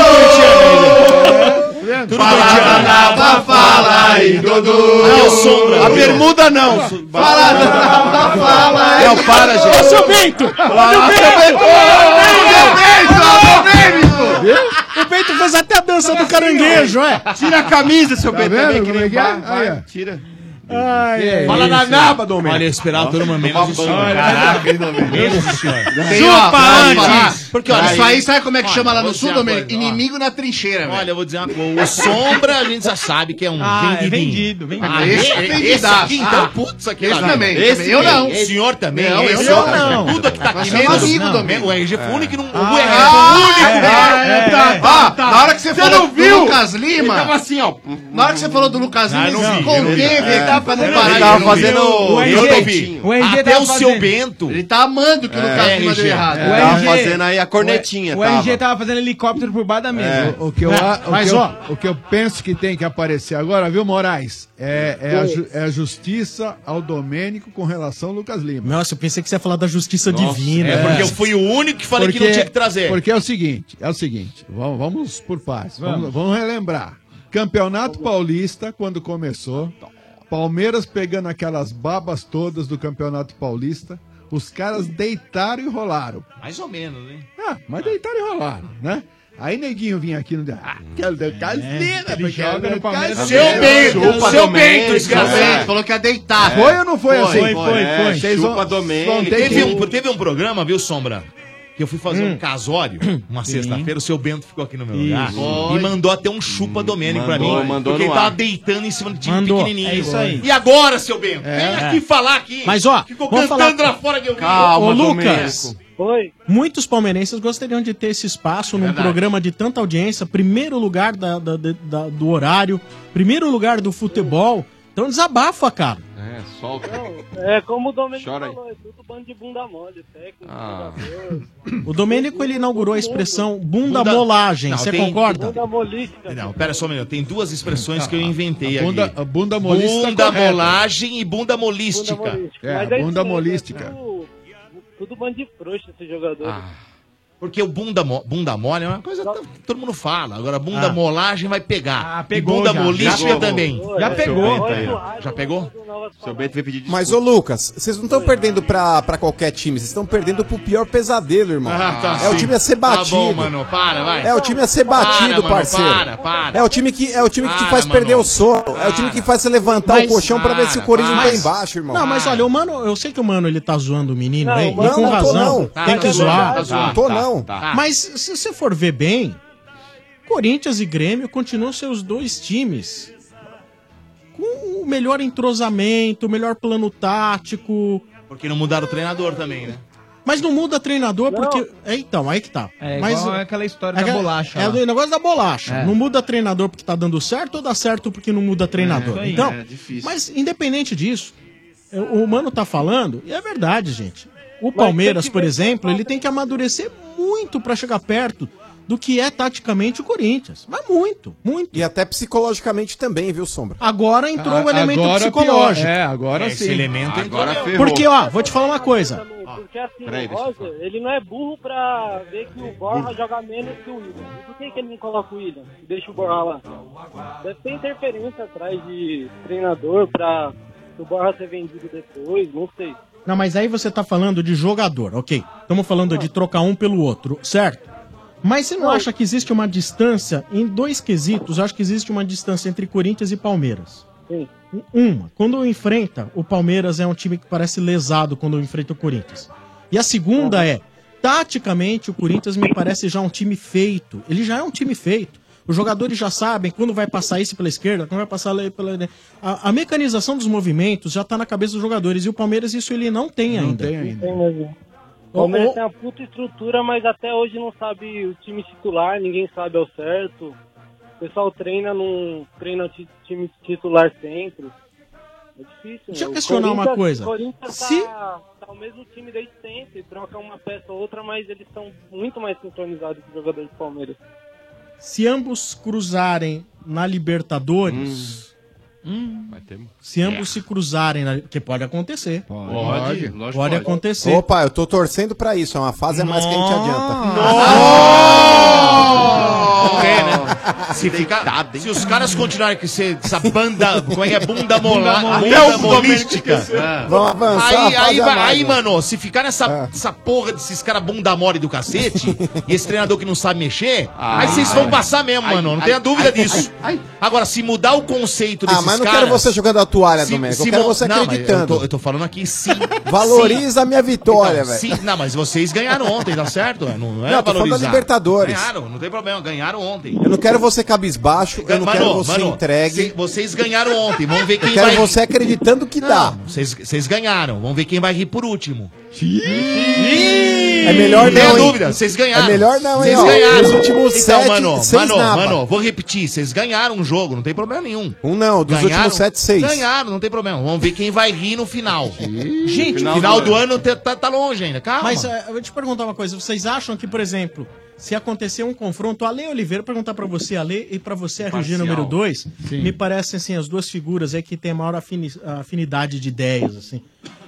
Speaker 4: Fala, danaba, fala aí, Dodô.
Speaker 18: Não, sombra. A bermuda não.
Speaker 4: Fala, danaba, fala aí. Não, para, gente. Ô, seu Bento. Fala, seu Bento. Ô, Seu Bento.
Speaker 13: O Bento fez até a dança do caranguejo, é.
Speaker 18: Tira a camisa, seu
Speaker 13: Bento.
Speaker 18: vendo
Speaker 13: como é que
Speaker 18: Vai, vai, tira.
Speaker 21: É,
Speaker 18: É,
Speaker 13: Ai,
Speaker 18: Fala na naba,
Speaker 2: Domênico. Olha, eu esperava todo mundo menos o senhor.
Speaker 18: Caraca,
Speaker 2: hein, Domênico? Menos o senhor.
Speaker 21: Tem, ó, pra falar,
Speaker 2: Porque,
Speaker 21: Porque,
Speaker 2: olha,
Speaker 21: olha, isso aí sabe como é que
Speaker 2: Olha,
Speaker 21: chama lá
Speaker 2: vou
Speaker 21: no
Speaker 2: dizer
Speaker 21: sul,
Speaker 2: uma
Speaker 21: Domênico?
Speaker 2: coisa, ó.
Speaker 21: Inimigo na trincheira, velho.
Speaker 2: Olha, eu vou dizer uma coisa. O Sombra, a gente já sabe que é um
Speaker 21: Ah, é
Speaker 2: vendidinho.
Speaker 21: vendido, vendido. Ah,
Speaker 2: esse,
Speaker 21: esse é
Speaker 2: esse
Speaker 21: vendidaço.
Speaker 2: aqui, então,
Speaker 21: Ah,
Speaker 2: putz, aqui
Speaker 21: esse
Speaker 2: lá,
Speaker 21: também,
Speaker 2: esse
Speaker 21: também. Eu
Speaker 2: também,
Speaker 21: não.
Speaker 2: O senhor também.
Speaker 21: Não,
Speaker 2: esse
Speaker 21: eu
Speaker 2: outro,
Speaker 21: não.
Speaker 2: Tudo aqui tá
Speaker 21: Nós
Speaker 2: aqui.
Speaker 21: somos
Speaker 2: menos-
Speaker 21: amigos,
Speaker 2: não,
Speaker 21: Domênico.
Speaker 2: O RG foi o único que não...
Speaker 21: Ah,
Speaker 2: o RG
Speaker 21: é.
Speaker 2: foi o único.
Speaker 21: É,
Speaker 2: né?
Speaker 21: é, tá,
Speaker 4: Ah,
Speaker 21: tá, tá. Na hora que
Speaker 2: Você
Speaker 21: você falou
Speaker 2: não
Speaker 21: do
Speaker 2: viu?
Speaker 21: Lucas
Speaker 2: Ele
Speaker 21: Lima.
Speaker 2: tava assim, ó.
Speaker 21: Na hora que você falou do Lucas Lima,
Speaker 2: Ah,
Speaker 21: ele
Speaker 2: não vi,
Speaker 21: se
Speaker 2: eu não vi.
Speaker 21: conteve, ele tava pra não
Speaker 2: Ele
Speaker 21: parar.
Speaker 2: tava
Speaker 21: ele não
Speaker 2: fazendo
Speaker 21: viu.
Speaker 2: o- O eu RG não vi. o RG
Speaker 21: Até
Speaker 2: tava
Speaker 21: o seu
Speaker 2: fazendo-
Speaker 21: Bento. Ele tá amando que o Lucas
Speaker 18: É,
Speaker 21: Lima deu
Speaker 18: RG.
Speaker 21: errado.
Speaker 18: É, tava fazendo aí a cornetinha,
Speaker 14: O, o RG
Speaker 18: tava.
Speaker 14: tava fazendo helicóptero por baixo da
Speaker 18: É.
Speaker 14: mesa.
Speaker 16: É.
Speaker 14: É.
Speaker 16: O, o que eu, a- o
Speaker 14: Mas,
Speaker 16: que eu-
Speaker 14: ó.
Speaker 16: o que eu penso que tem que aparecer agora, viu, Moraes? É, é a, ju- é a justiça ao Domênico com relação ao Lucas Lima.
Speaker 13: Nossa, eu pensei que você ia falar da justiça divina.
Speaker 16: é porque eu fui
Speaker 2: o único que
Speaker 13: falei que não tinha que
Speaker 2: trazer.
Speaker 16: Porque é o seguinte, é o seguinte, vamos, vamos por partes, vamos.
Speaker 13: Vamos.
Speaker 16: vamos relembrar. Campeonato Paulista, quando começou, Palmeiras pegando aquelas babas todas do Campeonato Paulista, os caras deitaram e rolaram.
Speaker 2: Mais ou menos, hein?
Speaker 16: Ah, mas deitaram e rolaram, né? Aí neguinho vinha aqui no dia. Ah, quero dar caseira, é
Speaker 21: Ele joga no Palmeiras.
Speaker 16: Seu Bento, seu Bento,
Speaker 21: Bento, falou que ia deitar.
Speaker 16: Foi ou não foi assim?
Speaker 2: Foi, foi,
Speaker 16: É,
Speaker 2: foi.
Speaker 16: vocês vão- vão ter
Speaker 2: Teve
Speaker 16: que-
Speaker 2: um, teve um programa, viu, Sombra? Que eu fui fazer um casório, uma sexta-feira, o seu Bento ficou aqui no meu lugar
Speaker 18: Isso. Foi.
Speaker 2: e mandou até um chupa domênico pra mim.
Speaker 18: Mandou, mandou
Speaker 2: porque
Speaker 18: no
Speaker 2: ele tava
Speaker 18: ar.
Speaker 2: deitando em cima do time
Speaker 18: Mandou.
Speaker 2: pequenininho.
Speaker 18: É isso aí.
Speaker 2: E agora, seu Bento?
Speaker 13: É.
Speaker 2: Vem aqui
Speaker 13: É.
Speaker 2: falar aqui.
Speaker 13: Mas, ó,
Speaker 2: Ficou
Speaker 13: vamos
Speaker 2: cantando
Speaker 13: falar-
Speaker 2: lá fora que eu vi.
Speaker 13: Ô, Lucas. Muitos palmeirenses gostariam de ter esse espaço num
Speaker 2: verdade.
Speaker 13: programa de tanta audiência, primeiro lugar da- da- da- da- do horário, primeiro lugar do futebol. Então desabafa, cara.
Speaker 18: É, solta.
Speaker 29: É como o Domênico
Speaker 13: Chora aí.
Speaker 29: falou, é tudo bando de bunda mole, técnico,
Speaker 18: Ah.
Speaker 29: jogador.
Speaker 13: O Domênico ele inaugurou a expressão bunda,
Speaker 2: Bunda-
Speaker 13: molagem,
Speaker 2: Não,
Speaker 13: você
Speaker 2: tem-
Speaker 13: concorda?
Speaker 2: Não, pera só um minuto. Tem duas expressões que eu inventei
Speaker 16: A bunda-
Speaker 2: aqui.
Speaker 16: a bunda molista tá
Speaker 2: Bunda
Speaker 16: correta.
Speaker 2: molagem e bunda molística.
Speaker 29: Bunda molística.
Speaker 16: É,
Speaker 29: Mas
Speaker 16: bunda
Speaker 29: é isso mesmo,
Speaker 16: molística.
Speaker 29: é Tudo, tudo bando de frouxa esse jogador.
Speaker 2: Porque o bunda, mo- bunda mole é uma coisa que todo mundo fala. Agora, bunda
Speaker 4: Ah.
Speaker 2: molagem vai pegar.
Speaker 4: Ah, pegou
Speaker 2: e bunda
Speaker 4: já.
Speaker 2: molística
Speaker 4: Já pegou.
Speaker 2: também.
Speaker 4: Já pegou.
Speaker 2: Já pegou?
Speaker 18: Seu Bento veio pedir desculpa.
Speaker 15: Mas, ô Lucas, vocês não estão perdendo pra, pra qualquer time, vocês estão perdendo pro pior pesadelo, irmão.
Speaker 2: Ah, tá
Speaker 15: é o
Speaker 2: sim.
Speaker 15: time a ser
Speaker 2: Tá
Speaker 15: batido.
Speaker 2: bom, mano, para, vai.
Speaker 15: É o time a ser
Speaker 2: Para,
Speaker 15: batido,
Speaker 2: mano,
Speaker 15: parceiro.
Speaker 2: para, para.
Speaker 15: É o time que, é o time que te
Speaker 13: Para,
Speaker 15: faz
Speaker 13: mano.
Speaker 15: perder o sono. É o time que faz você levantar o colchão pra ver se o Corinthians tá embaixo, irmão.
Speaker 13: Não, mas olha, o mano, eu sei que o mano ele tá zoando o menino
Speaker 15: Não,
Speaker 13: aí, e
Speaker 15: mano,
Speaker 13: com
Speaker 15: não tô,
Speaker 13: razão.
Speaker 15: não.
Speaker 13: Tem
Speaker 15: Tá,
Speaker 13: que
Speaker 15: tá
Speaker 13: zoar. Ah.
Speaker 15: zoando, tá, Não tô, tá, não. tá.
Speaker 13: Mas se você for ver bem, Corinthians e Grêmio continuam seus dois times com o melhor entrosamento, o melhor plano tático.
Speaker 2: Porque não mudaram o treinador também, né?
Speaker 13: Mas não muda treinador porque. É, então, aí que tá.
Speaker 14: É
Speaker 13: Mas-
Speaker 14: igual aquela história da
Speaker 13: aquela-
Speaker 14: bolacha.
Speaker 13: É
Speaker 14: lá.
Speaker 13: o negócio da bolacha.
Speaker 14: É.
Speaker 13: Não muda treinador porque tá dando certo ou dá certo porque não muda treinador.
Speaker 14: isso aí,
Speaker 13: então,
Speaker 14: é difícil.
Speaker 13: mas independente disso, é, o Mano tá falando, e é verdade, gente. O Palmeiras, por exemplo, ele tem que amadurecer muito pra chegar perto do que é taticamente o Corinthians. Mas muito, muito.
Speaker 15: E até psicologicamente também, viu, Sombra?
Speaker 13: Agora entrou
Speaker 14: Ah,
Speaker 13: o
Speaker 15: A-
Speaker 13: elemento
Speaker 15: agora
Speaker 13: psicológico.
Speaker 15: pior. É, agora Esse sim. elemento entrou Agora mesmo. ferrou.
Speaker 13: Porque, ó, vou te falar uma coisa.
Speaker 27: Porque assim,
Speaker 13: Peraí,
Speaker 27: o
Speaker 13: deixa eu
Speaker 27: Roger, ele não é burro pra ver que o Borra joga menos que o William. E por que, que ele não coloca o William? Deixa o Borra lá. Deve ter interferência atrás de treinador pra o Borra ser vendido depois, não sei.
Speaker 13: Não, mas aí você tá falando de jogador, ok. Estamos falando de trocar um pelo outro, certo? Mas você não acha que existe uma distância em dois quesitos? Eu acho que existe uma distância entre Corinthians e Palmeiras.
Speaker 27: Sim.
Speaker 13: Uma, quando enfrenta, o Palmeiras é um time que parece lesado quando enfrenta o Corinthians. E a segunda é, taticamente, o Corinthians me parece já um time feito. Ele já é um time feito. Os jogadores já sabem quando vai passar isso pela esquerda, quando vai passar ali pela. A, a mecanização dos movimentos já tá na cabeça dos jogadores. E o Palmeiras, isso ele não tem ainda.
Speaker 27: Tem mesmo. O Palmeiras tem uma puta estrutura, mas até hoje não sabe o time titular, ninguém sabe ao certo. O pessoal treina, não treina o ti- time titular sempre. É difícil.
Speaker 13: Deixa eu
Speaker 27: né? O
Speaker 13: questionar uma
Speaker 27: Corinthians-
Speaker 13: coisa.
Speaker 27: O Corinthians
Speaker 13: Se-
Speaker 27: tá, tá o mesmo time desde sempre,
Speaker 29: é
Speaker 27: troca uma peça ou outra, mas eles estão muito mais sincronizados que os jogadores do Palmeiras.
Speaker 13: Se ambos cruzarem na Libertadores.
Speaker 18: Vai ter...
Speaker 13: Se ambos se cruzarem, na... que pode acontecer. Pode,
Speaker 15: Pode,
Speaker 13: pode,
Speaker 15: lógico que
Speaker 13: acontecer.
Speaker 15: Opa, eu tô torcendo pra isso. É uma fase a mais que a gente adianta.
Speaker 2: né? Se, ficar, se os caras continuarem com esse- essa banda, como é que é? Bunda mola,
Speaker 15: Bunda mola.
Speaker 2: bunda
Speaker 15: Até o
Speaker 2: molística. Ah.
Speaker 15: Domênico. É. Vão avançar,
Speaker 2: Aí,
Speaker 15: fase
Speaker 2: aí,
Speaker 15: a
Speaker 2: vai-
Speaker 15: mais,
Speaker 2: aí,
Speaker 15: né? Ah.
Speaker 2: mano, se ficar nessa essa porra desses caras bunda mole do cacete, e esse treinador que não sabe mexer, aí vocês vão
Speaker 15: ai.
Speaker 2: passar mesmo,
Speaker 15: Ai,
Speaker 2: mano. Não
Speaker 15: ai,
Speaker 2: tenha dúvida
Speaker 15: ai,
Speaker 2: disso. Agora, se mudar o conceito desses
Speaker 15: Ah,
Speaker 2: caras...
Speaker 15: mas não quero você jogando a toalha,
Speaker 2: Se-
Speaker 15: Domênico. Eu
Speaker 2: se
Speaker 15: quero
Speaker 2: mo-
Speaker 15: você
Speaker 2: Não, mas eu
Speaker 15: acreditando.
Speaker 2: tô- eu tô falando aqui sim.
Speaker 15: Valoriza a minha vitória,
Speaker 2: Então,
Speaker 15: velho.
Speaker 2: se- Não, mas vocês ganharam ontem, tá certo? Não, não é
Speaker 15: Não, tô falando da
Speaker 2: valorizar.
Speaker 15: Libertadores.
Speaker 2: Ganharam, não tem problema, ganharam ontem.
Speaker 15: Eu não quero você cabisbaixo, eu não quero você entregue.
Speaker 2: se- vocês ganharam ontem, vamos ver quem
Speaker 15: Eu quero
Speaker 2: vai...
Speaker 15: você acreditando que dá.
Speaker 2: Vocês, vocês ganharam, vamos ver quem vai rir por último.
Speaker 15: É melhor
Speaker 2: Tenha
Speaker 15: não, hein?
Speaker 2: dúvida, vocês ganharam.
Speaker 15: É melhor não, hein,
Speaker 2: Vocês
Speaker 15: ó.
Speaker 2: ganharam. Então,
Speaker 15: Os últimos sete,
Speaker 2: mano,
Speaker 15: seis
Speaker 2: mano,
Speaker 15: napa.
Speaker 2: mano, vou repetir, vocês ganharam um jogo, não tem problema nenhum.
Speaker 15: Um não, dos últimos sete, seis.
Speaker 2: Ganharam, não tem problema. Vamos ver quem vai rir no final.
Speaker 13: Gente,
Speaker 2: final, final do ano te- tá, tá longe ainda, calma.
Speaker 13: Mas eh, eu vou te perguntar uma coisa. Vocês acham que, por exemplo, se acontecer um confronto, a Ale Oliveira, perguntar pra você, Ale, e pra você, RG
Speaker 10: Parcial.
Speaker 13: número 2,
Speaker 10: Sim.
Speaker 13: me parecem assim, as duas figuras aí que têm a maior afini- afinidade de ideias, assim.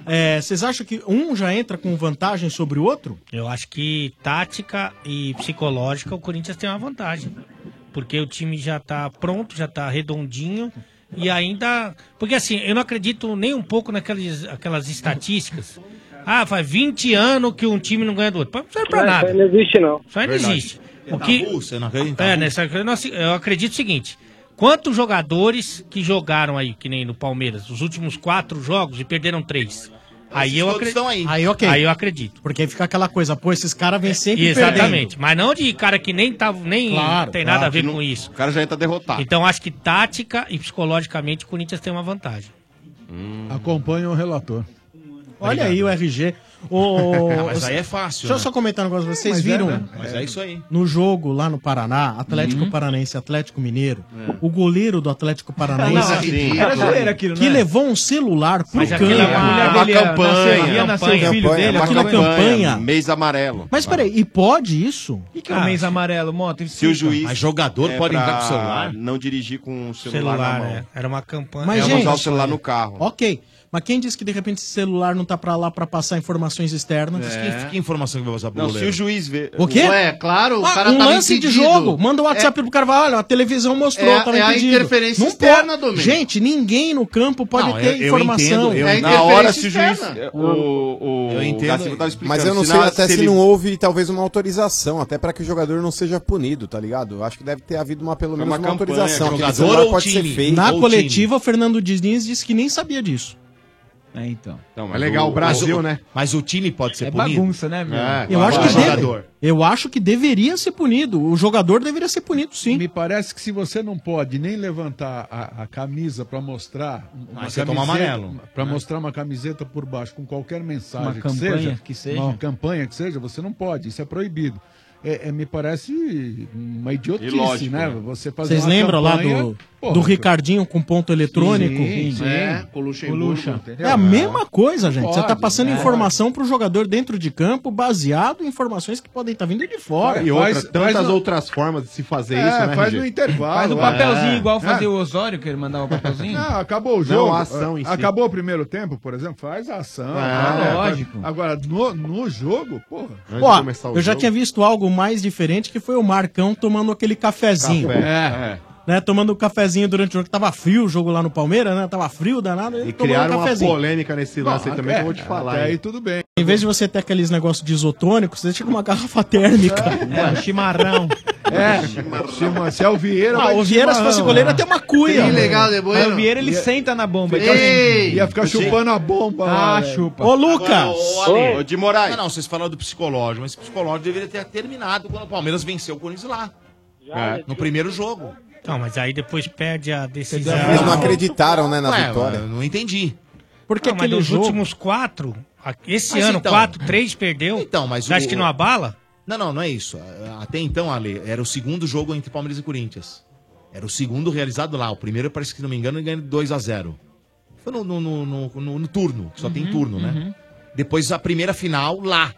Speaker 13: Eh, vocês acham que um já entra com vantagem sobre o outro?
Speaker 11: Eu acho que tática e psicológica o Corinthians tem uma vantagem. Porque o time já tá pronto, já tá redondinho e ainda. Porque assim, eu não acredito nem um pouco naquelas aquelas estatísticas. Ah, faz 20 anos que um time não ganha do outro. Não serve pra
Speaker 2: é
Speaker 27: Não,
Speaker 11: nada.
Speaker 27: Não existe, não.
Speaker 11: Isso aí não
Speaker 27: Verdade.
Speaker 11: existe.
Speaker 27: É
Speaker 11: O que...
Speaker 27: tabu,
Speaker 2: você não acredita?
Speaker 11: É, nessa, eu não ac- eu acredito o seguinte: quantos jogadores que jogaram aí, que nem no Palmeiras, os últimos quatro jogos e perderam três? Aí eu, acredito,
Speaker 2: aí.
Speaker 13: Aí, ok.
Speaker 11: aí eu acredito.
Speaker 13: Porque aí fica aquela coisa, pô, esses caras vêm sempre
Speaker 11: Exatamente. Mas não de cara que nem, tá, nem
Speaker 13: Claro,
Speaker 11: tem
Speaker 13: claro,
Speaker 11: nada a ver
Speaker 13: que não-
Speaker 11: com isso.
Speaker 18: O cara já entra derrotado.
Speaker 11: Então acho que tática e psicologicamente o Corinthians tem uma vantagem.
Speaker 9: Acompanha o relator.
Speaker 13: Olha aí o RG. O...
Speaker 9: Ah, mas aí é fácil,
Speaker 13: Deixa eu
Speaker 9: né?
Speaker 13: só comentar um negócio. Vocês
Speaker 9: mas é,
Speaker 13: viram?
Speaker 9: né? Mas é isso aí.
Speaker 13: No jogo lá no Paraná, Atlético
Speaker 9: Uhum. É.
Speaker 13: Paranaense, Atlético Mineiro, o goleiro do Atlético Paranaense.
Speaker 9: Não, sim. Era zoeira aquilo, né?
Speaker 13: Que levou um celular pro
Speaker 18: Mas
Speaker 13: campo.
Speaker 18: aquilo é uma- É uma
Speaker 13: Aquilo é
Speaker 18: campanha.
Speaker 13: nasceu o filho
Speaker 18: Campanha,
Speaker 13: dele,
Speaker 18: uma
Speaker 13: aquilo é campanha. Ah.
Speaker 18: Mês amarelo.
Speaker 13: Mas peraí, e pode isso? O
Speaker 14: que, que é
Speaker 9: um
Speaker 14: o mês amarelo, Mota?
Speaker 18: Se o juiz. é pra
Speaker 14: celular.
Speaker 18: Não dirigir com o celular,
Speaker 11: Celular,
Speaker 18: na mão.
Speaker 11: é. Era uma campanha.
Speaker 18: Mas, é usar o celular no carro.
Speaker 13: Ok. Mas quem disse que de repente esse celular não tá pra lá pra passar informações externas?
Speaker 2: Mas que, que informação que vai passar pro
Speaker 13: Não, se
Speaker 2: goleiro?
Speaker 13: o juiz vê- O quê?
Speaker 21: É, claro, o
Speaker 13: Ah,
Speaker 21: cara
Speaker 13: um
Speaker 21: tava
Speaker 13: lance de
Speaker 21: impedido.
Speaker 13: jogo. Manda o WhatsApp pro cara e fala, olha, a televisão mostrou,
Speaker 21: É-
Speaker 13: tava
Speaker 21: é a
Speaker 13: impedido.
Speaker 21: interferência
Speaker 13: Não
Speaker 21: externa,
Speaker 13: pode-
Speaker 21: Domênio.
Speaker 13: Gente, ninguém no campo pode
Speaker 21: Não,
Speaker 13: ter
Speaker 21: eu- eu
Speaker 13: informação.
Speaker 21: entendo, eu-
Speaker 13: É
Speaker 21: na hora, se o
Speaker 13: interferência
Speaker 21: juiz-
Speaker 13: externa.
Speaker 18: é, O, o,
Speaker 15: Eu entendo.
Speaker 18: Gaciba tava explicando.
Speaker 15: Mas eu não
Speaker 18: se
Speaker 15: sei
Speaker 18: na-
Speaker 15: até se,
Speaker 18: ele-
Speaker 15: não houve talvez uma autorização, até pra que o jogador não seja punido, tá ligado? Eu Acho que deve ter havido uma pelo
Speaker 18: Foi
Speaker 15: menos uma,
Speaker 18: uma campanha,
Speaker 15: autorização. Aquele
Speaker 18: jogador
Speaker 15: celular
Speaker 18: ou
Speaker 15: pode
Speaker 18: time?
Speaker 15: ser feito.
Speaker 13: Na coletiva, o Fernando Diniz disse que nem sabia disso.
Speaker 2: É, então.
Speaker 13: É legal, o Brasil, né?
Speaker 2: Mas o time pode ser
Speaker 13: É
Speaker 2: punido.
Speaker 13: bagunça,
Speaker 2: né,
Speaker 13: meu? Eu acho, que deve, eu acho que deveria ser punido. O jogador deveria ser punido, sim.
Speaker 16: Me parece que se você não pode nem levantar a, a camisa pra mostrar uma
Speaker 2: Aí você toma amarelo.
Speaker 16: para
Speaker 2: Né?
Speaker 16: mostrar uma camiseta por baixo com qualquer mensagem
Speaker 2: Uma
Speaker 16: que,
Speaker 2: campanha
Speaker 16: seja,
Speaker 2: que seja.
Speaker 16: uma campanha que seja, você não pode, isso é proibido. É, é, me parece uma idiotice,
Speaker 13: Ilógico,
Speaker 16: né?
Speaker 13: né?
Speaker 16: Você fazer
Speaker 13: Vocês
Speaker 16: uma
Speaker 13: lembram lá
Speaker 16: campanha,
Speaker 13: do,
Speaker 16: porra,
Speaker 13: do Ricardinho com ponto eletrônico?
Speaker 16: Sim, sim. É, com o Luxemburgo, entendeu?
Speaker 13: É a mesma coisa, gente. Você tá
Speaker 16: pode,
Speaker 13: passando
Speaker 16: né?
Speaker 13: informação pro jogador dentro de campo baseado em informações que podem estar vindo de
Speaker 16: É,
Speaker 13: fora.
Speaker 12: E outras, tantas
Speaker 13: no-
Speaker 12: outras formas de se fazer
Speaker 13: É,
Speaker 12: isso, né,
Speaker 13: faz
Speaker 12: RG?
Speaker 13: no intervalo,
Speaker 16: é.
Speaker 12: Faz no
Speaker 14: Faz um
Speaker 2: É.
Speaker 14: papelzinho igual
Speaker 15: É.
Speaker 14: fazia o Osório, que ele mandava um papelzinho.
Speaker 15: Ah,
Speaker 16: Não, acabou o jogo.
Speaker 12: Não, a ação em si.
Speaker 16: acabou o primeiro tempo, por exemplo, faz a ação.
Speaker 12: Ah,
Speaker 16: Faz-
Speaker 12: lógico.
Speaker 16: Agora, no, no jogo, porra.
Speaker 13: Ó, eu já tinha visto algo mais diferente que foi o Marcão tomando aquele cafezinho.
Speaker 16: Café,
Speaker 13: É. Né, tomando um cafezinho durante o jogo, que tava frio o jogo lá no Palmeiras, né? Tava frio, danado. um
Speaker 12: E criaram uma polêmica nesse lance aí também que eu vou
Speaker 13: é,
Speaker 12: te falar. hein?
Speaker 16: tudo bem.
Speaker 13: Em vez de você ter aqueles negócios de isotônico, você chega uma garrafa térmica.
Speaker 14: É, um chimarrão.
Speaker 16: É, se, uma, se é o Vieira.
Speaker 13: Ah,
Speaker 16: vai
Speaker 13: o
Speaker 16: de
Speaker 13: Vieira, se
Speaker 16: chimarrão.
Speaker 13: fosse goleiro, ia ter uma cuia.
Speaker 16: Que legal, De Bueno.
Speaker 14: Mas o Vieira, ele
Speaker 16: Ia-
Speaker 14: senta na bomba.
Speaker 4: então,
Speaker 16: Ei!
Speaker 4: assim,
Speaker 16: Ia ficar chupando a bomba. lá,
Speaker 14: Ah,
Speaker 16: velho.
Speaker 14: chupa.
Speaker 13: Ô,
Speaker 2: Agora, ô, Ale,
Speaker 14: Ô,
Speaker 2: Não, não, vocês falaram do psicológico, mas o psicológico deveria ter terminado quando o Palmeiras venceu o Corinthians lá. É,
Speaker 11: Já,
Speaker 2: No primeiro jogo.
Speaker 11: Não, mas aí depois perde a decisão.
Speaker 15: Eles não acreditaram, né, na
Speaker 11: Ué,
Speaker 15: vitória.
Speaker 2: Não entendi.
Speaker 13: Porque
Speaker 11: mas
Speaker 13: aquele
Speaker 11: dos
Speaker 13: jogo-
Speaker 11: últimos quatro, a- esse
Speaker 2: Mas
Speaker 11: ano,
Speaker 2: então-
Speaker 11: quatro, três perdeu.
Speaker 2: Então, mas
Speaker 11: Acho que não abala?
Speaker 2: Não, não, não é isso. Até então, Ale, era o segundo jogo entre Palmeiras e Corinthians. Era o segundo realizado lá. O primeiro, parece que, se não me engano, ele ganhou de 2 a 0 Foi no, no- no- no- no- no turno, que só tem turno, né? Depois, a primeira final, lá.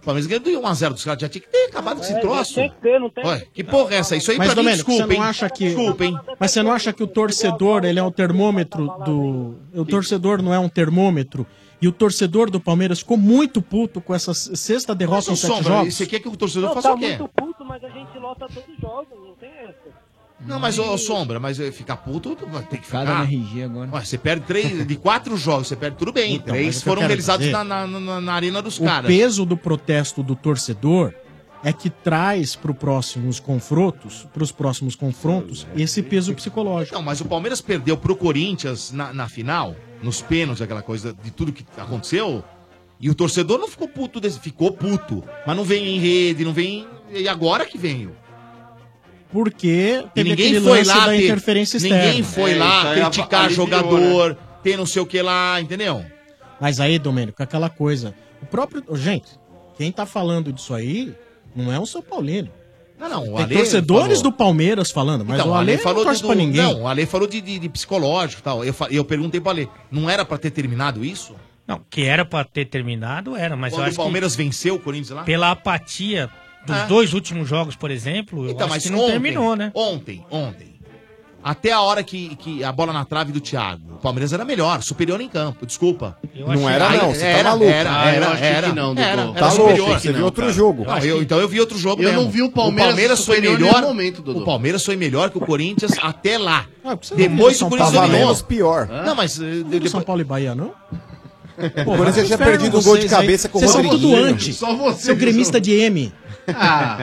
Speaker 2: O Palmeiras ganhou de 1x0 dos caras. Já tinha que ter acabado com esse
Speaker 27: É,
Speaker 2: troço.
Speaker 27: tem que ter, não tem-
Speaker 2: Olha, que porra é essa? Isso aí
Speaker 13: Mas,
Speaker 2: pra mim,
Speaker 13: Domênico,
Speaker 2: desculpa,
Speaker 13: você
Speaker 2: hein?
Speaker 13: não acha que...
Speaker 2: Desculpa, hein?
Speaker 13: Mas você não acha que o torcedor, ele é o termômetro do... O torcedor não é um termômetro? E o torcedor do Palmeiras ficou muito puto com essa sexta derrota em
Speaker 2: Mas, ô,
Speaker 13: sete
Speaker 2: Sombra,
Speaker 13: jogos.
Speaker 2: você quer é que o torcedor
Speaker 13: Não,
Speaker 2: faça
Speaker 13: tá
Speaker 2: o quê?
Speaker 13: muito
Speaker 27: puto, mas a gente lota todo jogo, não tem essa.
Speaker 2: Não, mas, ô, Sombra, mas eh, ficar puto tu vai ter que ficar.
Speaker 27: Cada
Speaker 2: RG agora. Ué, você perde três, de quatro jogos, você perde tudo bem.
Speaker 13: Então, mas
Speaker 2: três
Speaker 13: o que eu
Speaker 2: foram
Speaker 13: quero
Speaker 2: realizados
Speaker 13: dizer-
Speaker 2: na, na- na- na arena dos
Speaker 13: o
Speaker 2: caras.
Speaker 13: peso do protesto do torcedor é que traz para os próximos confrontos, para os próximos confrontos, esse peso psicológico.
Speaker 2: Não, Então, mas o Palmeiras perdeu pro Corinthians na, na final, nos pênaltis, aquela coisa de tudo que aconteceu. E o torcedor não ficou puto desse, ficou puto. Mas não vem em rede, não vem. E agora que veio.
Speaker 13: Porque
Speaker 2: E
Speaker 13: teve
Speaker 2: ninguém
Speaker 13: aquele
Speaker 2: foi
Speaker 13: lance
Speaker 2: lá.
Speaker 13: da
Speaker 2: ter-
Speaker 13: interferência externa.
Speaker 2: Ninguém foi lá criticar jogador, ter não sei o que lá, entendeu?
Speaker 13: Mas aí, Domênico, aquela coisa. O próprio. Ô, Gente, quem tá falando disso aí não é o São Paulino.
Speaker 2: Não, não, o
Speaker 13: Tem
Speaker 2: Ale
Speaker 13: torcedores
Speaker 2: falou.
Speaker 13: do Palmeiras falando, mas
Speaker 2: Então,
Speaker 13: o
Speaker 2: o
Speaker 13: Ale,
Speaker 2: Ale falou
Speaker 13: não torce
Speaker 2: de- do-
Speaker 13: pra ninguém.
Speaker 2: Não, o Ale falou de, de, de psicológico e tal. Eu, fa- eu perguntei pro Ale, não era pra ter terminado isso?
Speaker 11: Não, que era pra ter terminado, era, mas eu
Speaker 2: Quando
Speaker 11: acho
Speaker 2: o Palmeiras
Speaker 11: que
Speaker 2: venceu o Corinthians lá?
Speaker 11: pela apatia dos
Speaker 2: Ah. Então,
Speaker 11: dois últimos jogos, por exemplo, eu acho que não terminou, né?
Speaker 2: Ontem, ontem. Até a hora que, que a bola na trave do Thiago. O Palmeiras era melhor, superior em campo, desculpa.
Speaker 15: Não achei- era não, você tá
Speaker 2: era,
Speaker 15: maluco.
Speaker 2: Era,
Speaker 15: Ah, eu
Speaker 2: era,
Speaker 15: achei
Speaker 2: era,
Speaker 15: que não, Dudu.
Speaker 2: era,
Speaker 15: Tá
Speaker 2: era
Speaker 15: louco,
Speaker 2: superior.
Speaker 15: você viu outro jogo.
Speaker 2: Não, eu- então eu vi outro jogo
Speaker 15: Eu
Speaker 2: mesmo.
Speaker 15: não vi o
Speaker 2: O
Speaker 15: Palmeiras
Speaker 2: Palmeiras foi
Speaker 15: superior em
Speaker 2: melhor.
Speaker 15: nenhum momento, Dudu. Ah,
Speaker 2: o Palmeiras foi melhor que o Corinthians até lá.
Speaker 13: você não
Speaker 2: Depois
Speaker 13: viu
Speaker 2: o
Speaker 13: o São
Speaker 15: Tá
Speaker 2: Corinthians
Speaker 13: Paulo
Speaker 2: dominou.
Speaker 13: menos pior.
Speaker 2: Não, mas... eh, depois-
Speaker 13: São Paulo e Bahia, não?
Speaker 15: O Corinthians tinha perdido um gol de cabeça com o
Speaker 13: Vocês são
Speaker 15: Rodriguinho.
Speaker 13: tudo antes.
Speaker 15: Só você,
Speaker 13: Seu gremista de M.
Speaker 2: Ah,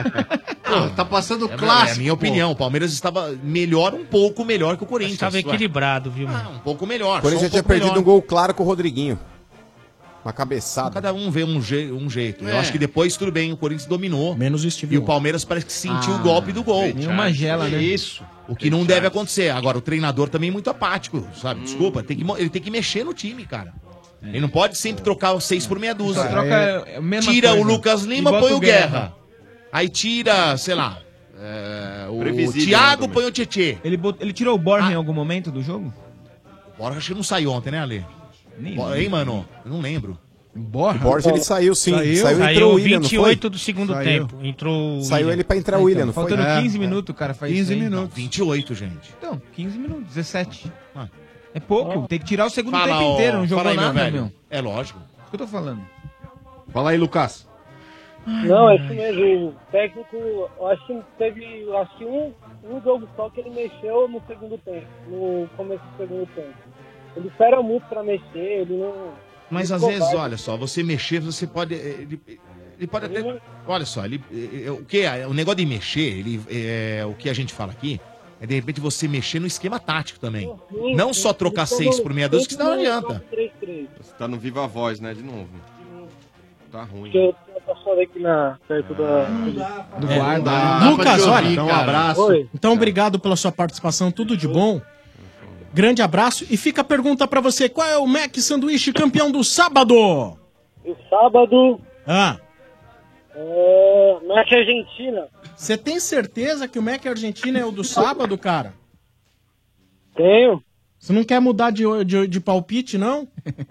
Speaker 21: Pô, tá passando
Speaker 2: É,
Speaker 21: clássico.
Speaker 2: É a minha
Speaker 21: pô.
Speaker 2: opinião. O Palmeiras estava melhor, um pouco melhor que o Corinthians.
Speaker 15: Estava
Speaker 2: ué.
Speaker 15: equilibrado,
Speaker 11: viu,
Speaker 2: Ah, um pouco melhor.
Speaker 15: O Corinthians
Speaker 2: só
Speaker 15: já
Speaker 2: um
Speaker 15: tinha
Speaker 2: pouco
Speaker 15: perdido
Speaker 2: melhor.
Speaker 15: um gol claro com o Rodriguinho. Uma cabeçada.
Speaker 2: Cada um vê um, je- um jeito. Eu
Speaker 15: É.
Speaker 2: acho que depois, tudo bem, o Corinthians dominou.
Speaker 13: Menos o Steve
Speaker 2: E o Palmeiras parece que sentiu
Speaker 15: Ah,
Speaker 2: o golpe do gol.
Speaker 15: nenhuma gela, né?
Speaker 2: Isso. O que não deve acontecer. Agora, o treinador também é muito apático, sabe? Desculpa, tem que, mo- ele tem que mexer no time, cara. Ele não pode sempre trocar os seis por meia dúzia.
Speaker 14: Só troca, é, a mesma
Speaker 2: tira
Speaker 14: coisa.
Speaker 2: o Lucas
Speaker 14: E
Speaker 2: Lima,
Speaker 14: bota
Speaker 2: põe
Speaker 14: o
Speaker 2: o Guerra.
Speaker 14: Guerra.
Speaker 2: Aí tira, sei lá, é, o
Speaker 14: Previsível,
Speaker 2: Thiago,
Speaker 14: né,
Speaker 2: põe o Tietê. Ah.
Speaker 14: Ele, bot- ele tirou o Borja em algum momento do jogo?
Speaker 2: Borja acho que não saiu ontem, né, Ale?
Speaker 14: Nem
Speaker 2: Bo-
Speaker 14: lembro.
Speaker 2: Hein, mano? Eu não lembro.
Speaker 16: Borja?
Speaker 15: Borja, ele saiu, sim. Saiu,
Speaker 11: Saiu
Speaker 15: entrou o William,
Speaker 11: 28
Speaker 15: não foi?
Speaker 11: do segundo
Speaker 15: Saiu.
Speaker 11: tempo. Entrou o
Speaker 15: Saiu
Speaker 11: William.
Speaker 15: ele pra
Speaker 14: Ah,
Speaker 15: entrar o
Speaker 11: Então,
Speaker 15: William, não foi?
Speaker 11: faltando
Speaker 15: É.
Speaker 11: 15 minutos, o cara faz então.
Speaker 14: 15
Speaker 11: isso aí.
Speaker 14: minutos.
Speaker 2: 28, gente.
Speaker 15: Ah.
Speaker 14: Então, 15 minutos, 17. É pouco. Tem que tirar o segundo
Speaker 2: Fala,
Speaker 14: tempo inteiro. Não
Speaker 2: ó,
Speaker 14: jogou
Speaker 2: fala aí, meu
Speaker 14: nada,
Speaker 2: velho.
Speaker 14: meu.
Speaker 2: É lógico.
Speaker 14: O que eu tô falando?
Speaker 30: Fala aí, Lucas.
Speaker 29: Não, é isso mesmo. O técnico, eu acho que teve eu acho que um, um jogo só que ele mexeu no segundo tempo, no começo do segundo tempo. Ele espera muito pra mexer, ele não.
Speaker 2: Mas
Speaker 29: ele
Speaker 2: às vezes,
Speaker 29: covarde.
Speaker 2: olha só, você mexer, você pode. eh, Ele, ele pode até. Olha só, ele, eh, eh, o, que, é- o negócio de mexer, ele, eh, o que a gente fala aqui, é de repente você mexer no esquema tático também. Não só trocar seis por meia dúzia, que senão não adianta.
Speaker 29: 3-3.
Speaker 18: Você tá no Viva Voz, né? De novo. Tá ruim.
Speaker 29: Porque eu tô passando aqui na, perto da.
Speaker 18: Do guarda.
Speaker 13: Lucas, olha.
Speaker 18: Então, um abraço.
Speaker 29: Oi.
Speaker 13: Então, obrigado pela sua participação, tudo de bom. Grande abraço e fica a pergunta pra você: qual é o Mac Sanduíche campeão do sábado?
Speaker 29: O sábado
Speaker 13: Ah,
Speaker 29: é. Match Argentina.
Speaker 13: você tem certeza que o Mac Argentina é o do sábado, cara?
Speaker 29: Tenho.
Speaker 13: Você não quer mudar de, de, de palpite, não?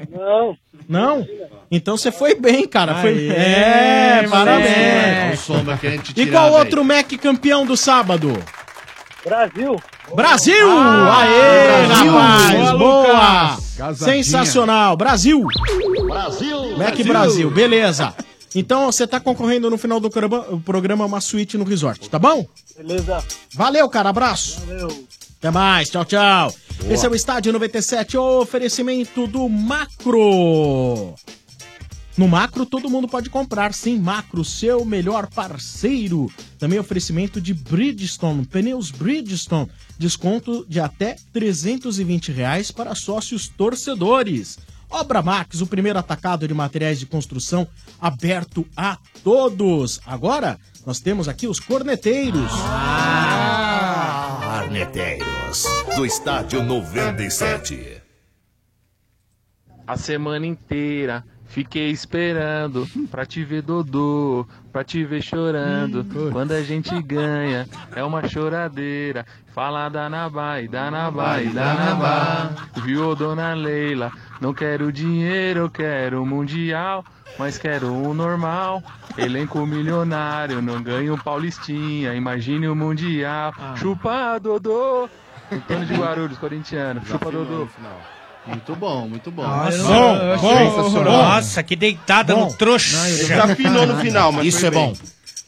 Speaker 29: Não.
Speaker 13: Não? Então você foi bem, cara. Foi...
Speaker 4: Aê,
Speaker 13: é,
Speaker 4: moleque. É o
Speaker 13: parabéns.
Speaker 4: samba que a gente
Speaker 13: E
Speaker 4: tirar,
Speaker 13: qual
Speaker 4: velho.
Speaker 13: outro Mac campeão do sábado?
Speaker 29: Brasil.
Speaker 13: Brasil! Aê, rapaz! Ah, Boa! Sensacional! Brasil!
Speaker 4: Brasil!
Speaker 2: é
Speaker 13: Mac Brasil, beleza. Então você tá concorrendo no final do corba- programa uma suíte no resort, tá bom?
Speaker 29: Beleza.
Speaker 13: Valeu, cara, abraço.
Speaker 29: Valeu.
Speaker 13: Até mais, tchau, tchau.
Speaker 29: Boa.
Speaker 13: Esse é o Estádio 97, o oferecimento do Macro. No Macro todo mundo pode comprar, sim, Macro, seu melhor parceiro. Também oferecimento de Bridgestone, pneus Bridgestone, desconto de até 320 reais para sócios torcedores. Obra Max, o primeiro atacado de materiais de construção aberto a todos. Agora nós temos aqui os corneteiros.
Speaker 2: Ah,
Speaker 31: Ah, Arneteiros, do Estádio 97.
Speaker 32: A semana inteira fiquei esperando pra te ver Dodô, pra te ver chorando.
Speaker 21: Hum.
Speaker 32: Quando a gente ganha, é uma choradeira. Fala Danabá e Danabá e Danabá. Viu, ô, dona Leila? Não quero dinheiro, eu quero o mundial. Mas quero um normal, elenco milionário, não ganho um paulistinha, imagine o mundial.
Speaker 21: Ah.
Speaker 32: Chupa, Dodô! Antônio de Guarulhos, corintiano, chupa, Dodô.
Speaker 21: Muito bom, muito bom.
Speaker 32: Nossa,
Speaker 11: Bom,
Speaker 32: Ah, eu achei
Speaker 11: bom,
Speaker 32: sensacional.
Speaker 11: Nossa, que deitada
Speaker 32: Bom.
Speaker 11: no trouxa.
Speaker 32: Não, ele desafinou no final, mas
Speaker 2: Isso
Speaker 32: foi
Speaker 2: é bom.
Speaker 32: bem.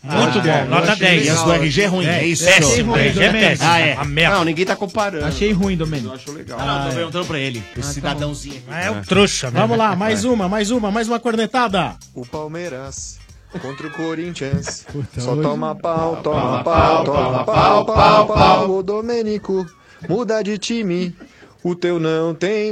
Speaker 14: Ah,
Speaker 11: Muito
Speaker 14: é.
Speaker 11: bom, nota 10.
Speaker 2: é, Isso do RG é ruim, é isso?
Speaker 11: Péssimo, RG
Speaker 14: né?
Speaker 11: é péssimo.
Speaker 2: Ah, é.
Speaker 11: Uma merda.
Speaker 2: Não, ninguém tá comparando.
Speaker 11: Achei ruim, Domênio.
Speaker 2: Eu acho
Speaker 11: legal.
Speaker 2: Não, não,
Speaker 11: Ah,
Speaker 2: tô
Speaker 11: é.
Speaker 2: perguntando pra ele. Esse cidadãozinho. aqui.
Speaker 11: É um trouxa, né?
Speaker 13: Vamos lá, mais uma, mais uma, mais uma cornetada.
Speaker 12: O Palmeiras contra o Corinthians. Só
Speaker 13: hoje-
Speaker 12: toma pau, toma pau, toma pau, pau, pau. O Domênico muda de time. O teu não tem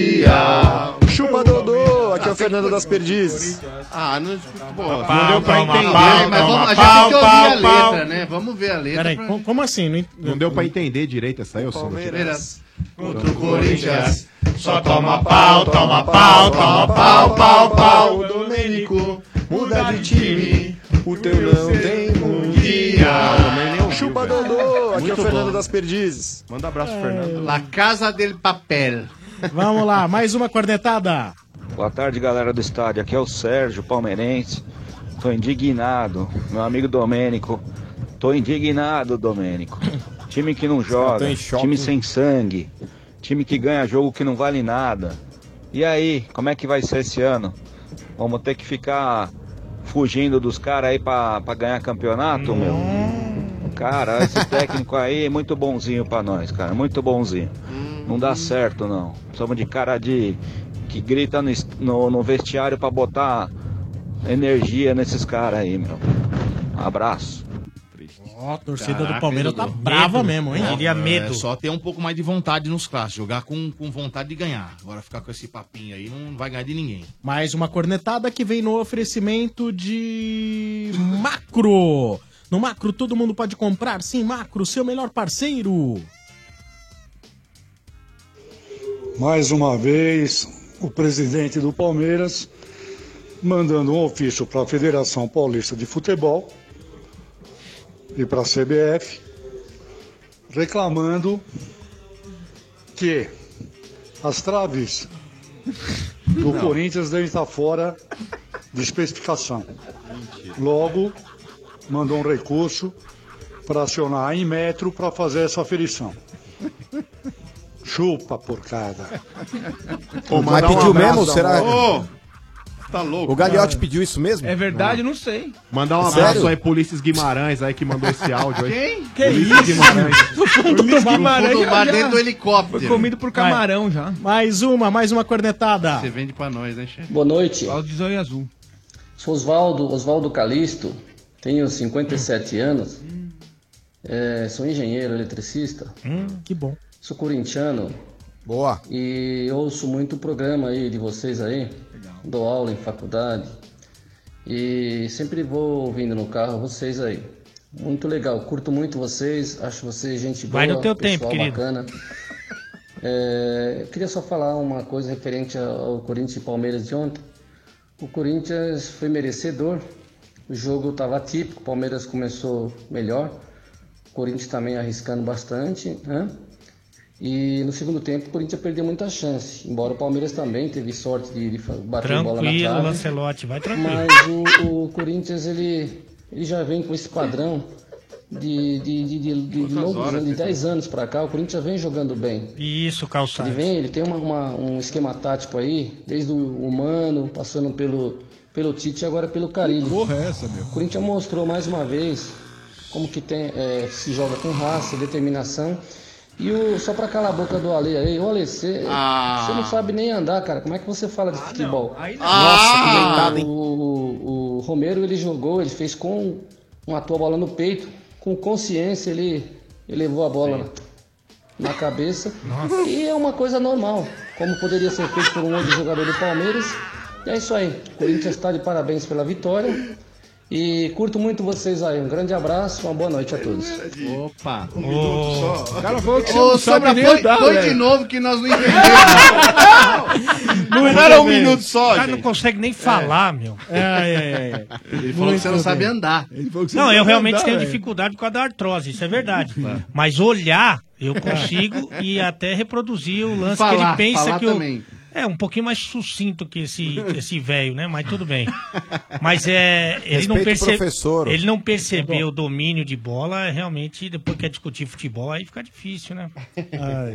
Speaker 12: mundial. Chupa Dodô, aqui é o Fernando das Perdizes.
Speaker 21: Ah, não, pô,
Speaker 12: Pau,
Speaker 21: não deu pra
Speaker 12: palma,
Speaker 21: entender,
Speaker 12: palma,
Speaker 21: mas vamos, a gente
Speaker 12: palma,
Speaker 21: tem que ouvir
Speaker 12: palma,
Speaker 21: a
Speaker 12: palma.
Speaker 21: letra, né? Vamos ver a letra.
Speaker 13: Peraí,
Speaker 21: pra-
Speaker 13: co- como assim? Não, en-
Speaker 30: Não deu pra entender direito essa aí, eu sou
Speaker 21: Palmeiras.
Speaker 30: Contra o
Speaker 21: Corinthians.
Speaker 12: Só toma pau, toma pau, toma pau, pau, pau. O Domênico muda de time. O teu não tem mundial. Chupa Dodô, aqui é o Fernando das Perdizes.
Speaker 18: Manda abraço,
Speaker 12: Fernando.
Speaker 21: La Casa del Papel.
Speaker 13: Vamos lá, mais uma cornetada.
Speaker 33: Boa tarde, galera do estádio. Aqui é o Sérgio, palmeirense. Tô indignado, meu amigo Domênico. Tô indignado, Domênico. Time que não joga,
Speaker 12: em choque,
Speaker 33: time
Speaker 12: hein?
Speaker 33: sem sangue, time que ganha jogo que não vale nada. E aí, como é que vai ser esse ano? Vamos ter que ficar fugindo dos caras aí pra, pra ganhar campeonato, meu? Cara, esse técnico aí é muito bonzinho pra nós, cara. Muito bonzinho. Não
Speaker 14: Uhum.
Speaker 33: dá certo, não. Somos de cara de. que grita no, est- no, no vestiário pra botar energia nesses caras aí, meu. Um Abraço.
Speaker 13: Ó, a torcida
Speaker 2: Caraca,
Speaker 13: do Palmeiras tá
Speaker 2: Dudu.
Speaker 13: brava
Speaker 2: Medo.
Speaker 13: mesmo, hein?
Speaker 2: Não, é só ter um pouco mais de vontade nos clássicos. Jogar com, com vontade de ganhar. Agora ficar com esse papinho aí não vai ganhar de ninguém.
Speaker 13: Mais uma cornetada que vem no oferecimento de Macro. No Macro todo mundo pode comprar, sim, Macro, seu melhor parceiro.
Speaker 34: Mais uma vez, o presidente do Palmeiras mandando um ofício para a Federação Paulista de Futebol e para a CBF, reclamando que as traves do
Speaker 12: Não.
Speaker 34: Corinthians devem estar fora de especificação. Logo, mandou um recurso para acionar a Inmetro para fazer essa aferição. Chupa, porcada.
Speaker 15: Ô, Mas mandar um pediu abraço, mesmo? Será- amor.
Speaker 21: Tá louco.
Speaker 15: O Gagliotti pediu isso mesmo?
Speaker 14: É verdade, não sei.
Speaker 12: Mandar um
Speaker 15: Sério?
Speaker 12: abraço aí, Polícias Guimarães, aí que mandou esse áudio aí.
Speaker 14: Quem?
Speaker 12: Que isso?
Speaker 14: No fundo do
Speaker 13: mar.
Speaker 14: Guimarães.
Speaker 13: No fundo do mar,
Speaker 14: já-
Speaker 13: dentro do helicóptero.
Speaker 14: Foi comido por camarão
Speaker 13: Vai.
Speaker 14: já.
Speaker 13: Mais uma, mais uma cornetada.
Speaker 21: Você vende pra nós, né, chefe?
Speaker 23: Boa noite.
Speaker 14: Zóio azul.
Speaker 23: Sou Oswaldo, Oswaldo Calisto, tenho 57 anos, É, sou engenheiro eletricista.
Speaker 11: Hum,
Speaker 13: que bom.
Speaker 23: Sou corintiano.
Speaker 15: Boa.
Speaker 23: E ouço muito o programa aí de vocês aí. Dou aula em faculdade. E sempre vou ouvindo no carro vocês aí. Muito legal, curto muito vocês, acho vocês gente boa,
Speaker 11: Vai no teu tempo,
Speaker 23: pessoal
Speaker 11: querido.
Speaker 23: bacana. É, eu queria só falar uma coisa referente ao Corinthians e Palmeiras de ontem. O Corinthians foi merecedor, o jogo estava típico, o Palmeiras começou melhor, o Corinthians também arriscando bastante, né? E no segundo tempo o Corinthians perdeu muita chance, embora o Palmeiras também teve sorte de, de fa- bater a bola na
Speaker 11: Tranquilo,
Speaker 23: trave.
Speaker 11: Lancelotti, vai tranquilo.
Speaker 23: Mas o, o Corinthians, ele, ele já vem com esse padrão de, de, de, de, de longos
Speaker 11: horas,
Speaker 23: anos, de
Speaker 11: né?
Speaker 23: 10 anos pra cá, o Corinthians já vem jogando bem.
Speaker 11: Isso,
Speaker 23: Ele
Speaker 11: calçado.
Speaker 23: vem, ele tem uma, uma- um esquema tático aí, desde o humano, passando pelo, pelo Tite e agora pelo Carilho.
Speaker 16: Porra, é essa, meu?
Speaker 23: O Corinthians mostrou mais uma vez como que tem, é, se joga com raça, determinação. E o, só pra calar a boca do Ale aí, ô Ale, você
Speaker 21: Ah.
Speaker 23: você não sabe nem andar, cara. Como é que você fala de futebol?
Speaker 2: né?
Speaker 21: não.
Speaker 29: Ah!
Speaker 21: Nossa, que mentada, hein?
Speaker 23: o, o- o Romero ele jogou, ele fez com matou a bola no peito, com consciência ele elevou a bola na cabeça. E é uma coisa normal, como poderia ser feito por um outro jogador do Palmeiras. E é isso aí. O Corinthians está de parabéns pela vitória. E curto muito vocês aí. Um grande abraço, uma boa noite a todos.
Speaker 21: Opa!
Speaker 23: Um minuto
Speaker 21: só.
Speaker 23: O cara falou que você
Speaker 21: Ô,
Speaker 23: não sabe
Speaker 21: Sombra,
Speaker 23: nem
Speaker 21: põe-
Speaker 23: andar,
Speaker 21: põe
Speaker 23: velho.
Speaker 21: de novo que nós não entendemos.
Speaker 11: Muito
Speaker 21: não era um
Speaker 11: bem.
Speaker 21: minuto só,
Speaker 11: O cara
Speaker 21: gente.
Speaker 11: não consegue nem falar, meu.
Speaker 21: Ele falou que você não sabe andar.
Speaker 11: Não, eu realmente
Speaker 21: é.
Speaker 11: tenho dificuldade por causa da artrose, isso é verdade.
Speaker 2: Hum.
Speaker 11: Mas olhar, eu consigo e até reproduzir o lance que
Speaker 21: Falar,
Speaker 11: ele pensa
Speaker 21: falar
Speaker 11: que o.
Speaker 21: também.
Speaker 11: É, um pouquinho mais sucinto que esse esse velho, né? Mas tudo bem. Mas é. Ele não,
Speaker 15: Respeita o
Speaker 11: perce...
Speaker 15: professor.
Speaker 11: ele não percebeu o domínio de bola, é realmente, depois quer discutir futebol, aí fica difícil, né?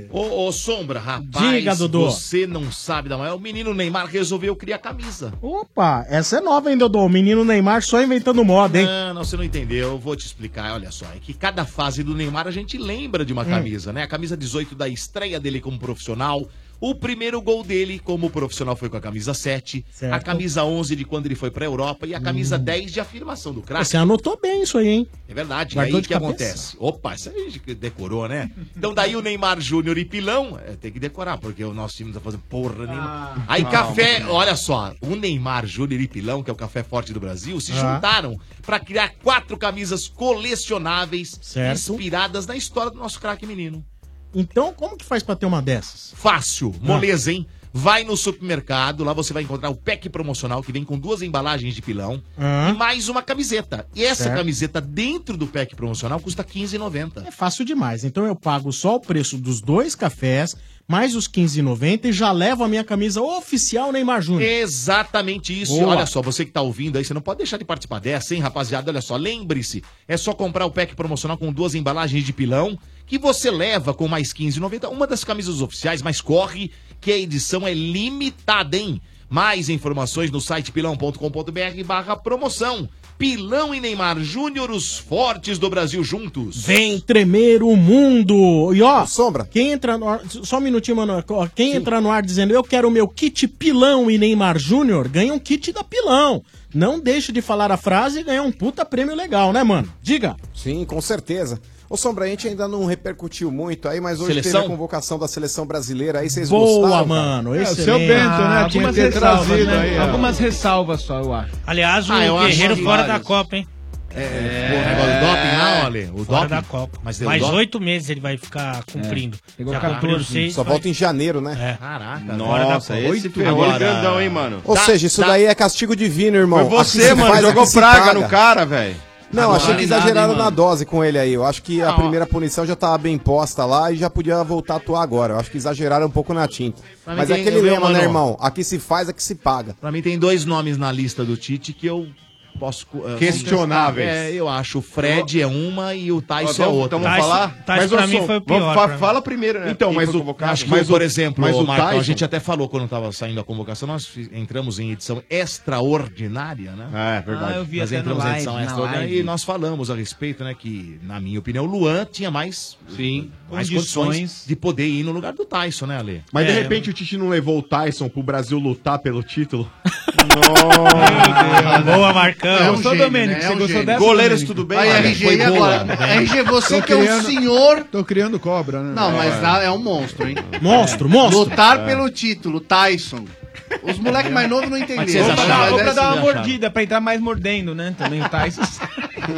Speaker 2: Ô, ô, Sombra, rapaz.
Speaker 11: Diga, Dodô.
Speaker 2: Você não sabe da maior. O menino Neymar resolveu criar camisa.
Speaker 13: Opa, essa é nova, hein, Dodô? O menino Neymar só inventando moda, hein?
Speaker 2: Não, não, você não entendeu. Eu vou te explicar. Olha só, é que cada fase do Neymar a gente lembra de uma
Speaker 13: Hum.
Speaker 2: camisa, né? A camisa 18 da estreia dele como profissional. O primeiro gol dele como profissional foi com a camisa 7. A camisa 11 de quando ele foi pra Europa. E a camisa
Speaker 13: Hum.
Speaker 2: 10 de afirmação do craque.
Speaker 13: Você anotou bem isso aí, hein?
Speaker 2: É verdade.
Speaker 13: Guardou
Speaker 2: e aí o
Speaker 13: de
Speaker 2: que
Speaker 13: cabeça?
Speaker 2: acontece? Opa, isso aí a gente decorou, né? Então daí o Neymar Júnior e Pilão, é, tem que decorar, porque o nosso time não tá fazendo porra nenhuma. aí
Speaker 21: calma.
Speaker 2: café, olha só, o Neymar Júnior e Pilão, que é o café forte do Brasil, se
Speaker 21: Ah.
Speaker 2: juntaram pra criar quatro camisas colecionáveis inspiradas na história do nosso craque menino.
Speaker 13: Então, como que faz Ah. pra ter uma dessas?
Speaker 2: Fácil, moleza, hein? Vai no supermercado, lá você vai encontrar o pack promocional que vem com duas embalagens de pilão
Speaker 13: Ah.
Speaker 2: e mais uma camiseta. E essa
Speaker 13: Certo.
Speaker 2: camiseta dentro do pack promocional custa R$15,90.
Speaker 13: É fácil demais. Então eu pago só o preço dos dois cafés, mais os 15,90 e já levo a minha camisa oficial Neymar Júnior.
Speaker 2: Exatamente isso.
Speaker 13: Boa.
Speaker 2: Olha só, você que tá ouvindo aí, você não pode deixar de participar dessa, hein, rapaziada? Olha só, lembre-se, é só comprar o pack promocional com duas embalagens de pilão que você leva com mais 15,90. Uma das camisas oficiais, mas corre que a edição é limitada, hein? Mais informações no site pilão.com.br barra promoção. Pilão e Neymar Júnior, os fortes do Brasil juntos.
Speaker 13: Vem tremer o mundo. E ó, Sombra. Quem entra no ar, só um minutinho, mano. Ó, Quem entra no ar dizendo eu quero o meu kit Pilão e Neymar Júnior, ganha um kit da Pilão. Não deixe de falar a frase e ganha um puta prêmio legal, né, mano? Diga.
Speaker 15: Sim, com certeza. Ô Sombra, a gente ainda não repercutiu muito aí, mas hoje
Speaker 13: Seleção?
Speaker 15: teve a convocação da seleção brasileira aí, vocês
Speaker 13: Boa,
Speaker 15: gostaram? cara?
Speaker 13: mano,
Speaker 15: É,
Speaker 13: excelente.
Speaker 15: o seu Bento, né? Tinha que
Speaker 14: Ah, Algumas
Speaker 15: ter
Speaker 14: ressalvas,
Speaker 15: trazido
Speaker 14: né?
Speaker 15: aí. ó.
Speaker 14: Algumas ressalvas só, eu acho.
Speaker 11: Aliás, o
Speaker 14: Ah, eu acho
Speaker 11: É um Guerreiro
Speaker 14: que
Speaker 11: fora da
Speaker 14: várias.
Speaker 11: Copa, hein?
Speaker 2: É, ficou o negócio do doping, não, Ale? O
Speaker 11: fora
Speaker 2: doping?
Speaker 11: da Copa.
Speaker 2: Mas
Speaker 11: Mas
Speaker 2: deu
Speaker 11: Mais
Speaker 2: doping?
Speaker 11: oito meses ele vai ficar cumprindo.
Speaker 15: Pegou
Speaker 11: Já
Speaker 15: 14,
Speaker 11: cumpriu seis.
Speaker 15: Só
Speaker 11: vai-
Speaker 15: volta em janeiro,
Speaker 2: É.
Speaker 15: né?
Speaker 2: Caraca,
Speaker 15: fora da
Speaker 21: Nossa,
Speaker 15: Copa.
Speaker 21: esse
Speaker 15: Oito
Speaker 21: ferrou
Speaker 15: agora.
Speaker 21: grandão, hein, mano?
Speaker 15: Ou seja, isso daí é castigo divino, irmão.
Speaker 21: Foi você,
Speaker 15: Aqui se
Speaker 21: mano,
Speaker 15: faz,
Speaker 21: jogou
Speaker 15: aqui se
Speaker 21: praga
Speaker 15: paga.
Speaker 21: no cara, velho.
Speaker 15: Não,
Speaker 2: Tá
Speaker 21: Não
Speaker 15: achei
Speaker 21: vale
Speaker 15: que
Speaker 21: nada,
Speaker 15: exageraram
Speaker 21: hein,
Speaker 15: na
Speaker 21: mano?
Speaker 15: dose com ele aí. Eu acho que a primeira punição já tava bem posta lá e já podia voltar a atuar agora. Eu acho que exageraram um pouco na tinta.
Speaker 2: Pra mim
Speaker 15: Mas é
Speaker 2: tem-
Speaker 15: aquele
Speaker 2: eu vi, um
Speaker 15: lema,
Speaker 2: mano.
Speaker 15: né, irmão? Aqui se faz, aqui se paga.
Speaker 2: Pra mim tem dois nomes na lista do Tite que eu posso. eh,
Speaker 12: Questionáveis.
Speaker 2: É, eu acho. O Fred é uma e o
Speaker 12: Ó,
Speaker 2: Tyson é
Speaker 12: vamos-
Speaker 2: outra.
Speaker 12: então vamos Tyson- falar?
Speaker 2: tá
Speaker 12: Tyson Mas, pra ô, mim Som, foi o pior, vamos fa- pra mim. fala primeiro, né?
Speaker 2: Então,
Speaker 12: Quem
Speaker 2: mas
Speaker 12: foi
Speaker 2: o,
Speaker 12: convocado.
Speaker 2: acho que,
Speaker 12: Mas
Speaker 2: o- por
Speaker 12: o-
Speaker 2: exemplo,
Speaker 12: mas tá, o
Speaker 2: Marcão, a
Speaker 12: Tyson-
Speaker 2: gente até falou quando tava saindo a convocação, nós fi- entramos em edição extraordinária, né?
Speaker 12: É, verdade. Ah, eu vi
Speaker 2: nós
Speaker 12: até no
Speaker 2: entramos em
Speaker 12: live,
Speaker 2: edição
Speaker 12: na
Speaker 2: extraordinária
Speaker 12: live.
Speaker 2: e nós falamos a respeito, né, que, na minha opinião, o Luan tinha mais, Sim, mais
Speaker 12: Condições.
Speaker 2: condições de poder ir no lugar do Tyson, né, Ale?
Speaker 12: Mas de
Speaker 2: É.
Speaker 12: repente o Tite não levou o Tyson pro Brasil lutar pelo título?
Speaker 11: Boa, Marcão.
Speaker 12: É um
Speaker 11: Gostou,
Speaker 12: gênio,
Speaker 11: Domênico?
Speaker 12: né?
Speaker 11: Você
Speaker 12: É um
Speaker 11: gostou
Speaker 12: gênio.
Speaker 11: dessa?
Speaker 12: Goleiros,
Speaker 11: Domênico?
Speaker 12: tudo bem? Aí, RG, e agora?
Speaker 21: RG, você
Speaker 9: Tô
Speaker 21: que é um
Speaker 9: criando-
Speaker 21: senhor.
Speaker 9: Tô criando cobra, né?
Speaker 21: Não, mas dá- é um monstro, hein?
Speaker 13: Monstro,
Speaker 9: monstro.
Speaker 21: Lutar
Speaker 9: É.
Speaker 21: pelo título, Tyson. Os moleques mais novos não entenderam.
Speaker 14: Ou pra,
Speaker 21: Mas
Speaker 14: dar, ou pra
Speaker 21: essa-
Speaker 14: dar uma mordida, pra entrar mais mordendo, né? Também o Tyson.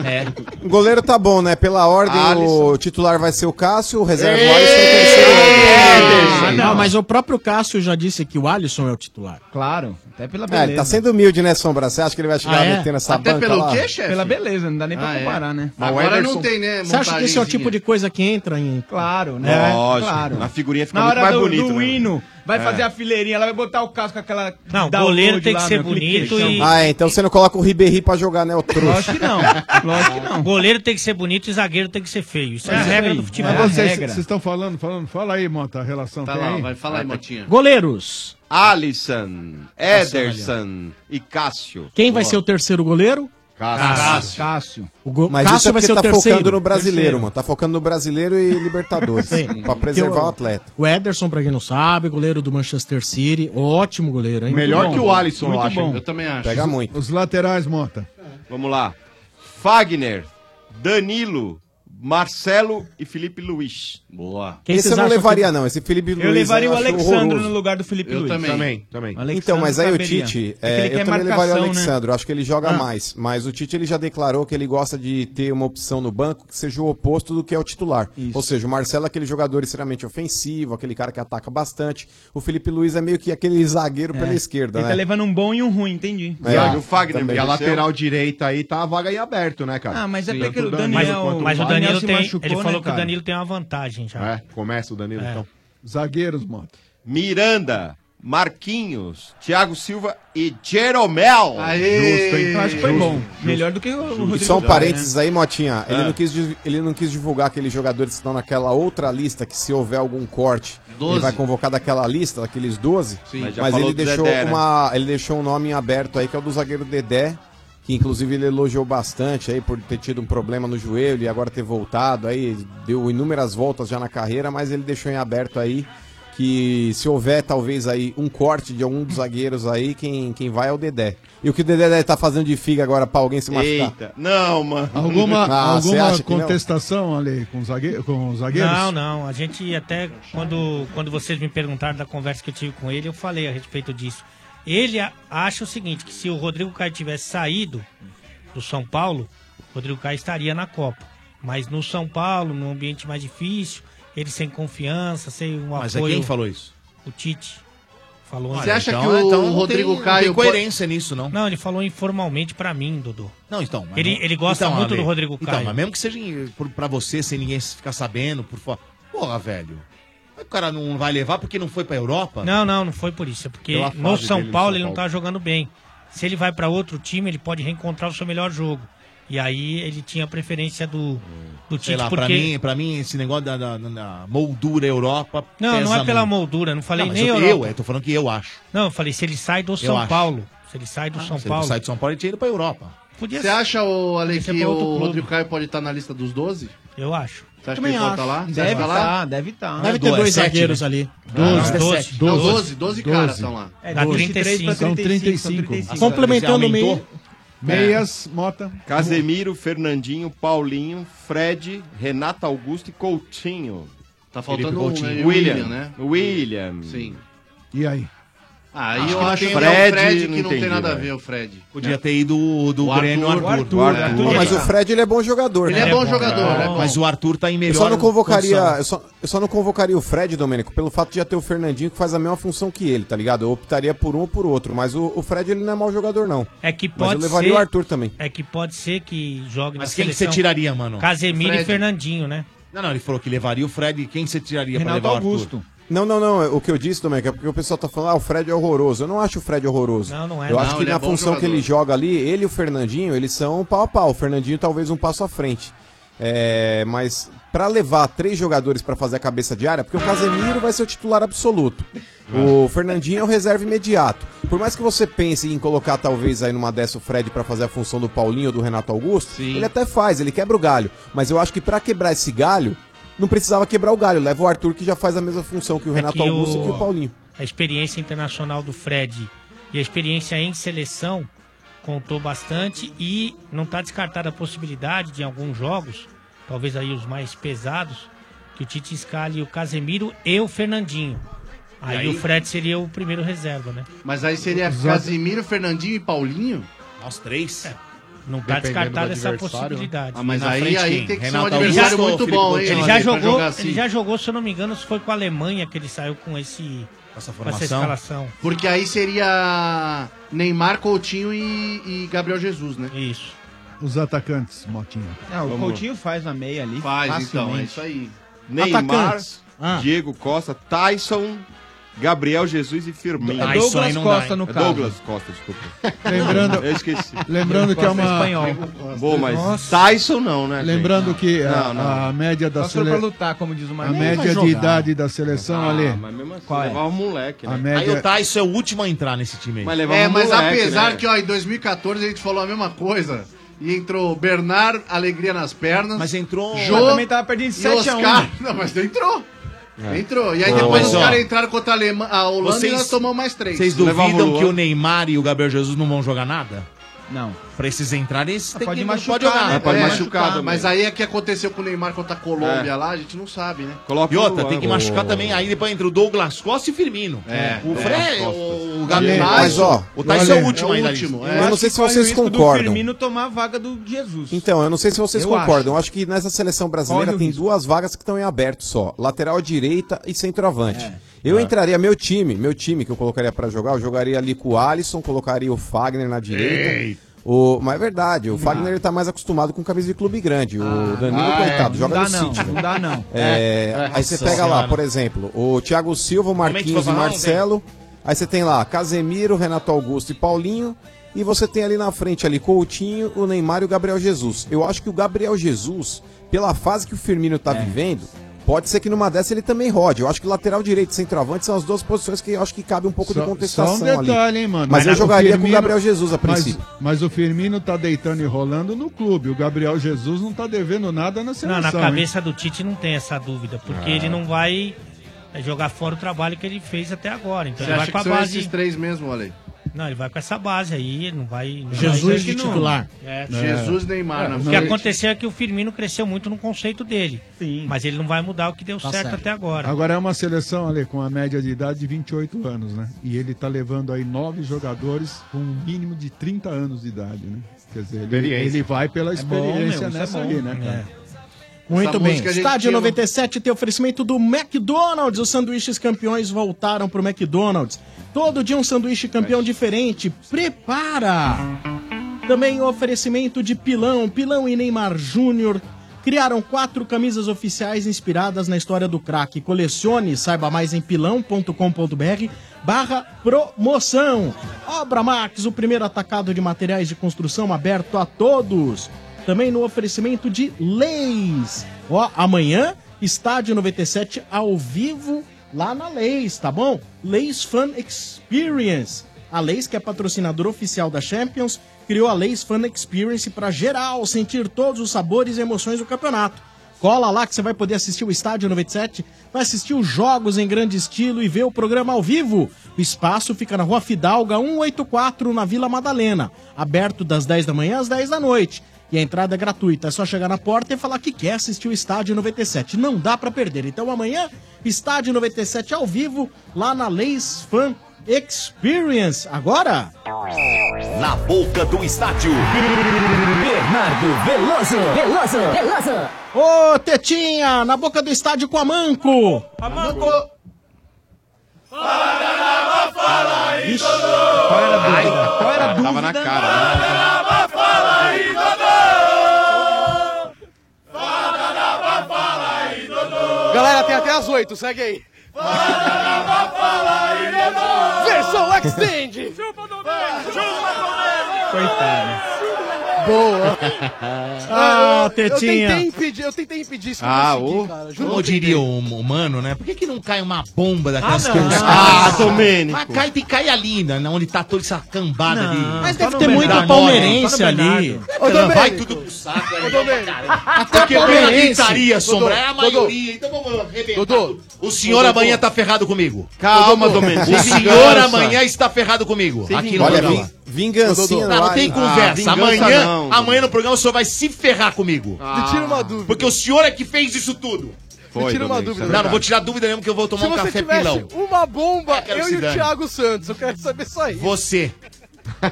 Speaker 14: É.
Speaker 15: O goleiro tá bom, né? Pela ordem, o titular vai ser o Cássio, o reserva vai ser o terceiro.
Speaker 13: Ah, não, mas o próprio Cássio já disse que o Alisson é o titular.
Speaker 14: Claro, até pela
Speaker 15: É, ele tá sendo humilde, né, Sombra? Você acha que ele vai chegar
Speaker 13: Ah, é?
Speaker 15: metendo essa
Speaker 13: Até
Speaker 15: banca
Speaker 13: pelo
Speaker 15: lá?
Speaker 13: quê, chefe?
Speaker 14: Pela beleza, não dá nem pra
Speaker 15: Ah, é?
Speaker 14: comparar, né?
Speaker 15: Mas o Agora Ederson- não tem, né,
Speaker 13: Você acha que esse é o tipo de coisa que entra em.
Speaker 14: Claro, né?
Speaker 13: Lógico,
Speaker 14: Claro.
Speaker 13: na figurinha fica
Speaker 14: Na
Speaker 13: muito
Speaker 14: hora
Speaker 13: mais
Speaker 14: do,
Speaker 13: bonito,
Speaker 14: do
Speaker 13: né?
Speaker 14: hino, vai
Speaker 13: É.
Speaker 14: fazer a fileirinha, ela vai botar o casco com aquela...
Speaker 11: Não,
Speaker 14: dá download lá, meu, aquele queixão.
Speaker 15: Ah, é, então você não coloca o Ribéry pra jogar, né, o trouxa?
Speaker 14: Lógico que não. Lógico que não.
Speaker 11: Goleiro tem que ser bonito e zagueiro tem que ser feio. Isso é a
Speaker 9: Mas
Speaker 11: regra do futebol.
Speaker 9: Mas vocês vocês estão falando, falando. Fala aí, Mota, a relação
Speaker 18: Tá
Speaker 9: tem
Speaker 18: lá,
Speaker 9: aí?
Speaker 18: vai, fala aí, Motinha.
Speaker 13: Goleiros.
Speaker 18: Alisson, Ederson e Cássio.
Speaker 13: Quem vai ser o terceiro goleiro?
Speaker 18: Cássio.
Speaker 14: Cássio.
Speaker 13: O go...
Speaker 15: Mas
Speaker 13: Cássio
Speaker 15: isso é
Speaker 13: vai
Speaker 15: porque
Speaker 13: ser o
Speaker 15: tá
Speaker 13: terceiro.
Speaker 15: focando no brasileiro,
Speaker 13: Terceiro.
Speaker 15: mano. Tá focando no brasileiro e Libertadores. pra preservar o atleta.
Speaker 13: O Ederson, pra quem não sabe, goleiro do Manchester City. Ótimo goleiro, hein?
Speaker 18: Melhor que o Alisson,
Speaker 13: Muito
Speaker 18: eu acho.
Speaker 13: bom.
Speaker 18: Eu também acho.
Speaker 13: Pega
Speaker 15: muito.
Speaker 9: Os laterais, Mota.
Speaker 18: Vamos lá. Fagner, Danilo, Marcelo e Felipe Luiz. Boa.
Speaker 15: esse eu não
Speaker 14: tá?
Speaker 15: levaria, não. Esse Felipe Luiz.
Speaker 18: Eu levaria
Speaker 15: eu
Speaker 18: o
Speaker 15: acho
Speaker 18: Alexandro
Speaker 15: horroroso.
Speaker 18: no lugar do Felipe Eu Luiz. também. Também, também.
Speaker 15: então, mas aí o
Speaker 18: Alexandre
Speaker 15: Tite,
Speaker 18: caberia.
Speaker 15: é,
Speaker 18: É que ele
Speaker 15: eu
Speaker 18: quer
Speaker 15: também levaria o
Speaker 18: marcação, né?
Speaker 15: Alexandre, eu acho que ele joga
Speaker 18: Ah.
Speaker 15: mais. Mas o Tite ele já declarou que ele gosta de ter uma opção no banco que seja o oposto do que é o titular. Ou seja, o Marcelo é aquele jogador extremamente ofensivo, aquele cara que ataca bastante. O Felipe Luiz é meio que aquele zagueiro
Speaker 18: É.
Speaker 15: pela esquerda,
Speaker 14: Ele tá
Speaker 15: né?
Speaker 14: levando um bom e um ruim, entendi.
Speaker 15: É,
Speaker 12: e o Fagner,
Speaker 15: também.
Speaker 12: e a lateral direita aí tá a vaga em aberto, né, cara?
Speaker 14: Ah, mas é
Speaker 12: Sim.
Speaker 14: porque o
Speaker 12: Tanto
Speaker 14: Daniel-
Speaker 12: quanto
Speaker 11: Mas o
Speaker 12: Wagner
Speaker 11: Danilo
Speaker 12: se
Speaker 11: tem.
Speaker 12: machucou,
Speaker 11: ele
Speaker 12: né,
Speaker 11: falou que o
Speaker 12: cara?
Speaker 11: Danilo tem uma vantagem já.
Speaker 12: É, começa o Danilo,
Speaker 11: É.
Speaker 12: então.
Speaker 9: Zagueiros, Mota.
Speaker 18: Miranda, Marquinhos, Thiago Silva e Jeromel.
Speaker 12: Justo, hein?
Speaker 14: Acho que foi bom. Melhor do que o Rodrigo.
Speaker 15: E só um
Speaker 14: Godoy,
Speaker 15: parênteses
Speaker 14: né?
Speaker 15: aí, Motinha. Ele,
Speaker 18: É.
Speaker 14: Ah.
Speaker 15: não quis, div- ele não quis divulgar aqueles jogadores que estão naquela outra lista, que se houver algum corte,
Speaker 18: Doze.
Speaker 15: ele vai convocar daquela lista, daqueles 12.
Speaker 18: Sim.
Speaker 15: Mas,
Speaker 18: Mas já falou
Speaker 15: ele,
Speaker 18: do
Speaker 15: deixou
Speaker 18: Dedé, né?
Speaker 15: uma, ele deixou um nome em aberto aí, que é o do zagueiro Dedé, que inclusive ele elogiou bastante aí por ter tido um problema no joelho e agora ter voltado. Aí deu inúmeras voltas já na carreira, mas ele deixou em aberto aí. Que se houver talvez aí um corte de algum dos zagueiros aí, quem, quem vai é o Dedé. E o que o Dedé deve estar fazendo de figa agora pra alguém se machucar?
Speaker 18: Eita. Não, mano.
Speaker 9: Alguma,
Speaker 15: Ah, você
Speaker 9: alguma
Speaker 15: acha que não?
Speaker 9: contestação ali com, zague... com os zagueiros?
Speaker 11: Não, não. A gente até quando, quando vocês me perguntaram da conversa que eu tive com ele, eu falei a respeito disso. Ele a- acha o seguinte, que se o Rodrigo Caio tivesse saído do São Paulo, o Rodrigo Caio estaria na Copa. Mas no São Paulo, num ambiente mais difícil, ele sem confiança, sem um
Speaker 2: Mas é
Speaker 11: apoio.
Speaker 2: quem falou isso?
Speaker 11: O Tite. Falou
Speaker 2: Olha,
Speaker 11: ontem.
Speaker 2: então- então não tem- Não tem coerência nisso, não.
Speaker 11: Não, ele falou informalmente pra mim, Dudu.
Speaker 2: Não, então. mas
Speaker 11: Ele,
Speaker 2: não-
Speaker 11: ele gosta
Speaker 2: Então,
Speaker 11: muito
Speaker 2: Ale,
Speaker 11: do Rodrigo Caio.
Speaker 2: Então, mas mesmo que seja em- por- pra você, sem ninguém ficar sabendo, por favor. Porra, velho. O cara não vai levar porque não foi pra Europa?
Speaker 11: Não, não, não foi por isso. É porque
Speaker 2: Pela
Speaker 11: no
Speaker 2: fase
Speaker 11: São
Speaker 2: dele no
Speaker 11: Paulo
Speaker 2: São
Speaker 11: ele não tá
Speaker 2: Paulo.
Speaker 11: jogando bem. Se ele vai pra outro time, ele pode reencontrar o seu melhor jogo. E aí ele tinha a preferência do, do
Speaker 2: Sei
Speaker 11: Tite,
Speaker 2: lá, pra,
Speaker 11: porque...
Speaker 2: mim, pra mim esse negócio da, da- da moldura Europa.
Speaker 11: não, não é
Speaker 2: pesa
Speaker 11: pela
Speaker 2: muito.
Speaker 11: moldura, não falei
Speaker 2: Não, mas
Speaker 11: nem
Speaker 2: eu, eu,
Speaker 11: Europa.
Speaker 2: eu tô falando que eu acho.
Speaker 11: Não, eu falei, se ele sai do
Speaker 2: Eu
Speaker 11: São
Speaker 2: acho. Ah,
Speaker 11: Paulo, se ele sai do São
Speaker 2: se ele
Speaker 11: Paulo...
Speaker 2: sai do São Paulo, ele tinha ido pra Europa.
Speaker 11: Podia
Speaker 21: Você acha, o Ale,
Speaker 11: ser
Speaker 21: que
Speaker 11: pra outro
Speaker 21: o
Speaker 11: clube.
Speaker 21: Rodrigo Caio pode estar na lista dos 12?
Speaker 11: Eu acho.
Speaker 21: Você acha Também que ele pode estar acho. lá? Deve Você acha que tá, lá?
Speaker 14: deve estar.
Speaker 21: Deve ter dois zagueiros ali. Doze,
Speaker 14: Ah,
Speaker 21: doze,
Speaker 14: não,
Speaker 21: doze. Doze
Speaker 14: doze, doze.
Speaker 21: caras tão lá.
Speaker 14: É,
Speaker 21: Dá
Speaker 14: doze.
Speaker 21: 35.
Speaker 14: São 35, são
Speaker 21: 35.
Speaker 18: Complementando
Speaker 9: meio-
Speaker 14: É.
Speaker 18: Meias,
Speaker 9: Mota.
Speaker 18: Casemiro, Fernandinho, Paulinho, Fred, Renata Augusto e Coutinho.
Speaker 21: Tá faltando
Speaker 18: Felipe
Speaker 21: um,
Speaker 18: William,
Speaker 21: né? William,
Speaker 18: né?
Speaker 21: né?
Speaker 18: William.
Speaker 21: Sim.
Speaker 9: E aí?
Speaker 21: Ah,
Speaker 18: Acho
Speaker 21: eu
Speaker 18: que
Speaker 21: acho
Speaker 18: tem
Speaker 21: que é o Fred
Speaker 18: Fred,
Speaker 21: que
Speaker 18: não
Speaker 21: não tem
Speaker 18: entendi,
Speaker 21: nada a
Speaker 18: velho.
Speaker 21: ver, o Fred.
Speaker 2: Podia ter ido do
Speaker 21: O
Speaker 2: Grêmio
Speaker 21: Arthur,
Speaker 2: Arthur.
Speaker 21: o Arthur,
Speaker 2: né?
Speaker 21: é.
Speaker 15: Pô, mas o Fred ele é bom jogador,
Speaker 21: Ele
Speaker 15: né?
Speaker 21: é bom jogador, né?
Speaker 2: Mas o Arthur tá em
Speaker 15: Eu
Speaker 2: melhor
Speaker 15: só não convocaria,
Speaker 2: condição.
Speaker 15: eu só, eu só não convocaria o Fred, Domênico, pelo fato de já ter o Fernandinho que faz a mesma função que ele, tá ligado? Eu optaria por um ou por outro, mas o, o Fred ele não é mau jogador não.
Speaker 11: É que
Speaker 15: Mas
Speaker 11: pode
Speaker 15: eu levaria
Speaker 11: ser...
Speaker 15: o Arthur também.
Speaker 11: É que pode ser que jogue
Speaker 2: Mas
Speaker 11: na
Speaker 2: quem que
Speaker 11: seleção.
Speaker 2: você tiraria, mano?
Speaker 11: Casemiro
Speaker 2: Fred.
Speaker 11: e Fernandinho, né?
Speaker 2: Não, não, ele falou que levaria o Fred. Quem você tiraria
Speaker 11: Renato
Speaker 2: pra levar o
Speaker 11: Augusto.
Speaker 2: Arthur?
Speaker 15: Não, não, não. O que eu disse, Domênico, é porque o pessoal tá falando, ah, o Fred é horroroso. Eu não acho o Fred horroroso.
Speaker 11: Não, não é,
Speaker 15: Eu acho
Speaker 11: não,
Speaker 15: que
Speaker 11: ele
Speaker 15: na
Speaker 11: é bom
Speaker 15: função que ele
Speaker 11: jogador.
Speaker 15: joga ali, ele e o Fernandinho, eles são um pau a pau. O Fernandinho talvez um passo à frente. É, mas pra levar três jogadores pra fazer a cabeça de área, porque o Casemiro vai ser o titular absoluto.
Speaker 11: Ah.
Speaker 15: O Fernandinho é o reserva imediato. Por mais que você pense em colocar talvez aí numa dessa o Fred pra fazer a função do Paulinho ou do Renato Augusto, ele até faz, ele quebra o galho. Mas eu acho que pra quebrar esse galho, não precisava quebrar o galho. Leva o Arthur que já faz a mesma função que o
Speaker 11: É
Speaker 15: Renato
Speaker 11: que
Speaker 15: Augusto
Speaker 11: o-
Speaker 15: e que o Paulinho.
Speaker 11: A experiência internacional do Fred e a experiência em seleção contou bastante e não está descartada a possibilidade de em alguns jogos, talvez aí os mais pesados, que o Tite escale o Casemiro e o Fernandinho. Aí,
Speaker 21: aí?
Speaker 11: o Fred seria o primeiro reserva, né?
Speaker 21: Mas aí seria
Speaker 11: Exato.
Speaker 21: Casimiro, Fernandinho e Paulinho?
Speaker 2: Nós três.
Speaker 11: Não tá descartada essa
Speaker 15: né?
Speaker 11: possibilidade.
Speaker 21: Ah, mas
Speaker 11: Na
Speaker 21: aí,
Speaker 11: frente,
Speaker 21: aí
Speaker 11: quem?
Speaker 21: tem que ser
Speaker 11: Renato
Speaker 21: um
Speaker 11: Augusto
Speaker 21: adversário
Speaker 11: ou
Speaker 21: muito
Speaker 11: Felipe
Speaker 21: bom, hein?
Speaker 11: Coutinho? Ele
Speaker 21: Ronaldo,
Speaker 11: já,
Speaker 21: pra
Speaker 11: jogou,
Speaker 21: jogar assim.
Speaker 11: ele já jogou, se eu não me engano, se foi com a Alemanha que ele saiu com, esse, com essa escalação.
Speaker 21: Porque aí seria Neymar, Coutinho e, e Gabriel Jesus, né?
Speaker 11: Isso.
Speaker 16: Os atacantes, Motinha.
Speaker 14: Ah, o
Speaker 16: Vamos.
Speaker 14: Coutinho faz na meia ali.
Speaker 21: Faz,
Speaker 14: facilmente.
Speaker 21: então, é isso aí.
Speaker 18: Neymar,
Speaker 14: Atacantes. Ah.
Speaker 18: Diego Costa, Tyson, Gabriel Jesus e Firmino.
Speaker 14: É Tyson Douglas aí não dá, Costa, hein? no
Speaker 18: É
Speaker 14: caso.
Speaker 18: Douglas Costa, desculpa.
Speaker 16: Lembrando-
Speaker 18: Eu esqueci.
Speaker 16: lembrando que é uma-
Speaker 18: Bom, mas
Speaker 16: Nossa.
Speaker 18: Tyson não, né? gente?
Speaker 16: Lembrando que a,
Speaker 18: Não, não.
Speaker 16: a média da
Speaker 18: Só se for pra
Speaker 16: seleção.
Speaker 18: lutar, como diz o
Speaker 16: A
Speaker 18: Marcos. Nem vai
Speaker 16: média de
Speaker 18: jogar.
Speaker 16: idade da seleção
Speaker 2: Então,
Speaker 18: Ah,
Speaker 16: ali.
Speaker 18: mas mesmo assim,
Speaker 16: Qual é?
Speaker 18: levava um moleque, né?
Speaker 16: A média-
Speaker 2: Aí o Tyson é o último a entrar nesse time aí.
Speaker 21: Mas é, mas
Speaker 18: moleque,
Speaker 21: apesar
Speaker 18: né?
Speaker 21: que ó, em 2014 a gente falou a mesma coisa. E entrou Bernard, alegria nas pernas. Mas
Speaker 2: entrou. um-
Speaker 21: Jô,
Speaker 2: Mas também tava perdendo de
Speaker 21: e
Speaker 2: 7 a 1.
Speaker 21: Oscar. Não, mas entrou.
Speaker 2: É.
Speaker 21: Entrou. E aí
Speaker 2: Não,
Speaker 21: depois
Speaker 2: mas,
Speaker 21: os
Speaker 2: ó,
Speaker 21: caras entraram contra a, Alema- a Holanda
Speaker 2: vocês-
Speaker 21: e nós tomamos mais três.
Speaker 2: Vocês
Speaker 21: Levava
Speaker 2: duvidam
Speaker 21: Luan.
Speaker 2: que o Neymar e o Gabriel Jesus não vão jogar nada?
Speaker 14: Não.
Speaker 2: Pra esses entrarem, esses tem
Speaker 21: Pode
Speaker 2: que
Speaker 21: machucar,
Speaker 2: pode jogar,
Speaker 21: né?
Speaker 2: né?
Speaker 21: Pode
Speaker 2: É,
Speaker 21: machucar.
Speaker 2: também.
Speaker 21: mas aí é que aconteceu com o Neymar contra a Colômbia
Speaker 2: É.
Speaker 21: lá, a gente não sabe, né?
Speaker 2: e outra, tem que machucar também. Aí depois entra o Douglas Costa e o Firmino.
Speaker 21: É,
Speaker 2: o
Speaker 21: Douglas
Speaker 2: Fred,
Speaker 21: Costa.
Speaker 2: o, o
Speaker 21: Ale,
Speaker 2: Gabriel.
Speaker 21: mas, ó,
Speaker 2: o Tyson é
Speaker 15: É, Ale,
Speaker 2: o último
Speaker 15: é o
Speaker 2: ainda.
Speaker 15: último,
Speaker 2: lista.
Speaker 15: é. Eu não sei se
Speaker 14: corre o
Speaker 15: vocês
Speaker 14: risco do
Speaker 15: concordam.
Speaker 14: Firmino tomar a vaga do Jesus.
Speaker 15: Então, eu não sei se vocês
Speaker 14: Eu
Speaker 15: concordam. Eu acho que nessa seleção brasileira
Speaker 14: Corre o
Speaker 15: tem duas vagas que estão em aberto só: lateral direita e centroavante.
Speaker 14: É.
Speaker 15: Eu entraria, meu time, meu time que eu colocaria pra jogar, eu jogaria ali com o Alisson, colocaria o Fagner na direita. O, mas é verdade, o Fagner ele tá mais acostumado com camisa de clube grande. O Danilo,
Speaker 14: Ah, é,
Speaker 15: coitado,
Speaker 14: não
Speaker 15: joga
Speaker 14: dá
Speaker 15: no
Speaker 14: não,
Speaker 15: City. velho.
Speaker 14: Não dá não.
Speaker 15: É, aí você
Speaker 14: Nossa
Speaker 15: pega lá,
Speaker 14: Senhora.
Speaker 15: por exemplo, o Thiago Silva, o Marquinhos e
Speaker 14: Fofão,
Speaker 15: Marcelo.
Speaker 14: né?
Speaker 15: Aí você tem lá Casemiro, Renato Augusto e Paulinho. E você tem ali na frente ali Coutinho, o Neymar e o Gabriel Jesus. Eu acho que o Gabriel Jesus, pela fase que o Firmino tá
Speaker 14: É.
Speaker 15: vivendo, pode ser que numa dessa ele também rode. Eu acho que lateral direito e centroavante são as duas posições que eu acho que cabe um pouco de contestação
Speaker 16: Só um detalhe,
Speaker 15: ali.
Speaker 16: hein, mano.
Speaker 15: Mas, eu jogaria com
Speaker 16: Firmino-
Speaker 15: o Gabriel Jesus a princípio.
Speaker 16: Mas, mas o Firmino tá deitando e rolando no clube. O Gabriel Jesus não tá devendo nada na
Speaker 11: Não,
Speaker 16: seleção.
Speaker 11: na
Speaker 16: hein?
Speaker 11: cabeça do Tite não tem essa dúvida, porque
Speaker 16: Ah.
Speaker 11: ele não vai é, jogar fora o trabalho que ele fez até agora. Então
Speaker 21: Você
Speaker 11: ele vai
Speaker 21: acha
Speaker 11: com
Speaker 21: que
Speaker 11: a
Speaker 21: são
Speaker 11: base.
Speaker 21: esses três mesmo, Ale?
Speaker 11: Não, ele vai com essa base aí, ele não vai. Não
Speaker 21: Jesus
Speaker 11: vai-
Speaker 21: de
Speaker 11: Não.
Speaker 21: titular. Né?
Speaker 11: É.
Speaker 21: Jesus, Neymar,
Speaker 11: É,
Speaker 21: na
Speaker 11: O que
Speaker 21: frente.
Speaker 11: aconteceu é que o Firmino cresceu muito no conceito dele. Mas ele não vai mudar o que deu
Speaker 16: Tá
Speaker 11: certo,
Speaker 16: certo.
Speaker 11: até agora.
Speaker 16: Agora é uma seleção ali com a média de idade de 28 anos, né? E ele tá levando aí nove jogadores com um mínimo de 30 anos de idade, né? Quer dizer, ele,
Speaker 15: Experiência.
Speaker 16: ele vai pela
Speaker 15: É bom, meu,
Speaker 16: experiência
Speaker 15: isso é
Speaker 16: nessa
Speaker 15: bom.
Speaker 16: ali, né, cara?
Speaker 13: Muito
Speaker 16: Essa
Speaker 13: bem.
Speaker 16: música a gente um-
Speaker 13: Estádio
Speaker 16: tinha-
Speaker 13: 97 tem oferecimento do McDonald's. Os sanduíches campeões voltaram pro McDonald's. Todo dia um sanduíche campeão diferente. Prepara! Também o oferecimento de Pilão. Pilão e Neymar Júnior criaram quatro camisas oficiais inspiradas na história do craque. Colecione, saiba mais em pilão.com.br barra promoção. Obra Max, o primeiro atacado de materiais de construção aberto a todos. Também no oferecimento de Leis. Ó, amanhã, estádio 97 ao vivo lá na Leis, tá bom? Leis Fan Experience. A Leis, que é patrocinadora oficial da Champions, criou a Leis Fan Experience para geral sentir todos os sabores e emoções do campeonato. Cola lá que você vai poder assistir o Estádio 97, vai assistir os jogos em grande estilo e ver o programa ao vivo. O espaço fica na Rua Fidalga 184, na Vila Madalena, aberto das 10 da manhã às 10 da noite. E a entrada é gratuita, é só chegar na porta e falar que quer assistir o Estádio 97. Não dá pra perder. Então amanhã, Estádio 97 ao vivo, lá na Leis Fan Experience. Agora,
Speaker 29: Na boca do estádio. Bernardo Veloso.
Speaker 13: Veloso, Veloso. Ô, Tetinha, na boca do estádio com a Manco.
Speaker 21: Ah,
Speaker 13: A Manco.
Speaker 4: Qual era a dúvida? Qual era a dúvida? Tava
Speaker 18: na cara.
Speaker 4: Fala aí, Dodô! Fala, Fala aí, Dodô!
Speaker 20: Galera, tem até as oito, segue aí.
Speaker 4: Fala, Versão Extend!
Speaker 11: Coitado.
Speaker 4: Boa!
Speaker 13: Ah,
Speaker 4: Eu-
Speaker 13: Tetinha.
Speaker 4: Eu tentei impedir, eu tentei impedir isso. não
Speaker 2: Ah,
Speaker 4: consegui,
Speaker 2: o.
Speaker 4: cara, juro
Speaker 2: Como
Speaker 4: que eu
Speaker 2: diria
Speaker 4: tentei.
Speaker 2: o humano, né? Por que, que não cai uma bomba daquelas
Speaker 4: Ah,
Speaker 2: que-
Speaker 4: não. Ah, Domênico.
Speaker 2: Mas cai, tem- cai ali, né? Onde tá toda essa cambada ali.
Speaker 4: tá
Speaker 13: Mas deve ter muito palmeirense ali.
Speaker 2: Ô, Domênico.
Speaker 13: Vai
Speaker 2: tudo pro saco
Speaker 4: Ô, Domênico.
Speaker 2: Até
Speaker 13: Porque
Speaker 2: a
Speaker 13: palmeirense.
Speaker 2: gritaria,
Speaker 13: Dodô,
Speaker 2: Sombra, é a
Speaker 13: Dodô.
Speaker 2: maioria. Então vamos arrebentar. tudo. O senhor
Speaker 13: Ô, Dodô.
Speaker 2: amanhã tá ferrado comigo.
Speaker 18: Calma,
Speaker 2: Ô, Dodô.
Speaker 18: Domênico.
Speaker 2: O
Speaker 18: Sem
Speaker 2: senhor
Speaker 18: vingança.
Speaker 2: amanhã está ferrado comigo.
Speaker 18: Sem
Speaker 2: Aqui no
Speaker 18: vingança.
Speaker 2: programa.
Speaker 18: Olha, vin- vingancinha
Speaker 2: Não,
Speaker 18: no
Speaker 2: não
Speaker 18: ar,
Speaker 2: tem
Speaker 18: hein?
Speaker 2: conversa.
Speaker 18: Ah, vingança
Speaker 2: amanhã,
Speaker 18: não.
Speaker 2: amanhã no programa o senhor vai se ferrar comigo.
Speaker 4: Ah.
Speaker 18: Me tira uma dúvida.
Speaker 2: Porque o senhor é que fez isso tudo.
Speaker 18: Foi,
Speaker 2: Me tira uma dúvida.
Speaker 18: Domênico, isso é
Speaker 2: Não, não
Speaker 18: verdade.
Speaker 2: vou tirar dúvida nenhuma que eu vou tomar
Speaker 4: Se
Speaker 2: um
Speaker 4: você
Speaker 2: café
Speaker 4: tivesse
Speaker 2: pilão.
Speaker 4: uma
Speaker 18: Ah,
Speaker 4: bomba,
Speaker 2: quero
Speaker 4: eu
Speaker 2: se
Speaker 4: e o
Speaker 2: dane.
Speaker 4: Thiago Santos, eu quero saber só isso.
Speaker 2: Você.
Speaker 18: Ah,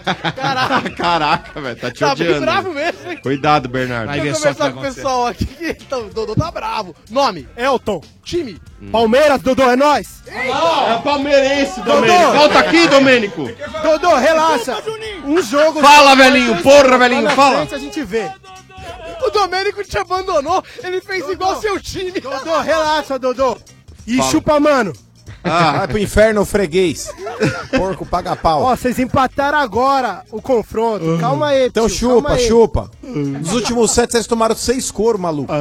Speaker 18: Caraca, velho, tá te
Speaker 4: Tá bem
Speaker 18: odiando. é
Speaker 4: bravo mesmo, hein?
Speaker 18: Cuidado, Bernardo.
Speaker 4: Deixa eu conversar com o pessoal aqui que tá- o Dodô tá bravo. Nome, Elton. Time, Palmeiras, Dodô, é nóis.
Speaker 18: Hum. É palmeirense, Domênico. Volta aqui, Domênico.
Speaker 4: Dodô, relaxa. Um jogo...
Speaker 18: Fala, velhinho, porra, velhinho,
Speaker 4: Lá na
Speaker 18: fala.
Speaker 4: frente a gente vê. O Domênico te abandonou, ele fez igual seu time. Dodô, relaxa, Dodô. E
Speaker 15: Fala.
Speaker 4: chupa, mano.
Speaker 15: Ah, vai pro inferno, freguês. Porco paga pau.
Speaker 4: Ó, vocês empataram agora o confronto. Calma aí,
Speaker 15: Então
Speaker 4: tio,
Speaker 15: chupa,
Speaker 4: calma aí.
Speaker 15: chupa. Nos últimos sete, vocês tomaram seis couro, maluco.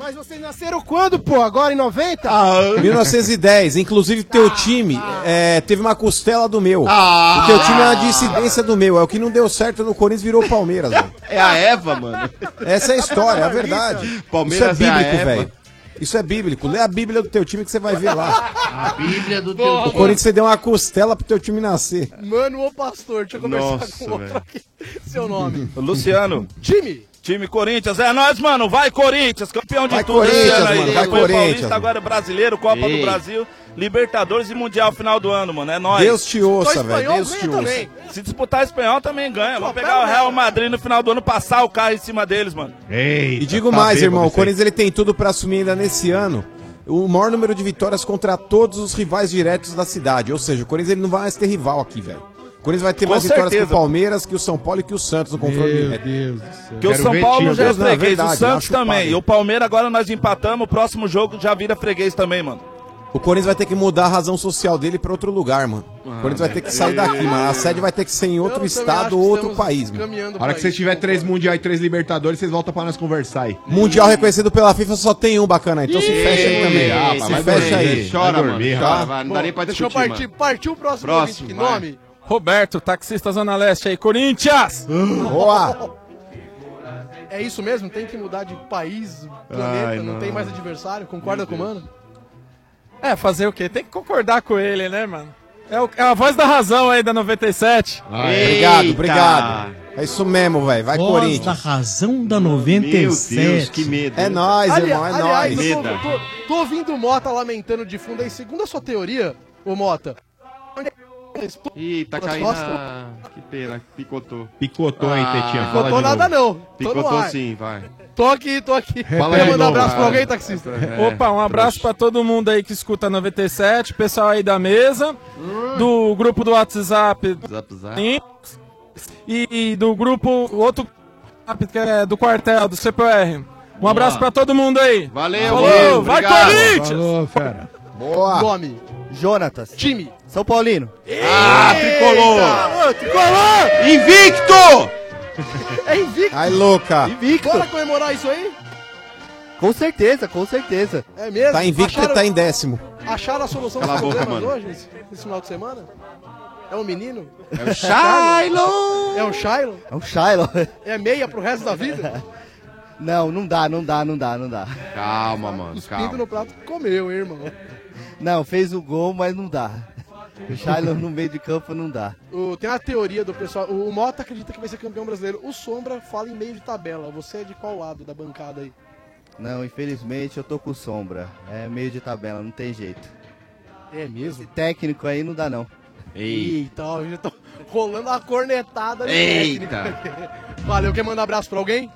Speaker 4: Mas vocês nasceram quando, pô? Agora em 90?
Speaker 15: Ah, 1910, inclusive teu time é, teve uma costela do meu.
Speaker 18: Ah.
Speaker 15: o teu time é uma dissidência do meu. É o que não deu certo no Corinthians virou Palmeiras. velho.
Speaker 18: É a Eva, mano.
Speaker 15: Essa é a história, é a verdade.
Speaker 18: Palmeiras
Speaker 15: Isso é
Speaker 18: é a
Speaker 15: bíblico,
Speaker 18: Eva.
Speaker 15: velho. Isso é bíblico. Lê a Bíblia do teu time que você vai ver lá.
Speaker 21: A Bíblia do
Speaker 4: Boa,
Speaker 15: O Corinthians você deu uma costela pro teu time nascer.
Speaker 4: Mano ou pastor? Deixa eu conversar
Speaker 21: Nossa,
Speaker 4: com o outro
Speaker 21: velho.
Speaker 4: aqui. Seu nome.
Speaker 20: Luciano.
Speaker 4: Time.
Speaker 20: Time Corinthians. É nóis, mano. Vai, Corinthians. Campeão de
Speaker 15: Vai,
Speaker 20: tudo. esse
Speaker 15: Corinthians,
Speaker 20: ano aí.
Speaker 15: mano, vai,
Speaker 20: Campeão
Speaker 15: Corinthians,
Speaker 20: Paulista,
Speaker 15: mano.
Speaker 20: agora é brasileiro, Copa
Speaker 15: Ei.
Speaker 20: do Brasil, Libertadores e Mundial final do ano, mano. É nóis.
Speaker 15: Deus te ouça, Disputar velho, espanhol, Deus te ganha ouça. também.
Speaker 20: Se disputar espanhol, também ganha. Vamos pegar o Real Madrid no final do ano, passar o carro em cima deles, mano.
Speaker 15: e
Speaker 4: tá
Speaker 20: Tá
Speaker 15: digo mais, irmão, o Corinthians ele tem tudo pra assumir ainda nesse ano o maior número de vitórias contra todos os rivais diretos da cidade. Ou seja, o Corinthians ele não vai mais ter rival aqui, velho. O Corinthians vai ter
Speaker 20: Com
Speaker 15: mais vitórias
Speaker 20: certeza.
Speaker 15: que o Palmeiras, que o São Paulo e que o Santos no confronto direto.
Speaker 9: Deus do céu.
Speaker 20: Porque o São Paulo já é freguês, o Santos também. E o Palmeiras agora nós empatamos, o próximo jogo já vira freguês também, mano.
Speaker 15: O Corinthians vai ter que mudar a razão social dele pra outro lugar, mano.
Speaker 20: Ah,
Speaker 15: o Corinthians vai ter
Speaker 20: é.
Speaker 15: que sair daqui, mano. A sede vai ter que ser em outro estado ou outro país, mano.
Speaker 12: A hora que vocês tiver três Mundial e três Libertadores, vocês voltam pra nós conversar aí.
Speaker 15: Mundial reconhecido pela FIFA só tem um bacana, então se fecha aí também.
Speaker 12: Ah,
Speaker 15: se
Speaker 12: vai
Speaker 15: fecha
Speaker 12: dormir,
Speaker 15: aí. Vai
Speaker 12: chora, mano,
Speaker 15: dormir,
Speaker 12: chora,
Speaker 15: tá?
Speaker 12: vai,
Speaker 21: Ah, não dá nem pra
Speaker 4: Deixa eu
Speaker 21: discutir,
Speaker 4: partir,
Speaker 21: mano.
Speaker 4: partir o próximo,
Speaker 21: Próximo,
Speaker 4: ouvinte. Que
Speaker 21: vai.
Speaker 4: nome?
Speaker 20: Roberto, taxista Zona Leste aí, Corinthians!
Speaker 15: Boa!
Speaker 4: É isso mesmo? Tem que mudar de país, planeta,
Speaker 20: Ai,
Speaker 4: não,
Speaker 20: não.
Speaker 4: tem mais adversário? Concorda com o mano?
Speaker 26: É, fazer o quê? Tem que concordar com ele, né, mano? É, o- é a voz da razão aí da 97.
Speaker 15: Obrigado, obrigado. É isso mesmo, velho. Vai,
Speaker 13: Voz
Speaker 15: Corinthians.
Speaker 13: da razão da 97.
Speaker 15: Meu Deus, que medo. É nóis,
Speaker 4: Ali-
Speaker 15: irmão, é
Speaker 4: aliás,
Speaker 15: nóis.
Speaker 4: eu tô, tô, tô ouvindo o Mota lamentando de fundo aí. Segundo a sua teoria, ô Mota...
Speaker 18: Ih, tá caindo. Ah, que pena, picotou.
Speaker 12: Picotou, hein, Tetinha? Fala
Speaker 4: Picotou
Speaker 12: de
Speaker 4: nada
Speaker 12: novo.
Speaker 4: não. Tô no
Speaker 18: Picotou
Speaker 4: ar.
Speaker 18: sim, vai.
Speaker 4: Tô aqui, tô aqui.
Speaker 12: Fala
Speaker 4: Quer
Speaker 12: de
Speaker 4: mandar um
Speaker 12: novo,
Speaker 4: abraço pra
Speaker 12: cara.
Speaker 4: alguém, taxista?
Speaker 32: É,
Speaker 26: Opa, um abraço pra todo mundo aí que escuta a 97, pessoal aí da mesa, do grupo do WhatsApp
Speaker 18: Zap, zap.
Speaker 26: e e do grupo outro que é do quartel do CPR. Um abraço pra todo mundo aí.
Speaker 18: Valeu,
Speaker 26: Falou, vai Corinthians.
Speaker 9: Falou, fera.
Speaker 15: Boa.
Speaker 4: Nome. Jonatas. Time. São Paulino.
Speaker 18: Ah,
Speaker 4: Ô, Tricolor!
Speaker 18: Invicto!
Speaker 4: É invicto.
Speaker 15: Ai, louca.
Speaker 4: Invicto. Bora comemorar isso aí?
Speaker 17: Com certeza, com certeza.
Speaker 4: É mesmo?
Speaker 15: Tá invicto e tá em décimo.
Speaker 4: Acharam a solução
Speaker 15: Cala a
Speaker 4: dos
Speaker 15: boca,
Speaker 4: problemas
Speaker 15: mano.
Speaker 4: hoje, esse- esse final de semana? É um menino?
Speaker 17: É o Shailon!
Speaker 4: É o Shailon?
Speaker 17: É o Shiloh.
Speaker 4: É meia pro resto da vida?
Speaker 17: Não, não dá, não dá, não dá, não dá.
Speaker 18: Calma, mano,
Speaker 4: Pinto no prato comeu, hein, irmão?
Speaker 17: Não, fez o gol, mas não dá. O Shiloh no meio de campo não dá.
Speaker 4: O- tem uma teoria do pessoal. O, o Mota acredita que vai ser campeão brasileiro. O Sombra fala em meio de tabela. Você é de qual lado da bancada aí?
Speaker 17: Não, infelizmente eu tô com sombra. É meio de tabela, não tem jeito.
Speaker 4: É mesmo?
Speaker 17: Esse técnico aí não dá não.
Speaker 4: Eita, ó, eu já tô rolando uma cornetada. no
Speaker 17: Eita.
Speaker 4: técnico. Valeu, quer mandar abraço pra alguém?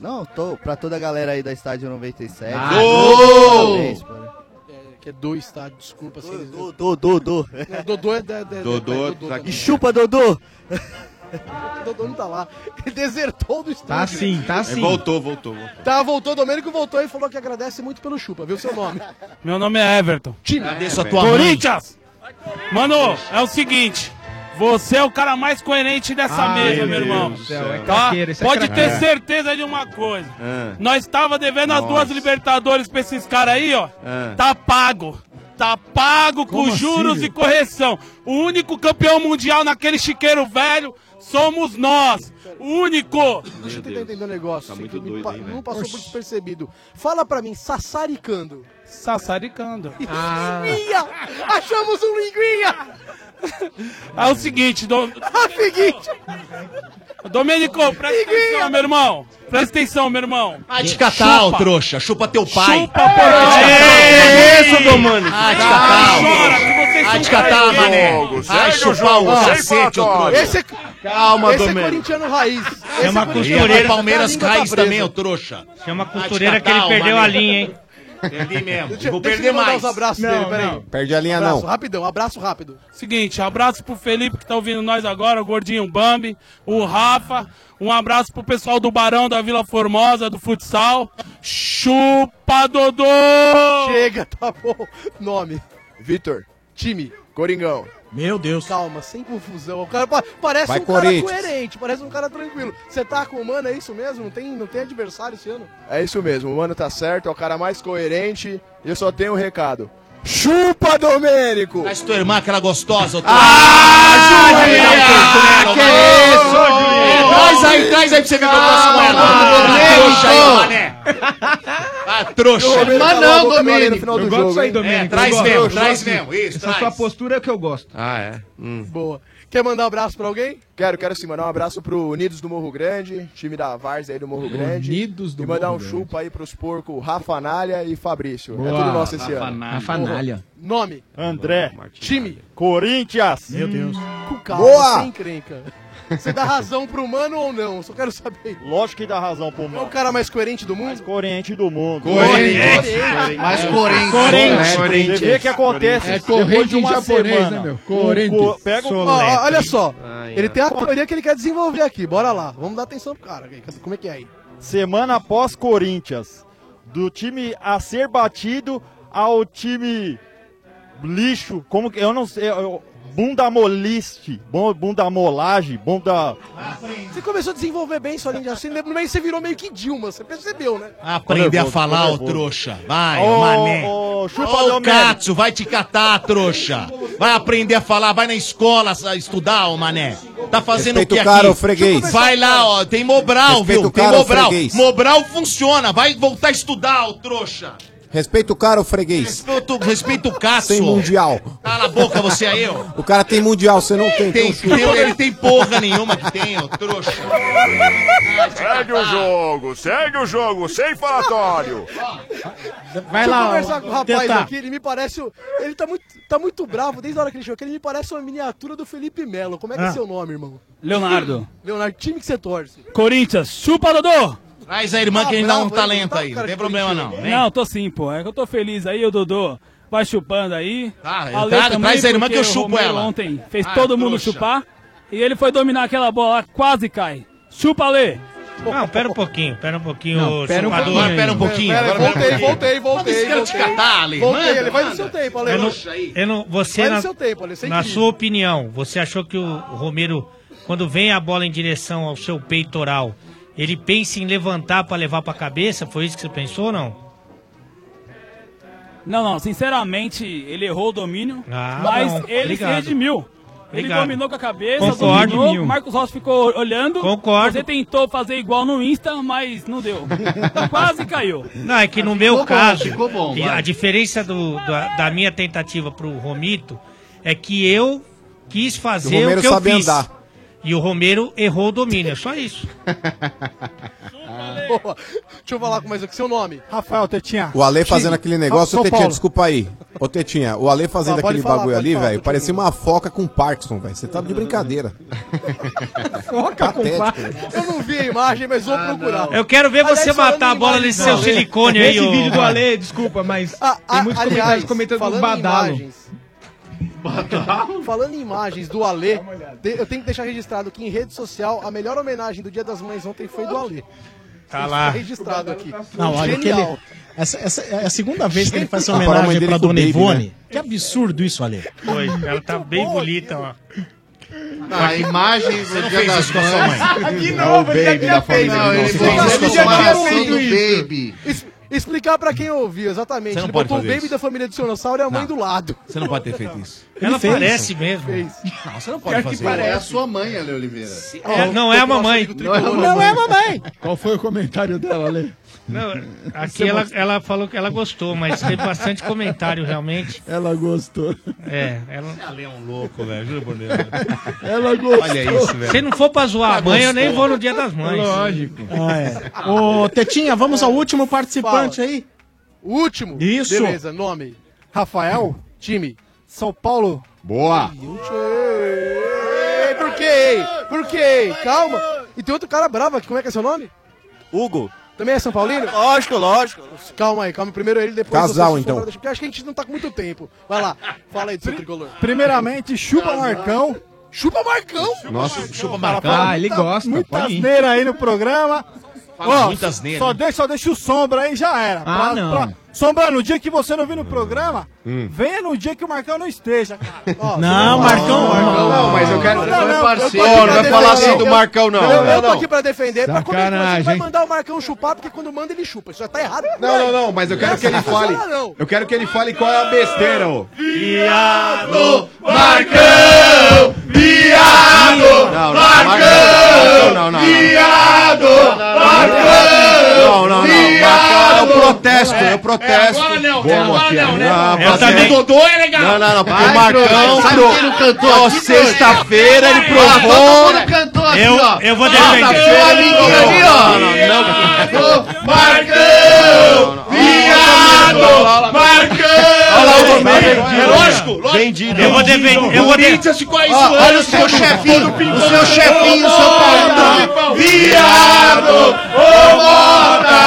Speaker 17: Não, tô pra toda a galera aí da Estádio 97.
Speaker 4: Ah,
Speaker 18: Dodô!
Speaker 17: Parabéns, mano.
Speaker 4: É, que é do estádio, desculpa. Dodô,
Speaker 17: Dodô, Dodô.
Speaker 4: Dodô é... da- da- da-
Speaker 18: Dodô,
Speaker 4: Dodô
Speaker 18: tá
Speaker 4: também.
Speaker 18: aqui.
Speaker 17: Chupa, Dodô!
Speaker 4: Dodô não tá lá. Ele desertou do estúdio.
Speaker 25: Tá sim, tá sim.
Speaker 13: Voltou, voltou, voltou.
Speaker 4: Tá, voltou, Domênico voltou e falou que agradece muito pelo chupa, viu seu nome.
Speaker 26: Meu nome é Everton.
Speaker 4: Time.
Speaker 25: Agradeço a tua mãe.
Speaker 26: Corinthians! Mano, é o seguinte. Você é o cara mais coerente dessa
Speaker 25: Ai,
Speaker 26: mesa,
Speaker 25: meu
Speaker 26: meu irmão.
Speaker 25: Deus do céu, é
Speaker 26: Tá?
Speaker 25: craqueiro, isso é
Speaker 26: Pode ter
Speaker 25: craqueiro.
Speaker 26: certeza de uma coisa.
Speaker 13: Ah.
Speaker 26: Nós tava devendo as duas Libertadores pra esses caras aí, ó.
Speaker 13: Ah.
Speaker 26: Tá pago. Tá pago com
Speaker 13: Como
Speaker 26: juros
Speaker 13: assim?
Speaker 26: e correção. O único campeão mundial naquele chiqueiro velho somos nós. Único.
Speaker 4: Deixa eu tentar entender o negócio.
Speaker 26: Tá
Speaker 4: que
Speaker 26: muito
Speaker 4: me
Speaker 26: doido,
Speaker 4: pa-
Speaker 26: hein, velho?
Speaker 4: não passou por despercebido. Fala pra mim, sassaricando.
Speaker 26: Sassaricando.
Speaker 4: Ah. Achamos um linguinha!
Speaker 26: É o seguinte, do...
Speaker 4: seguinte.
Speaker 26: Domênico, presta atenção, meu irmão. Presta atenção, meu irmão.
Speaker 2: Vai te catar, ô
Speaker 26: Chupa.
Speaker 2: trouxa. Chupa teu pai.
Speaker 26: Chupa, porra.
Speaker 2: É
Speaker 26: isso, Domani.
Speaker 2: Vai te catar.
Speaker 26: Chora, que vocês
Speaker 2: Vai te
Speaker 26: são
Speaker 2: catar,
Speaker 26: careca.
Speaker 2: mané. Vai chupar o cacete, ô trouxa.
Speaker 4: Esse é...
Speaker 2: Calma,
Speaker 4: Esse é
Speaker 2: Domênico.
Speaker 4: corintiano raiz. Esse
Speaker 2: Chama
Speaker 4: é
Speaker 2: a
Speaker 4: corintiano
Speaker 2: costureira.
Speaker 4: raiz,
Speaker 2: Palmeiras
Speaker 4: tá a língua
Speaker 2: raiz
Speaker 4: tá presa.
Speaker 2: também, ô trouxa.
Speaker 11: Chama a
Speaker 2: costureira que ele perdeu a linha, hein? Perdi mesmo.
Speaker 4: Deixa-
Speaker 2: Vou
Speaker 4: deixa
Speaker 2: perder
Speaker 4: eu mandar
Speaker 2: mais.
Speaker 4: Os abraços
Speaker 26: Não,
Speaker 4: dele, peraí.
Speaker 26: não.
Speaker 15: Perde a linha,
Speaker 4: abraço,
Speaker 15: não.
Speaker 4: rapidão, abraço rápido.
Speaker 26: Seguinte, abraço pro Felipe que tá ouvindo nós agora, o Gordinho Bambi, o Rafa. Um abraço pro pessoal do Barão da Vila Formosa, do futsal. Chupa, Dodô!
Speaker 4: Chega, tá bom. Nome: Vitor. Time: Coringão.
Speaker 25: Meu Deus.
Speaker 4: Calma, sem confusão. O cara pa- parece
Speaker 15: Vai,
Speaker 4: um cara
Speaker 15: Corinthians.
Speaker 4: coerente, parece um cara tranquilo. Você tá com o mano, é isso mesmo? Não tem, não tem adversário esse ano?
Speaker 12: É isso mesmo, o mano tá certo, é o cara mais coerente. E eu só tenho um recado.
Speaker 4: Chupa, Domênico!
Speaker 2: Faz tua irmã, aquela gostosa, ô um
Speaker 12: Ah, que é isso,
Speaker 2: Juliano? Traz aí, traz aí pra você ver como eu faço com ela. Trouxa aí, né? mané. Ah, trouxa.
Speaker 18: Eu gosto disso aí, Domênico.
Speaker 2: É, traz
Speaker 18: eu gosto.
Speaker 2: mesmo,
Speaker 18: Eu
Speaker 2: traz
Speaker 18: gosto.
Speaker 2: mesmo. Isso,
Speaker 18: Essa
Speaker 2: traz.
Speaker 18: sua postura é o que eu gosto.
Speaker 12: Ah, é? Hum.
Speaker 4: Boa. Quer mandar um abraço pra alguém?
Speaker 12: Quero, quero sim, mandar um abraço pro Unidos do Morro Grande, time da Vars aí do Morro Grande.
Speaker 18: Unidos do
Speaker 12: E mandar
Speaker 18: Morro
Speaker 12: um
Speaker 18: Grande.
Speaker 12: chupa aí pros porcos Rafa Nália e Fabrício. É
Speaker 18: Boa.
Speaker 12: tudo nosso esse
Speaker 18: Rafa
Speaker 12: ano.
Speaker 18: Nália. Rafa Nália.
Speaker 4: Nome:
Speaker 12: André.
Speaker 4: Time:
Speaker 12: Corinthians.
Speaker 25: Meu Deus.
Speaker 4: Com calma,
Speaker 12: Boa!
Speaker 4: sem encrenca. Você dá razão pro mano ou não? Eu Só quero saber.
Speaker 21: Lógico que dá razão pro
Speaker 4: É o cara mais coerente do mundo? Mais
Speaker 21: coerente do mundo.
Speaker 4: Corinthians.
Speaker 21: Mais
Speaker 4: Mais
Speaker 21: coerente.
Speaker 4: coerente.
Speaker 21: Corrente. Você vê o que acontece.
Speaker 4: É
Speaker 21: depois
Speaker 4: corrente
Speaker 21: de uma
Speaker 4: em japonês,
Speaker 21: semana.
Speaker 4: né, meu?
Speaker 21: Um
Speaker 4: Corrente.
Speaker 21: co- Pega um...
Speaker 4: Ó, ó, olha só.
Speaker 21: Ai,
Speaker 4: ele
Speaker 21: ó.
Speaker 4: tem a teoria que ele quer desenvolver aqui. Bora lá. Vamos dar atenção pro cara. Como é que é aí?
Speaker 21: Semana após Corinthians. Do time a ser batido ao time lixo. Como que... Eu não sei... eu- Bunda moliste, bom- bunda molagem, bunda.
Speaker 4: Você começou a desenvolver bem sua linha de raciocínio, no meio você virou meio que Dilma, você percebeu, né?
Speaker 2: Aprender a falar, ô
Speaker 21: nervoso.
Speaker 2: trouxa.
Speaker 4: É
Speaker 2: Vai,
Speaker 21: Ô,
Speaker 2: ô mané.
Speaker 21: ô, chupa,
Speaker 2: Ô,
Speaker 21: Leomero.
Speaker 2: Katsu, vai te catar, trouxa. Vai aprender a falar, vai na escola sa- estudar, ô mané. Tá fazendo
Speaker 15: Respeita
Speaker 2: o
Speaker 15: o
Speaker 2: que
Speaker 15: cara, ô
Speaker 2: aqui?
Speaker 15: freguês.
Speaker 2: Vai lá, ó, tem Mobral,
Speaker 15: Respeita
Speaker 2: viu?
Speaker 15: o
Speaker 2: Tem
Speaker 15: cara, ô
Speaker 2: Mobral.
Speaker 15: freguês.
Speaker 2: Mobral funciona, vai voltar a estudar, ô trouxa.
Speaker 15: Respeita o cara, ô freguês.
Speaker 2: Respeita, o- respeita o Cássio.
Speaker 15: Tem mundial.
Speaker 2: Cala a boca, você é aí, ó.
Speaker 15: O cara tem mundial, você não tem.
Speaker 2: Tem,
Speaker 15: então chupa.
Speaker 2: tem, ele tem porra nenhuma que tem, ô trouxa.
Speaker 35: Segue o jogo, segue o jogo, sem falatório.
Speaker 4: Deixa
Speaker 25: Vai
Speaker 4: eu
Speaker 25: lá,
Speaker 4: conversar com o
Speaker 25: ó,
Speaker 4: rapaz
Speaker 25: tentar.
Speaker 4: aqui, ele me parece. o- Ele tá muito, tá muito bravo desde a hora que ele chegou aqui, ele me parece uma miniatura do Felipe Melo. Como é que é
Speaker 26: Ah.
Speaker 4: seu nome, irmão?
Speaker 26: Leonardo.
Speaker 4: Leonardo, time que você torce.
Speaker 26: Corinthians, chupa, Dodô!
Speaker 2: Traz a irmã que a gente dá um talento aí, não tem problema não. Vem.
Speaker 36: Não, tô sim, pô. É que eu tô feliz aí, o Dodô vai chupando aí.
Speaker 2: Tá,
Speaker 36: Ale
Speaker 2: tá,
Speaker 36: também,
Speaker 2: traz a irmã
Speaker 36: porque
Speaker 2: que eu
Speaker 36: o
Speaker 2: chupo
Speaker 36: Romero
Speaker 2: ela.
Speaker 36: Ontem fez
Speaker 2: Ah,
Speaker 36: todo mundo
Speaker 2: trouxa.
Speaker 36: chupar e ele foi dominar aquela bola lá, quase cai. Chupa, Ale!
Speaker 11: Não, pera um pouquinho, pera um pouquinho,
Speaker 36: Não,
Speaker 11: ô,
Speaker 36: pera um
Speaker 11: chupador.
Speaker 36: pouquinho. Pera um pouquinho, Pera, agora pera um voltei, pouquinho.
Speaker 4: voltei, voltei,
Speaker 11: Mas eu quero
Speaker 4: voltei. Voltei, Ale, vai no seu tempo, Ale.
Speaker 11: Eu não,
Speaker 4: Poxa aí.
Speaker 11: eu não, você
Speaker 4: Vai no
Speaker 11: na,
Speaker 4: seu tempo, Ale, sem
Speaker 11: na
Speaker 4: crise.
Speaker 11: sua opinião, você achou que o Romero, quando vem a bola em direção ao seu peitoral, ele pensa em levantar pra levar pra cabeça? Foi isso que você pensou ou não?
Speaker 36: Não, não, sinceramente, ele errou o domínio,
Speaker 11: Ah,
Speaker 36: mas
Speaker 11: bom,
Speaker 36: ele
Speaker 11: obrigado.
Speaker 36: se redimiu. Ele
Speaker 11: Obrigado.
Speaker 36: dominou com a cabeça,
Speaker 11: Concordo,
Speaker 36: dominou,
Speaker 11: Minho.
Speaker 36: o Marcos Rossi ficou olhando.
Speaker 11: Concordo.
Speaker 36: Você tentou fazer igual no Insta, mas não deu. Quase caiu.
Speaker 11: Não, é que no meu
Speaker 36: bom,
Speaker 11: caso,
Speaker 36: ficou bom,
Speaker 11: e
Speaker 36: vai.
Speaker 11: a diferença do- da, da minha tentativa pro Romito é que eu quis fazer
Speaker 15: O
Speaker 11: o,
Speaker 15: Romero
Speaker 11: que eu
Speaker 15: sabe
Speaker 11: fiz.
Speaker 15: andar.
Speaker 11: E o Romero errou o domínio, é só isso.
Speaker 4: Boa. Deixa eu falar com mais aqui. Seu nome? Rafael Tetinha.
Speaker 15: O Ale fazendo aquele negócio, ô Tetinha, desculpa aí. Ô Tetinha, o Ale fazendo
Speaker 4: Ah, pode
Speaker 15: aquele
Speaker 4: falar,
Speaker 15: bagulho
Speaker 4: pode
Speaker 15: ali,
Speaker 4: falar,
Speaker 15: velho, parecia uma foca com Parkinson, velho. Você tá de brincadeira.
Speaker 4: Foca com Eu não vi a imagem, mas vou procurar.
Speaker 11: Eu quero ver você
Speaker 4: Aliás,
Speaker 11: matar a
Speaker 4: falando em
Speaker 11: bola
Speaker 4: imagem,
Speaker 11: nesse seu
Speaker 4: não.
Speaker 11: silicone aí,
Speaker 12: Esse
Speaker 11: ô,
Speaker 12: vídeo do
Speaker 11: Vale.
Speaker 12: Ale,
Speaker 14: É, desculpa, mas
Speaker 4: Ah, ah,
Speaker 14: tem muitos
Speaker 4: aliás,
Speaker 14: comentários comentando
Speaker 4: falando
Speaker 14: um
Speaker 4: em
Speaker 14: badalo.
Speaker 4: imagens, Falando em imagens do Alê, te- eu tenho que deixar registrado que em rede social a melhor homenagem do Dia das Mães ontem foi do Alê.
Speaker 13: Tá lá.
Speaker 4: registrado aqui.
Speaker 13: Não, olha que
Speaker 4: Genial.
Speaker 13: ele. Essa, essa é a segunda vez que ele faz
Speaker 11: Ah,
Speaker 13: uma
Speaker 11: para a mãe
Speaker 13: homenagem
Speaker 11: dele
Speaker 13: pra
Speaker 11: com o
Speaker 13: Dona
Speaker 11: baby,
Speaker 13: Ivone.
Speaker 11: né?
Speaker 13: Que absurdo isso, Ale.
Speaker 11: Foi, ela tá bem bonita, ó.
Speaker 21: Ah, imagens
Speaker 11: Você
Speaker 21: do
Speaker 11: não
Speaker 21: Dia
Speaker 11: fez
Speaker 21: das
Speaker 11: isso com a sua
Speaker 21: Mães.
Speaker 11: mãe.
Speaker 21: De novo, ele já tinha feito.
Speaker 4: Não,
Speaker 21: Ele
Speaker 4: ele
Speaker 21: fez
Speaker 4: fez
Speaker 21: isso
Speaker 4: isso. Ele já
Speaker 21: com a
Speaker 4: tinha feito
Speaker 21: do
Speaker 4: isso.
Speaker 21: Baby.
Speaker 4: Es- Explicar pra quem ouviu, exatamente.
Speaker 2: Você não
Speaker 4: ele
Speaker 2: pode
Speaker 4: botou o
Speaker 2: fazer
Speaker 4: baby
Speaker 2: isso.
Speaker 4: da família do dinossauro e a é mãe
Speaker 2: Não.
Speaker 4: do lado.
Speaker 2: Você não pode ter feito isso.
Speaker 11: Ela
Speaker 2: fez.
Speaker 11: parece É assim mesmo.
Speaker 2: Não, você não pode fazer.
Speaker 21: É a sua mãe, Ale Oliveira.
Speaker 11: É, não é a mamãe.
Speaker 21: Não é a mamãe.
Speaker 13: mamãe.
Speaker 16: Qual foi o comentário dela, Lê?
Speaker 11: Não, aqui
Speaker 16: Você
Speaker 11: ela,
Speaker 16: mostra-
Speaker 11: ela falou que ela gostou, mas teve bastante comentário realmente.
Speaker 16: Ela gostou.
Speaker 11: É, ela.
Speaker 2: Ela é um louco, velho. Juro por Deus.
Speaker 16: Ela gostou.
Speaker 2: Olha isso, velho.
Speaker 11: Se não for pra zoar
Speaker 2: Ela
Speaker 11: a Ah, mãe, eu
Speaker 2: gostou.
Speaker 11: nem vou no Dia das Mães.
Speaker 2: Lógico.
Speaker 13: Ah, é. Ô, Tetinha, vamos ao último participante aí.
Speaker 4: O último?
Speaker 13: Isso.
Speaker 4: Beleza, nome. Rafael, time. São Paulo.
Speaker 12: Boa.
Speaker 4: Ei, Por quê? Por quê? Calma. E tem outro cara bravo aqui, como é que é seu nome?
Speaker 37: Hugo.
Speaker 4: Também é São Paulino?
Speaker 37: Lógico, lógico.
Speaker 4: Calma aí, calma. Primeiro ele, depois
Speaker 37: Casal,
Speaker 4: você, se for
Speaker 37: então.
Speaker 4: fora da- Porque acho que a gente não tá com muito tempo. Vai lá, fala aí do seu tricolor.
Speaker 29: Primeiramente, chupa Marcão.
Speaker 4: Chupa Marcão? Tá
Speaker 12: Nossa, chupa
Speaker 29: Marcão. Ah, ele gosta. Muita asneira aí no programa.
Speaker 12: Fala
Speaker 29: Ó,
Speaker 12: muita asneira.
Speaker 29: Só deixa, só deixa o Sombra aí, já era.
Speaker 12: Ah, não.
Speaker 29: Sombra, no dia que você não vir no programa, venha no dia que o Marcão não esteja, cara. Ó,
Speaker 11: Não, Marcão.
Speaker 29: Marcão não, mas eu quero-
Speaker 4: Não, não,
Speaker 29: parceiro.
Speaker 4: eu tô aqui
Speaker 29: Ó,
Speaker 4: pra
Speaker 29: não vai
Speaker 4: defender,
Speaker 29: falar assim do Marcão, não.
Speaker 4: Eu, eu tô
Speaker 29: Não,
Speaker 4: aqui pra defender, pra comer, mas você
Speaker 12: Sacanagem,
Speaker 4: vai
Speaker 12: hein?
Speaker 4: mandar o Marcão chupar, porque quando manda ele chupa. Isso já tá errado.
Speaker 12: Não, não, não, mas eu quero que ele fale. Eu quero que ele fale qual é a besteira, ô.
Speaker 21: Viado, Marcão! Viado, Marcão!
Speaker 12: Não, não, não.
Speaker 21: Viado, Marcão!
Speaker 12: Não, não, não.
Speaker 21: Viado!
Speaker 12: Eu protesto, eu protesto.
Speaker 21: agora não,
Speaker 12: Vamos
Speaker 21: é agora
Speaker 12: aqui,
Speaker 21: não, né?
Speaker 12: ó.
Speaker 21: Eu também-
Speaker 12: Dodô é legal. Não, não, não. Porque o Marcão.
Speaker 21: Sabe
Speaker 12: pro-
Speaker 21: quem não cantou
Speaker 12: pro
Speaker 21: aqui,
Speaker 12: Sexta-feira ele
Speaker 21: Ah,
Speaker 12: provou.
Speaker 21: todo mundo cantou assim,
Speaker 12: Eu-
Speaker 21: ó.
Speaker 12: eu vou
Speaker 21: Sexta-feira
Speaker 12: defender.
Speaker 21: ele cantou ali, ó. Viado, Marcão! Viado, Marcão!
Speaker 11: É lógico, lógico. Eu vou defender. Eu vou defender.
Speaker 21: Ó, Olha o seu chefinho, o seu chefinho, São Paulo. Viado! Ô, Mota!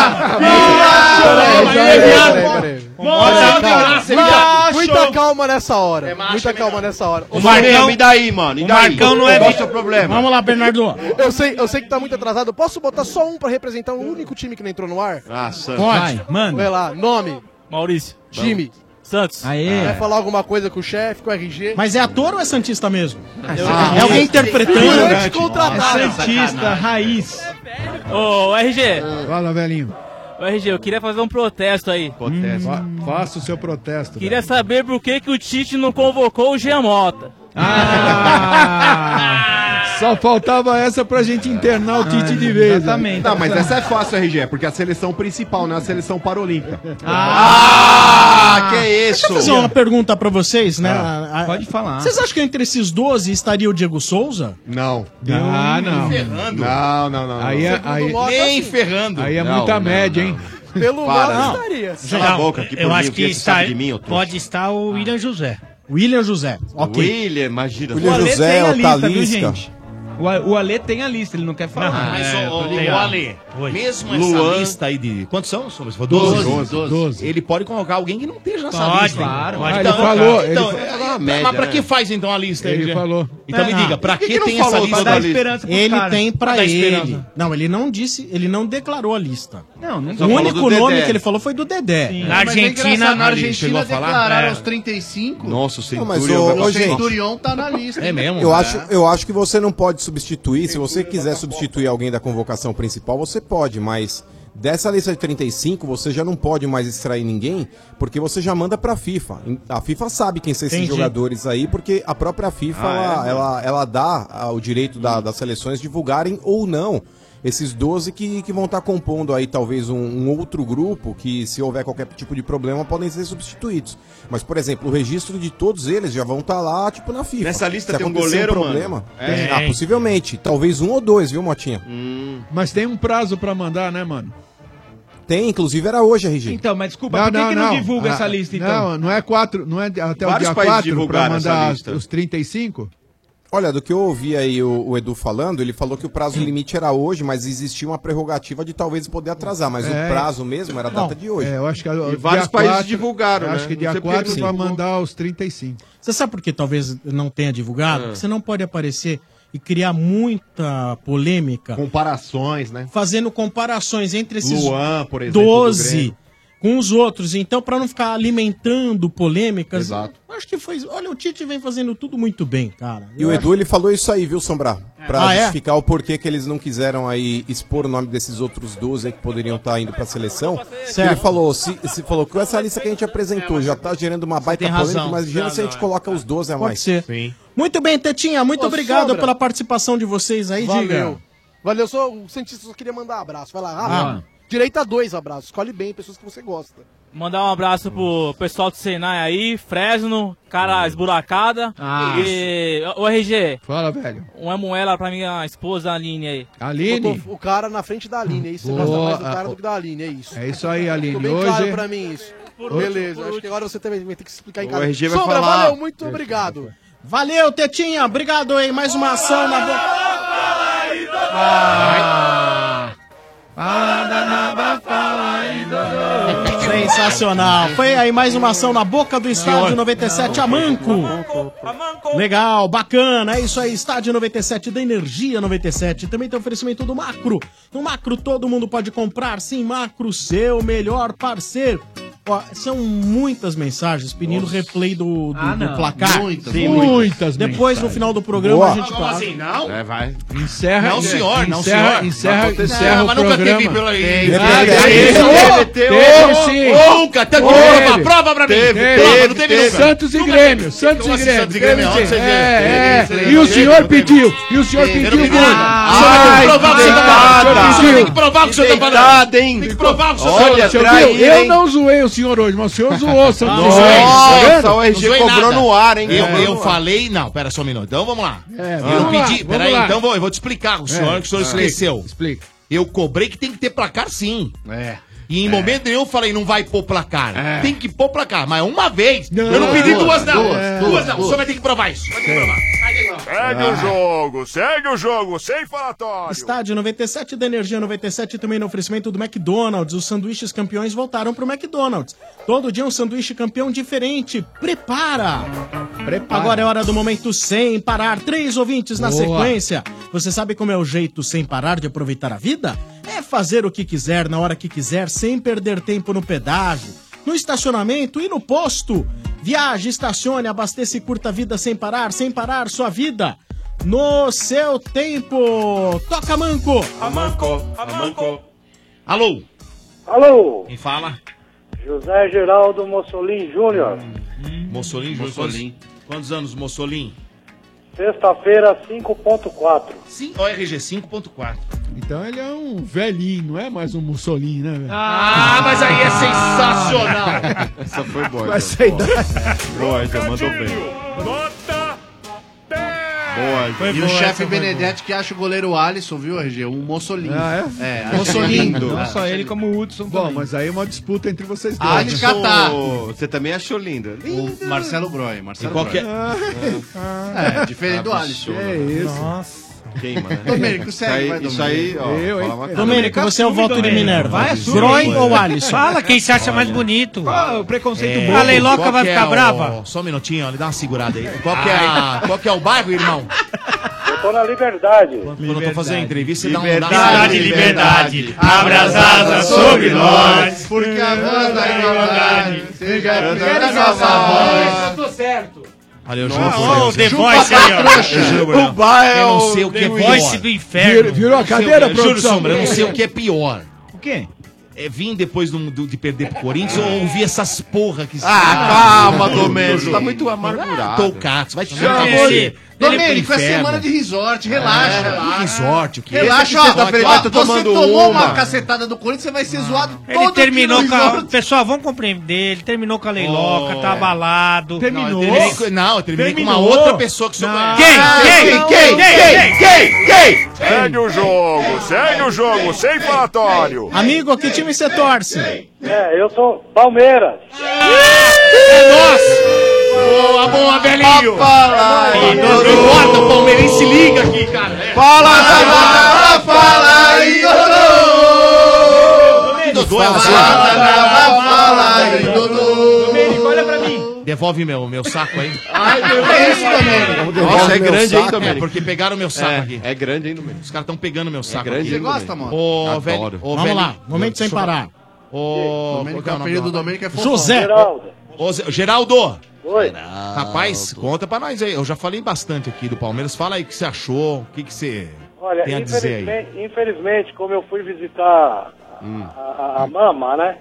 Speaker 21: Viado!
Speaker 4: Muita, muita calma nessa hora. Muita calma nessa hora.
Speaker 21: O Marcão, e daí, mano? E daí?
Speaker 11: é
Speaker 21: Qual é o seu problema?
Speaker 13: Bernardo.
Speaker 4: Eu sei, eu sei que tá muito atrasado. Posso botar só um pra representar o único time que não entrou no ar?
Speaker 21: Nossa.
Speaker 4: Vai, manda. Vai lá, nome.
Speaker 38: Maurício.
Speaker 4: Time.
Speaker 38: Santos.
Speaker 21: É.
Speaker 13: Aê.
Speaker 4: Vai falar alguma coisa com o chefe, com o RG?
Speaker 13: Mas é ator ou é Santista mesmo?
Speaker 4: Ah,
Speaker 13: é alguém interpretando.
Speaker 4: Figurante contratado.
Speaker 11: é
Speaker 13: né?
Speaker 26: Santista,
Speaker 13: raiz.
Speaker 26: Ô, RG.
Speaker 16: Fala, velhinho.
Speaker 26: Ô, RG, eu queria fazer um protesto aí. Protesto.
Speaker 16: Fa- Faça o seu protesto.
Speaker 26: Queria saber por que, que o Tite não convocou o Gemota.
Speaker 16: Só faltava essa pra gente internar o Tite de vez. né?
Speaker 12: Exatamente. Não, mas essa é fácil, RG, porque é a seleção principal, não é a seleção parolímpica.
Speaker 13: Ah,
Speaker 12: que isso? Ah.
Speaker 13: Deixa eu fazer uma pergunta pra vocês, né?
Speaker 12: pode falar.
Speaker 13: Vocês acham que entre esses 12 estaria o Diego Souza?
Speaker 12: Não.
Speaker 13: Ah,
Speaker 21: não.
Speaker 12: Não, não, não.
Speaker 21: Aí é-
Speaker 12: um Segundo
Speaker 21: aí-
Speaker 12: Mota,
Speaker 21: Nem
Speaker 12: assim.
Speaker 21: ferrando.
Speaker 12: Aí é
Speaker 21: Não,
Speaker 12: muita
Speaker 21: não,
Speaker 12: média, hein?
Speaker 4: Pelo
Speaker 12: Para,
Speaker 4: menos
Speaker 12: não.
Speaker 4: estaria.
Speaker 12: Cala a boca aqui
Speaker 11: eu
Speaker 12: por
Speaker 11: acho
Speaker 12: mim,
Speaker 11: que
Speaker 12: o que você
Speaker 11: está,
Speaker 12: sabe de mim, ô trouxa?
Speaker 11: pode estar o William José.
Speaker 13: William José,
Speaker 11: ok.
Speaker 18: William, imagina.
Speaker 11: William
Speaker 14: Ale
Speaker 11: José,
Speaker 14: tem a
Speaker 11: o
Speaker 14: lista, viu,
Speaker 11: Talisca.
Speaker 14: gente? O, A- o Ale tem a lista, ele não quer falar.
Speaker 2: Não,
Speaker 21: é,
Speaker 2: mas, ô, ô, ô, Ale, mesmo essa lista aí de. Quantos são? Somos
Speaker 18: Doze,
Speaker 2: 12, Ele pode convocar alguém que não esteja nessa
Speaker 18: Pode,
Speaker 2: lista.
Speaker 18: claro.
Speaker 2: Então,
Speaker 18: Ah, ele
Speaker 2: então,
Speaker 18: falou, ele
Speaker 2: Então,
Speaker 18: falou.
Speaker 2: é,
Speaker 18: Falar uma
Speaker 2: mas
Speaker 18: média,
Speaker 2: pra
Speaker 18: né?
Speaker 2: que faz então a lista?
Speaker 18: Ele
Speaker 2: RG?
Speaker 18: falou.
Speaker 2: Então
Speaker 11: Ah.
Speaker 2: me
Speaker 13: Não.
Speaker 2: diga, pra que, tem essa lista?
Speaker 13: Pra dar
Speaker 2: toda?
Speaker 13: esperança pros Ele
Speaker 2: caras.
Speaker 13: tem pra
Speaker 2: Pra dar
Speaker 13: ele.
Speaker 2: esperança.
Speaker 13: Não, ele não disse, ele não declarou a lista.
Speaker 14: Não, não
Speaker 13: O
Speaker 39: falou
Speaker 13: único
Speaker 39: do
Speaker 13: nome
Speaker 39: Dedé.
Speaker 13: que ele falou foi do Dedé.
Speaker 39: Sim.
Speaker 13: Na
Speaker 39: Mas é
Speaker 13: Argentina,
Speaker 39: engraçado,
Speaker 13: na
Speaker 39: na
Speaker 13: Argentina
Speaker 39: Argentina
Speaker 13: chegou a
Speaker 21: Declararam
Speaker 11: É.
Speaker 13: falar.
Speaker 21: aos 35.
Speaker 2: Nossa, o
Speaker 21: Centurion.
Speaker 15: Não, mas ô, ô,
Speaker 21: o
Speaker 15: gente.
Speaker 21: Centurion tá na lista.
Speaker 2: É mesmo?
Speaker 13: né?
Speaker 15: Eu acho, eu acho que você não pode substituir. Se você quiser substituir alguém da convocação principal, você pode, mas dessa lista de 35, você já não pode mais extrair ninguém, porque você já manda pra FIFA. A FIFA sabe quem são esses
Speaker 13: Entendi.
Speaker 15: jogadores aí, porque a própria FIFA
Speaker 13: Ah,
Speaker 15: ela,
Speaker 13: é? Uhum.
Speaker 15: ela, ela dá ah, o direito da- das seleções divulgarem ou não. Esses 12 que, que vão estar compondo aí talvez um, um outro grupo que, se houver qualquer tipo de problema, podem ser substituídos. Mas, por exemplo, o registro de todos eles já vão estar lá, tipo, na FIFA.
Speaker 18: Nessa lista
Speaker 15: Se
Speaker 18: tem um
Speaker 15: acontecer
Speaker 18: goleiro,
Speaker 15: problema,
Speaker 18: mano?
Speaker 15: tem.
Speaker 18: É.
Speaker 15: Ah, possivelmente. Talvez um ou dois, viu, Motinha? Hum.
Speaker 16: Mas tem um prazo pra mandar, né, mano?
Speaker 15: Tem, inclusive era hoje, RG.
Speaker 14: Então, mas desculpa, por que que não divulga essa lista, então?
Speaker 16: Não, não é quatro, não é Ah, até
Speaker 15: Vários
Speaker 16: o dia
Speaker 15: países
Speaker 16: 4 pra
Speaker 15: divulgaram essa
Speaker 16: mandar
Speaker 15: lista.
Speaker 16: os 35?
Speaker 15: Olha, do que eu ouvi aí o, o Edu falando, ele falou que o prazo limite era hoje, mas existia uma prerrogativa de talvez poder atrasar, mas
Speaker 12: É.
Speaker 15: o prazo mesmo era a data de hoje.
Speaker 12: É, eu acho que
Speaker 15: E vários países divulgaram,
Speaker 12: eu
Speaker 15: né?
Speaker 12: Acho que
Speaker 15: Não
Speaker 12: dia
Speaker 15: sei porque
Speaker 12: 4
Speaker 15: não
Speaker 12: vai
Speaker 15: divulgou.
Speaker 12: mandar os 35.
Speaker 13: Você sabe por que talvez não tenha divulgado?
Speaker 12: Ah.
Speaker 13: Porque você não pode aparecer e criar muita polêmica.
Speaker 40: Comparações, né?
Speaker 13: Fazendo comparações entre esses
Speaker 40: Luan, por exemplo, do
Speaker 13: 12
Speaker 40: Grêmio.
Speaker 13: com os outros. Então, para não ficar alimentando polêmicas.
Speaker 40: Exato.
Speaker 13: eu Acho que foi. Olha, o Tite vem fazendo tudo muito bem, cara.
Speaker 15: E o
Speaker 13: Eu
Speaker 15: Edu, ele falou isso aí, viu, Sombra? Pra
Speaker 13: Ah, é?
Speaker 15: justificar o porquê que eles não quiseram aí expor o nome desses outros 12 aí que poderiam estar indo pra seleção.
Speaker 13: Certo.
Speaker 15: Ele falou, se, se falou que essa lista que a gente apresentou já tá gerando uma baita
Speaker 13: tem razão.
Speaker 15: polêmica, mas imagina se a gente coloca os 12 a
Speaker 13: Pode
Speaker 15: mais.
Speaker 13: ser. Muito bem, Tetinha, muito
Speaker 4: Ô,
Speaker 13: obrigado
Speaker 4: Sombra.
Speaker 13: pela participação de vocês aí,
Speaker 4: Valeu.
Speaker 13: diga.
Speaker 4: Valeu, só o cientista só queria mandar um abraço. Vai lá,
Speaker 36: Ah.
Speaker 4: Rafa. Direito a dois abraços. Escolhe bem pessoas que você gosta.
Speaker 36: Mandar um abraço pro pessoal do Senai aí, Fresno, cara esburacada.
Speaker 12: Ah.
Speaker 36: E. Ô, RG.
Speaker 12: Fala, velho.
Speaker 36: Uma moela pra minha esposa Aline aí.
Speaker 12: Aline?
Speaker 4: Botou o cara na frente da Aline, é isso. Você
Speaker 12: Boa,
Speaker 4: gosta mais do cara
Speaker 12: ah,
Speaker 4: do que da Aline, é isso.
Speaker 12: É isso aí, Aline.
Speaker 4: Ficou bem
Speaker 12: Hoje.
Speaker 4: claro pra mim isso.
Speaker 12: Por-
Speaker 4: Beleza, acho que agora você também vai ter que explicar em
Speaker 12: O
Speaker 4: casa.
Speaker 12: RG vai
Speaker 4: Sombra,
Speaker 12: falar.
Speaker 4: valeu, muito obrigado.
Speaker 13: Valeu, Tetinha, obrigado, hein? Mais uma ação na boca. Sensacional. Foi aí mais uma ação na boca do Estádio 97 a Manco. Legal, bacana. É isso aí, Estádio 97 da Energia 97. Também tem oferecimento do Macro. No Macro todo mundo pode comprar. Sim, Macro, seu melhor parceiro. Ó, são muitas mensagens pedindo replay do, do-
Speaker 26: Ah,
Speaker 13: do
Speaker 26: não.
Speaker 13: placar.
Speaker 26: Muitas,
Speaker 13: Sim,
Speaker 26: muitas.
Speaker 13: Depois, no final do programa,
Speaker 26: Boa.
Speaker 13: a gente
Speaker 26: Como
Speaker 13: passa.
Speaker 26: assim, não?
Speaker 13: É, vai.
Speaker 26: Encerra- Não, senhor, não,
Speaker 13: encerra, Encerra,
Speaker 26: senhor. Não
Speaker 13: encerra,
Speaker 26: aconteceu.
Speaker 13: encerra
Speaker 26: Não,
Speaker 13: o
Speaker 26: mas nunca
Speaker 13: programa.
Speaker 26: teve pela- Teve,
Speaker 13: Ah,
Speaker 26: teve,
Speaker 13: teve,
Speaker 26: teve,
Speaker 13: teve,
Speaker 26: teve,
Speaker 13: sim.
Speaker 26: teve, nunca, tanto que
Speaker 13: Teve.
Speaker 26: prova, tá prova pra mim.
Speaker 13: Teve,
Speaker 26: Prova,
Speaker 13: teve,
Speaker 26: não é? teve
Speaker 13: teve.
Speaker 26: nunca.
Speaker 13: Santos
Speaker 16: e
Speaker 26: Nunca
Speaker 16: Grêmio,
Speaker 26: teve.
Speaker 16: Santos
Speaker 26: Como
Speaker 16: e
Speaker 26: assim,
Speaker 16: Grêmio,
Speaker 26: Santos e Grêmio,
Speaker 16: teve,
Speaker 26: ontem
Speaker 16: sim.
Speaker 26: você-
Speaker 16: É,
Speaker 26: teve,
Speaker 16: é.
Speaker 26: teve,
Speaker 16: E o
Speaker 26: teve,
Speaker 16: senhor
Speaker 26: teve.
Speaker 16: pediu, e o senhor
Speaker 26: Teve,
Speaker 16: pediu
Speaker 26: não pedi
Speaker 16: muito.
Speaker 26: nada.
Speaker 16: O senhor
Speaker 26: Ah,
Speaker 16: tem que provar que o senhor tá falando.
Speaker 26: nada.
Speaker 16: O senhor
Speaker 26: Tem que provar que o senhor tá falando.
Speaker 16: Deitada, hein?
Speaker 26: Tem que provar que o senhor tá
Speaker 16: Olha,
Speaker 26: falando.
Speaker 16: senhor
Speaker 26: Traíra,
Speaker 16: viu? eu
Speaker 26: hein?
Speaker 16: não zoei o senhor hoje, mas o senhor zoou, Santos.
Speaker 26: Nossa,
Speaker 16: e Grêmio, tá
Speaker 26: nossa,
Speaker 16: vendo?
Speaker 26: o RG
Speaker 16: Não zoei
Speaker 26: cobrou
Speaker 16: nada.
Speaker 26: no ar, hein?
Speaker 16: É.
Speaker 2: Eu, eu
Speaker 16: Cobrou no ar.
Speaker 2: falei, não, pera só um minuto. Então vamos lá.
Speaker 16: É,
Speaker 2: eu
Speaker 16: vamos lá, vamos
Speaker 2: pedi, peraí,
Speaker 16: lá.
Speaker 2: então vou, eu vou te explicar.
Speaker 26: É,
Speaker 2: O senhor, que o senhor
Speaker 16: Ah.
Speaker 2: esqueceu.
Speaker 16: Explica.
Speaker 2: Eu cobrei que tem que ter placar sim. É. E em momento nenhum eu falei, não vai pôr placar. Tem que pôr placar, mas uma vez. eu não pedi duas,
Speaker 41: duas,
Speaker 2: não. Duas,
Speaker 41: duas,
Speaker 2: não.
Speaker 41: duas,
Speaker 2: O senhor vai ter que provar isso. Vai ter que provar.
Speaker 26: É,
Speaker 41: Segue o jogo, segue o jogo, sem falatório.
Speaker 13: Ah. Estádio 97 da Energia 97 também no oferecimento do McDonald's. Os sanduíches campeões voltaram pro McDonald's. Todo dia um sanduíche campeão diferente. Prepara! Prepara. Agora é hora do momento sem parar. Três ouvintes na
Speaker 42: Boa.
Speaker 13: sequência. Você sabe como é o jeito sem parar de aproveitar a vida? É fazer o que quiser na hora que quiser, sem perder tempo no pedágio, no estacionamento e no posto. Viaje, estacione, abasteça e curta a vida sem parar, sem parar sua vida. No seu tempo! Toca Manco!
Speaker 29: Amanco, Amanco.
Speaker 2: Alô?
Speaker 29: Alô,
Speaker 2: Quem fala?
Speaker 29: José Geraldo Mussolini Júnior.
Speaker 2: Mussolini, Júlio,
Speaker 29: Mussolini.
Speaker 2: Quantos, quantos anos, Mussolini?
Speaker 29: Sexta-feira, 5.4.
Speaker 2: Sim, ORG 5.4.
Speaker 12: Então ele é um velhinho, não é mais um Mussolini, né, velho?
Speaker 2: Ah, mas aí é sensacional.
Speaker 12: Essa foi boa.
Speaker 16: Com essa então. idade.
Speaker 12: Boa, já mandou
Speaker 21: Boa,
Speaker 16: Foi
Speaker 21: e
Speaker 16: boa,
Speaker 21: o
Speaker 16: essa
Speaker 21: chefe
Speaker 16: foi
Speaker 21: Benedetti que acha o goleiro Alisson, viu, RG? Um Mussolini.
Speaker 16: Ah,
Speaker 21: é?
Speaker 16: é?
Speaker 21: acha ele lindo.
Speaker 16: Não só
Speaker 21: Acha
Speaker 16: ele, como o Hudson Bom,
Speaker 21: também.
Speaker 16: mas aí é uma disputa entre vocês dois.
Speaker 21: Ah, de catar.
Speaker 18: Você também achou lindo.
Speaker 21: O Marcelo Broi, Marcelo
Speaker 18: E qualquer-
Speaker 20: Ah,
Speaker 21: Broi. É, diferente do Alisson.
Speaker 18: É
Speaker 20: né?
Speaker 21: isso.
Speaker 18: Nossa. Queima, né?
Speaker 21: Domênico,
Speaker 20: é
Speaker 18: Isso
Speaker 21: segue,
Speaker 18: aí-
Speaker 21: vai,
Speaker 18: Isso aí, ó.
Speaker 21: Eu, hein?
Speaker 18: fala uma coisa.
Speaker 13: Domênico, você é o voto de Minerva.
Speaker 18: Vai,
Speaker 21: assume.
Speaker 13: Groin ou Alisson?
Speaker 11: Fala quem se acha mais bonito.
Speaker 2: Qual
Speaker 11: o preconceito
Speaker 2: É,
Speaker 11: A Leiloca
Speaker 2: qual
Speaker 11: vai
Speaker 2: que é
Speaker 11: ficar
Speaker 2: o-
Speaker 11: brava?
Speaker 2: Só um minutinho, ó, dá uma segurada aí. Qual que é, a- qual que é o bairro, irmão?
Speaker 29: Eu tô na liberdade.
Speaker 2: Quando eu tô fazendo entrevista, dá um
Speaker 29: Liberdade, liberdade, abra as asas sobre nós,
Speaker 21: porque
Speaker 29: a voz da
Speaker 21: liberdade
Speaker 29: seja
Speaker 21: apenas
Speaker 2: tá
Speaker 21: nossa
Speaker 29: Eu tô certo.
Speaker 2: Olha, eu
Speaker 21: Nossa,
Speaker 2: juro.
Speaker 21: olha o The
Speaker 2: Chupa
Speaker 21: Voice aí, ó.
Speaker 2: trouxa. Eu juro,
Speaker 21: O
Speaker 2: não.
Speaker 21: Bael,
Speaker 2: Eu não sei o que é
Speaker 21: The
Speaker 2: pior.
Speaker 21: Voice do inferno. Vir- virou a
Speaker 2: Eu não sei o
Speaker 21: cadeira,
Speaker 2: que- eu Juro,
Speaker 21: produção?
Speaker 2: Sombra, eu não sei o que é pior.
Speaker 21: O quê?
Speaker 2: É vir depois do, do- de perder pro Corinthians ou ouvir essas porra que...
Speaker 18: Ah, calma,
Speaker 2: Eu juro,
Speaker 18: Domênico,
Speaker 2: juro.
Speaker 18: tá muito amargurado.
Speaker 2: Ah, Tô Cax, vai te
Speaker 18: Chama
Speaker 2: chamar
Speaker 18: ele.
Speaker 21: Domênico, é semana de resort, relaxa. relaxa.
Speaker 2: É, Que resort, o que é.
Speaker 21: Relaxa, ó. Ó,
Speaker 11: vai tá
Speaker 21: você
Speaker 11: tomando
Speaker 21: tomou
Speaker 11: uma.
Speaker 21: uma. cacetada do Corinthians, você vai ser zoado todo
Speaker 11: Ele
Speaker 21: dia
Speaker 11: terminou
Speaker 21: no
Speaker 11: com a.
Speaker 21: resort.
Speaker 11: Pessoal, vamos compreender. Ele terminou com a Leiloca,
Speaker 2: Oh,
Speaker 11: tá
Speaker 2: é.
Speaker 11: abalado.
Speaker 2: Terminou? Não, eu terminei com uma outra pessoa que o senhor conhece.
Speaker 11: Quem? Quem? Quem? Quem?
Speaker 41: quem, quem? Segue o jogo, segue o jogo, sem falatório.
Speaker 13: Amigo, que time você torce?
Speaker 29: É, eu sou Palmeiras.
Speaker 2: É nós!
Speaker 23: Boa, boa, velhinho! Fala aí, Não importa, o palmeirense se liga aqui, cara. É.
Speaker 4: Fala, Fala, fala aí, Dodô!
Speaker 2: Dodô é
Speaker 4: Fala,
Speaker 2: você.
Speaker 4: Fala, fala aí, Dodô!
Speaker 2: olha pra mim. Devolve meu, meu saco aí.
Speaker 14: Ah,
Speaker 4: Ai, meu
Speaker 2: É isso,
Speaker 4: Deus.
Speaker 2: Domênico.
Speaker 4: Devolve
Speaker 2: Nossa, é
Speaker 4: meu
Speaker 2: grande
Speaker 4: saco.
Speaker 2: aí, Domênico.
Speaker 4: É,
Speaker 2: porque pegaram meu saco
Speaker 4: É,
Speaker 2: aqui.
Speaker 18: É grande ainda mesmo.
Speaker 2: Os caras estão pegando meu saco
Speaker 18: É grande
Speaker 2: aqui.
Speaker 18: ainda, Você gosta, mano?
Speaker 2: Ô,
Speaker 18: Adoro.
Speaker 2: velho. ô,
Speaker 18: Vamos
Speaker 2: velho-
Speaker 18: lá,
Speaker 13: momento sem
Speaker 2: Deixa eu-
Speaker 13: parar.
Speaker 2: Ô, qual
Speaker 13: Domênico,
Speaker 2: que é
Speaker 13: o
Speaker 2: o nome
Speaker 13: apelido
Speaker 2: do
Speaker 13: do
Speaker 2: Domênico
Speaker 13: Domênico
Speaker 2: é
Speaker 13: é Fofão. José. Geraldo.
Speaker 2: Geraldo.
Speaker 29: Oi.
Speaker 2: Rapaz, conta pra nós aí. Eu já falei bastante aqui do Palmeiras. Fala aí o que você achou, o que, que você
Speaker 29: Olha,
Speaker 2: tem a dizer aí.
Speaker 29: infelizmente, infelizmente, como eu fui visitar
Speaker 2: Hum.
Speaker 29: a, a- a mama, né?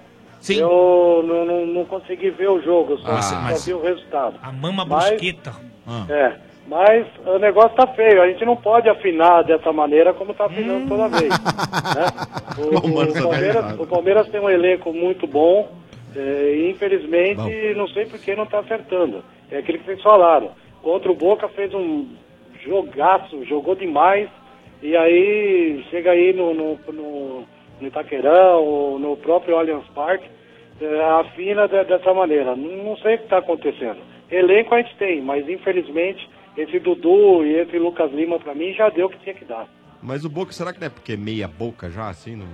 Speaker 29: Eu não, não- não consegui ver o jogo, só,
Speaker 11: Ah,
Speaker 29: só
Speaker 11: mas-
Speaker 29: vi o resultado. A
Speaker 11: Mama Busqueta.
Speaker 4: Ah.
Speaker 29: É, mas o negócio tá feio. A gente não pode afinar dessa maneira como tá afinando toda vez. né? O,
Speaker 4: O Mano
Speaker 29: o
Speaker 4: Hum. tá
Speaker 29: Palmeiras,
Speaker 4: errado.
Speaker 29: o Palmeiras tem um elenco muito bom é, e infelizmente
Speaker 4: Bom.
Speaker 29: não sei por que não tá acertando. É aquilo que vocês falaram. Contra o Boca fez um jogaço, jogou demais e aí chega aí no, no, no, no Itaquerão ou no próprio Allianz Parque é, afina de- dessa maneira. Não, não sei o que está acontecendo. Elenco a gente tem, mas infelizmente esse Dudu e esse Lucas Lima pra mim já deu o que tinha que dar.
Speaker 18: Mas o Boca, será que não é porque é meia boca já, assim? Não,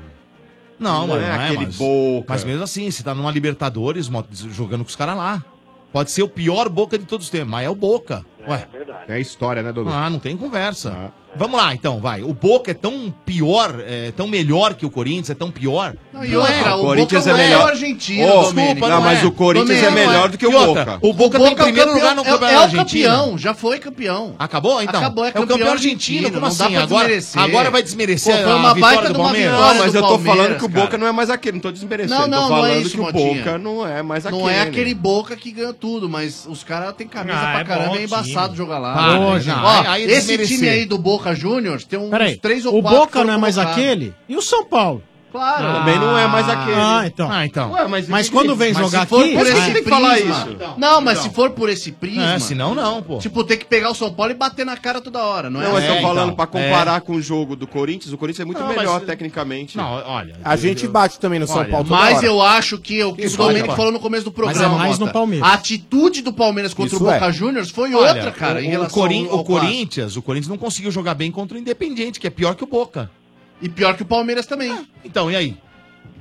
Speaker 2: Não, mas
Speaker 18: é
Speaker 2: não é,
Speaker 18: aquele
Speaker 2: mas,
Speaker 18: boca.
Speaker 2: mas mesmo assim, você tá numa Libertadores mo- jogando com os caras lá. Pode ser o pior Boca de todos os tempos, mas é o Boca. Ué.
Speaker 12: É a história, né, Dodô?
Speaker 2: Ah, não tem conversa. Vamos lá, então, vai. O Boca é tão pior, é tão melhor que o Corinthians, é tão pior.
Speaker 18: Não, e outra, o O Corinthians Boca é não é melhor. o argentino, Domênico.
Speaker 2: desculpa,
Speaker 18: Não, mas
Speaker 2: é.
Speaker 18: o Corinthians é
Speaker 2: Domênico,
Speaker 18: melhor
Speaker 2: não
Speaker 18: do que o
Speaker 2: E outra,
Speaker 18: Boca.
Speaker 2: O Boca,
Speaker 18: O
Speaker 2: tem
Speaker 18: Boca é o
Speaker 2: primeiro
Speaker 18: campeão-
Speaker 2: lugar no
Speaker 18: é-
Speaker 2: campeonato
Speaker 18: é o
Speaker 2: argentino.
Speaker 18: campeão,
Speaker 20: já foi campeão.
Speaker 2: Acabou, então?
Speaker 20: Acabou, é
Speaker 2: o campeão
Speaker 20: campeão
Speaker 2: argentino,
Speaker 20: argentino,
Speaker 2: como
Speaker 20: não dá
Speaker 2: assim?
Speaker 20: pra
Speaker 2: Agora,
Speaker 20: desmerecer.
Speaker 2: agora vai desmerecer
Speaker 20: Pô, foi
Speaker 2: a
Speaker 20: uma
Speaker 2: vitória
Speaker 20: baita
Speaker 2: do
Speaker 20: de uma
Speaker 2: Palmeiras?
Speaker 20: vitória
Speaker 18: Não, mas
Speaker 20: do
Speaker 18: eu tô
Speaker 20: Palmeiras,
Speaker 18: falando que o
Speaker 20: cara.
Speaker 18: Boca não é mais aquele, não tô desmerecendo.
Speaker 20: Não, não,
Speaker 18: tô
Speaker 20: não
Speaker 18: falando
Speaker 20: é isso,
Speaker 18: que o
Speaker 20: Motinha.
Speaker 18: Boca não é mais aquele.
Speaker 20: Não é aquele boca que ganha tudo, mas os caras têm camisa
Speaker 18: Ah,
Speaker 20: pra
Speaker 18: é
Speaker 20: caramba,
Speaker 18: bom
Speaker 20: é embaçado
Speaker 18: time.
Speaker 20: jogar lá.
Speaker 18: Para,
Speaker 20: Hoje,
Speaker 18: não,
Speaker 20: ó,
Speaker 18: aí- aí
Speaker 20: esse
Speaker 18: desmerecer.
Speaker 20: time aí do Boca Juniors tem uns
Speaker 13: Peraí,
Speaker 20: três ou
Speaker 13: o
Speaker 20: quatro.
Speaker 13: Boca
Speaker 20: que foram
Speaker 13: não é mais
Speaker 20: colocados.
Speaker 13: aquele? E o São Paulo?
Speaker 20: Claro.
Speaker 18: Também não é mais aquele.
Speaker 13: Ah, então.
Speaker 18: Ah, então. Ué, mas-
Speaker 13: mas quando vem
Speaker 20: Mas
Speaker 13: jogar
Speaker 20: se for
Speaker 13: aqui...
Speaker 20: por esse
Speaker 13: Ah,
Speaker 20: prisma, Não, mas se for por esse prisma.
Speaker 18: É, senão não, pô.
Speaker 20: Tipo, tem que pegar o São Paulo e bater na cara toda hora, não
Speaker 18: Não,
Speaker 20: é?
Speaker 18: mas
Speaker 20: É,
Speaker 18: tô falando,
Speaker 20: então.
Speaker 18: pra comparar
Speaker 20: É.
Speaker 18: com o jogo do Corinthians, o Corinthians é muito
Speaker 20: Não,
Speaker 18: melhor
Speaker 20: mas-
Speaker 18: tecnicamente.
Speaker 2: Não, olha.
Speaker 15: A gente bate também no São
Speaker 20: Olha,
Speaker 15: Paulo. toda
Speaker 20: mas
Speaker 15: hora.
Speaker 20: eu acho que o que
Speaker 15: Isso,
Speaker 20: o Domênico
Speaker 15: olha.
Speaker 20: falou no começo do
Speaker 15: Mas
Speaker 20: programa.
Speaker 15: é mais no
Speaker 20: Mota,
Speaker 15: Palmeiras.
Speaker 20: A atitude do Palmeiras contra
Speaker 2: Isso
Speaker 20: o Boca
Speaker 2: é.
Speaker 20: Juniors foi
Speaker 2: Olha,
Speaker 20: outra, cara,
Speaker 2: o,
Speaker 20: em
Speaker 2: o
Speaker 20: relação
Speaker 2: Corin-
Speaker 20: ao, ao
Speaker 2: o Corinthians, o Corinthians não conseguiu jogar bem contra o Independente, que é pior que o Boca.
Speaker 20: E pior que o Palmeiras também.
Speaker 2: então, e aí?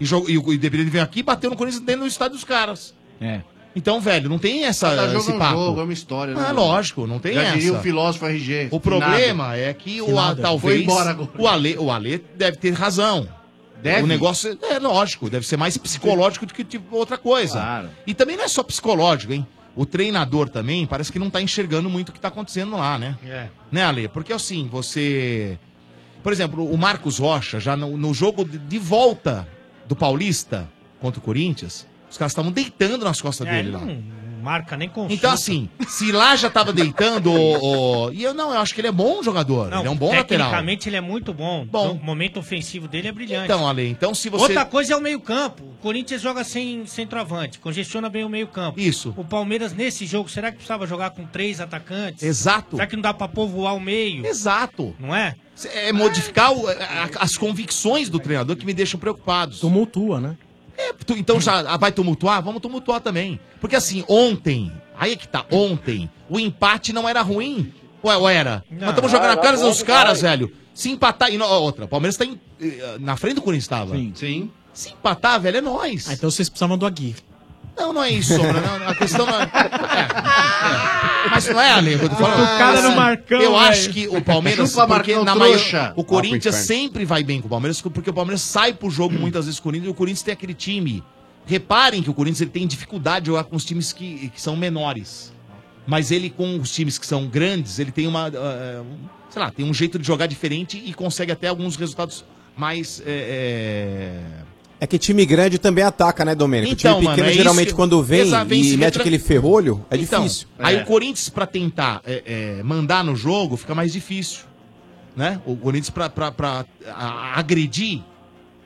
Speaker 2: E, jogo, e o Independente veio aqui e bateu no Corinthians dentro do estádio dos caras.
Speaker 13: É.
Speaker 2: Então, velho, não tem essa,
Speaker 20: Cada jogo
Speaker 2: esse
Speaker 20: é um
Speaker 2: papo.
Speaker 20: jogo, é uma história. né,
Speaker 2: Ah,
Speaker 20: mano?
Speaker 2: lógico, não tem
Speaker 20: Já
Speaker 2: essa.
Speaker 20: diria o filósofo RG.
Speaker 2: O problema é que o a, talvez
Speaker 20: Foi embora agora.
Speaker 2: o Ale, o Ale deve ter razão.
Speaker 20: Deve?
Speaker 2: O negócio é lógico, deve ser mais psicológico do que tipo, outra coisa.
Speaker 20: Claro.
Speaker 2: E também não é só psicológico, hein? O treinador também parece que não tá enxergando muito o que tá acontecendo lá, né?
Speaker 4: É.
Speaker 2: Né, Ale? Porque assim, você. Por exemplo, o Marcos Rocha, já no, no jogo de, de volta do Paulista contra o Corinthians, os caras estavam deitando nas costas
Speaker 11: É,
Speaker 2: dele
Speaker 11: ele
Speaker 2: lá.
Speaker 11: não marca nem consulta.
Speaker 2: Então, assim, se lá já tava deitando, o, o- e eu não, eu acho que ele é bom jogador.
Speaker 11: Não,
Speaker 2: ele é um bom lateral.
Speaker 11: Tecnicamente ele é muito bom. O momento ofensivo dele é brilhante.
Speaker 2: Então, Ale, então se você.
Speaker 11: Outra coisa é o meio-campo. O Corinthians joga sem centroavante, congestiona bem o meio-campo.
Speaker 2: Isso.
Speaker 11: O Palmeiras, nesse jogo, será que precisava jogar com três atacantes?
Speaker 2: Exato.
Speaker 11: Será que não dá pra povoar o meio?
Speaker 2: Exato.
Speaker 11: Não é?
Speaker 2: É modificar o- a- a- as convicções do treinador que me deixam preocupados.
Speaker 13: Tumultua, né?
Speaker 2: É, tu- então já ah, vai tumultuar? Vamos tumultuar também. Porque assim, ontem, aí é que tá, ontem, o empate não era ruim. Ou, é- ou era? Nós estamos jogando
Speaker 4: Era
Speaker 2: na cara
Speaker 4: bom
Speaker 2: dos caras,
Speaker 4: demais.
Speaker 2: velho. Se empatar. E no- ó, outra, o Palmeiras tá em- eh, na frente do Corinthians, tava. Sim.
Speaker 20: Sim.
Speaker 2: Se empatar, velho, é nós.
Speaker 13: Ah, então vocês precisavam do Aguirre.
Speaker 2: Não, não é isso, Sombra. Não, a questão não é. é, é. Mas não é, Ale, eu tô falando.
Speaker 13: Cutucada no Marcão,
Speaker 2: Eu
Speaker 13: velho.
Speaker 2: acho que o Palmeiras.
Speaker 13: Chupa,
Speaker 2: porque
Speaker 13: Marcão,
Speaker 2: na maior,
Speaker 13: trouxa.
Speaker 2: o Corinthians
Speaker 13: Ah, pro inferno.
Speaker 2: sempre vai bem com o Palmeiras, porque o Palmeiras sai pro jogo muitas vezes com o Corinthians e o Corinthians tem aquele time. Reparem que o Corinthians ele tem dificuldade de jogar com os times que, que são menores. Mas ele, com os times que são grandes, ele tem uma. ah, um- sei lá, tem um jeito de jogar diferente e consegue até alguns resultados mais. eh, eh,
Speaker 15: É que time grande também ataca, né, Domênico?
Speaker 2: Então,
Speaker 15: time pequeno,
Speaker 2: mano, é isso
Speaker 15: geralmente,
Speaker 2: que-
Speaker 15: quando vem
Speaker 2: Exa- vem
Speaker 15: e
Speaker 2: se
Speaker 15: mete
Speaker 2: retran-
Speaker 15: aquele ferrolho, é
Speaker 2: Então,
Speaker 15: difícil.
Speaker 2: Aí o Corinthians, pra tentar é, é, mandar no jogo, fica mais difícil. Né? O Corinthians, pra, pra, pra, a- agredir,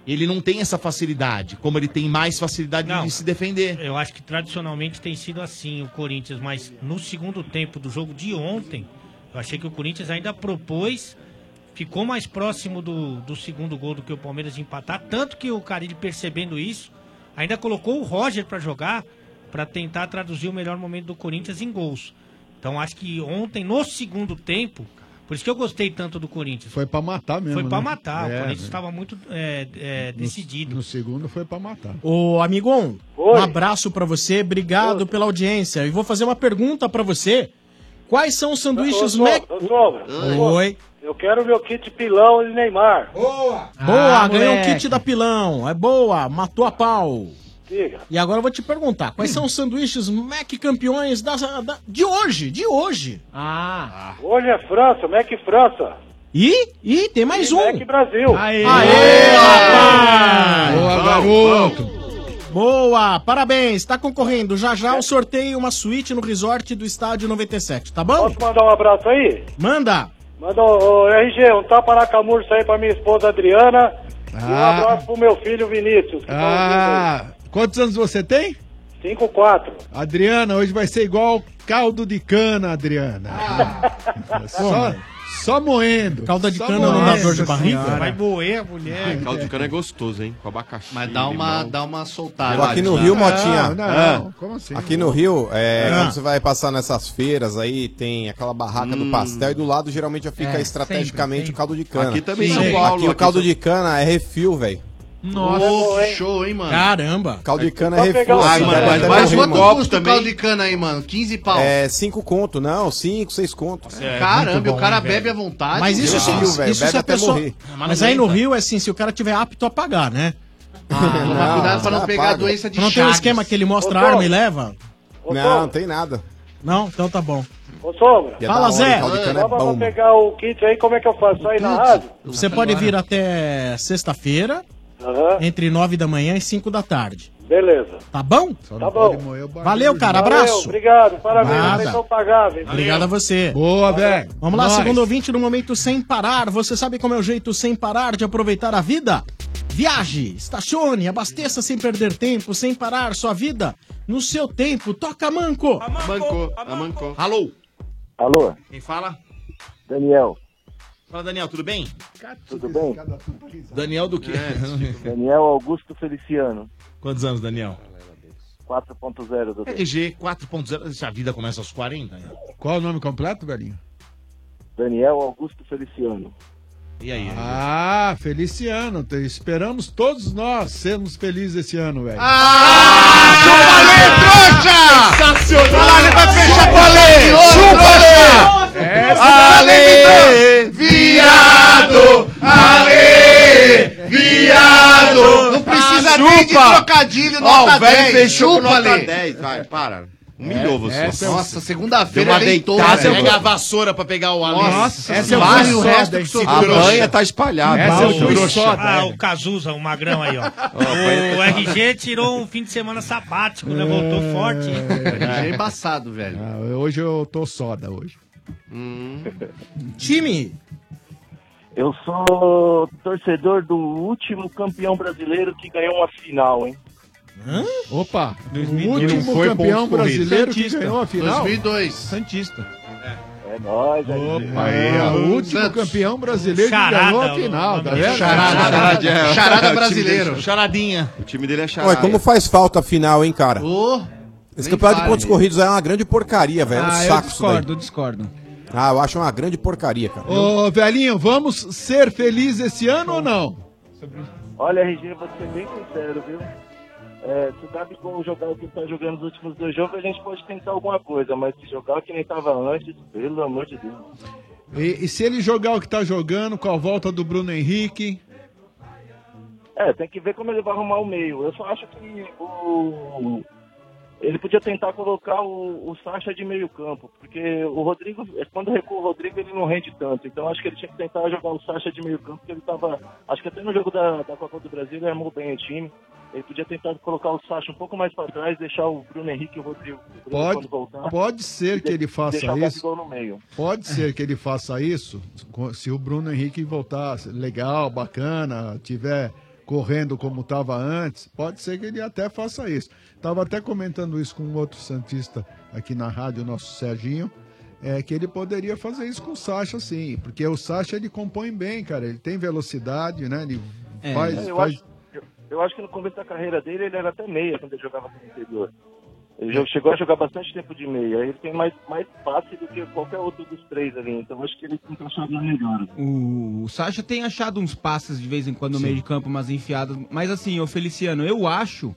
Speaker 2: ele não tem essa facilidade. Como ele tem mais facilidade de se defender.
Speaker 11: Eu acho que tradicionalmente tem sido assim o Corinthians, mas no segundo tempo do jogo de ontem, eu achei que o Corinthians ainda propôs, ficou mais próximo do, do segundo gol do que o Palmeiras de empatar, tanto que o Carille percebendo isso, ainda colocou o Roger pra jogar para tentar traduzir o melhor momento do Corinthians em gols. Então acho que ontem, no segundo tempo, por isso que eu gostei tanto do Corinthians.
Speaker 16: Foi pra matar mesmo.
Speaker 11: Foi pra
Speaker 16: né?
Speaker 11: matar,
Speaker 16: É,
Speaker 11: o Corinthians
Speaker 16: né?
Speaker 11: estava muito é, é, decidido.
Speaker 16: No segundo foi pra matar.
Speaker 13: Ô, amigão, um abraço pra você, obrigado pela audiência. E vou fazer uma pergunta pra você. Quais são os sanduíches
Speaker 29: Ô, ô,
Speaker 13: Mac...
Speaker 29: Sombra, ô, Sombra,
Speaker 13: Oi.
Speaker 29: Eu quero meu kit pilão e Neymar.
Speaker 16: Boa!
Speaker 13: Boa,
Speaker 29: Ah,
Speaker 13: ganhou um
Speaker 29: moleque.
Speaker 13: kit da Pilão. É boa, matou a pau.
Speaker 29: Diga.
Speaker 13: E agora eu vou te perguntar, quais são os sanduíches Mac campeões da, da- de hoje, de hoje?
Speaker 29: Ah. Hoje é França, Mac França.
Speaker 13: E? E tem mais
Speaker 29: e
Speaker 13: um.
Speaker 29: Mac Brasil.
Speaker 13: Aê, rapaz! Boa, garoto! Boa, parabéns, tá concorrendo. Já já eu sorteio uma suíte no resort do estádio 97, tá bom?
Speaker 29: Posso mandar um abraço aí?
Speaker 13: Manda!
Speaker 29: Manda o, RG, um tapa na camurça aí pra minha esposa Adriana. E um
Speaker 16: Ah.
Speaker 29: abraço pro meu filho Vinícius. que tá
Speaker 16: Ah, quantos anos você tem?
Speaker 29: ouvindo aí. 5-4.
Speaker 16: Adriana, hoje vai ser igual caldo de cana, Adriana.
Speaker 18: tá
Speaker 16: só, só assim, moendo.
Speaker 13: Calda
Speaker 16: de
Speaker 13: cana não dá dor de barriga?
Speaker 15: né?
Speaker 18: Vai
Speaker 11: moer a mulher.
Speaker 18: Ah, caldo de cana é gostoso, hein? Com abacaxi.
Speaker 20: Mas dá uma-
Speaker 18: limão.
Speaker 20: dá uma soltada.
Speaker 18: Geladinho.
Speaker 15: Tipo, Aqui no Rio, Motinha.
Speaker 18: Tá, Ah.
Speaker 15: Aqui no Rio, é,
Speaker 18: Ah.
Speaker 15: quando você vai passar nessas feiras aí, tem aquela barraca do
Speaker 18: Hum.
Speaker 15: pastel e do lado geralmente já fica
Speaker 18: É,
Speaker 15: estrategicamente
Speaker 18: sempre,
Speaker 15: o caldo de cana.
Speaker 18: Aqui também em São Paulo,
Speaker 15: Aqui o
Speaker 18: aqui
Speaker 15: caldo
Speaker 18: em São-
Speaker 15: de cana é refil, velho.
Speaker 20: Nossa, show, hein, mano?
Speaker 13: Caramba.
Speaker 15: Caldo de cana
Speaker 20: Só
Speaker 15: é refil.
Speaker 20: pegar o- Ai, mano, mas-
Speaker 18: um
Speaker 20: mas quanto custa o caldo
Speaker 15: de
Speaker 20: de cana aí, mano? 15 pau.
Speaker 15: cana? É, 5 conto, não, 5, 6 conto.
Speaker 18: É,
Speaker 20: Caramba, e o cara bebe à vontade.
Speaker 13: Mas isso, se,
Speaker 15: Refil, velho,
Speaker 13: isso
Speaker 15: bebe
Speaker 13: se a
Speaker 15: até
Speaker 13: pessoa...
Speaker 15: morrer.
Speaker 13: Mas aí no Rio é assim, se o cara tiver apto a pagar, né?
Speaker 20: Toma cuidado pra não pegar a doença de
Speaker 13: tá Não tem um
Speaker 20: Chagas.
Speaker 13: esquema que ele mostra
Speaker 20: Ô,
Speaker 13: a arma
Speaker 20: Tom.
Speaker 13: e leva?
Speaker 29: Ô, Não, Tom.
Speaker 15: tem nada.
Speaker 13: Não? Então tá bom.
Speaker 29: Ô, Sombra.
Speaker 13: Ia Fala, dar Zé. hora, o caldo de cana é
Speaker 29: Só pra
Speaker 13: bom.
Speaker 29: pegar o kit aí, como é que eu faço? Só aí na rádio?
Speaker 13: Você pode vir até sexta-feira, entre nove da manhã e cinco da tarde.
Speaker 29: Beleza.
Speaker 13: Tá bom?
Speaker 29: Tá bom.
Speaker 13: Valeu, cara.
Speaker 29: Valeu,
Speaker 13: Abraço.
Speaker 29: obrigado. Parabéns. então
Speaker 13: Nada.
Speaker 29: Vocês são pagáveis.
Speaker 13: Obrigado a você.
Speaker 16: Boa, velho.
Speaker 13: Vamos lá,
Speaker 29: Nós.
Speaker 13: segundo ouvinte, no momento sem parar. Você sabe como é o jeito sem parar de aproveitar a vida? Viaje, estacione, abasteça sem perder tempo, sem parar sua vida. No seu tempo, toca manco.
Speaker 18: Mancou, amancou.
Speaker 20: Alô?
Speaker 19: Alô,
Speaker 20: Quem fala?
Speaker 19: Daniel,
Speaker 20: Fala, Daniel, tudo bem?
Speaker 19: tudo bem?
Speaker 2: Daniel do quê?
Speaker 18: É,
Speaker 19: Daniel Augusto Feliciano,
Speaker 2: Quantos anos, Daniel?
Speaker 19: 4.0 do
Speaker 2: RG 4.0. Se a vida começa aos 40, né?
Speaker 16: Qual o nome completo, velhinho?
Speaker 19: Daniel Augusto Feliciano.
Speaker 2: E aí?
Speaker 16: Ah, Feliciano, te esperamos todos nós sermos felizes esse ano, velho.
Speaker 4: Ah! Sensacional! Ale vai fechar com o Ale! Chupa, Ale!
Speaker 20: é
Speaker 4: Ale! Viado! Ale! Viado! Não
Speaker 20: precisa nem de trocadilho, nota
Speaker 18: Ó, o velho
Speaker 20: 10.
Speaker 18: fechou com
Speaker 20: Chupa,
Speaker 18: nota
Speaker 20: Ale.
Speaker 18: 10. Vai, para. Humilhou você.
Speaker 20: Essa é um- Nossa, segunda-feira
Speaker 18: Deu uma
Speaker 20: vem todo.
Speaker 18: deitada, né?
Speaker 20: Pega
Speaker 18: mano.
Speaker 20: a vassoura pra pegar o Alex.
Speaker 18: Nossa,
Speaker 20: essa é
Speaker 18: um
Speaker 20: o
Speaker 18: vaso
Speaker 20: e o
Speaker 18: soda,
Speaker 20: resto
Speaker 18: hein?
Speaker 20: que sobrou.
Speaker 18: A banha tá espalhada.
Speaker 11: Essa é
Speaker 12: um
Speaker 11: o
Speaker 18: Trouxa.
Speaker 11: Ah, o Cazuza, o magrão aí, ó.
Speaker 18: banha-
Speaker 11: o RG tirou um fim de semana sabático, né? Voltou
Speaker 12: É.
Speaker 11: forte.
Speaker 16: RG
Speaker 20: embaçado, velho.
Speaker 16: hoje eu tô soda hoje.
Speaker 2: Hum.
Speaker 13: Time!
Speaker 19: Eu sou torcedor do último campeão brasileiro que ganhou uma final, hein?
Speaker 16: Opa, o
Speaker 19: 2002.
Speaker 16: último
Speaker 19: Não foi
Speaker 16: campeão
Speaker 19: ponto corrido.
Speaker 16: brasileiro que
Speaker 19: Santista.
Speaker 16: ganhou a final.
Speaker 20: 2002.
Speaker 16: Santista.
Speaker 19: É nóis, aí.
Speaker 16: Opa, é, o último campeão brasileiro que ganhou a final, tá vendo?
Speaker 15: Charada. Charada brasileiro.
Speaker 2: Charadinha.
Speaker 18: O time dele é
Speaker 15: Ué,
Speaker 18: charada.
Speaker 15: como faz falta a final, hein, cara? Esse
Speaker 18: nem
Speaker 15: campeonato de
Speaker 18: fale.
Speaker 15: pontos corridos aí é uma grande porcaria, velho. É um
Speaker 18: Ah, eu
Speaker 15: saco isso daí.
Speaker 18: discordo, eu
Speaker 16: discordo.
Speaker 15: Ah, eu acho uma grande porcaria, cara.
Speaker 16: Ô, velhinho, vamos ser felizes esse ano ou não?
Speaker 19: Olha, RG, vou ser bem sincero, viu? É, se o Gabigol jogar o que tá jogando nos últimos dois jogos, a gente pode tentar alguma coisa, mas se jogar o que nem tava antes, pelo amor de Deus.
Speaker 16: E, e se ele jogar o que tá jogando com a volta do Bruno Henrique?
Speaker 19: É, tem que ver como ele vai arrumar o meio. Eu só acho que o... ele podia tentar colocar o, o Sacha de meio campo, porque o Rodrigo, quando recua o Rodrigo, ele não rende tanto. Então acho que ele tinha que tentar jogar o Sacha de meio campo, porque ele tava. Acho que até no jogo da, da Copa do Brasil ele armou bem o time. Ele podia tentar colocar o Sacha um pouco mais pra trás, deixar o Bruno Henrique e o Rodrigo. o Bruno
Speaker 16: Pode,
Speaker 19: quando voltar,
Speaker 16: pode ser que ele faça
Speaker 19: deixar o
Speaker 16: isso.
Speaker 19: Gabigol no meio.
Speaker 16: Pode ser que ele faça isso co- se o Bruno Henrique voltar legal, bacana, tiver correndo como estava antes. Pode ser que ele até faça isso. Estava até comentando isso com um outro Santista aqui na rádio, o nosso Serginho. É que ele poderia fazer isso com o Sacha, sim. Porque o Sacha ele compõe bem, cara. Ele tem velocidade, né? Ele faz.
Speaker 21: É,
Speaker 19: eu,
Speaker 16: faz-
Speaker 19: Acho, eu, eu acho que no começo da carreira dele ele era até meia quando ele jogava no interior. Ele já chegou a jogar bastante tempo de meia. Ele tem mais, mais passe do que qualquer outro dos três ali. Então acho que ele se encaixaria melhor.
Speaker 14: O Sacha tem achado uns passes de vez em quando no meio de campo, umas enfiadas. Mas assim, ô Feliciano, eu acho,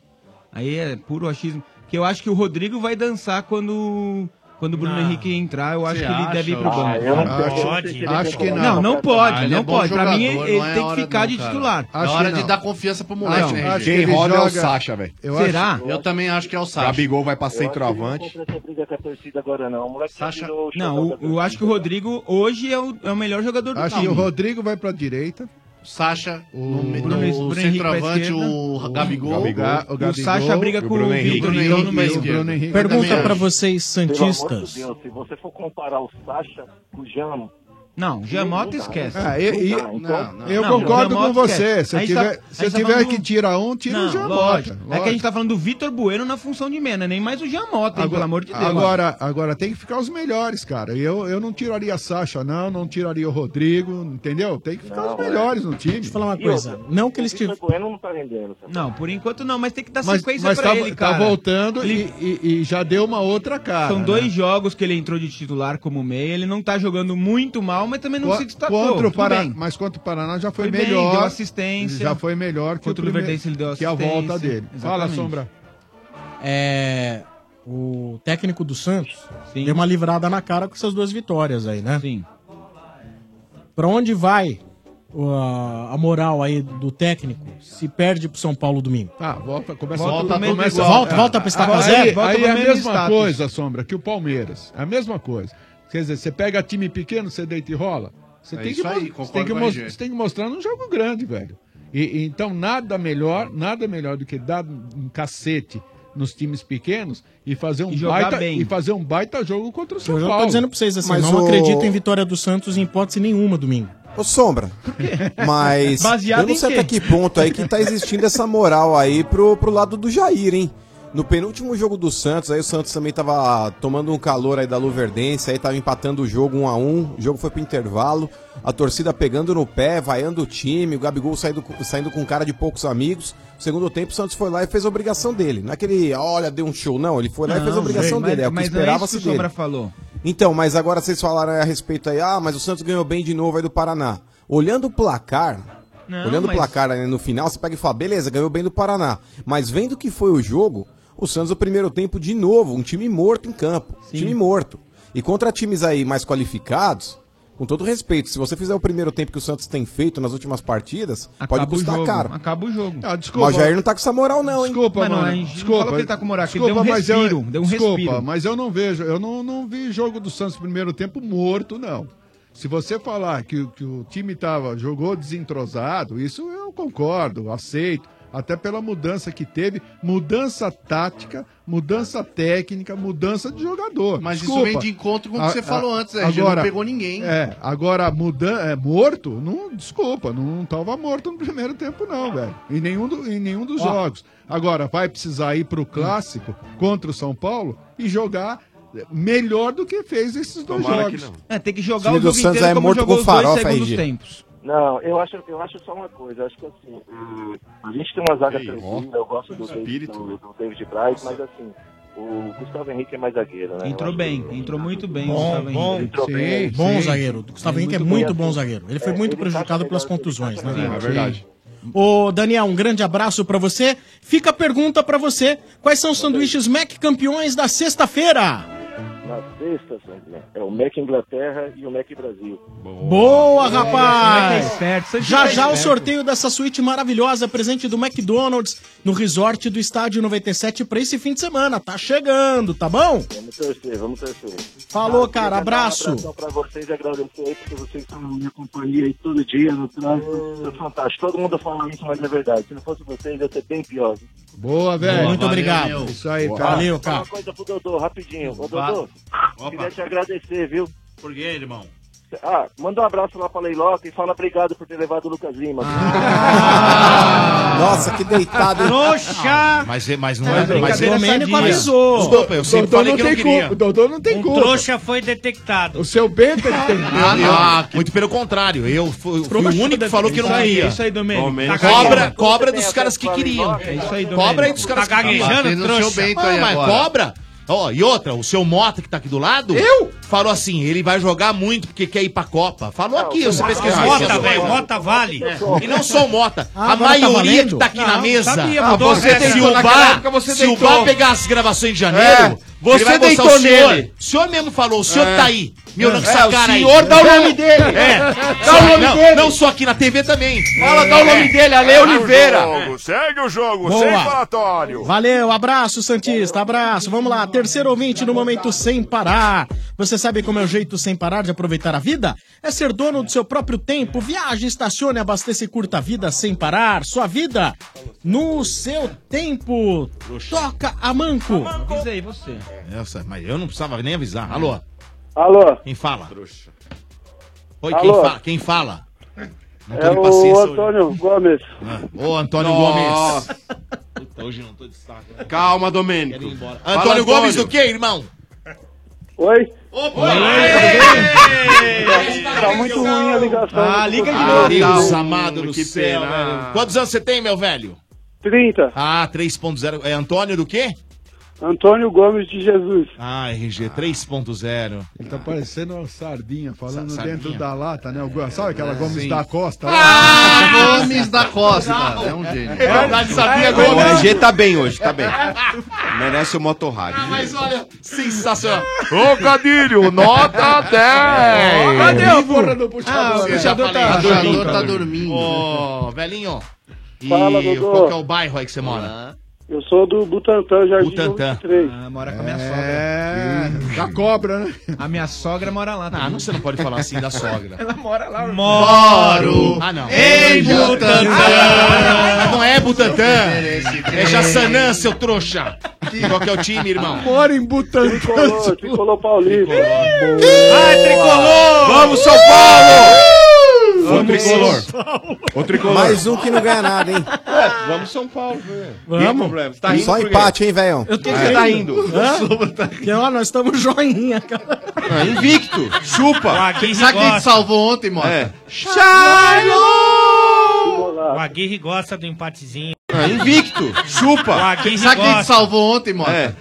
Speaker 14: aí é puro achismo, que eu acho que o Rodrigo vai dançar quando. Quando o Bruno
Speaker 21: Não.
Speaker 14: Henrique entrar, eu acho
Speaker 21: Ah. Você
Speaker 14: que ele
Speaker 21: acha?
Speaker 14: deve ir pro banco.
Speaker 21: Ah, eu não sei. Acho- Pode. acho que não.
Speaker 14: Não, não pode,
Speaker 21: Ah, ele
Speaker 14: não
Speaker 21: é bom
Speaker 14: pode. pra mim,
Speaker 21: jogador,
Speaker 14: ele
Speaker 21: não é
Speaker 14: tem
Speaker 21: hora
Speaker 14: que ficar
Speaker 21: não,
Speaker 14: de
Speaker 21: cara.
Speaker 14: titular.
Speaker 21: É hora de dar confiança pro moleque, né,
Speaker 16: acho
Speaker 21: Regis?
Speaker 16: que ele joga- Eu
Speaker 14: Será?
Speaker 16: acho-
Speaker 21: Eu também acho que é o Sacha.
Speaker 12: Gabigol vai pra
Speaker 19: Eu Acho que ele não compra essa briga com a torcida agora, não. O moleque Sacha... virou o
Speaker 14: Não, o- eu acho que o Rodrigo hoje é o, é o melhor jogador do
Speaker 21: tá
Speaker 16: Acho
Speaker 14: time.
Speaker 16: que o Rodrigo vai pra direita.
Speaker 14: Sacha,
Speaker 16: o-
Speaker 14: Bruno,
Speaker 16: o
Speaker 14: Henrique- Bruno Henrique pra
Speaker 21: centroavante,
Speaker 14: esquerda.
Speaker 21: o Gabigol.
Speaker 16: O Ga-
Speaker 14: O
Speaker 16: o Gabigol,
Speaker 14: Sacha briga com o Bruno Henrique.
Speaker 16: Vitor Henrique
Speaker 14: Então, numa
Speaker 16: e o
Speaker 14: esquerda.
Speaker 16: Bruno Henrique
Speaker 13: Pergunta
Speaker 16: também.
Speaker 13: pra vocês,
Speaker 19: Pelo amor de
Speaker 13: Santistas.
Speaker 19: Deus, se você for comparar o Sacha com o Jano...
Speaker 14: Não, Jamota esquece.
Speaker 16: Ah, e- e-
Speaker 19: né? Não, então
Speaker 16: não,
Speaker 19: não.
Speaker 16: eu
Speaker 19: Não,
Speaker 16: concordo
Speaker 14: o
Speaker 16: com
Speaker 14: Jamota
Speaker 16: você.
Speaker 14: esquece.
Speaker 16: Se
Speaker 14: Aí
Speaker 16: tiver,
Speaker 14: tá-
Speaker 16: se
Speaker 14: aí tá
Speaker 16: tiver
Speaker 14: falando
Speaker 16: que
Speaker 14: do-
Speaker 16: tirar um, tira
Speaker 14: Não,
Speaker 16: o Jamota.
Speaker 14: lógico. É que a gente tá falando do Vitor Bueno na função de Mena, nem mais o Jamota, hein, pelo amor de Deus.
Speaker 16: Agora, agora tem que ficar os melhores, cara. Eu, eu não tiraria a Sacha, não, não tiraria o Rodrigo, entendeu? Tem que ficar os
Speaker 14: é.
Speaker 16: melhores no time. Deixa eu
Speaker 13: falar uma
Speaker 16: Não que eles
Speaker 19: O Bueno não tá rendendo. sabe?
Speaker 14: Não, por enquanto não, mas tem que dar
Speaker 16: Mas,
Speaker 14: sequência
Speaker 16: mas
Speaker 14: pra
Speaker 16: tá,
Speaker 14: ele,
Speaker 16: tá
Speaker 14: cara.
Speaker 16: voltando
Speaker 14: Ele-
Speaker 16: e, e- e já deu uma outra cara.
Speaker 14: São
Speaker 16: né?
Speaker 14: dois jogos que ele entrou de titular como meia, ele não tá jogando muito mal, mas também não
Speaker 16: Co-
Speaker 14: se destacou.
Speaker 16: Contra o
Speaker 14: Tudo
Speaker 16: Paraná,
Speaker 14: bem.
Speaker 16: mas contra o Paraná já foi,
Speaker 14: Foi bem,
Speaker 16: melhor.
Speaker 14: deu assistência.
Speaker 16: Já foi melhor que
Speaker 14: Contra o
Speaker 16: o primeiro-
Speaker 14: Luverdense ele deu
Speaker 16: que é a volta
Speaker 14: assistência.
Speaker 16: dele. Fala,
Speaker 13: Exatamente.
Speaker 16: Sombra.
Speaker 13: É, o técnico do Santos deu uma livrada na cara com essas duas vitórias aí, né?
Speaker 14: Sim.
Speaker 13: Pra onde vai o- a, a moral aí do técnico se perde pro São Paulo domingo?
Speaker 16: Ah, volta, começa
Speaker 13: Tá, Volta
Speaker 16: tudo,
Speaker 13: tudo
Speaker 16: começa-
Speaker 13: igual. Volta, volta pra estaca
Speaker 16: Aí-
Speaker 13: zero? Volta
Speaker 16: Aí
Speaker 13: pro
Speaker 16: é a
Speaker 13: mesmo
Speaker 16: mesma
Speaker 13: status.
Speaker 16: coisa, Sombra, que o Palmeiras. É a mesma coisa. Quer dizer, você pega time pequeno, você deita e rola. Você,
Speaker 26: É
Speaker 16: tem, que
Speaker 26: isso
Speaker 16: mo-
Speaker 26: aí,
Speaker 16: você
Speaker 26: concordo
Speaker 16: tem que
Speaker 26: com o
Speaker 16: mos-
Speaker 26: RG.
Speaker 16: você tem que mostrar num jogo grande, velho. E- e então, nada melhor, nada melhor do que dar um cacete nos times pequenos e fazer um,
Speaker 13: E jogar
Speaker 16: baita,
Speaker 13: bem.
Speaker 16: e fazer um baita jogo contra o São
Speaker 13: Eu já
Speaker 16: Paulo.
Speaker 13: tô dizendo pra vocês assim,
Speaker 16: Mas
Speaker 13: não
Speaker 16: o-
Speaker 13: acredito em vitória do Santos em hipótese nenhuma domingo.
Speaker 15: Ô Sombra, mas
Speaker 13: Baseado
Speaker 15: eu não
Speaker 13: em
Speaker 15: sei
Speaker 13: quê?
Speaker 15: até que ponto aí que tá existindo essa moral aí pro, pro lado do Jair, hein? No penúltimo jogo do Santos, aí o Santos também tava tomando um calor aí da Luverdense, aí tava empatando o jogo um a um, o jogo foi pro intervalo, a torcida pegando no pé, vaiando o time, o Gabigol saindo, com- saindo com cara de poucos amigos. No segundo tempo, o Santos foi lá e fez a obrigação dele. Não é que ele, olha, deu um show, não, ele foi lá e fez a
Speaker 14: Não,
Speaker 15: obrigação
Speaker 14: mas-
Speaker 15: dele, é o que
Speaker 14: mas não é
Speaker 15: esperava-se
Speaker 14: isso que o
Speaker 15: dele.
Speaker 14: Sombra falou.
Speaker 15: Então, mas agora vocês falaram aí a respeito aí, ah, mas o Santos ganhou bem de novo aí do Paraná. Olhando o placar,
Speaker 14: Não,
Speaker 15: olhando
Speaker 14: mas-
Speaker 15: o placar aí no final, você pega e fala, beleza, ganhou bem do Paraná. Mas vendo que foi o jogo, o Santos no primeiro tempo de novo, um time morto em campo, um time morto. E contra times aí mais qualificados, com todo respeito, se você fizer o primeiro tempo que o Santos tem feito nas últimas partidas, pode
Speaker 14: Acaba o
Speaker 15: custar
Speaker 14: jogo,
Speaker 15: caro.
Speaker 14: Acaba o jogo.
Speaker 16: Ah,
Speaker 15: Mas o Jair não tá com essa moral não, hein?
Speaker 16: Desculpa,
Speaker 15: Mas não,
Speaker 16: mano.
Speaker 15: a gente não
Speaker 16: desculpa.
Speaker 15: falou que ele tá com moral, que ele
Speaker 16: desculpa,
Speaker 15: deu um
Speaker 16: mas eu-
Speaker 15: respiro, deu um
Speaker 16: desculpa,
Speaker 15: respiro.
Speaker 16: mas eu não vejo, eu não, não vi jogo do Santos no primeiro tempo morto, não. Se você falar que, o- que o time tava, jogou desentrosado, isso eu concordo, aceito. Até pela mudança que teve, mudança tática, mudança técnica, mudança de jogador.
Speaker 43: Mas isso
Speaker 16: Desculpa.
Speaker 43: vem de encontro com o que
Speaker 16: A-
Speaker 43: você
Speaker 16: a-
Speaker 43: falou antes, RG, não pegou ninguém.
Speaker 16: É, agora mudan é, morto, não, desculpa, não tava morto no primeiro tempo não, velho. Em nenhum, do- em nenhum dos
Speaker 26: Ó.
Speaker 16: jogos. Agora vai precisar ir pro clássico contra o São Paulo e jogar melhor do que fez esses dois
Speaker 19: Tomara que
Speaker 16: jogos.
Speaker 14: É, tem que
Speaker 19: jogar O time o do jogo Santos inteiro é como morto jogou com os dois farofa, segundos RG. tempos. Não, eu acho, eu acho só uma coisa. Acho que assim, hum, a gente tem uma zaga
Speaker 44: Ei,
Speaker 19: tranquila. Eu gosto do David, do, do David Braz, mas assim, o Gustavo Henrique é mais zagueiro, né?
Speaker 14: Entrou
Speaker 19: Eu acho
Speaker 14: bem,
Speaker 19: que-
Speaker 14: entrou muito bem o
Speaker 13: Bom,
Speaker 14: Gustavo
Speaker 13: bom,
Speaker 14: Henrique.
Speaker 13: sim, bom zagueiro. O Gustavo Henrique é muito bom zagueiro. Ele tá foi muito prejudicado pelas contusões, né?
Speaker 14: melhor. É verdade.
Speaker 13: Ô, Daniel, um grande abraço pra você. Fica a pergunta pra você: quais são os sanduíches Mac campeões da sexta-feira?
Speaker 19: Na sexta, Sandrinha, é o Mac Inglaterra e o Mac Brasil.
Speaker 13: Boa,
Speaker 19: Esse moleque é
Speaker 13: rapaz!
Speaker 19: esperto, esse
Speaker 13: Já
Speaker 19: moleque é
Speaker 13: já o
Speaker 19: esperto.
Speaker 13: sorteio dessa suíte maravilhosa, presente do McDonald's, no resort do Estádio 97 pra esse fim de semana. Tá chegando, tá bom?
Speaker 19: Vamos torcer, vamos torcer.
Speaker 13: Falou,
Speaker 19: queria
Speaker 13: cara,
Speaker 19: dar
Speaker 13: abraço.
Speaker 19: Um abração pra vocês e agradecer aí, porque vocês estão na minha companhia aí todo dia no trânsito. É fantástico. Todo mundo fala isso, mas é verdade. Se não fosse vocês, ia ser bem pior.
Speaker 16: Boa, velho.
Speaker 13: Muito Valeu, obrigado. meu.
Speaker 16: Isso aí,
Speaker 13: Boa.
Speaker 16: cara.
Speaker 13: Valeu,
Speaker 19: Só Uma coisa pro Dodô, rapidinho. Ô, Dodô, queria te agradecer, viu?
Speaker 43: Por quê, irmão?
Speaker 19: Ah, manda um abraço lá pra Leiloca e fala obrigado por ter levado o Lucas Lima.
Speaker 15: Nossa, criança aqui deitada.
Speaker 11: Trouxa!
Speaker 2: Mas, mas não
Speaker 11: Tá,
Speaker 2: é. Mas
Speaker 11: brincadeira sadia.
Speaker 2: Desculpa, eu sempre
Speaker 18: Então
Speaker 11: Doutor
Speaker 2: falei
Speaker 11: não
Speaker 2: que eu
Speaker 11: tem
Speaker 2: queria.
Speaker 11: culpa,
Speaker 16: doutor não tem
Speaker 11: um trouxa foi é detectado.
Speaker 16: O seu Bento que tem
Speaker 2: Ah, eu- muito pelo contrário, eu fui, eu fui o único que falou que não ia.
Speaker 11: É Domênico. Tá É
Speaker 2: Cobra, cobra dos caras que queriam. Cobra aí dos caras
Speaker 11: Tá
Speaker 2: que
Speaker 11: gaguejando,
Speaker 2: Batendo no
Speaker 11: trouxa?
Speaker 2: seu bento aí
Speaker 11: Ah, mas
Speaker 2: agora.
Speaker 11: cobra?
Speaker 2: Ó, e outra, o seu Mota que tá aqui do lado.
Speaker 11: Eu?
Speaker 2: Falou assim, ele vai jogar muito porque quer ir pra Copa. Falou aqui,
Speaker 11: Não,
Speaker 2: você
Speaker 11: o
Speaker 2: pesquisou.
Speaker 11: Mota,
Speaker 2: isso.
Speaker 11: velho, Mota vale.
Speaker 2: É. E não só o Mota.
Speaker 11: Ah,
Speaker 2: a
Speaker 11: agora tá
Speaker 2: maioria
Speaker 11: valendo?
Speaker 2: que tá aqui na
Speaker 11: Não,
Speaker 2: mesa.
Speaker 11: sabia, mudou.
Speaker 2: você
Speaker 11: É,
Speaker 2: se
Speaker 11: deitou.
Speaker 2: o
Speaker 11: Naquela
Speaker 2: Bar,
Speaker 11: época você
Speaker 2: se o
Speaker 11: deitou. É.
Speaker 2: Bar pegar as gravações em janeiro,
Speaker 11: você
Speaker 2: É. ele vai botar
Speaker 11: deitou
Speaker 2: o senhor.
Speaker 11: nele.
Speaker 2: O senhor mesmo falou, o senhor
Speaker 11: É.
Speaker 2: tá aí. Meu,
Speaker 11: É,
Speaker 2: não,
Speaker 11: é,
Speaker 2: essa
Speaker 11: o
Speaker 2: cara aí.
Speaker 11: senhor dá o nome dele.
Speaker 2: É.
Speaker 11: Dá o
Speaker 2: Só-
Speaker 11: nome
Speaker 2: não,
Speaker 11: dele.
Speaker 2: Não só aqui na TV também. É.
Speaker 10: Fala, dá o nome dele, Ale Oliveira.
Speaker 11: É.
Speaker 10: Segue o jogo,
Speaker 13: Boa.
Speaker 10: sem falatório.
Speaker 13: Valeu, abraço Santista, abraço. Vamos lá, terceiro ouvinte no momento sem parar. Você sabe como é o jeito sem parar de aproveitar a vida? É ser dono do seu próprio tempo. Viaje, estacione, abasteça e curta a vida sem parar. Sua vida no seu tempo. Toca a manco.
Speaker 14: Diz aí, você.
Speaker 2: Nossa, mas eu não precisava nem avisar. Alô?
Speaker 19: Alô?
Speaker 2: Quem fala? Oi, quem
Speaker 19: Alô?
Speaker 2: fala? Quem fala? Não tô
Speaker 19: É
Speaker 2: de
Speaker 19: o
Speaker 2: paciência hoje.
Speaker 19: Antônio Gomes.
Speaker 2: Ô, Antônio
Speaker 19: Nossa.
Speaker 2: Gomes. Puta, hoje não tô de saco. né?
Speaker 18: Calma, Domênico. Fala,
Speaker 2: Antônio Gomes do quê, irmão?
Speaker 19: Oi?
Speaker 2: Opa!
Speaker 19: Tá muito ruim a ligação.
Speaker 2: Ah, liga de novo. Deus amado do céu, velho. Quantos anos você tem, meu velho?
Speaker 19: 30.
Speaker 2: Ah, 3.0. É Antônio do quê?
Speaker 19: Antônio Gomes de Jesus.
Speaker 2: Ah, RG 3.0.
Speaker 16: Ele tá parecendo uma sardinha, falando
Speaker 2: Sa-
Speaker 16: dentro
Speaker 2: sardinha.
Speaker 16: da lata, né? O Go- Sabe aquela
Speaker 2: É,
Speaker 16: Gomes
Speaker 2: sim.
Speaker 16: da Costa? Ah,
Speaker 20: Gomes da Costa, é um gênio.
Speaker 2: É verdade, sabia,
Speaker 18: O
Speaker 2: Gomes.
Speaker 18: RG tá bem hoje, tá bem. Merece o motorrádio.
Speaker 2: Mas olha, sensacional.
Speaker 10: Ô, Cadilho, nota 10.
Speaker 2: Cadê o
Speaker 10: porra
Speaker 2: do
Speaker 10: puxador?
Speaker 2: Ah, o
Speaker 10: Eu já
Speaker 2: puxador
Speaker 10: falei,
Speaker 2: tá,
Speaker 10: tá dormindo, tá
Speaker 2: dormindo. Ô, velhinho. E
Speaker 19: Fala, Dodô.
Speaker 2: qual que é o bairro aí que você mora?
Speaker 19: Eu sou do Butantã, Jardim
Speaker 2: Butantã.
Speaker 19: 23.
Speaker 14: Ah, mora com a minha
Speaker 19: é,
Speaker 14: sogra.
Speaker 16: Da cobra, né?
Speaker 14: A minha sogra mora lá. Ah,
Speaker 2: não, você não pode falar assim da sogra.
Speaker 14: Ela mora lá.
Speaker 2: Moro ah, não. em Butantã. não é Butantã. É Jassanã, seu trouxa. Qual que é o time, irmão?
Speaker 16: Mora em Butantã.
Speaker 19: Tricolor, tricolor paulista.
Speaker 2: Vai, tricolor!
Speaker 19: Vamos,
Speaker 2: São Paulo!
Speaker 19: Vamos,
Speaker 15: O tricolor. Mais um que não ganha nada, hein?
Speaker 18: É, vamos São Paulo, velho. Tem problema. Você tá indo
Speaker 15: Só
Speaker 18: por quê?
Speaker 15: empate, hein, velhão?
Speaker 18: Eu tô Você querendo. tá indo.
Speaker 13: É. Hã?
Speaker 18: Sobra
Speaker 13: Que, ó, nós estamos joinha, cara.
Speaker 18: invicto. Chupa.
Speaker 4: Ah,
Speaker 13: Sabe Ah, quem te
Speaker 20: salvou ontem, Mota?
Speaker 18: É.
Speaker 11: O Aguirre gosta do empatezinho.
Speaker 12: Ah,
Speaker 18: É, invicto. Chupa.
Speaker 11: O Aguirre
Speaker 20: Sabe quem te
Speaker 11: gosta.
Speaker 20: salvou ontem, Mota?
Speaker 18: É.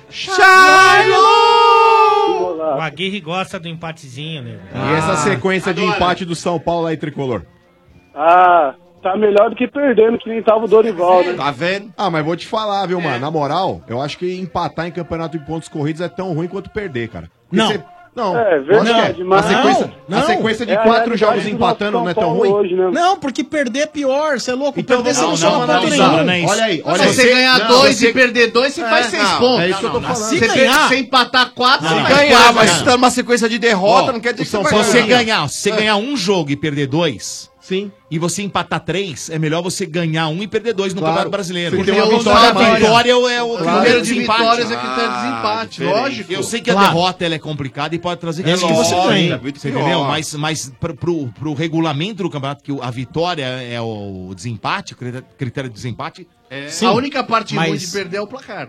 Speaker 11: O Aguirre gosta do empatezinho, né?
Speaker 12: E essa sequência de empate do São Paulo aí, tricolor?
Speaker 19: Ah, tá melhor do que perdendo, que nem tava o Dorival, né?
Speaker 12: Tá vendo? Ah, mas vou te falar, viu, mano? Na moral, eu acho que empatar em campeonato de pontos corridos é tão ruim quanto perder, cara. Porque
Speaker 19: Não.
Speaker 12: você- Não,
Speaker 19: É, verdade,
Speaker 12: Eu acho que
Speaker 19: mas-
Speaker 12: a sequência,
Speaker 19: Não,
Speaker 12: a
Speaker 19: não.
Speaker 12: sequência de
Speaker 19: É a
Speaker 12: quatro
Speaker 19: realidade
Speaker 12: jogos
Speaker 19: do nosso
Speaker 12: empatando
Speaker 19: São
Speaker 12: não é tão
Speaker 19: Paulo
Speaker 12: ruim?
Speaker 19: hoje, né?
Speaker 13: Não, porque perder é pior, você é louco.
Speaker 12: Então
Speaker 13: perder você não,
Speaker 12: não, não,
Speaker 13: soma
Speaker 12: não, não,
Speaker 13: ponto nenhum.
Speaker 12: não, não é isso. Olha aí, olha
Speaker 13: Se
Speaker 12: aí.
Speaker 13: você
Speaker 12: Você-
Speaker 13: ganhar
Speaker 12: não,
Speaker 13: dois
Speaker 12: você-
Speaker 13: e perder dois, você
Speaker 12: É,
Speaker 13: faz seis
Speaker 12: não,
Speaker 13: pontos.
Speaker 12: é isso que eu tô falando.
Speaker 13: Se
Speaker 12: Se
Speaker 13: ganhar,
Speaker 12: ganhar-
Speaker 13: se empatar quatro,
Speaker 2: Não,
Speaker 13: você
Speaker 2: não.
Speaker 13: vai
Speaker 2: Ganhar,
Speaker 18: Mas
Speaker 13: quatro.
Speaker 18: você tá numa sequência de derrota,
Speaker 2: Ó,
Speaker 18: não quer dizer que
Speaker 2: se
Speaker 18: você vai É.
Speaker 2: você ganhar, se você ganhar um jogo e perder dois,
Speaker 12: sim.
Speaker 2: E você empatar três, é melhor você ganhar um e perder dois no
Speaker 12: Claro.
Speaker 2: Campeonato Brasileiro.
Speaker 12: Porque
Speaker 2: Porque,
Speaker 12: uma
Speaker 2: o
Speaker 12: vitória
Speaker 2: vitória,
Speaker 12: a mais.
Speaker 2: vitória é o- é o
Speaker 12: Claro.
Speaker 2: critério
Speaker 12: De
Speaker 2: de empate.
Speaker 12: vitórias é critério de
Speaker 2: Ah,
Speaker 12: empate,
Speaker 2: diferente.
Speaker 12: lógico.
Speaker 2: Eu sei que a
Speaker 12: Claro.
Speaker 2: derrota ela é complicada e pode trazer
Speaker 12: É lógico, é muito
Speaker 2: Você
Speaker 12: pior.
Speaker 2: entendeu? Mas, mas pro, pro, pro regulamento do campeonato, que o- a vitória é o desempate, o critério- critério de desempate.
Speaker 20: É,
Speaker 2: Sim,
Speaker 20: a única parte ruim
Speaker 2: mas-
Speaker 20: de perder é o placar.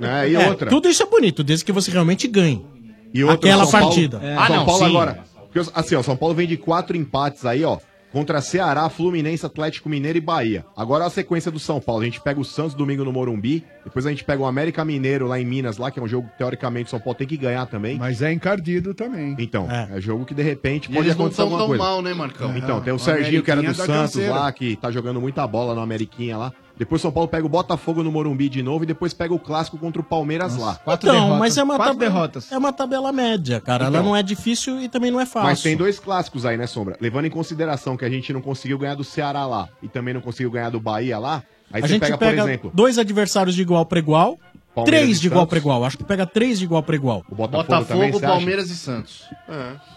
Speaker 12: É, e
Speaker 13: É,
Speaker 12: outra.
Speaker 13: Tudo isso é bonito, desde que você realmente ganhe.
Speaker 12: E outra,
Speaker 13: Aquela
Speaker 12: o São Paulo-
Speaker 13: partida.
Speaker 12: É.
Speaker 16: Ah,
Speaker 12: São Paulo agora. Porque, assim, ó, São Paulo vem de quatro empates aí, ó. Contra Ceará, Fluminense, Atlético Mineiro e Bahia. Agora é a sequência do São Paulo. A gente pega o Santos domingo no Morumbi. Depois a gente pega o América Mineiro lá em Minas, lá, que é um jogo que teoricamente o São Paulo tem que ganhar também.
Speaker 16: Mas é encardido também.
Speaker 12: Então, é, jogo que de repente
Speaker 16: E
Speaker 12: pode
Speaker 16: eles não
Speaker 12: acontecer
Speaker 16: tão
Speaker 12: alguma
Speaker 16: tão
Speaker 12: coisa.
Speaker 16: mal, né, Marcão?
Speaker 12: Então,
Speaker 16: Não,
Speaker 12: tem o
Speaker 16: a
Speaker 12: Serginho, que era do
Speaker 16: Ameriquinha
Speaker 12: Santos
Speaker 16: dá canseira.
Speaker 12: lá, que tá jogando muita bola no Ameriquinha lá. Depois o São Paulo pega o Botafogo no Morumbi de novo e depois pega o Clássico contra o Palmeiras lá.
Speaker 13: Então, mas é uma,
Speaker 12: Quatro
Speaker 13: tabela, é uma tabela média, cara. Ela
Speaker 12: Então.
Speaker 13: não é difícil e também não é fácil.
Speaker 12: Mas tem dois clássicos aí, né, Sombra? Levando em consideração que a gente não conseguiu ganhar do Ceará lá e também não conseguiu ganhar do Bahia lá, aí
Speaker 13: a
Speaker 12: você
Speaker 13: gente
Speaker 12: pega,
Speaker 13: pega,
Speaker 12: por exemplo,
Speaker 13: dois adversários de igual para igual,
Speaker 12: Palmeiras
Speaker 13: três
Speaker 12: e
Speaker 13: de igual
Speaker 12: Santos.
Speaker 13: para igual. Acho que pega três de igual para igual.
Speaker 12: O Botafogo também, você acha? É.
Speaker 20: Palmeiras e Santos.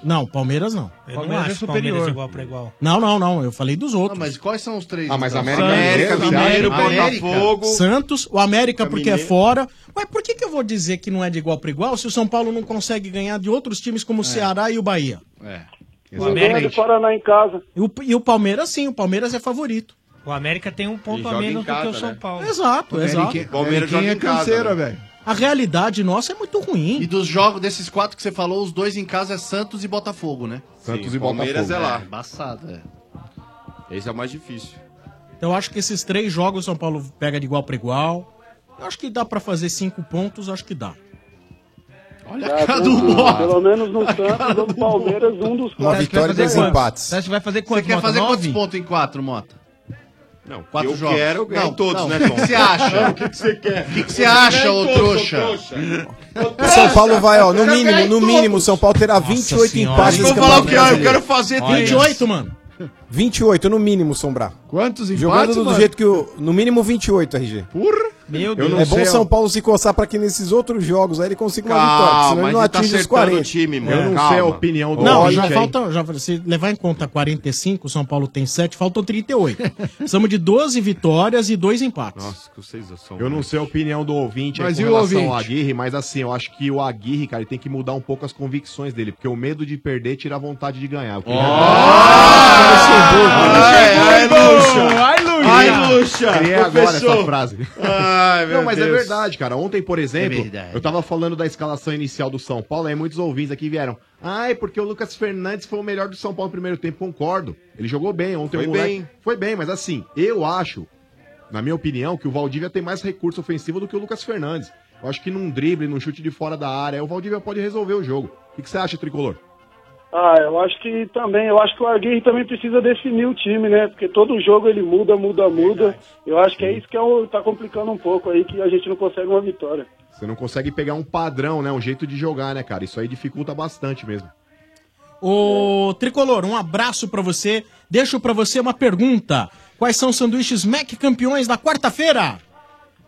Speaker 13: Não, Palmeiras não.
Speaker 11: Eu
Speaker 20: Palmeiras
Speaker 11: não
Speaker 20: é
Speaker 11: acho
Speaker 20: superior.
Speaker 11: Palmeiras igual pra igual.
Speaker 13: Não, não, não. Eu falei dos
Speaker 20: Ah,
Speaker 13: outros.
Speaker 20: mas quais são os três?
Speaker 12: Ah, mas
Speaker 20: então?
Speaker 12: América América, Mineiro, Mineiro, América. Botafogo.
Speaker 13: Santos, o América porque é
Speaker 12: Mineiro.
Speaker 13: fora. Mas por que, que eu vou dizer que não é de igual para igual se o São Paulo não consegue ganhar de outros times
Speaker 12: É.
Speaker 13: como o Ceará e o Bahia?
Speaker 19: Ninguém é do Paraná em casa.
Speaker 13: E o, e o Palmeiras sim, o Palmeiras é favorito.
Speaker 11: O América tem um ponto a
Speaker 18: joga em
Speaker 11: menos do que
Speaker 18: casa,
Speaker 11: o São
Speaker 18: né?
Speaker 11: Paulo.
Speaker 12: É.
Speaker 13: Exato, exato. A realidade nossa é muito ruim.
Speaker 21: é E dos jogos desses quatro que você falou, os dois em casa é Santos e Botafogo, né?
Speaker 18: Santos Sim, e Palmeiras Botafogo, é lá.
Speaker 21: É, embaçado, é.
Speaker 18: Esse é o mais difícil.
Speaker 13: Então, Eu acho que esses três jogos o São Paulo pega de igual para igual. Eu acho que dá pra fazer cinco pontos, acho que dá.
Speaker 21: Olha
Speaker 13: a cara do Lopes.
Speaker 29: Tá Pelo menos no Santos ou no Palmeiras, um dos
Speaker 15: Uma vitória e dois empates.
Speaker 21: Você acha que vai fazer
Speaker 15: quanto,
Speaker 21: Você quer
Speaker 15: Mota?
Speaker 21: fazer
Speaker 15: Nove?
Speaker 21: quantos pontos em quatro, Mota?
Speaker 18: Não,
Speaker 21: quatro
Speaker 18: eu
Speaker 21: jogos.
Speaker 18: quero ganhar
Speaker 21: Não,
Speaker 18: todos,
Speaker 21: não.
Speaker 18: né, Tom?
Speaker 21: O que você acha?
Speaker 18: Não, o que que você quer?
Speaker 21: O que que você acha, ô trouxa?
Speaker 15: O São Paulo vai, ó, no mínimo, no mínimo, o São Paulo terá 28
Speaker 21: senhora.
Speaker 15: empates.
Speaker 21: Eu vou
Speaker 15: nesse
Speaker 21: falar o
Speaker 15: Campeonato
Speaker 21: que eu- eu
Speaker 15: Brasileiro.
Speaker 21: quero fazer Olha.
Speaker 13: 28, mano.
Speaker 15: 28 no mínimo, Sombrar.
Speaker 4: Quantos
Speaker 15: Jogando
Speaker 13: empates,
Speaker 15: do
Speaker 13: mano?
Speaker 15: jeito que o. No mínimo 28, RG.
Speaker 4: Porra!
Speaker 13: Meu
Speaker 15: é
Speaker 13: Deus.
Speaker 15: bom o São Paulo se coçar pra que nesses outros jogos aí ele consiga uma
Speaker 13: Calma,
Speaker 15: vitória, porque senão ele não
Speaker 13: mas ele tá
Speaker 15: atinge os É.
Speaker 13: acertando
Speaker 15: 40.
Speaker 13: o time, mano.
Speaker 15: Eu não
Speaker 13: Calma.
Speaker 15: sei a opinião do
Speaker 13: Não,
Speaker 15: Roger
Speaker 13: já
Speaker 15: aí.
Speaker 13: falta, já, se levar em conta 45, o São Paulo tem 7, faltam 38. Precisamos de 12 vitórias e 2 empates.
Speaker 18: Nossa, que vocês são.
Speaker 12: Eu não sei a opinião do ouvinte
Speaker 13: Mas
Speaker 12: aí
Speaker 13: e
Speaker 12: com
Speaker 13: o
Speaker 12: relação ao
Speaker 13: ouvinte?
Speaker 12: Aguirre, mas assim, eu acho que o Aguirre, cara, ele tem que mudar um pouco as convicções dele, porque o medo de perder tira a vontade de ganhar. Oh!
Speaker 2: Ai, Luxa!
Speaker 12: Ai, Luxa!
Speaker 2: Ai, Luxa!
Speaker 12: Criei agora
Speaker 2: Professor.
Speaker 12: essa frase.
Speaker 2: Ai, meu
Speaker 12: Não, mas é
Speaker 2: Deus.
Speaker 12: verdade, cara. Ontem, por exemplo,
Speaker 2: verdade.
Speaker 12: eu tava falando da escalação inicial do São Paulo, aí muitos ouvintes aqui vieram. Ah, é porque o Lucas Fernandes foi o melhor do São Paulo no primeiro tempo, concordo. Ele jogou bem ontem.
Speaker 18: Foi
Speaker 12: o moleque-
Speaker 18: bem.
Speaker 12: Foi bem, mas assim, eu acho, na minha opinião, que o Valdívia tem mais recurso ofensivo do que o Lucas Fernandes. Eu acho que num drible, num chute de fora da área, o Valdívia pode resolver o jogo. O que, que você acha, Tricolor?
Speaker 29: Ah, eu acho que também, eu acho que o Aguirre também precisa definir o time, né? Porque todo jogo ele muda, muda, muda. Eu acho que é isso que é o, tá complicando um pouco aí, que a gente não consegue uma vitória.
Speaker 12: Você não consegue pegar um padrão, né? Um jeito de jogar, né, cara? Isso aí dificulta bastante mesmo.
Speaker 13: Ô, Tricolor, um abraço pra você. Deixo pra você uma pergunta. Quais são os sanduíches Mac campeões da quarta-feira?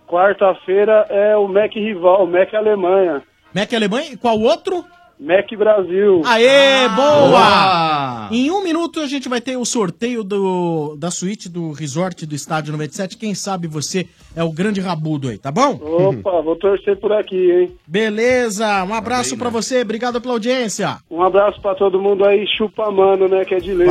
Speaker 29: Quarta-feira é o MEC rival, o MEC Alemanha.
Speaker 13: Mac Alemanha e qual outro?
Speaker 29: MEC Brasil.
Speaker 13: Aê, Ah, boa!
Speaker 29: boa!
Speaker 13: Em um minuto a gente vai ter o sorteio do, da suíte do resort do Estádio 97. Quem sabe você é o grande rabudo aí, tá bom?
Speaker 29: Opa, vou torcer por aqui, hein?
Speaker 13: Beleza, um abraço pra você, obrigado pela audiência.
Speaker 29: Um abraço pra todo mundo aí, chupa mano, né? Que é de lei.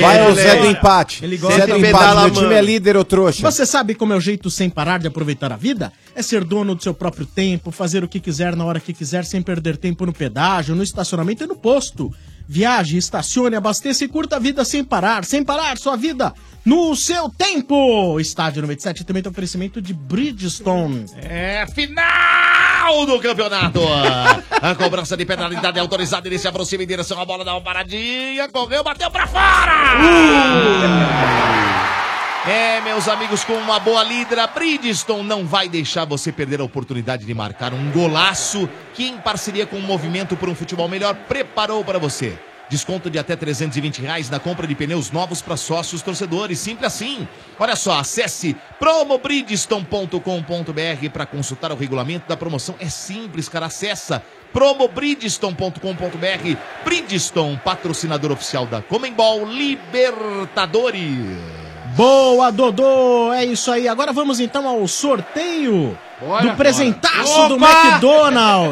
Speaker 15: Vai o Zé do empate.
Speaker 13: Ele
Speaker 15: Zé
Speaker 13: gosta
Speaker 15: do empate, meu time é líder, ô trouxa.
Speaker 13: Você sabe como é o jeito sem parar de aproveitar a vida? É ser dono do seu próprio tempo, fazer o que quiser na hora que quiser, sem perder tempo no pedágio, no estacionamento e no posto. Viaje, estacione, abasteça e curta a vida sem parar, sem parar sua vida no seu tempo. Estádio 97 também tem oferecimento de Bridgestone.
Speaker 2: É final do campeonato. A cobrança de penalidade é autorizada. Ele se aproxima em direção à bola, dá uma paradinha, correu, bateu pra fora. É, meus amigos, com uma boa lidra, Bridgestone não vai deixar você perder a oportunidade de marcar um golaço que, em parceria com o Movimento por um Futebol Melhor, preparou para você. Desconto de até 320 reais na compra de pneus novos para sócios torcedores. Simples assim. Olha só, acesse promobridgestone.com.br para consultar o regulamento da promoção. É simples, cara. Acessa promobridgestone.com.br. Bridgestone, patrocinador oficial da Comembol Libertadores.
Speaker 13: Boa, Dodô! É isso aí. Agora vamos então ao sorteio do presentaço do
Speaker 2: Opa!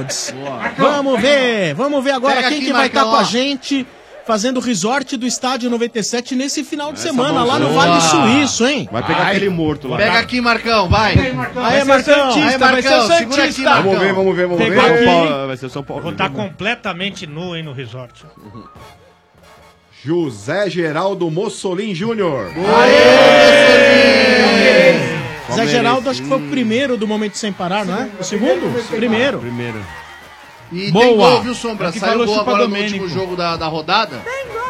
Speaker 13: McDonald's. Vamos ver, vamos ver agora
Speaker 21: Pega
Speaker 13: quem
Speaker 21: aqui,
Speaker 13: que vai estar
Speaker 21: Marcão,
Speaker 13: com a
Speaker 21: ó.
Speaker 13: gente fazendo o resort do Estádio 97 nesse final de semana, lá no
Speaker 21: mãozinha.
Speaker 18: Ah.
Speaker 13: Vale
Speaker 21: Boa.
Speaker 13: Suíço, hein?
Speaker 21: Vai pegar Vai. aquele
Speaker 12: morto
Speaker 18: Tá.
Speaker 21: Pega aqui, Marcão, vai. Aí, Marcão,
Speaker 11: É,
Speaker 12: é
Speaker 13: Aí, Marcão,
Speaker 21: aí, Marcão segura aqui, Marcão.
Speaker 12: Vamos ver, vamos ver, vamos
Speaker 11: Pegou
Speaker 12: ver.
Speaker 11: aqui.
Speaker 12: São Paulo, vai ser São Paulo.
Speaker 11: Vou estar completamente nu, hein, no resort.
Speaker 12: Uhum. José Geraldo Mussolin Júnior.
Speaker 13: Zé Geraldo, acho que foi o primeiro do Momento Sem Parar, não é? O segundo? Primeiro.
Speaker 18: Primeiro.
Speaker 21: E
Speaker 13: Boa.
Speaker 21: tem gol, viu, Sombra?
Speaker 13: É o que
Speaker 21: Saiu
Speaker 13: falou
Speaker 21: gol
Speaker 13: Chupa
Speaker 21: agora no
Speaker 13: Domênico.
Speaker 21: último jogo da, da rodada. Tem gol!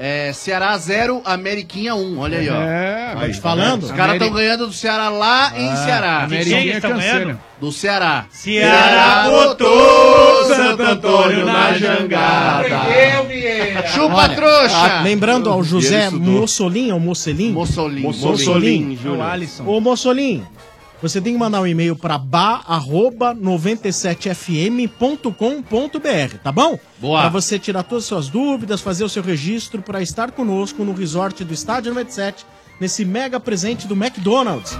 Speaker 21: É, Ceará 0, Ameriquinha 1. Olha aí, ó.
Speaker 4: É,
Speaker 21: Tô
Speaker 4: aí,
Speaker 21: te falando. Os
Speaker 4: tá vendo?
Speaker 21: caras estão
Speaker 4: Ameri-
Speaker 21: ganhando do Ceará lá em
Speaker 4: Ah,
Speaker 21: Ceará.
Speaker 4: Ameriquinha Quem eles
Speaker 2: é
Speaker 4: tão canseira. ganhando?
Speaker 21: Do Ceará.
Speaker 2: Ceará botou Santo Antônio na jangada. É.
Speaker 21: Chupa, trouxa!
Speaker 13: Ah, lembrando ao José
Speaker 21: Ele estudou.
Speaker 13: Mussolin, ou Mussolin? Mussolin.
Speaker 21: Mussolin,
Speaker 13: Mussolin.
Speaker 21: Júnior.
Speaker 13: É o Alisson. Ô, Mussolin, você tem que mandar um e-mail para ba@97fm.com.br, tá bom?
Speaker 21: Boa.
Speaker 13: Para você tirar todas as suas dúvidas, fazer o seu registro para estar conosco no resort do Estádio 97, nesse mega presente do McDonald's.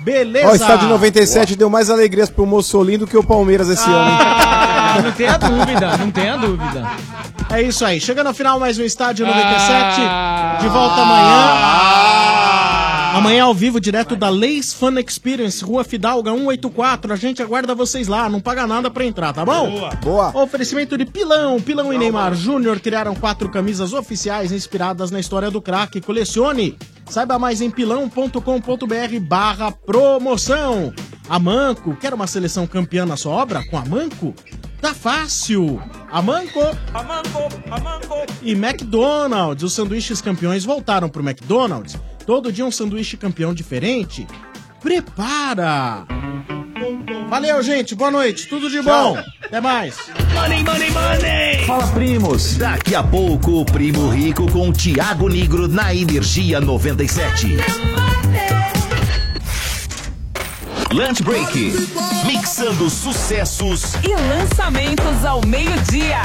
Speaker 13: Beleza.
Speaker 15: Ó, o estádio 97 deu mais alegrias pro Mussolini do que o Palmeiras esse ano. hein?
Speaker 13: Ah, não tenha dúvida, não tenha dúvida. É isso aí. Chegando ao final, mais um Estádio 97. de volta amanhã. Amanhã ao vivo, direto da Leis Fan Experience, Rua Fidalga 184. A gente aguarda vocês lá, não paga nada pra entrar, tá bom?
Speaker 27: Boa.
Speaker 13: Boa. Oferecimento de Pilão. Pilão e Neymar Júnior criaram quatro camisas oficiais inspiradas na história do craque. Colecione. Saiba mais em pilão.com.br barra promoção. A Manco, quer uma seleção campeã na sua obra? Com a Manco? Tá fácil. A Manco e McDonald's. Os sanduíches campeões voltaram pro McDonald's. Todo dia um sanduíche campeão diferente. Prepara! Valeu, gente. Boa noite. Tudo de bom. Até mais.
Speaker 27: Money, money, money! Fala, primos! Daqui a pouco, o Primo Rico com o Tiago Negro na Energia 97. Lunch Break. Mixando sucessos
Speaker 45: E lançamentos ao meio-dia.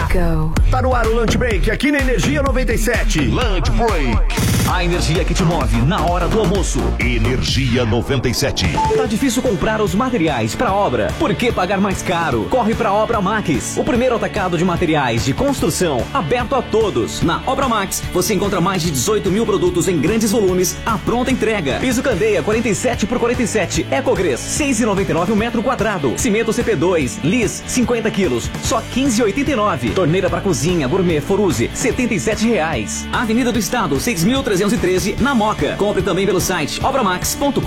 Speaker 27: Tá no ar o Lunch Break aqui na Energia 97. Lunch Break. A energia que te move na hora do almoço. Energia 97.
Speaker 8: Tá difícil comprar os materiais para obra. Por que pagar mais caro? Corre para Obra Max, o primeiro atacado de materiais de construção aberto a todos. Na Obra Max, você encontra mais de 18 mil produtos em grandes volumes à pronta entrega. Piso Candeia 47 por 47, Ecogres 6,99 o um metro quadrado. Cimento CP2, Lis 50 quilos, só 15,89. Torneira para cozinha Gourmet Foruse R$ 77 reais. Avenida do Estado 6.313 na Moca. Compre também pelo site obramax.com.br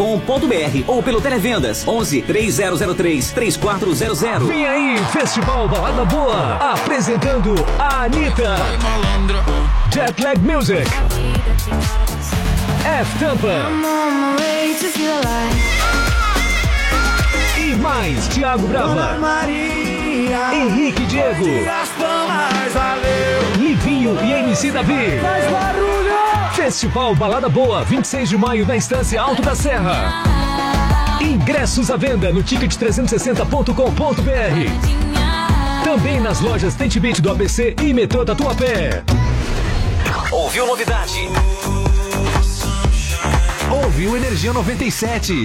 Speaker 8: ou pelo televendas 11 3003 3400.
Speaker 27: Vem aí, Festival Balada Boa, apresentando a Anitta. Jetlag Music. F Tampa. E mais Thiago
Speaker 4: é
Speaker 27: Brava. Henrique Diego. Livinho e MC Davi. Festival Balada Boa, 26 de maio na Estância Alto da Serra. Ingressos à venda no ticket360.com.br. Também nas lojas Tente Beat do ABC e Metrô Tatuapé.
Speaker 8: Ouviu novidade?
Speaker 27: Ouviu Energia 97.